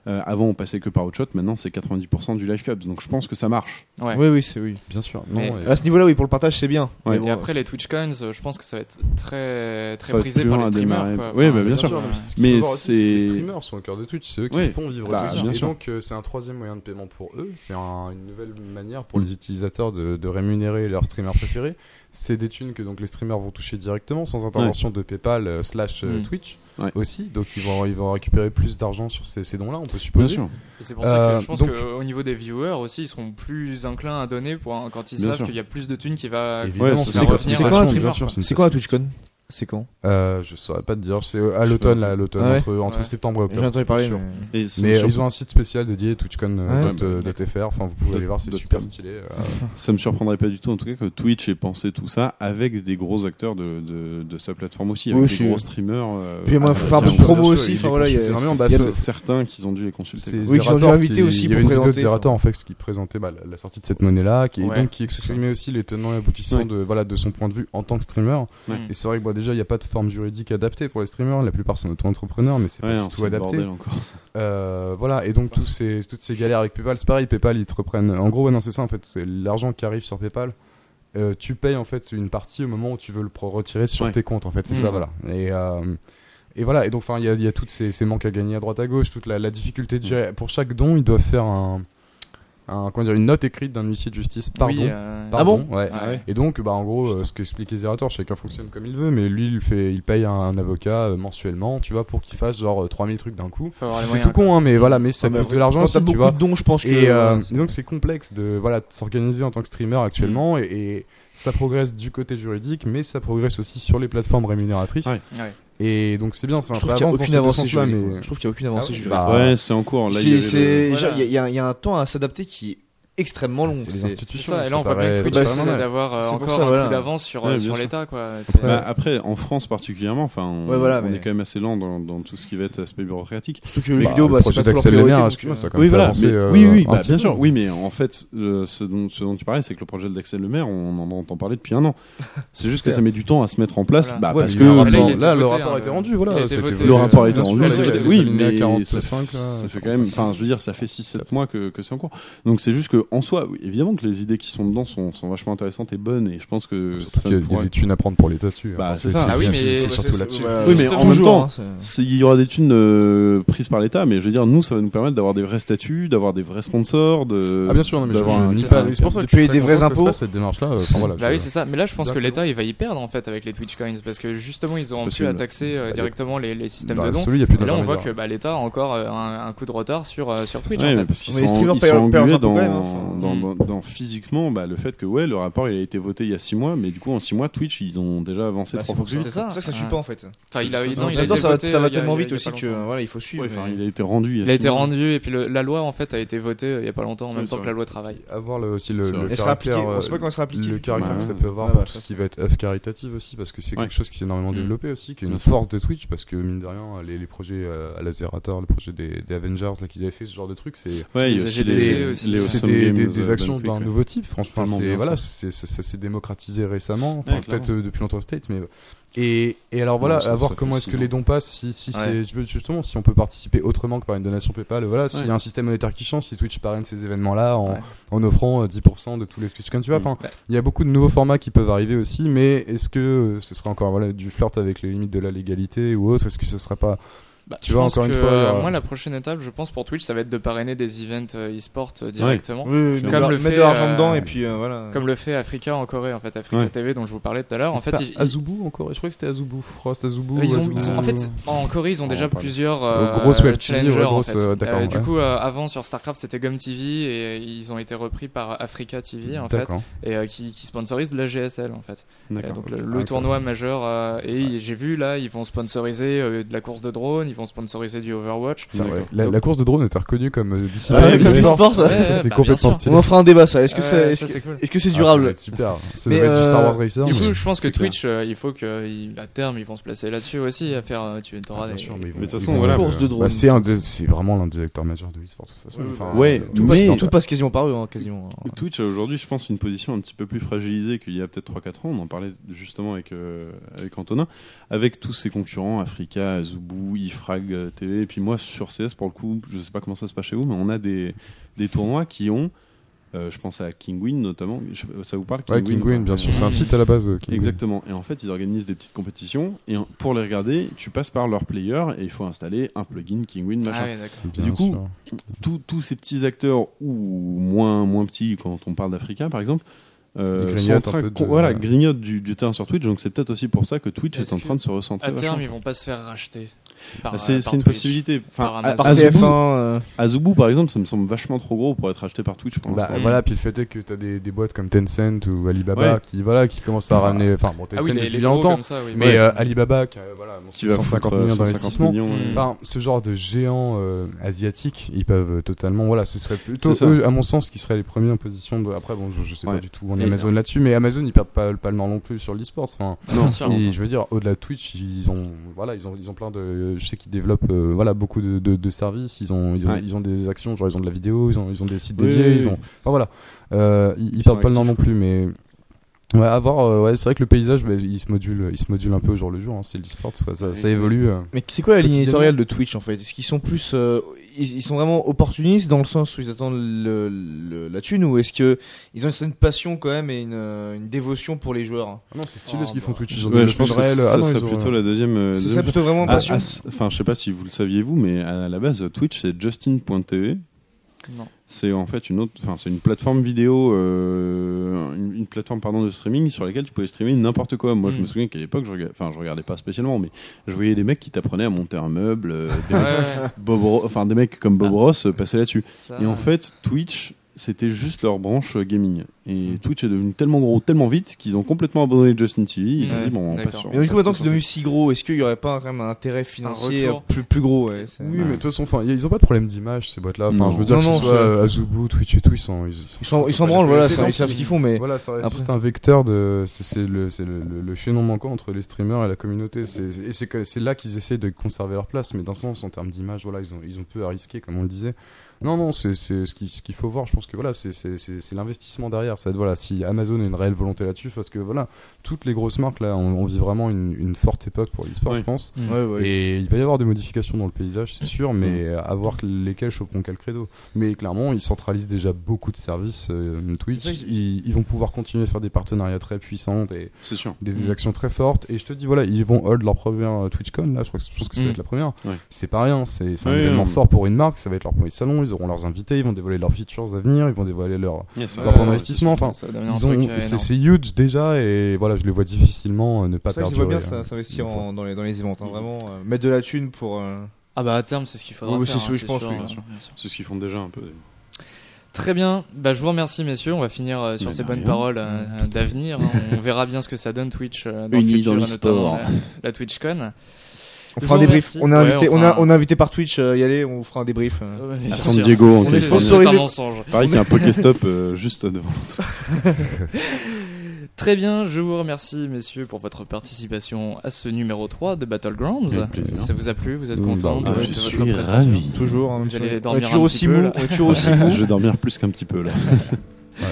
Speaker 2: Euh, avant, on passait que par outshot, maintenant c'est 90% du LiveCaps, donc je pense que ça marche.
Speaker 1: Ouais.
Speaker 3: Oui, oui, c'est oui.
Speaker 4: Bien sûr. Non,
Speaker 1: Et-
Speaker 4: et-
Speaker 3: À ce niveau-là, oui, pour le partage, c'est bien.
Speaker 2: Ouais.
Speaker 3: Mais bon,
Speaker 1: Et après les Twitch coins, euh, je pense que ça va être très très
Speaker 2: Ça va être
Speaker 1: prisé
Speaker 2: plus
Speaker 1: par les
Speaker 2: loin à
Speaker 1: streamers.
Speaker 2: démarrer.
Speaker 1: quoi.
Speaker 2: Oui, bah, bien sûr.
Speaker 1: euh,
Speaker 4: mais c'est- ce
Speaker 2: Mais
Speaker 4: qu'il faut voir aussi, c'est que
Speaker 2: c'est-
Speaker 4: les streamers sont au cœur de Twitch, c'est eux qui
Speaker 2: Ouais.
Speaker 4: font vivre
Speaker 2: Bah,
Speaker 4: Twitch.
Speaker 2: bien
Speaker 4: Et
Speaker 2: sûr.
Speaker 4: donc euh, c'est un troisième moyen de paiement pour eux, c'est un- une nouvelle manière
Speaker 2: Mm.
Speaker 4: pour les utilisateurs de, de rémunérer leurs streamers préférés. C'est des thunes que donc les streamers vont toucher directement sans intervention de PayPal euh, slash euh,
Speaker 1: Mm.
Speaker 4: Twitch
Speaker 2: Ouais.
Speaker 4: aussi. Donc ils vont ils vont récupérer plus d'argent sur ces, ces dons-là, on peut
Speaker 2: Bien
Speaker 4: supposer.
Speaker 2: sûr.
Speaker 1: et c'est pour ça
Speaker 4: Euh,
Speaker 1: que je pense
Speaker 4: donc-
Speaker 1: qu'au niveau des viewers aussi, ils seront plus inclins à donner pour un- quand ils
Speaker 2: Bien
Speaker 1: savent
Speaker 2: sûr.
Speaker 1: qu'il y a plus de thunes qui va.
Speaker 4: Évidemment,
Speaker 2: Ouais,
Speaker 1: qui
Speaker 2: c'est-
Speaker 1: va
Speaker 2: c'est
Speaker 1: revenir
Speaker 2: quoi-
Speaker 1: à
Speaker 2: c'est
Speaker 1: la
Speaker 3: quoi un
Speaker 1: streamer,
Speaker 4: Twitch,
Speaker 1: quoi.
Speaker 4: c'est une
Speaker 3: C'est quoi la TwitchCon C'est quand
Speaker 4: Euh, je saurais pas te dire, c'est euh, à
Speaker 2: Je
Speaker 4: l'automne
Speaker 2: sais
Speaker 4: là, à l'automne
Speaker 3: Ah ouais.
Speaker 4: entre, entre
Speaker 1: Ouais.
Speaker 4: septembre et
Speaker 3: J'ai
Speaker 4: octobre.
Speaker 3: entendu parler.
Speaker 4: Sûr.
Speaker 3: mais-
Speaker 2: Et c'est-
Speaker 4: Mais
Speaker 2: sur-
Speaker 4: ils ont un site spécial dédié euh,
Speaker 3: Ouais.
Speaker 4: twitchcon.fr, enfin vous pouvez aller voir, c'est
Speaker 2: Dot-
Speaker 4: super
Speaker 2: com.
Speaker 4: stylé. euh,
Speaker 3: Ah,
Speaker 2: Ça me surprendrait pas du tout, en tout cas, que Twitch ait pensé tout ça avec des gros acteurs de, de, de sa plateforme aussi, avec
Speaker 3: Oui,
Speaker 2: des
Speaker 3: c'est-
Speaker 2: gros streamers. euh,
Speaker 3: Puis moi,
Speaker 2: américains.
Speaker 3: faire un peu de
Speaker 4: bien
Speaker 3: promo
Speaker 4: sûr,
Speaker 3: aussi.
Speaker 4: il
Speaker 3: Enfin
Speaker 4: est
Speaker 3: voilà, il y a-
Speaker 4: consulté énormément, bah,
Speaker 3: il y a-
Speaker 2: C'est certains qu'ils ont dû les consulter.
Speaker 4: C'est
Speaker 2: quoi.
Speaker 3: Oui, qui ont dû
Speaker 4: Zerator
Speaker 3: inviter
Speaker 4: qui-
Speaker 3: aussi
Speaker 4: il y
Speaker 3: pour
Speaker 4: avait une vidéo
Speaker 3: présenter,
Speaker 4: de Zerator en fait qui présentait bah, la, la sortie de cette monnaie là, qui
Speaker 1: Ouais.
Speaker 4: donc qui exprimait aussi les tenants et aboutissants
Speaker 2: Ouais.
Speaker 4: de voilà de son point de vue en tant que streamer.
Speaker 2: Ouais.
Speaker 1: hmm.
Speaker 4: Et c'est vrai que bah, déjà il n'y a pas de forme juridique adaptée pour les streamers, la plupart sont auto-entrepreneurs, mais c'est
Speaker 2: Ouais,
Speaker 4: pas
Speaker 2: non,
Speaker 4: du
Speaker 2: c'est
Speaker 4: tout
Speaker 2: le
Speaker 4: adapté.
Speaker 2: bordel encore.
Speaker 4: Euh, voilà, et donc tous ces, toutes ces galères avec PayPal, c'est pareil, PayPal ils te reprennent. En gros, ouais, non, c'est ça en fait, c'est l'argent qui arrive sur PayPal. euh, tu payes en fait une partie au moment où tu veux le pro- retirer sur
Speaker 2: Ouais.
Speaker 4: tes comptes en fait c'est
Speaker 1: Mhm.
Speaker 4: ça voilà et euh, et voilà et donc enfin il y a, il y a toutes ces, ces manques à gagner à droite à gauche toute la, la difficulté de gérer pour chaque don ils doivent faire un, un comment dire une note écrite d'un huissier de justice pardon
Speaker 1: Oui, euh,
Speaker 4: pardon ouais.
Speaker 1: Ah ouais.
Speaker 4: Et donc, bah, en gros, euh, ce qu'expliquait Zerator, chacun fonctionne comme il veut, mais lui, il, fait, il paye un, un avocat euh, mensuellement, tu vois, pour qu'il fasse genre euh, 3000 trucs d'un coup.
Speaker 1: Faut avoir les
Speaker 4: C'est
Speaker 1: moyens,
Speaker 4: tout con, hein, mais voilà, mais ça
Speaker 3: Ah, mais
Speaker 4: coûte
Speaker 3: après,
Speaker 4: de l'argent
Speaker 3: quand t'as
Speaker 4: aussi, tu
Speaker 3: beaucoup
Speaker 4: vois.
Speaker 3: de dons, je pense que.
Speaker 4: Et, euh,
Speaker 3: euh,
Speaker 4: et donc, c'est complexe de voilà, de s'organiser en tant que streamer actuellement, et, et ça progresse du côté juridique, mais ça progresse aussi sur les plateformes rémunératrices.
Speaker 2: Ouais.
Speaker 1: Ouais.
Speaker 4: Et donc, c'est bien, enfin,
Speaker 3: Je
Speaker 4: ça
Speaker 3: trouve qu'il n'y a
Speaker 4: avance dans
Speaker 3: aucune
Speaker 4: ces deux sens-là,
Speaker 3: avancée juridique.
Speaker 4: mais.
Speaker 3: Je trouve qu'il n'y a aucune
Speaker 4: Ah
Speaker 3: avancée
Speaker 4: ouais,
Speaker 3: juridique.
Speaker 4: bah,
Speaker 2: Ouais, c'est en cours. Là, il y
Speaker 3: C'est-
Speaker 2: avait le-
Speaker 3: c'est-
Speaker 1: le-
Speaker 3: genre,
Speaker 1: Voilà. Ah,
Speaker 3: Il y, a- il y a un- il y a un temps à s'adapter qui est extrêmement long.
Speaker 4: c'est les
Speaker 3: c'est-
Speaker 1: C'est
Speaker 4: institutions.
Speaker 1: ça, et là on
Speaker 4: ça
Speaker 1: voit bien que
Speaker 4: paraît-
Speaker 1: Twitch
Speaker 4: ça
Speaker 3: bah,
Speaker 4: paraît
Speaker 1: essaie
Speaker 4: normal.
Speaker 1: d'avoir euh,
Speaker 3: C'est pour
Speaker 1: encore
Speaker 3: ça,
Speaker 1: un
Speaker 3: voilà.
Speaker 1: coup d'avance sur,
Speaker 2: Ouais,
Speaker 1: euh,
Speaker 2: bien
Speaker 1: sur
Speaker 2: sûr.
Speaker 1: l'État. quoi. C'est-
Speaker 4: Après,
Speaker 2: Bah, après, en France particulièrement, enfin, on,
Speaker 3: Ouais, voilà,
Speaker 2: on
Speaker 3: mais-
Speaker 2: est quand même assez lent dans, dans tout ce qui va être aspect bureaucratique.
Speaker 3: Surtout que le
Speaker 2: Bah,
Speaker 3: vidéo,
Speaker 4: le
Speaker 3: bah, c'est
Speaker 4: projet
Speaker 3: pas trop leur
Speaker 4: d'Axel
Speaker 3: priorité,
Speaker 4: Lemaire,
Speaker 3: donc,
Speaker 4: excuse-moi,
Speaker 3: euh,
Speaker 4: ça a quand
Speaker 2: Oui,
Speaker 4: même fait
Speaker 2: voilà.
Speaker 4: avancer.
Speaker 2: mais-
Speaker 4: euh,
Speaker 2: oui, oui,
Speaker 4: un
Speaker 2: bah,
Speaker 4: petit
Speaker 2: bien
Speaker 4: peu.
Speaker 2: sûr. Oui, mais en fait, euh, ce, dont, ce dont tu parlais, c'est que le projet d'Axel Le Maire, on en entend parler depuis un an. C'est juste que ça
Speaker 4: Certes.
Speaker 2: met du temps à se mettre en place,
Speaker 1: Voilà.
Speaker 2: bah,
Speaker 4: Ouais,
Speaker 2: parce
Speaker 4: mais
Speaker 2: que
Speaker 4: le
Speaker 1: là,
Speaker 4: rapport-
Speaker 1: il a été
Speaker 4: là, le
Speaker 1: voté,
Speaker 4: rapport a été
Speaker 1: hein,
Speaker 4: rendu, voilà.
Speaker 1: il a été
Speaker 4: c'était-
Speaker 1: voté,
Speaker 2: le rapport a été
Speaker 4: bien sûr,
Speaker 2: rendu.
Speaker 4: là, il y a
Speaker 1: oui,
Speaker 4: les
Speaker 1: oui,
Speaker 4: alinéas
Speaker 2: mais
Speaker 4: 45, là,
Speaker 2: ça
Speaker 4: 45,
Speaker 2: fait quand même, enfin, je veux dire, ça fait 6-7 mois que, que c'est en cours. Donc c'est juste que, en soi, oui, évidemment que les idées qui sont dedans sont, sont vachement intéressantes et bonnes, et je pense que
Speaker 4: Surtout
Speaker 2: ça
Speaker 4: qu'il y a- il y, a
Speaker 2: pourrait-
Speaker 4: des thunes à prendre pour l'État dessus.
Speaker 2: Bah,
Speaker 4: Enfin,
Speaker 2: c'est ça.
Speaker 1: Ah oui,
Speaker 4: bien,
Speaker 1: mais
Speaker 4: c'est- c'est
Speaker 1: ouais,
Speaker 4: surtout
Speaker 1: c'est-
Speaker 4: là-dessus.
Speaker 3: voilà.
Speaker 2: Oui, mais en même
Speaker 3: Toujours,
Speaker 2: temps,
Speaker 3: hein, c'est-
Speaker 2: C'est- Il y aura des thunes euh, prises par l'État, mais je veux dire, nous, ça va nous permettre d'avoir des vrais statuts, d'avoir des vrais sponsors, de.
Speaker 4: Ah bien sûr, non, mais je,
Speaker 2: Euh, d'avoir
Speaker 4: je
Speaker 2: un-
Speaker 4: nie
Speaker 1: c'est
Speaker 4: pas.
Speaker 1: ça.
Speaker 4: mais C'est pour ça que
Speaker 3: De
Speaker 4: je suis
Speaker 3: payer
Speaker 4: très
Speaker 3: des vrais
Speaker 4: content que ça se
Speaker 3: impôts.
Speaker 4: fasse cette démarche-là. euh, Enfin voilà.
Speaker 1: Bah
Speaker 4: je-
Speaker 1: oui, c'est ça. Mais là, je pense que
Speaker 4: D'accord.
Speaker 1: l'État, il va y perdre en fait avec les Twitch coins parce que justement, ils auront pu
Speaker 2: Possible.
Speaker 1: à taxer euh,
Speaker 4: Bah,
Speaker 1: directement les, les systèmes
Speaker 4: Dans
Speaker 1: de dons.
Speaker 4: l'absolu, il y a plus
Speaker 1: Et là, on voit que
Speaker 4: d'intermédiaire.
Speaker 1: bah, l'État a encore euh, un, un coup de retard sur, euh, sur Twitch.
Speaker 2: Ouais,
Speaker 1: en
Speaker 2: mais
Speaker 1: fait.
Speaker 2: parce qu'ils
Speaker 3: Mais les
Speaker 2: sont,
Speaker 3: streamers
Speaker 2: ils
Speaker 3: payent
Speaker 2: sont
Speaker 3: leur- payent leurs
Speaker 2: englués
Speaker 3: impôts
Speaker 2: dans,
Speaker 3: quand même, hein, enfin.
Speaker 2: dans,
Speaker 1: Mm.
Speaker 2: dans- dans physiquement bah, le fait que ouais, le rapport il a été voté il y a 6 mois, mais du coup en 6 mois, Twitch ils ont déjà avancé
Speaker 3: Bah,
Speaker 2: trois
Speaker 3: c'est
Speaker 2: fois
Speaker 3: pour
Speaker 2: plus.
Speaker 1: C'est ça.
Speaker 3: C'est ça que ça suit
Speaker 1: Ouais.
Speaker 3: pas en fait.
Speaker 1: Enfin, il a, non,
Speaker 2: En
Speaker 1: il a
Speaker 2: même
Speaker 1: été
Speaker 2: temps,
Speaker 3: Maintenant, ça va,
Speaker 1: voté,
Speaker 3: ça va
Speaker 1: euh, il y a-
Speaker 3: tellement
Speaker 1: il y a-
Speaker 3: vite
Speaker 1: il y a
Speaker 3: aussi
Speaker 1: pas
Speaker 3: que
Speaker 1: longtemps.
Speaker 3: voilà, il faut suivre.
Speaker 2: Ouais, enfin,
Speaker 3: mais-
Speaker 2: il a été rendu.
Speaker 1: Il a été rendu et puis le- la loi en fait a été votée euh, il y a pas longtemps en même
Speaker 2: Oui,
Speaker 1: temps
Speaker 2: c'est
Speaker 1: que la loi travail.
Speaker 4: Avoir le, aussi le,
Speaker 2: C'est
Speaker 4: le
Speaker 2: vrai.
Speaker 3: Elle sera appliquée.
Speaker 4: caractère.
Speaker 3: On sait
Speaker 4: euh,
Speaker 3: pas quand elle sera appliquée.
Speaker 4: le caractère que ça
Speaker 2: Ouais.
Speaker 4: peut avoir
Speaker 3: Ouais,
Speaker 4: pour
Speaker 3: ouais,
Speaker 4: tout
Speaker 3: ça,
Speaker 4: ce qui va être œuvre caritative aussi, parce que c'est
Speaker 2: Ouais.
Speaker 4: quelque chose qui s'est énormément
Speaker 1: Mm.
Speaker 4: développé aussi, qui est une
Speaker 2: Bien sûr.
Speaker 4: force de Twitch, parce que mine de rien, les, les projets euh, à la Zerator, les projets des, des Avengers, là qu'ils avaient fait, ce genre de truc, c'est
Speaker 2: Ouais, il y
Speaker 1: Les
Speaker 2: a aussi
Speaker 1: AGDC
Speaker 2: les-
Speaker 1: aussi.
Speaker 2: les
Speaker 1: C'est
Speaker 4: c'est
Speaker 2: Awesome
Speaker 4: des,
Speaker 2: Games,
Speaker 4: des-
Speaker 2: euh,
Speaker 4: des actions
Speaker 2: Dunquick,
Speaker 4: d'un
Speaker 2: ouais.
Speaker 4: nouveau type. Franchement,
Speaker 2: tellement
Speaker 4: c'est
Speaker 2: bien,
Speaker 4: voilà,
Speaker 2: ça.
Speaker 4: c'est- ça, ça s'est démocratisé récemment. Enfin,
Speaker 2: Ouais,
Speaker 4: peut-être
Speaker 2: clairement.
Speaker 4: euh, depuis longtemps aux States, mais et, et alors voilà,
Speaker 2: Ouais, ça-
Speaker 4: à voir
Speaker 2: ça fait
Speaker 4: comment est-ce que
Speaker 2: six
Speaker 4: les
Speaker 2: ans.
Speaker 4: dons passent. Si, si
Speaker 1: Ouais.
Speaker 4: c'est je veux justement si on peut participer autrement que par une donation PayPal. Voilà, s'il y
Speaker 2: Ouais.
Speaker 4: a un système monétaire qui change, si Twitch parraine ces événements-là en,
Speaker 1: Ouais.
Speaker 4: en offrant euh, 10% de tous les Twitch tu vois.
Speaker 2: Mm.
Speaker 4: Enfin, il y a beaucoup de nouveaux formats qui peuvent arriver aussi, mais est-ce que euh, ce serait encore voilà du flirt avec les limites de la légalité ou autre Est-ce que ce serait pas
Speaker 1: Bah,
Speaker 4: Tu
Speaker 1: je
Speaker 4: vois,
Speaker 1: pense
Speaker 4: encore une
Speaker 1: que,
Speaker 4: fois,
Speaker 1: euh,
Speaker 4: euh,
Speaker 1: moi la prochaine étape, je pense pour Twitch, ça va être de parrainer des events euh, e-sport euh, directement.
Speaker 3: Oui, oui,
Speaker 1: Comme
Speaker 3: mettre
Speaker 1: le
Speaker 3: mettre
Speaker 1: fait,
Speaker 3: de l'argent
Speaker 1: euh,
Speaker 3: dedans et puis euh, voilà.
Speaker 1: Comme le fait Africa en Corée, en fait, Africa
Speaker 2: Ouais.
Speaker 1: TV dont je vous parlais tout à l'heure. En
Speaker 4: c'est
Speaker 1: fait,
Speaker 4: pas
Speaker 1: ils,
Speaker 4: Azubu encore Je crois que c'était Azubu Frost, Azubu.
Speaker 1: ils ont,
Speaker 4: Azubu-
Speaker 1: ils ont- en fait, en Corée, ils ont
Speaker 4: On
Speaker 1: déjà
Speaker 4: en parle.
Speaker 1: plusieurs
Speaker 4: Euh,
Speaker 1: euh,
Speaker 4: grosse web TV, ouais,
Speaker 1: challengers. en
Speaker 4: grosse,
Speaker 1: fait.
Speaker 4: euh, d'accord,
Speaker 1: Euh, Du
Speaker 4: ouais.
Speaker 1: coup, euh, avant sur Starcraft, c'était Gum TV et ils ont été repris par Africa TV en fait,
Speaker 4: D'accord.
Speaker 1: et euh, qui, qui sponsorise la GSL en fait. Et
Speaker 2: D'accord.
Speaker 1: donc le,
Speaker 4: ok.
Speaker 1: le
Speaker 4: Ah, excellent.
Speaker 1: tournoi majeur euh, et j'ai vu là ils vont sponsoriser euh, de la course de drone, ils vont sponsoriser du Overwatch.
Speaker 4: Tiens, ouais.
Speaker 2: D'accord.
Speaker 4: La,
Speaker 1: Donc-
Speaker 4: la course de drone est reconnue comme euh, discipline
Speaker 3: Ah ouais,
Speaker 4: de
Speaker 3: comme
Speaker 4: e-sport.
Speaker 3: e-sport, ouais.
Speaker 4: Ça, c'est
Speaker 1: Bah, bien
Speaker 4: complètement
Speaker 1: sûr.
Speaker 4: stylé.
Speaker 3: On en fera un débat ça. Est-ce que
Speaker 1: Ouais,
Speaker 3: ça- est-ce
Speaker 1: ça,
Speaker 3: que-
Speaker 1: c'est cool.
Speaker 3: est-ce que c'est
Speaker 4: Ah, ça
Speaker 3: durable
Speaker 4: va être super. Ça
Speaker 3: Mais,
Speaker 4: devrait être du Star
Speaker 3: euh,
Speaker 4: Wars hein. Racer.
Speaker 1: Du
Speaker 4: mais-
Speaker 1: coup, je pense que
Speaker 4: c'est clair.
Speaker 1: Twitch, euh, il faut que il- à terme, ils vont se placer là-dessus aussi, à faire. euh, tu t'auras
Speaker 4: Ah, bien
Speaker 1: des-
Speaker 4: sûr, mais ils vont-
Speaker 2: Mais de toute
Speaker 4: ils
Speaker 2: façon,
Speaker 4: vont-
Speaker 2: voilà.
Speaker 3: Course de drone.
Speaker 4: Bah, c'est un des- c'est vraiment l'un des acteurs majeurs de l'e-sport de toute façon.
Speaker 3: Oui, oui,
Speaker 4: Enfin,
Speaker 3: bah,
Speaker 2: ouais,
Speaker 4: euh,
Speaker 3: Tout,
Speaker 2: mais-
Speaker 3: passe, tout passe quasiment par eux, hein, quasiment.
Speaker 2: Twitch a aujourd'hui, je pense, une position un petit peu plus fragilisée qu'il y a peut-être 3-4 ans. On en parlait justement avec, euh, avec Antonin. Avec tous ses concurrents, Africa, Zubu, Ifrag euh, TV. Et puis moi, sur CS, pour le coup, je sais pas comment ça se passe chez vous, mais on a des, des tournois qui ont, euh, je pense à Kingwin notamment. Je- ça vous parle
Speaker 4: Ouais, King Queen, bien sûr, c'est un site à la base. euh, King Queen.
Speaker 2: Exactement. Et en fait, ils organisent des petites compétitions. Et en- pour les regarder, tu passes par leur player et il faut installer un plugin Kingwin, machin.
Speaker 1: Ah ouais, d'accord.
Speaker 4: Bien
Speaker 2: Du coup,
Speaker 4: sûr.
Speaker 2: tous tous ces petits acteurs ou moins moins petits quand on parle d'Africa par exemple euh,
Speaker 4: Ils
Speaker 2: sont
Speaker 4: grignotent
Speaker 2: en train
Speaker 4: un peu
Speaker 2: qu'on-
Speaker 4: de-
Speaker 2: voilà grignotent du, du terrain sur Twitch donc c'est peut-être aussi pour ça que Twitch est,
Speaker 1: Est-ce
Speaker 2: en train de se
Speaker 1: À
Speaker 2: recentrer
Speaker 1: terme,
Speaker 2: vachement.
Speaker 1: ils vont pas se faire racheter. par,
Speaker 4: Bah,
Speaker 2: Ah,
Speaker 1: euh,
Speaker 2: c'est
Speaker 1: par
Speaker 2: c'est une
Speaker 1: Twitch.
Speaker 2: possibilité
Speaker 1: Par
Speaker 2: enfin à-
Speaker 1: Amazon.
Speaker 3: Par
Speaker 2: Azubu,
Speaker 3: TF1, euh,
Speaker 2: Azubu, par exemple ça me semble vachement trop gros pour être racheté par Twitch pour
Speaker 4: Bah,
Speaker 2: l'instant.
Speaker 4: voilà, puis le fait est que t'as des, des boîtes comme Tencent ou Alibaba
Speaker 2: Ouais.
Speaker 4: qui, voilà, qui commencent à ramener. Enfin, bon,
Speaker 1: Ah
Speaker 4: Tencent
Speaker 1: oui, les,
Speaker 4: depuis
Speaker 1: les gros
Speaker 4: longtemps.
Speaker 1: comme ça, oui.
Speaker 4: Mais
Speaker 1: Ouais.
Speaker 4: euh, Alibaba, qui a voilà,
Speaker 2: Qui va
Speaker 4: 150
Speaker 2: foutre, euh,
Speaker 4: millions
Speaker 2: 150
Speaker 4: d'investissement.
Speaker 2: millions, ouais.
Speaker 1: Mm.
Speaker 4: Enfin, ce genre de géants euh, asiatiques, ils peuvent totalement. Voilà, ce serait plutôt
Speaker 2: C'est ça.
Speaker 4: eux, à mon sens, qui seraient les premiers en position. De... Après, bon, je, je sais
Speaker 2: Ouais.
Speaker 4: pas du tout en
Speaker 2: Et-
Speaker 4: Amazon là-dessus, mais Amazon, ils perdent pas le palmarès non plus sur l'e-sport. Enfin,
Speaker 1: Bien sûr.
Speaker 4: ils- Bah, je veux dire, au-delà de Twitch, ils ont, voilà, ils ont, ils ont plein de. Je sais qu'ils développent, euh, voilà, beaucoup de, de, de services. Ils ont, ils ont,
Speaker 2: Ouais.
Speaker 4: ils ont des actions, genre ils ont de la vidéo, ils ont, ils ont des sites
Speaker 2: Oui,
Speaker 4: dédiés.
Speaker 2: oui,
Speaker 4: ils
Speaker 2: oui.
Speaker 4: ont. Enfin, voilà, euh, ils, ils
Speaker 2: Ils
Speaker 4: perdent
Speaker 2: sont
Speaker 4: pas le nom non plus, mais. Ouais, à voir, euh, ouais, c'est vrai que le paysage, bah, il se module, il se module un peu au jour le jour. hein, c'est l'e-sport, ça, ça, ça évolue. euh.
Speaker 3: Mais c'est quoi la ligne
Speaker 4: Quotidiennement.
Speaker 3: éditoriale de Twitch en fait Est-ce qu'ils sont plus. euh, ils, ils sont vraiment opportunistes dans le sens où ils attendent le- le- la thune ou est-ce que ils ont une certaine passion quand même et une, euh, une dévotion pour les joueurs
Speaker 4: Ah non, c'est stylé
Speaker 3: Oh,
Speaker 1: Ah,
Speaker 4: ce qu'ils
Speaker 1: bah.
Speaker 4: font Twitch. Ils ont
Speaker 2: Ouais,
Speaker 4: des
Speaker 2: je pense que
Speaker 4: réels.
Speaker 2: ça
Speaker 4: Ah non,
Speaker 2: serait
Speaker 4: ils ont-
Speaker 2: plutôt la deuxième euh,
Speaker 3: C'est
Speaker 2: deuxième
Speaker 3: ça plutôt vraiment
Speaker 2: Ah,
Speaker 3: passion
Speaker 2: ah, c'est- Enfin, je sais pas si vous le saviez vous, mais à la base, Twitch c'est Justin.tv.
Speaker 1: Non.
Speaker 2: C'est en fait une autre, enfin, c'est une plateforme vidéo, euh, une, une plateforme pardon de streaming sur laquelle tu pouvais streamer n'importe quoi. Moi, je
Speaker 1: Mm.
Speaker 2: me souviens qu'à l'époque, je regardais, enfin, je regardais pas spécialement, mais je voyais des mecs qui t'apprenaient à monter un meuble, euh, des,
Speaker 1: Ouais,
Speaker 2: mecs,
Speaker 1: ouais,
Speaker 2: Bob Ro- enfin, des mecs comme Bob
Speaker 1: Ah.
Speaker 2: Ross euh, passaient là-dessus.
Speaker 1: ça,
Speaker 2: Et en
Speaker 1: euh,
Speaker 2: fait, Twitch, c'était juste leur branche euh, gaming.
Speaker 1: Mm.
Speaker 2: Et Twitch est devenu tellement gros, tellement vite qu'ils ont complètement abandonné Justin TV. Ils ont
Speaker 1: Ouais,
Speaker 2: dit bon, on passe
Speaker 1: d'accord.
Speaker 2: sur.
Speaker 3: Mais du coup
Speaker 2: on
Speaker 3: maintenant ah, que
Speaker 2: passe
Speaker 3: c'est
Speaker 2: sur-
Speaker 3: devenu si gros, est-ce qu'il y aurait pas quand même un intérêt financier euh,
Speaker 1: retour.
Speaker 3: plus, plus gros ouais, c'est-
Speaker 4: Oui, mais de toute façon, enfin, ils ont pas de problème d'image, ces boîtes-là. Enfin,
Speaker 2: Non.
Speaker 4: je veux dire,
Speaker 3: Non,
Speaker 4: que
Speaker 3: non,
Speaker 4: ce soit
Speaker 3: c'est-
Speaker 4: euh, Azubu, Twitch et tout, ils sont. Ils
Speaker 3: Ils s'en ils s'en branlent, voilà, ça, ils savent ce qu'ils font, mais
Speaker 4: Voilà, ça reste
Speaker 3: Après-
Speaker 4: juste un vecteur de. C'est c'est le, c'est le, le, le chaînon manquant entre les streamers et la communauté. C'est- Et c'est que- c'est là qu'ils essaient de conserver leur place, mais d'un sens, en termes d'image, voilà, ils ont, ils ont peu à risquer, comme on le disait. Non, non, c'est c'est ce qu'il ce qu'il faut voir. Je pense que voilà, c'est- c'est c'est- c'est l'investissement derrière. Ça, voilà, si Amazon a une réelle volonté là-dessus, parce que voilà, toutes les grosses marques, là, on, on vit vraiment une, une forte époque pour l'e-sport,
Speaker 2: Oui.
Speaker 4: je pense.
Speaker 3: Ouais, ouais.
Speaker 4: Et il va y avoir des modifications dans le paysage, c'est sûr, mais à voir que- lesquelles choperont quel credo. Mais clairement, ils centralisent déjà beaucoup de services euh, Twitch.
Speaker 2: C'est ça,
Speaker 4: Ils, ils vont pouvoir continuer à faire des partenariats très puissants, des,
Speaker 2: C'est sûr.
Speaker 4: des, des actions très fortes. Et je te dis, voilà, ils vont hold leur première euh, TwitchCon, là, je, crois que, je pense que ça
Speaker 1: Mm.
Speaker 4: va être la première.
Speaker 2: Ouais.
Speaker 4: C'est pas rien, c'est c'est un
Speaker 2: Ouais,
Speaker 4: événement
Speaker 2: ouais.
Speaker 4: fort pour une marque, ça va être leur premier salon, ils auront leurs invités, ils vont dévoiler leurs features à venir, ils vont dévoiler leur,
Speaker 2: Yes,
Speaker 4: leur
Speaker 2: ouais,
Speaker 4: plan
Speaker 2: ouais,
Speaker 4: d'investissement. Enfin,
Speaker 1: ça va devenir un
Speaker 4: ils ont-
Speaker 1: truc, euh,
Speaker 4: c'est
Speaker 1: énorme.
Speaker 4: c'est huge déjà, et voilà, je les vois difficilement euh, ne pas
Speaker 3: C'est vrai que je vois
Speaker 4: perdurer.
Speaker 3: bien
Speaker 4: hein.
Speaker 3: ça s'investir
Speaker 4: Une fois.
Speaker 3: en- dans les dans les events, hein, vraiment euh, mettre de la thune pour. euh,
Speaker 1: Ah bah à terme, c'est ce qu'il faudra
Speaker 3: Oui,
Speaker 1: faire.
Speaker 3: c'est- oui, je pense, oui,
Speaker 1: euh,
Speaker 3: bien sûr.
Speaker 2: C'est ce qu'ils font déjà un peu.
Speaker 1: Très bien. Bah, je vous remercie, messieurs. On va finir euh, sur
Speaker 2: Mais
Speaker 1: ces
Speaker 2: de
Speaker 1: bonnes
Speaker 2: rien.
Speaker 1: paroles euh, d'avenir. On verra bien ce que ça donne Twitch euh, dans
Speaker 2: Unis
Speaker 1: le futur,
Speaker 2: dans le
Speaker 1: notamment
Speaker 2: sport.
Speaker 1: la, la Euh, TwitchCon.
Speaker 3: On
Speaker 1: Je
Speaker 3: fera un
Speaker 1: vous
Speaker 3: débrief.
Speaker 1: remercie.
Speaker 3: On a
Speaker 1: Ouais,
Speaker 3: invité,
Speaker 1: on
Speaker 3: on,
Speaker 1: fera
Speaker 3: a,
Speaker 1: un-
Speaker 3: on a invité par Twitch. euh, y aller, on fera un débrief. euh.
Speaker 1: Ouais,
Speaker 2: À
Speaker 1: bien
Speaker 2: San
Speaker 1: sûr.
Speaker 2: Diego, en
Speaker 1: C'est- c'est
Speaker 2: Californie.
Speaker 1: un mensonge.
Speaker 2: Pareil qu'il y a un Pokéstop euh, juste devant l'entrée.
Speaker 1: Très bien, je vous remercie messieurs pour votre participation à ce numéro 3 de Battlegrounds.
Speaker 2: Avec plaisir.
Speaker 1: Ça vous a plu Vous êtes
Speaker 4: Mm,
Speaker 1: content
Speaker 4: bah
Speaker 1: de,
Speaker 4: oui.
Speaker 1: de
Speaker 2: Je
Speaker 1: votre
Speaker 2: suis
Speaker 1: prestation
Speaker 2: ravi.
Speaker 3: Toujours. hein,
Speaker 1: Vous
Speaker 3: monsieur.
Speaker 1: allez
Speaker 3: on est
Speaker 1: dormir
Speaker 3: toujours
Speaker 1: un
Speaker 3: aussi
Speaker 1: petit peu,
Speaker 3: mou.
Speaker 1: là.
Speaker 3: On est toujours aussi mou.
Speaker 2: Je vais dormir plus qu'un petit peu là.
Speaker 4: euh,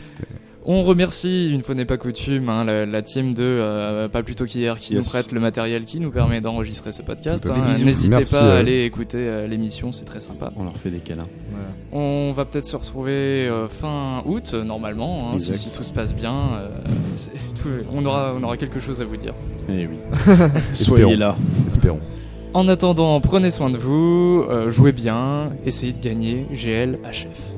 Speaker 4: C'était-
Speaker 1: On remercie, une fois n'est pas coutume, hein, la, la team de euh, Pas plus tôt qu'hier qui
Speaker 2: Yes.
Speaker 1: nous prête le matériel qui nous permet d'enregistrer ce podcast.
Speaker 4: Tout à fait.
Speaker 1: hein.
Speaker 4: Bisous.
Speaker 1: N'hésitez
Speaker 4: Merci
Speaker 1: pas
Speaker 4: à
Speaker 1: à
Speaker 4: eux.
Speaker 1: aller écouter euh, l'émission, c'est très sympa.
Speaker 2: On leur fait des câlins.
Speaker 1: On va peut-être se retrouver euh, fin août, normalement, hein, si,
Speaker 2: Exact.
Speaker 1: si tout se passe bien. euh, c'est- tout- on, aura, on aura quelque chose à vous dire.
Speaker 2: Eh oui.
Speaker 4: Espérons.
Speaker 2: Soyez là.
Speaker 4: Espérons.
Speaker 1: En attendant, prenez soin de vous, euh, jouez bien, essayez de gagner GLHF.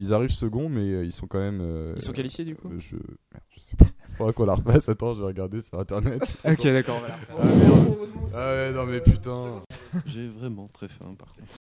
Speaker 4: Ils arrivent second, mais euh, ils sont quand même. euh,
Speaker 1: Ils sont qualifiés du coup
Speaker 4: euh, Je. Merde, je sais pas. Faudra qu'on la refasse. Attends, je vais regarder sur internet.
Speaker 1: Ok, d'accord, voilà.
Speaker 4: Ah ouais, non mais putain.
Speaker 2: J'ai vraiment très faim par contre.